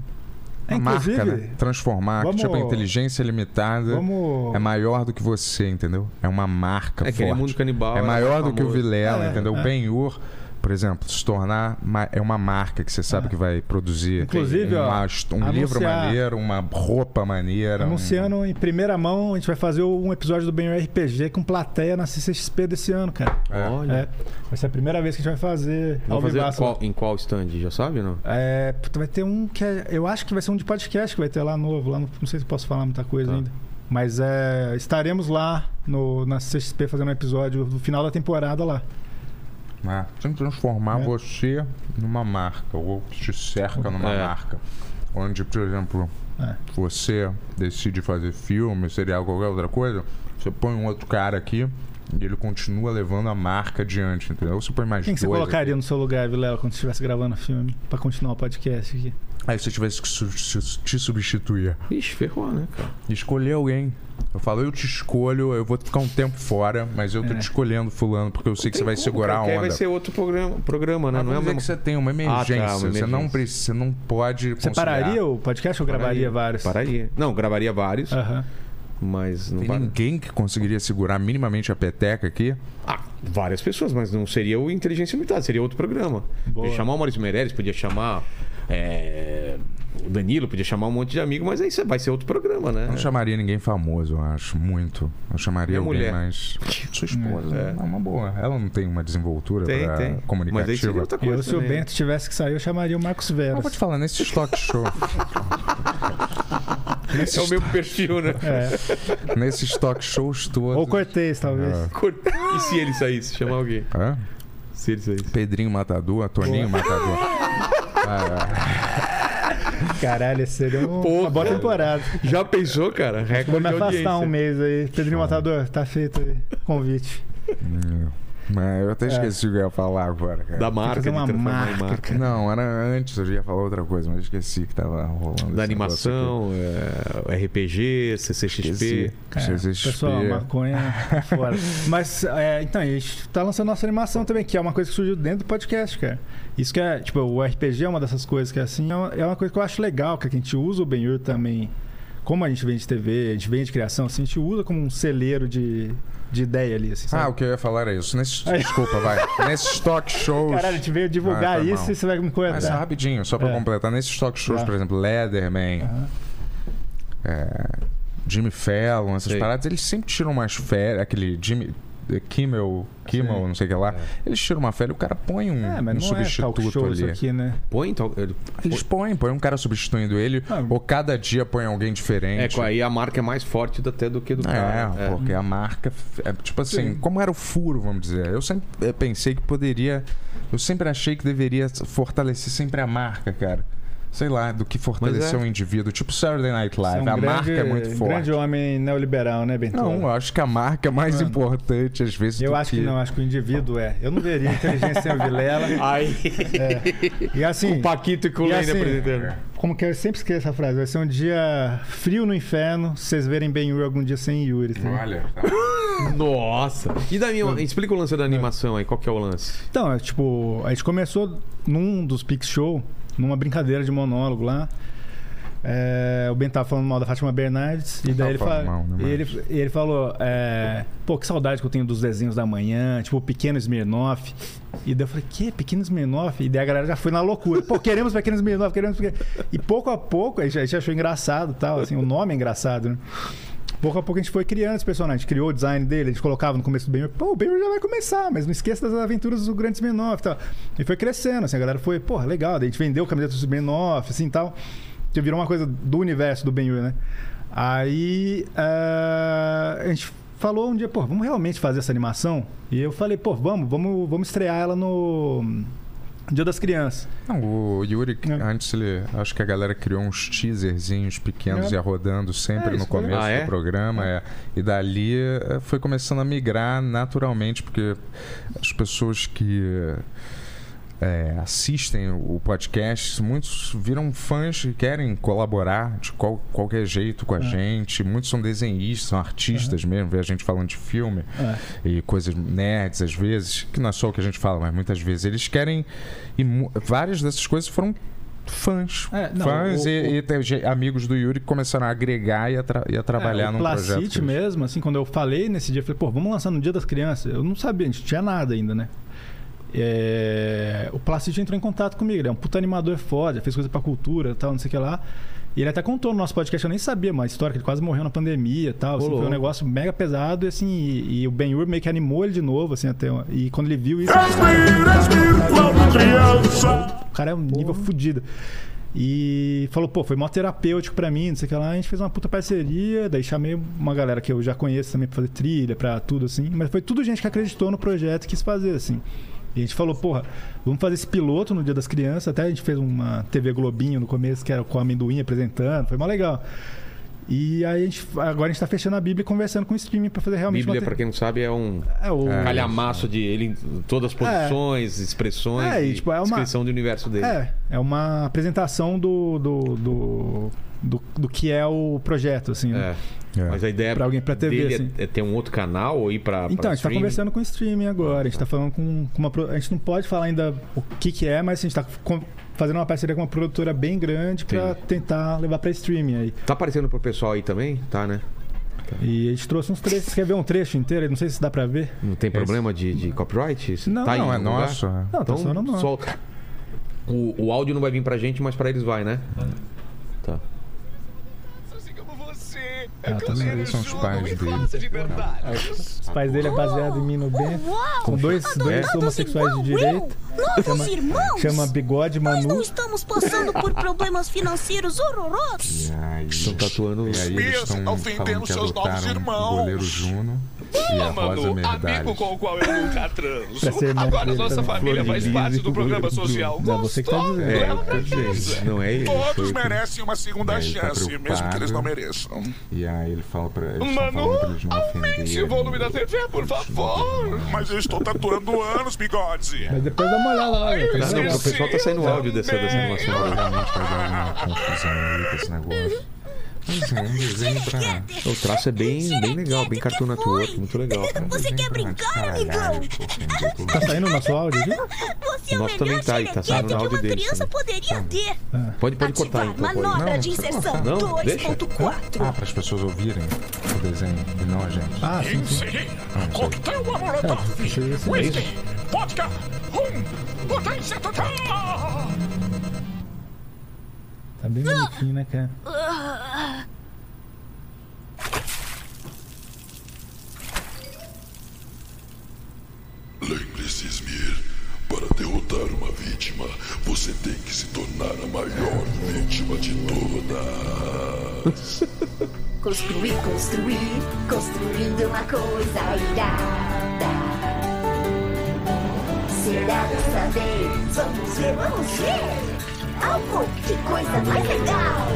Speaker 3: É,
Speaker 4: Uma
Speaker 3: inclusive,
Speaker 4: marca, né? Transformar.
Speaker 3: vamos-
Speaker 4: Tipo, a inteligência limitada
Speaker 3: Vamos.
Speaker 4: é maior do que você, entendeu? É uma marca
Speaker 1: É aquele
Speaker 4: forte.
Speaker 1: mundo canibal.
Speaker 4: é
Speaker 1: era
Speaker 4: maior do
Speaker 1: famoso.
Speaker 4: que o Vilela,
Speaker 3: É,
Speaker 4: entendeu?
Speaker 3: é.
Speaker 4: O Ben-Hur, por exemplo, se tornar ma- é uma marca que você sabe
Speaker 3: É.
Speaker 4: que vai produzir.
Speaker 3: Inclusive, ó,
Speaker 4: uma hist- um livro
Speaker 3: anunciar-
Speaker 4: maneiro, uma roupa maneira. um-
Speaker 3: Anunciando em primeira mão, a gente vai fazer um episódio do Benhur RPG com plateia na CCXP desse ano, cara.
Speaker 4: É.
Speaker 1: Olha.
Speaker 3: É. Vai ser a primeira vez que a gente vai fazer
Speaker 1: Vamos fazer
Speaker 3: vivaço.
Speaker 1: qual- em qual stand? Já sabe, não?
Speaker 3: É, puta, vai ter um que é, eu acho que vai ser um de podcast que vai ter lá novo, lá no- não sei se posso falar muita coisa
Speaker 1: Tá.
Speaker 3: ainda. Mas é, estaremos lá no, na CXP fazendo um episódio do final da temporada lá.
Speaker 4: É. Tem que transformar
Speaker 3: É. Uhum.
Speaker 4: você numa marca, ou que te cerca numa
Speaker 1: É.
Speaker 4: marca. Onde, por exemplo,
Speaker 3: É.
Speaker 4: você decide fazer filme, serial, qualquer outra coisa, você põe um outro cara aqui e ele continua levando a marca adiante, entendeu? Você põe mais
Speaker 3: Quem que você
Speaker 4: dois
Speaker 3: colocaria
Speaker 4: aqui.
Speaker 3: no seu lugar, Vilela, quando você estivesse gravando o filme, pra continuar o podcast aqui?
Speaker 4: Aí se eu tivesse que su- su- te substituir.
Speaker 1: Ixi, ferrou, né, cara?
Speaker 4: Escolher alguém. Eu falo, eu te escolho, eu vou ficar um tempo fora, mas eu tô
Speaker 3: É.
Speaker 4: te escolhendo, fulano, porque eu sei que você vai segurar a
Speaker 1: Porque aí
Speaker 4: onda.
Speaker 1: vai ser outro programa, programa né?
Speaker 4: Mas
Speaker 1: não é
Speaker 4: vamos dizer
Speaker 1: mesmo?
Speaker 4: que você tem uma
Speaker 1: uma
Speaker 3: Ah,
Speaker 4: emergência. Você, não
Speaker 1: emergência.
Speaker 4: precisa, você não pode.
Speaker 3: tá, Você pararia o podcast ou gravaria
Speaker 1: Pararia.
Speaker 3: vários?
Speaker 1: Pararia. Não, gravaria vários,
Speaker 3: Aham.
Speaker 1: mas não
Speaker 4: Tem
Speaker 1: para-
Speaker 4: ninguém que conseguiria segurar minimamente a peteca aqui.
Speaker 1: Ah, várias pessoas, mas não seria o Inteligência Limitada, seria outro programa.
Speaker 3: Boa.
Speaker 1: Podia chamar o Maurício Meirelles, podia chamar é, o Danilo, podia chamar um monte de amigo, mas aí cê- vai ser outro programa, né?
Speaker 4: Eu não chamaria ninguém famoso, eu acho. Muito. Eu chamaria
Speaker 1: Minha
Speaker 4: alguém
Speaker 1: mulher.
Speaker 4: mais. Sua esposa.
Speaker 1: É.
Speaker 4: É. uma boa. Ela não tem uma desenvoltura
Speaker 1: Tem,
Speaker 4: pra-
Speaker 1: tem. Mas aí seria
Speaker 4: comunicativa.
Speaker 1: outra coisa.
Speaker 3: Eu, se o
Speaker 1: também.
Speaker 3: Bento tivesse que sair, eu chamaria o Marcos
Speaker 4: Eu
Speaker 3: Veras.
Speaker 4: vou te falar, nesses talk show.
Speaker 1: É o meu perfil, né?
Speaker 3: É.
Speaker 4: nesses talk shows todos.
Speaker 3: Ou Cortez, talvez.
Speaker 4: É.
Speaker 1: Corta- E se ele saísse? Chamar alguém.
Speaker 4: Hã?
Speaker 1: Se ele saísse.
Speaker 4: Pedrinho Matador, Toninho Matador. Ah,
Speaker 3: Caralho, esse seria um,
Speaker 1: Porra.
Speaker 3: uma boa temporada.
Speaker 1: Já pensou, cara?
Speaker 3: Vou
Speaker 1: Recorde
Speaker 3: me
Speaker 1: de
Speaker 3: afastar um
Speaker 1: audiência.
Speaker 3: mês aí. Pedrinho Matador, tá feito aí. Convite.
Speaker 4: hum. Mas eu até esqueci o que eu ia falar agora, cara.
Speaker 1: É. Da marca,
Speaker 3: fazer uma
Speaker 1: de transformar em
Speaker 3: marca,
Speaker 1: marca.
Speaker 4: Não, era antes, eu ia falar outra coisa, mas eu esqueci que tava rolando. esse
Speaker 1: Da
Speaker 4: negócio aqui.
Speaker 1: animação, é, RPG, CCXP.
Speaker 4: Esqueci.
Speaker 1: É,
Speaker 4: CCXP.
Speaker 3: Pessoal, maconha fora. Mas, é, então, a gente tá lançando nossa animação também, que é uma coisa que surgiu dentro do podcast, cara. Isso que é, tipo, o RPG é uma dessas coisas que é assim, é uma, é uma coisa que eu acho legal, cara, que a gente usa o Benhur também. Como a gente vende TV, a gente vende criação, assim, a gente usa como um celeiro de, de ideia ali, assim,
Speaker 4: Ah,
Speaker 3: sabe?
Speaker 4: o que eu ia falar era isso. Nesses,
Speaker 3: Aí.
Speaker 4: desculpa, vai. Nesses talk shows.
Speaker 3: Caralho, a gente veio divulgar
Speaker 4: Ah, foi
Speaker 3: isso
Speaker 4: mal.
Speaker 3: e você vai me cortar.
Speaker 4: Mas rapidinho, só pra
Speaker 3: É.
Speaker 4: completar. Nesses talk shows,
Speaker 3: Tá.
Speaker 4: por exemplo, Leatherman.
Speaker 3: Aham.
Speaker 4: é, Jimmy Fallon, essas
Speaker 1: Sei.
Speaker 4: paradas, eles sempre tiram umas férias. Aquele Jimmy. eh, Kimmel, Kimmel, não sei o que
Speaker 1: É.
Speaker 4: lá. Eles tiram uma férias e o cara põe um,
Speaker 3: É, mas
Speaker 4: um
Speaker 3: não é
Speaker 4: substituto
Speaker 3: talk show
Speaker 4: ali.
Speaker 3: isso aqui, né?
Speaker 1: Põe, então. ele-
Speaker 4: Eles põem, põem um cara substituindo ele,
Speaker 3: Ah.
Speaker 4: ou cada dia põe alguém
Speaker 1: É,
Speaker 4: diferente.
Speaker 1: com- aí a marca é mais forte do- até do que do cara.
Speaker 4: É, porque a marca. f- é, tipo assim, como era o furo, vamos dizer? Eu sempre eh, pensei que poderia. Eu sempre achei que deveria fortalecer sempre a marca, cara. sei lá, do que fortalecer
Speaker 1: Mas é.
Speaker 4: um indivíduo. Tipo Saturday Night
Speaker 3: Você é
Speaker 4: Live.
Speaker 3: um
Speaker 4: a marca é muito forte.
Speaker 3: grande homem neoliberal, né, Bento?
Speaker 4: Não, um eu acho que a marca é mais
Speaker 2: Mano.
Speaker 4: importante, às vezes,
Speaker 3: Eu
Speaker 4: do
Speaker 3: acho que não, acho que o indivíduo é. Eu não veria inteligência sem o Vilela.
Speaker 1: Ai,
Speaker 3: E assim,
Speaker 1: Paquito e
Speaker 3: E
Speaker 1: Colina
Speaker 3: assim,
Speaker 1: apresentando.
Speaker 3: como que eu sempre esqueço essa frase, vai ser um dia frio no inferno, se vocês verem bem Yuri algum dia sem Yuri. tá?
Speaker 4: Olha, tá.
Speaker 1: Nossa. E da
Speaker 3: Hum.
Speaker 1: minha, explica o lance da animação aí, qual que é o lance?
Speaker 3: Então, é tipo, a gente começou num dos Pix Show, numa brincadeira de monólogo lá. É, o Ben tava falando mal da Fátima Bernardes. E
Speaker 4: Não
Speaker 3: daí ele,
Speaker 4: tava
Speaker 3: fa-
Speaker 4: falando mal, né,
Speaker 3: e ele, e ele falou: é, Pô, que saudade que eu tenho dos desenhos da manhã, tipo o Pequeno Smirnoff. E daí eu falei: Que? Pequeno Smirnoff? E daí a galera já foi na loucura: Pô, queremos Pequeno Smirnoff, queremos. Pequeno... E pouco a pouco, a gente, a gente achou engraçado tal, assim, o nome é engraçado, né? Pouco a pouco a gente foi criando esse personagem, a gente criou o design dele, a gente colocava no começo do Ben, pô, o Ben já vai começar, mas não esqueça das aventuras do Grande Smirnoff e tal. E foi crescendo, assim, a galera foi, porra, legal, daí a gente vendeu a camiseta do Smirnoff, assim tal, que virou uma coisa do universo do Ben Yuri, né? Aí ah, a gente falou um dia, pô, vamos realmente fazer essa animação? E eu falei, pô, vamos, vamos, vamos estrear ela no Dia das Crianças.
Speaker 4: Não, o Yuri,
Speaker 3: É.
Speaker 4: antes ele. Acho que a galera criou uns teaserzinhos pequenos
Speaker 3: É.
Speaker 4: e ia rodando sempre
Speaker 3: É,
Speaker 4: no
Speaker 3: isso foi-
Speaker 4: começo
Speaker 1: Ah, é?
Speaker 4: do programa. é. E dali eh, foi começando a migrar naturalmente, porque as pessoas que. eh, assistem o podcast, muitos viram fãs que querem colaborar de qual- qualquer jeito
Speaker 3: É.
Speaker 4: com a gente. Muitos são desenhistas, são artistas mesmo, vê a gente falando de filme e coisas nerds às vezes, que não é só o que a gente fala, mas muitas vezes eles querem. E mu- várias dessas coisas foram fãs.
Speaker 3: É, não,
Speaker 4: fãs
Speaker 3: o-
Speaker 4: e,
Speaker 3: o-
Speaker 4: e tem ge- amigos do Yuri que começaram a agregar e a, tra- e a trabalhar
Speaker 3: É, o
Speaker 4: num
Speaker 3: Placite
Speaker 4: projeto. que eles-
Speaker 3: mesmo, assim, quando eu falei nesse dia, eu falei, pô, vamos lançar no Dia das Crianças. Eu não sabia, a gente não tinha nada ainda, né? É, O Placite entrou em contato comigo, ele é um puta animador, é foda, fez coisa pra cultura e tal, não sei o que lá. E ele até contou no nosso podcast, eu nem sabia mas a história, que ele quase morreu na pandemia e tal. assim,
Speaker 1: Ô,
Speaker 3: foi um
Speaker 1: louco.
Speaker 3: negócio mega pesado, e assim, e, e o Ben Hur meio que animou ele de novo, assim, até. E quando ele viu isso. O cara é um nível fudido. E falou, pô, foi mó terapêutico pra mim, não sei o que lá. A gente fez uma puta parceria, daí chamei uma galera que eu já conheço também pra fazer trilha, pra tudo assim. Mas foi tudo gente que acreditou no projeto e quis fazer, assim. E a gente falou, porra, vamos fazer esse piloto no Dia das Crianças. Até a gente fez uma TV Globinho no começo, que era com a amendoim apresentando, foi mó legal. E aí a gente, agora a gente tá fechando a Bíblia e conversando com o streaming pra fazer realmente
Speaker 1: Bíblia,
Speaker 3: uma
Speaker 1: pra quem não sabe, é um
Speaker 3: te- É, o...
Speaker 1: calhamaço de ele em todas as posições, expressões,
Speaker 3: É, e,
Speaker 1: e
Speaker 3: tipo, é uma-
Speaker 1: descrição do universo dele.
Speaker 3: É, é uma apresentação do, do, do, do, do que é o projeto, assim, né?
Speaker 1: É. Mas a ideia
Speaker 3: Pra alguém pra TV,
Speaker 1: dele é-
Speaker 3: assim.
Speaker 1: é, ter um outro canal ou ir pra. pra
Speaker 3: Então, a gente tá
Speaker 1: streaming?
Speaker 3: conversando com o streaming agora, a gente tá falando com, com uma... pro- A gente não pode falar ainda o que que é, mas a gente tá com- fazendo uma parceria com uma produtora bem grande pra
Speaker 1: Entendi.
Speaker 3: tentar levar pra streaming aí.
Speaker 1: Tá aparecendo pro pessoal aí também? Tá, né?
Speaker 3: E a gente trouxe uns trechos, você quer ver um trecho inteiro? Eu Não sei se dá pra ver.
Speaker 1: Não tem problema de, de copyright? Isso
Speaker 3: É Não,
Speaker 1: tá aí
Speaker 4: Não,
Speaker 1: em
Speaker 4: é
Speaker 1: algum lugar?
Speaker 4: nosso. é.
Speaker 3: Não, tá só no
Speaker 1: Então,
Speaker 3: nome.
Speaker 1: solta. O, o áudio não vai vir pra gente, mas pra eles vai, né? Tá.
Speaker 3: Ah, tá só.
Speaker 4: Eles são os pais dele.
Speaker 3: Os pais dele é baseado em mim no Ben.
Speaker 6: Uau!
Speaker 3: Com dois, dois
Speaker 6: Todos
Speaker 3: homossexuais de
Speaker 6: igual
Speaker 3: direita.
Speaker 6: eu? Novos irmãos?
Speaker 3: Chama Bigode
Speaker 6: Nós não
Speaker 3: Manu.
Speaker 6: estamos passando por problemas financeiros horrorosos.
Speaker 1: Estão tatuando.
Speaker 4: E aí eles estão falando que adotaram o goleiro Juno e a Rosa
Speaker 7: Mano, amigo
Speaker 4: Merdalha.
Speaker 7: com o qual eu nunca transo.
Speaker 3: Pra ser irmão
Speaker 7: Agora
Speaker 3: dele
Speaker 7: nossa
Speaker 3: também.
Speaker 7: família
Speaker 3: Flor de
Speaker 7: faz
Speaker 3: lis
Speaker 7: parte
Speaker 3: e
Speaker 7: do programa
Speaker 3: do-
Speaker 7: social.
Speaker 3: Não, você que tá
Speaker 7: Gostosa,
Speaker 3: dizendo.
Speaker 7: ela
Speaker 1: É, eu
Speaker 7: tá
Speaker 1: pensei, não é ele?
Speaker 7: Todos
Speaker 4: Foi o que-
Speaker 7: merecem uma segunda
Speaker 4: É, ele tá
Speaker 7: chance, mesmo que eles
Speaker 4: preocupado.
Speaker 7: não mereçam.
Speaker 4: E aí ele fala pra eles. estão
Speaker 7: Manu,
Speaker 4: falando pra eles não
Speaker 7: aumente
Speaker 4: ofenderem.
Speaker 7: o volume da TV, por favor. Mas eu estou tatuando anos, bigode.
Speaker 3: Mas depois dá uma olhada lá. velho.
Speaker 1: Ah, não, pro pessoal tá saindo áudio dessa, dessa animação.
Speaker 4: Provavelmente vai dar uma confusão aí com esse negócio. Mas é um desenho pra.
Speaker 1: O traço é bem, bem legal, bem cartoon network, muito legal, cara.
Speaker 6: Você quer brincar,
Speaker 4: um
Speaker 6: amigão?
Speaker 3: Tá saindo o nosso áudio aqui?
Speaker 6: Você é
Speaker 1: O
Speaker 6: o
Speaker 1: nosso também
Speaker 6: melhor
Speaker 1: tá aí, tá
Speaker 6: xerequete
Speaker 1: saindo
Speaker 6: que
Speaker 1: no
Speaker 6: uma
Speaker 1: áudio deles
Speaker 6: criança
Speaker 1: também.
Speaker 6: poderia ter.
Speaker 1: Pode, pode cortar
Speaker 6: Ativar é
Speaker 1: então. pode.
Speaker 6: manobra de
Speaker 4: Não,
Speaker 6: inserção
Speaker 1: não, deixa.
Speaker 6: 2.4.
Speaker 4: Ah, para as pessoas ouvirem o desenho e não a gente.
Speaker 3: Ah, sim.
Speaker 7: Em seguida, coquetel amorotov. Whisky, vodka, rum, potência total.
Speaker 3: Tá bem bonitinho, né, cara?
Speaker 8: Lembre-se, Smir, para derrotar uma vítima, você tem que se tornar a maior vítima de todas.
Speaker 9: Construir, construir, construindo uma coisa irada. Será dessa vez? Vamos ver, vamos ver! Algo, que coisa mais legal!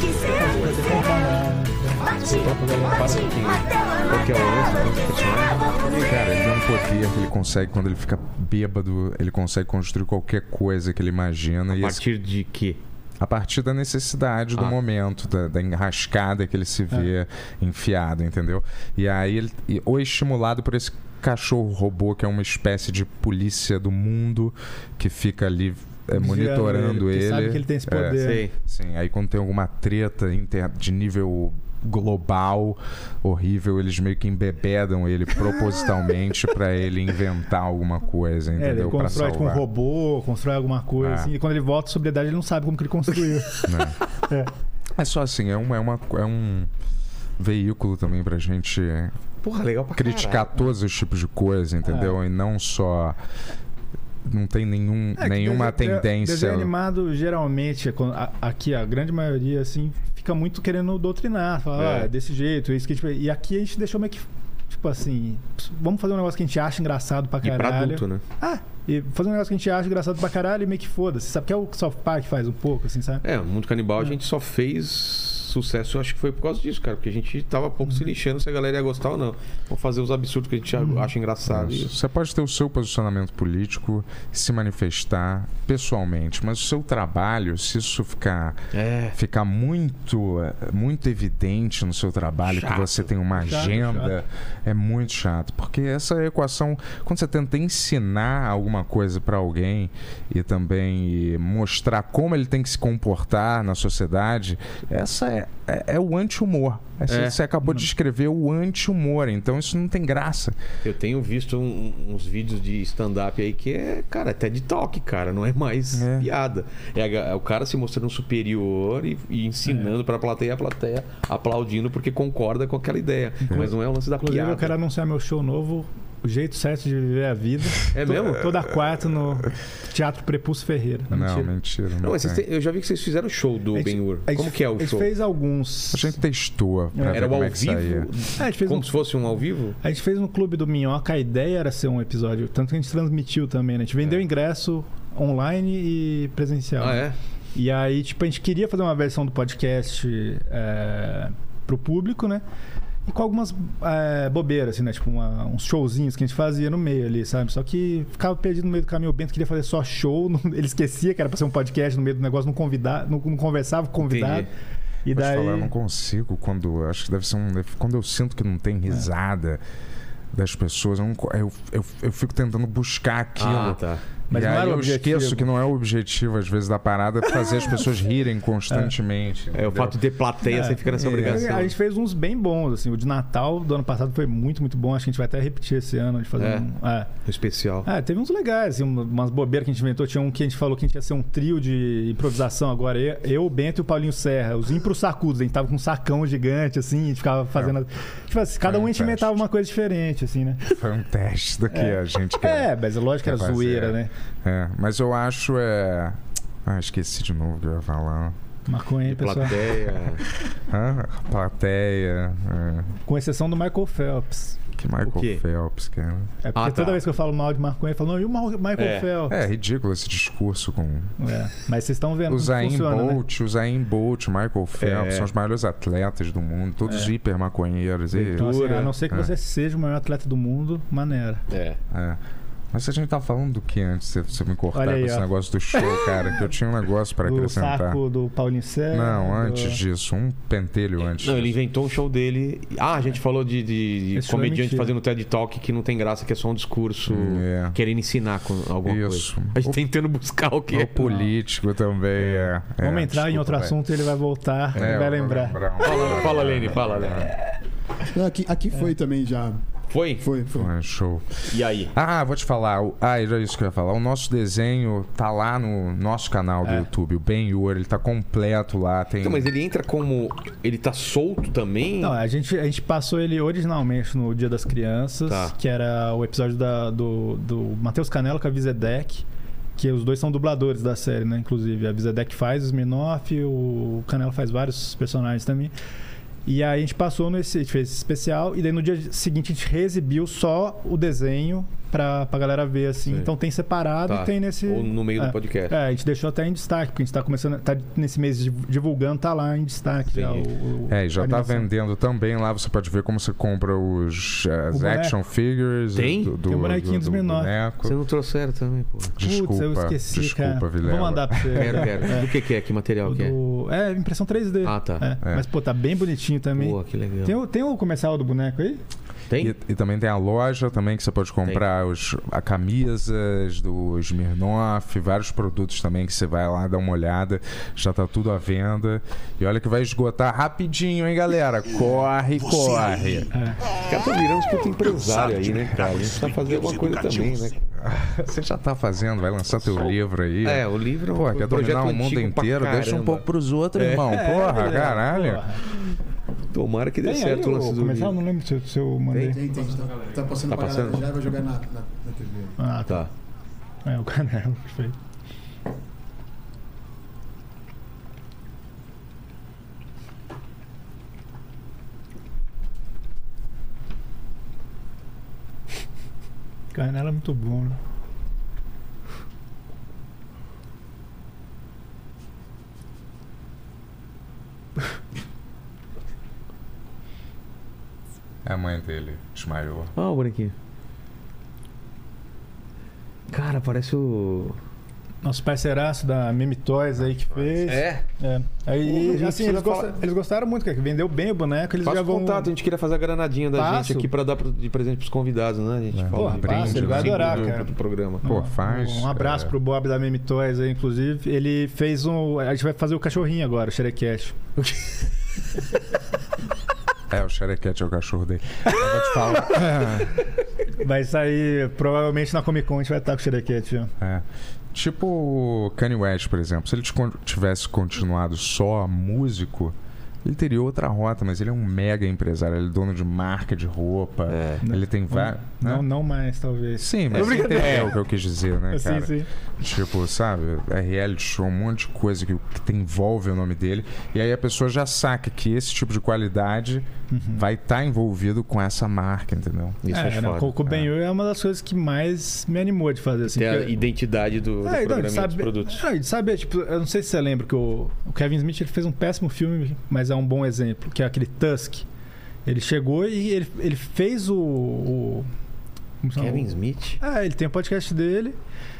Speaker 9: Que será, que será? Bate, bate, martelo,
Speaker 1: Porque é o
Speaker 9: martelo,
Speaker 1: lance do
Speaker 9: que será? Vamos ver!
Speaker 4: Cara, ele é um poder que ele consegue, quando ele fica bêbado, ele consegue construir qualquer coisa que ele imagina.
Speaker 10: A
Speaker 4: e esse-
Speaker 10: partir de quê?
Speaker 4: a partir da necessidade do
Speaker 10: Ah.
Speaker 4: momento, da, da enrascada que ele
Speaker 3: É.
Speaker 4: se vê enfiado, entendeu? E aí ele. e- ou é estimulado por esse cachorro robô, que é uma espécie de polícia do mundo que fica ali. é, monitorando
Speaker 3: ele,
Speaker 4: ele.
Speaker 3: que sabe que ele tá tem esse
Speaker 4: É,
Speaker 3: poder.
Speaker 10: Sei.
Speaker 4: Sim, aí quando tem alguma treta inter- de nível global horrível, eles meio que embebedam ele propositalmente pra ele inventar alguma coisa,
Speaker 3: É, ele
Speaker 4: entendeu? Pra
Speaker 3: constrói tipo, um
Speaker 4: salvar.
Speaker 3: robô, constrói alguma coisa,
Speaker 4: É.
Speaker 3: assim. E quando ele volta à sobriedade, ele não sabe como que ele construiu.
Speaker 4: É só assim, é um, é uma, é um veículo também pra gente é,
Speaker 10: Porra, legal pra
Speaker 4: criticar todos os tipos de coisa, entendeu? E não só. Não tem nenhum,
Speaker 3: É que
Speaker 4: nenhuma
Speaker 3: desenho-
Speaker 4: tendência.
Speaker 3: Desenho animado, geralmente, é quando- a- aqui a grande maioria, assim, fica muito querendo doutrinar. Falar,
Speaker 10: É.
Speaker 3: "Ah, é desse jeito, isso que a gente... E aqui a gente deixou meio que, tipo assim, "Ps, vamos fazer um negócio que a gente acha engraçado pra
Speaker 10: E
Speaker 3: caralho.
Speaker 10: pra adulto, né?
Speaker 3: Ah, e fazer um negócio que a gente acha engraçado pra caralho e meio que foda-se. Sabe que é o que o South Park faz um pouco, assim, sabe?
Speaker 10: É, o Mundo Canibal a gente só fez sucesso, eu acho que foi por causa disso, cara. Porque a gente tava pouco se lixando se a galera ia gostar ou não. Vamos fazer os absurdos que a gente acha engraçado. e-
Speaker 4: Você pode ter o seu posicionamento político, se manifestar pessoalmente, mas o seu trabalho, se isso ficar,
Speaker 10: É.
Speaker 4: ficar muito, eh, muito evidente no seu trabalho, que você tem uma
Speaker 3: Chato,
Speaker 4: agenda, é muito chato. Porque essa é equação, quando você tenta ensinar alguma coisa para alguém e também eh, mostrar como ele tem que se comportar na sociedade, essa é, é, é o anti-humor. Essa-
Speaker 10: É.
Speaker 4: Você acabou de escrever o anti-humor, então isso não tem graça.
Speaker 10: Eu tenho visto um- uns vídeos de stand-up aí que é, cara, até de toque, cara. Não é mais
Speaker 4: É.
Speaker 10: piada. É, a ga- é o cara se mostrando superior e, e ensinando pra plateia, a plateia aplaudindo porque concorda com aquela ideia. Mas não é o lance da
Speaker 3: Inclusive,
Speaker 10: piada.
Speaker 3: eu quero anunciar meu show novo, O Jeito Certo de Viver a Vida.
Speaker 10: É
Speaker 3: To-
Speaker 10: mesmo?
Speaker 3: Toda quarta no Teatro Prepulso Ferreira. Não,
Speaker 4: Não,
Speaker 3: mentira.
Speaker 4: mentira. Não,
Speaker 10: Não, mas vocês
Speaker 4: tem.
Speaker 10: têm- eu já vi que vocês fizeram show do
Speaker 3: A gente-
Speaker 10: Ben-Hur.
Speaker 3: a gente-
Speaker 10: Como que é o
Speaker 3: A gente
Speaker 10: show?
Speaker 3: fez alguns...
Speaker 4: A gente testou pra
Speaker 10: Era
Speaker 4: ver
Speaker 10: o ao
Speaker 4: como é que saía.
Speaker 10: vivo?
Speaker 3: É, a gente fez um
Speaker 10: Como se fosse um ao vivo?
Speaker 3: A gente fez no Clube do Minhoca, a ideia era ser um episódio, tanto que a gente transmitiu também, né? A gente vendeu ingresso online e presencial.
Speaker 10: É. Ah, é?
Speaker 3: E aí, tipo, a gente queria fazer uma versão do podcast é, pro público, né? E com algumas é, bobeiras, assim, né? Tipo, uma- uns showzinhos que a gente fazia no meio ali, sabe? Só que ficava perdido no meio do caminho. O Bento queria fazer só show, não- ele esquecia que era pra ser um podcast no meio do negócio, não, convida, não, não conversava com o convidado.
Speaker 10: Entendi.
Speaker 3: E
Speaker 4: Vou te
Speaker 3: daí.
Speaker 4: falar, eu não consigo quando. Acho que deve ser um. Quando eu sinto que não tem
Speaker 3: É.
Speaker 4: risada das pessoas, eu, não co- eu, eu, eu fico tentando buscar aquilo.
Speaker 10: Ah, tá.
Speaker 3: Mas
Speaker 4: e
Speaker 3: não
Speaker 4: aí
Speaker 3: era o
Speaker 4: eu
Speaker 3: objetivo. É.
Speaker 4: esqueço que não é o objetivo, às vezes, da parada é fazer as pessoas rirem constantemente.
Speaker 10: É, o
Speaker 4: entendeu?
Speaker 10: fato de ter plateia, você fica
Speaker 3: É,
Speaker 10: nessa obrigação.
Speaker 3: A gente fez uns bem bons, assim. O de Natal do ano passado foi muito, muito bom. Acho que a gente vai até repetir esse ano de fazer
Speaker 10: É.
Speaker 3: um. É.
Speaker 10: Especial.
Speaker 3: Ah, teve uns legais, assim, um- umas bobeiras que a gente inventou. Tinha um que a gente falou que a gente ia ser um trio de improvisação agora. Eu, eu, o Bento e o Paulinho Serra. Os impros sacudos. A gente tava com um sacão gigante, assim, a gente ficava fazendo. Tipo assim, cada um a gente
Speaker 4: É. Fantástico.
Speaker 3: inventava uma coisa diferente, assim, né?
Speaker 4: Foi um teste do que a gente quer.
Speaker 3: É, mas lógico que
Speaker 4: quer
Speaker 3: era
Speaker 4: fazer.
Speaker 3: zoeira, né?
Speaker 4: É, mas eu acho. É... Ah, esqueci de novo o que eu ia falar.
Speaker 3: Maconha, hein, É, pessoal.
Speaker 10: Plateia.
Speaker 4: Ah, plateia. é.
Speaker 3: Com exceção do Michael Phelps.
Speaker 4: Que Michael
Speaker 10: quê?
Speaker 4: Phelps, cara.
Speaker 3: É porque
Speaker 10: Ah,
Speaker 3: toda
Speaker 10: tá.
Speaker 3: vez que eu falo mal de maconha, eu falo, não, e o Ma- Michael
Speaker 10: É.
Speaker 3: Phelps?
Speaker 4: É ridículo esse discurso com
Speaker 3: É. Mas vocês estão vendo
Speaker 4: O
Speaker 3: como
Speaker 4: Zayn
Speaker 3: funciona, né?
Speaker 4: Bolt, o Zayn Bolt, Michael Phelps,
Speaker 10: É.
Speaker 4: são os maiores atletas do mundo, todos hiper maconheiros. E,
Speaker 3: É. Então, assim,
Speaker 10: Dura.
Speaker 3: a não ser que
Speaker 4: É.
Speaker 3: você seja o maior atleta do mundo, maneira.
Speaker 10: É.
Speaker 4: é. Mas a gente tá falando do que antes? Você- Você me cortar
Speaker 3: Olha aí,
Speaker 4: com esse
Speaker 3: ó.
Speaker 4: negócio do show, cara, que eu tinha um negócio pra
Speaker 3: do
Speaker 4: acrescentar.
Speaker 3: saco do Paulinho Serra.
Speaker 4: Não,
Speaker 3: do-
Speaker 4: antes disso, um pentelho antes.
Speaker 10: Não, ele inventou um show dele. Ah, a gente falou de, de- de
Speaker 3: Esse show é
Speaker 10: comediante
Speaker 3: mentira. Hum,
Speaker 10: fazendo TED Talk que não tem graça, que é só um discurso
Speaker 4: É.
Speaker 10: querendo ensinar com alguma
Speaker 4: Isso.
Speaker 10: coisa. A gente tá tentando buscar o que
Speaker 4: O
Speaker 10: é.
Speaker 4: político também é. é,
Speaker 3: Vamos entrar em
Speaker 4: desculpa,
Speaker 3: outro
Speaker 4: velho.
Speaker 3: assunto e ele vai voltar
Speaker 4: É,
Speaker 3: e vai
Speaker 4: eu vou
Speaker 3: lembrar.
Speaker 10: Fala, fala, Lene, fala,
Speaker 4: É,
Speaker 10: Lene.
Speaker 2: Aqui, aqui foi também já.
Speaker 10: Foi?
Speaker 2: Foi, foi.
Speaker 4: É, show.
Speaker 10: E aí?
Speaker 4: Ah, vou te falar. o- Ah, era isso que eu ia falar. O nosso desenho tá lá no nosso canal
Speaker 3: É.
Speaker 4: do YouTube, o Ben Yur, ele tá completo lá. Tem...
Speaker 10: Então, mas ele entra como. Ele tá solto também?
Speaker 3: Não, Então, a gente, a gente passou ele originalmente no Dia das Crianças,
Speaker 10: Tá.
Speaker 3: que era o episódio da- do, do Matheus Canella com a Vizedec, que os dois são dubladores da série, né? Inclusive, a Vizedec faz o Smirnoff, o Canella faz vários personagens também. E aí a gente passou nesse, a gente fez esse especial, e daí no dia seguinte a gente reexibiu só o desenho pra, pra galera ver, assim. Então tem separado
Speaker 1: Tá.
Speaker 3: e tem nesse.
Speaker 1: Ou no meio do
Speaker 3: É.
Speaker 1: podcast.
Speaker 3: É, a gente deixou até em destaque, porque a gente tá começando. Tá nesse mês div- divulgando, tá lá em destaque. Já, o, o-
Speaker 4: É, e já
Speaker 3: a
Speaker 4: tá
Speaker 3: animação.
Speaker 4: vendendo também lá. Você pode ver como você compra os eh, as
Speaker 3: boneco.
Speaker 4: action figures.
Speaker 1: Tem?
Speaker 4: Do, do,
Speaker 3: Tem o bonequinho dos menores.
Speaker 4: boneco.
Speaker 1: Vocês não trouxeram também, pô.
Speaker 4: Desculpa,
Speaker 3: Putz, eu esqueci,
Speaker 4: desculpa,
Speaker 3: cara.
Speaker 4: Vilela.
Speaker 3: Vou mandar pra você.
Speaker 1: Quero, quero.
Speaker 3: É.
Speaker 1: Do que, que é? Que material
Speaker 3: O
Speaker 1: que é?
Speaker 3: do- É, impressão 3D.
Speaker 1: Ah, tá.
Speaker 3: É.
Speaker 4: É.
Speaker 3: Mas, pô, tá bem bonitinho também.
Speaker 1: Boa, que legal.
Speaker 3: Tem um o, tem o comercial do boneco aí?
Speaker 1: Tem?
Speaker 4: E, e também tem a loja também que você pode comprar os, a camisas do Smirnoff, vários produtos também que você vai lá dar uma olhada. Já tá tudo à venda. E olha que vai esgotar rapidinho, hein, galera? Corre, corre.
Speaker 1: Cara, tá virando uns puta empresário
Speaker 7: Cansado de
Speaker 1: aí, né, cara? A gente
Speaker 7: mercados
Speaker 1: tá fazendo alguma coisa também,
Speaker 7: educativos.
Speaker 1: né?
Speaker 4: Você já tá fazendo, vai lançar teu livro aí.
Speaker 1: É, o livro é um
Speaker 4: Pô,
Speaker 1: projeto
Speaker 4: quer dominar o mundo
Speaker 1: antigo pra
Speaker 4: inteiro? Deixa um
Speaker 1: caramba.
Speaker 4: pouco pros outros, irmão. Porra,
Speaker 3: É,
Speaker 4: Ah, caralho.
Speaker 3: porra.
Speaker 1: Tomara que dê
Speaker 3: Tem aí
Speaker 1: certo o lance
Speaker 3: o
Speaker 1: é do
Speaker 3: comercial?
Speaker 1: livro.
Speaker 3: Não lembro se eu, se eu mandei.
Speaker 2: Tem, tem, tá, tá passando
Speaker 1: Tá
Speaker 2: pra galera
Speaker 1: passando?
Speaker 2: já, vai jogar na, na, na TV.
Speaker 3: Ah, tá.
Speaker 1: Tá.
Speaker 3: É, o canelo, perfeito. Canela é muito bom, né?
Speaker 4: É a mãe dele, desmaiou.
Speaker 1: Ó, o bonequinho. Cara, parece o.
Speaker 3: Nosso parceiraço da Meme Toys aí que fez.
Speaker 1: É?
Speaker 3: É.
Speaker 1: Porra, a
Speaker 3: Aí,
Speaker 1: gente
Speaker 3: assim,
Speaker 1: precisa
Speaker 3: eles, gosta-
Speaker 1: falar-
Speaker 3: eles gostaram muito, cara, que vendeu bem o boneco. Eles
Speaker 1: Faça o
Speaker 3: já vão.
Speaker 1: contato, a gente queria fazer a granadinha da
Speaker 3: Passo.
Speaker 1: gente aqui pra dar pro- de presente pros convidados, né? A gente
Speaker 4: É.
Speaker 1: fala
Speaker 4: Porra,
Speaker 1: de
Speaker 4: passa,
Speaker 1: brinde,
Speaker 4: ele vai
Speaker 1: né?
Speaker 3: adorar,
Speaker 1: do,
Speaker 3: cara.
Speaker 1: do programa.
Speaker 4: Pô, faz. é,
Speaker 3: Um
Speaker 1: é.
Speaker 3: abraço pro Bob da Meme Toys aí, inclusive. Ele fez um. A gente vai fazer o cachorrinho agora, o Xerecash.
Speaker 4: É, o Xerequete é o cachorro dele. Eu vou te falar.
Speaker 3: Vai sair provavelmente na Comic Con, a gente vai estar com o Xerecash,
Speaker 1: Né?
Speaker 3: viu?
Speaker 4: É. Tipo o Kanye West, por exemplo. Se ele con- tivesse continuado só músico, ele teria outra rota, mas ele é um mega empresário. Ele é dono de marca de roupa.
Speaker 1: É.
Speaker 4: Ele tem vários.
Speaker 3: Não, não mais, talvez.
Speaker 4: Sim, mas você entendeu o que eu quis dizer, né,
Speaker 3: Sim,
Speaker 4: cara?
Speaker 3: sim.
Speaker 4: Tipo, sabe? É reality show, um monte de coisa que, que tem- envolve o nome dele. E aí a pessoa já saca que esse tipo de qualidade
Speaker 3: Hum.
Speaker 4: vai estar envolvido com essa marca, entendeu?
Speaker 1: Isso é,
Speaker 3: Uhum. É,
Speaker 1: foda.
Speaker 3: não, com o Ben é uma das coisas que mais me animou de fazer. Assim,
Speaker 1: Tem a
Speaker 3: porque-
Speaker 1: identidade do, do
Speaker 3: É, não,
Speaker 1: programa e
Speaker 3: de
Speaker 1: dos
Speaker 3: saber,
Speaker 1: produtos.
Speaker 3: não, de saber, tipo, eu não sei se você lembra que o, o Kevin Smith ele fez um péssimo filme, mas é um bom exemplo, que é aquele Tusk. Ele chegou e ele, ele fez o. o- como chama?
Speaker 1: Kevin Smith?
Speaker 3: Ah, ele tem o podcast dele.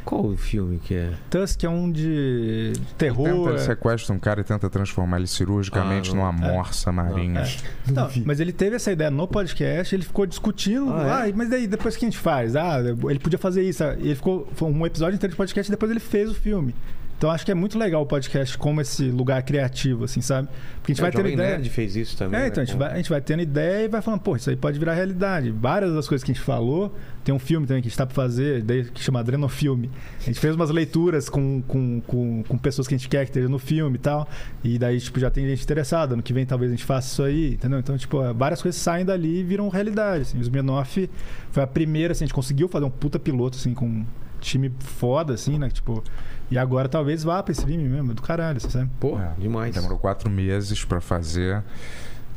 Speaker 1: Qual o filme que é?
Speaker 3: Tusk é um de terror. é,
Speaker 4: Tenta, ele sequestra um cara e tenta transformar ele cirurgicamente
Speaker 1: Ah, não.
Speaker 4: numa morsa marinha.
Speaker 3: é. Não, mas ele teve essa ideia no podcast, ele ficou discutindo.
Speaker 1: Ah,
Speaker 3: Ah, mas daí depois o que a gente faz? Ah, ele podia fazer isso. ah, e Ele ficou foi um episódio inteiro de podcast e depois ele fez o filme. Então acho que é muito legal o podcast como esse lugar criativo, assim, sabe? Porque a gente
Speaker 1: É,
Speaker 3: vai
Speaker 1: o
Speaker 3: ter
Speaker 1: Jovem
Speaker 3: ideia.
Speaker 1: Nerd fez isso também.
Speaker 3: É,
Speaker 1: né,
Speaker 3: então a gente,
Speaker 1: com-
Speaker 3: vai, a gente vai tendo ideia e vai falando, pô, isso aí pode virar realidade. Várias das coisas que a gente falou, tem um filme também que a gente tá pra fazer, daí que chama Adrenofilme. A gente fez umas leituras com, com, com, com pessoas que a gente quer que esteja no filme e tal. E daí, tipo, já tem gente interessada. Ano que vem talvez a gente faça isso aí, entendeu? Então, tipo, é, várias coisas saem dali e viram realidade. Assim. Os Minoff foi a primeira, assim, a gente conseguiu fazer um puta piloto, assim, com um time foda, assim, né? Tipo, e agora talvez vá pra streaming mesmo, é do caralho, você sabe?
Speaker 1: Pô,
Speaker 4: É,
Speaker 1: demais.
Speaker 4: Demorou quatro meses pra fazer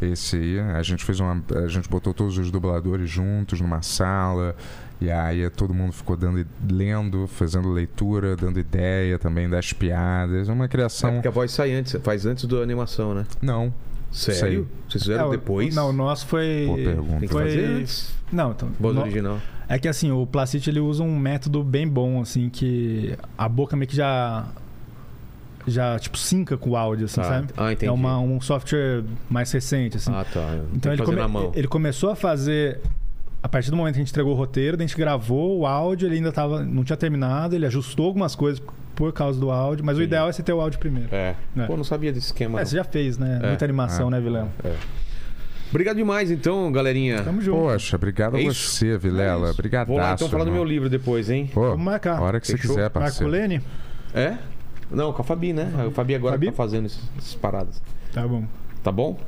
Speaker 4: esse aí. A gente fez uma. A gente botou todos os dubladores juntos numa sala. E aí todo mundo ficou dando, lendo, fazendo leitura, dando ideia também das piadas. Uma
Speaker 1: É
Speaker 4: criação.
Speaker 1: porque a voz sai antes, faz antes da animação, né?
Speaker 4: Não.
Speaker 1: Sério? Vocês fizeram
Speaker 3: É, o-
Speaker 1: depois?
Speaker 3: Não, o nosso foi.
Speaker 4: Boa pergunta.
Speaker 1: Tem que
Speaker 3: foi-
Speaker 1: fazer antes.
Speaker 3: Não, então.
Speaker 1: Voz
Speaker 3: no-
Speaker 1: original.
Speaker 3: É que assim, o Placite ele usa um método bem bom, assim, que a boca meio que já. Já, tipo, sinca com o áudio, assim,
Speaker 1: Tá.
Speaker 3: sabe?
Speaker 1: Ah, entendi.
Speaker 3: É uma- um software mais recente, assim.
Speaker 1: Ah, tá. Tem
Speaker 3: então
Speaker 1: que
Speaker 3: ele,
Speaker 1: fazer
Speaker 3: come-
Speaker 1: na mão.
Speaker 3: ele começou a fazer. A partir do momento que a gente entregou o roteiro, daí a gente gravou o áudio, ele ainda tava, não tinha terminado, ele ajustou algumas coisas por causa do áudio, mas o ideal é você ter o áudio primeiro.
Speaker 1: É.
Speaker 3: É.
Speaker 1: Pô, não sabia desse esquema.
Speaker 3: É,
Speaker 1: não.
Speaker 3: você já fez, né?
Speaker 1: É.
Speaker 3: Muita animação,
Speaker 4: É.
Speaker 3: né, Vilão?
Speaker 1: Obrigado demais, então, galerinha.
Speaker 3: Tamo junto.
Speaker 4: Poxa, obrigado a
Speaker 1: É isso.
Speaker 4: você,
Speaker 3: é
Speaker 4: Vilela.
Speaker 1: isso.
Speaker 4: Obrigadaço.
Speaker 1: Vou lá então falar do meu livro depois, hein?
Speaker 4: Pô,
Speaker 3: Vamos marcar.
Speaker 4: A hora que
Speaker 1: Fechou?
Speaker 4: você quiser,
Speaker 3: Marco
Speaker 4: parceiro.
Speaker 3: Lene?
Speaker 1: É? Não, com a Fabi, né? A Fabi agora
Speaker 3: Fabi?
Speaker 1: tá fazendo esses- essas paradas.
Speaker 3: Tá bom.
Speaker 1: Tá bom?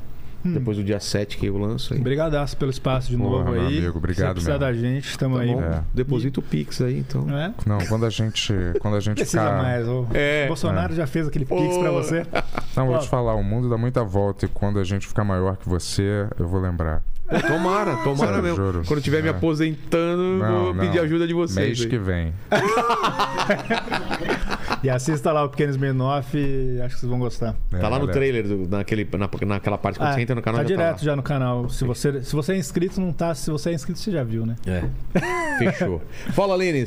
Speaker 3: Hum.
Speaker 1: Depois do dia 7 que eu lanço aí.
Speaker 3: Obrigadaço pelo espaço de
Speaker 4: Porra,
Speaker 3: novo
Speaker 4: meu
Speaker 3: aí.
Speaker 4: amigo, obrigado
Speaker 3: Se precisar
Speaker 4: mesmo.
Speaker 3: da gente, estamos
Speaker 1: Tá
Speaker 3: aí.
Speaker 1: bom?
Speaker 4: É.
Speaker 1: Deposita o Pix aí, então.
Speaker 3: Não é?
Speaker 4: Não, quando a gente, quando a gente
Speaker 3: Precisa
Speaker 4: ficar,
Speaker 3: mais. O
Speaker 1: É.
Speaker 3: Bolsonaro já fez aquele
Speaker 1: Pô.
Speaker 3: pix pra você.
Speaker 4: não vou
Speaker 3: Ó.
Speaker 4: te falar, o mundo dá muita volta e quando a gente ficar maior que você, eu vou lembrar.
Speaker 10: Pô,
Speaker 1: Ah,
Speaker 10: tomara, tomara
Speaker 4: Sério,
Speaker 10: mesmo.
Speaker 4: juro.
Speaker 10: Quando eu estiver me
Speaker 4: É.
Speaker 10: aposentando, eu vou
Speaker 4: Não,
Speaker 10: pedir
Speaker 4: não.
Speaker 10: ajuda de vocês.
Speaker 4: Mês
Speaker 10: aí.
Speaker 4: que vem.
Speaker 3: E assista lá o Pequenos Menoff, acho que vocês vão gostar.
Speaker 10: Tá lá no
Speaker 4: galera.
Speaker 10: trailer, do- naquele, na, naquela parte quando
Speaker 3: Ah,
Speaker 10: você entra no canal.
Speaker 3: tá
Speaker 10: já
Speaker 3: direto
Speaker 10: lá.
Speaker 3: já no canal. Se você, se você é inscrito, não tá. Se você é inscrito, você já viu, né?
Speaker 10: É. Fechou. Fala, Lênis.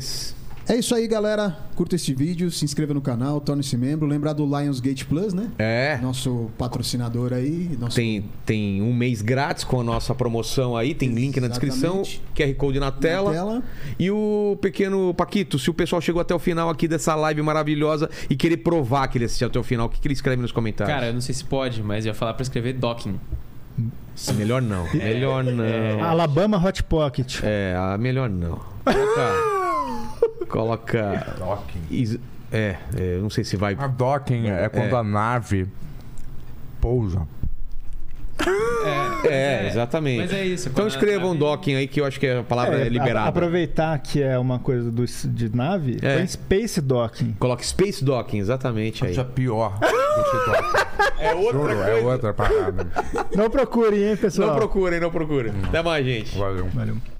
Speaker 2: É isso aí, galera. Curta este vídeo, se inscreva no canal, torne-se membro. Lembrar do Lionsgate Plus, né?
Speaker 10: É.
Speaker 2: Nosso patrocinador aí. Nosso...
Speaker 1: Tem, tem um mês grátis com a nossa promoção aí, tem link na descrição,
Speaker 2: Exatamente.
Speaker 1: QR Code na tela.
Speaker 2: tela.
Speaker 1: E o pequeno Paquito, se o pessoal chegou até o final aqui dessa live maravilhosa e querer provar que ele assistiu até o final, o que, que ele escreve nos comentários?
Speaker 5: Cara, eu não sei se pode, mas eu ia falar pra escrever docking.
Speaker 1: melhor não.
Speaker 5: É.
Speaker 1: Melhor
Speaker 5: Ah,
Speaker 1: não.
Speaker 3: Alabama Hot Pocket.
Speaker 1: É, ah, melhor não. Coloca. coloca
Speaker 4: Docking.
Speaker 1: is- é, é, eu não sei se vai.
Speaker 4: A docking é quando
Speaker 1: É.
Speaker 4: a nave pousa.
Speaker 1: É, exatamente.
Speaker 5: Mas é isso.
Speaker 1: Então
Speaker 5: quando
Speaker 1: escrevam
Speaker 5: a-
Speaker 1: docking aí, que eu acho que a palavra é,
Speaker 3: a-
Speaker 1: liberada.
Speaker 3: Aproveitar que é uma coisa do, de nave,
Speaker 1: É.
Speaker 3: põe Space Docking.
Speaker 1: Coloca Space Docking, exatamente aí.
Speaker 4: Isso é pior do que docking. É outra Juro, é outra parada.
Speaker 3: Não procurem, hein, pessoal?
Speaker 1: Não procurem, não procurem. Até mais, gente.
Speaker 4: Valeu. Valeu.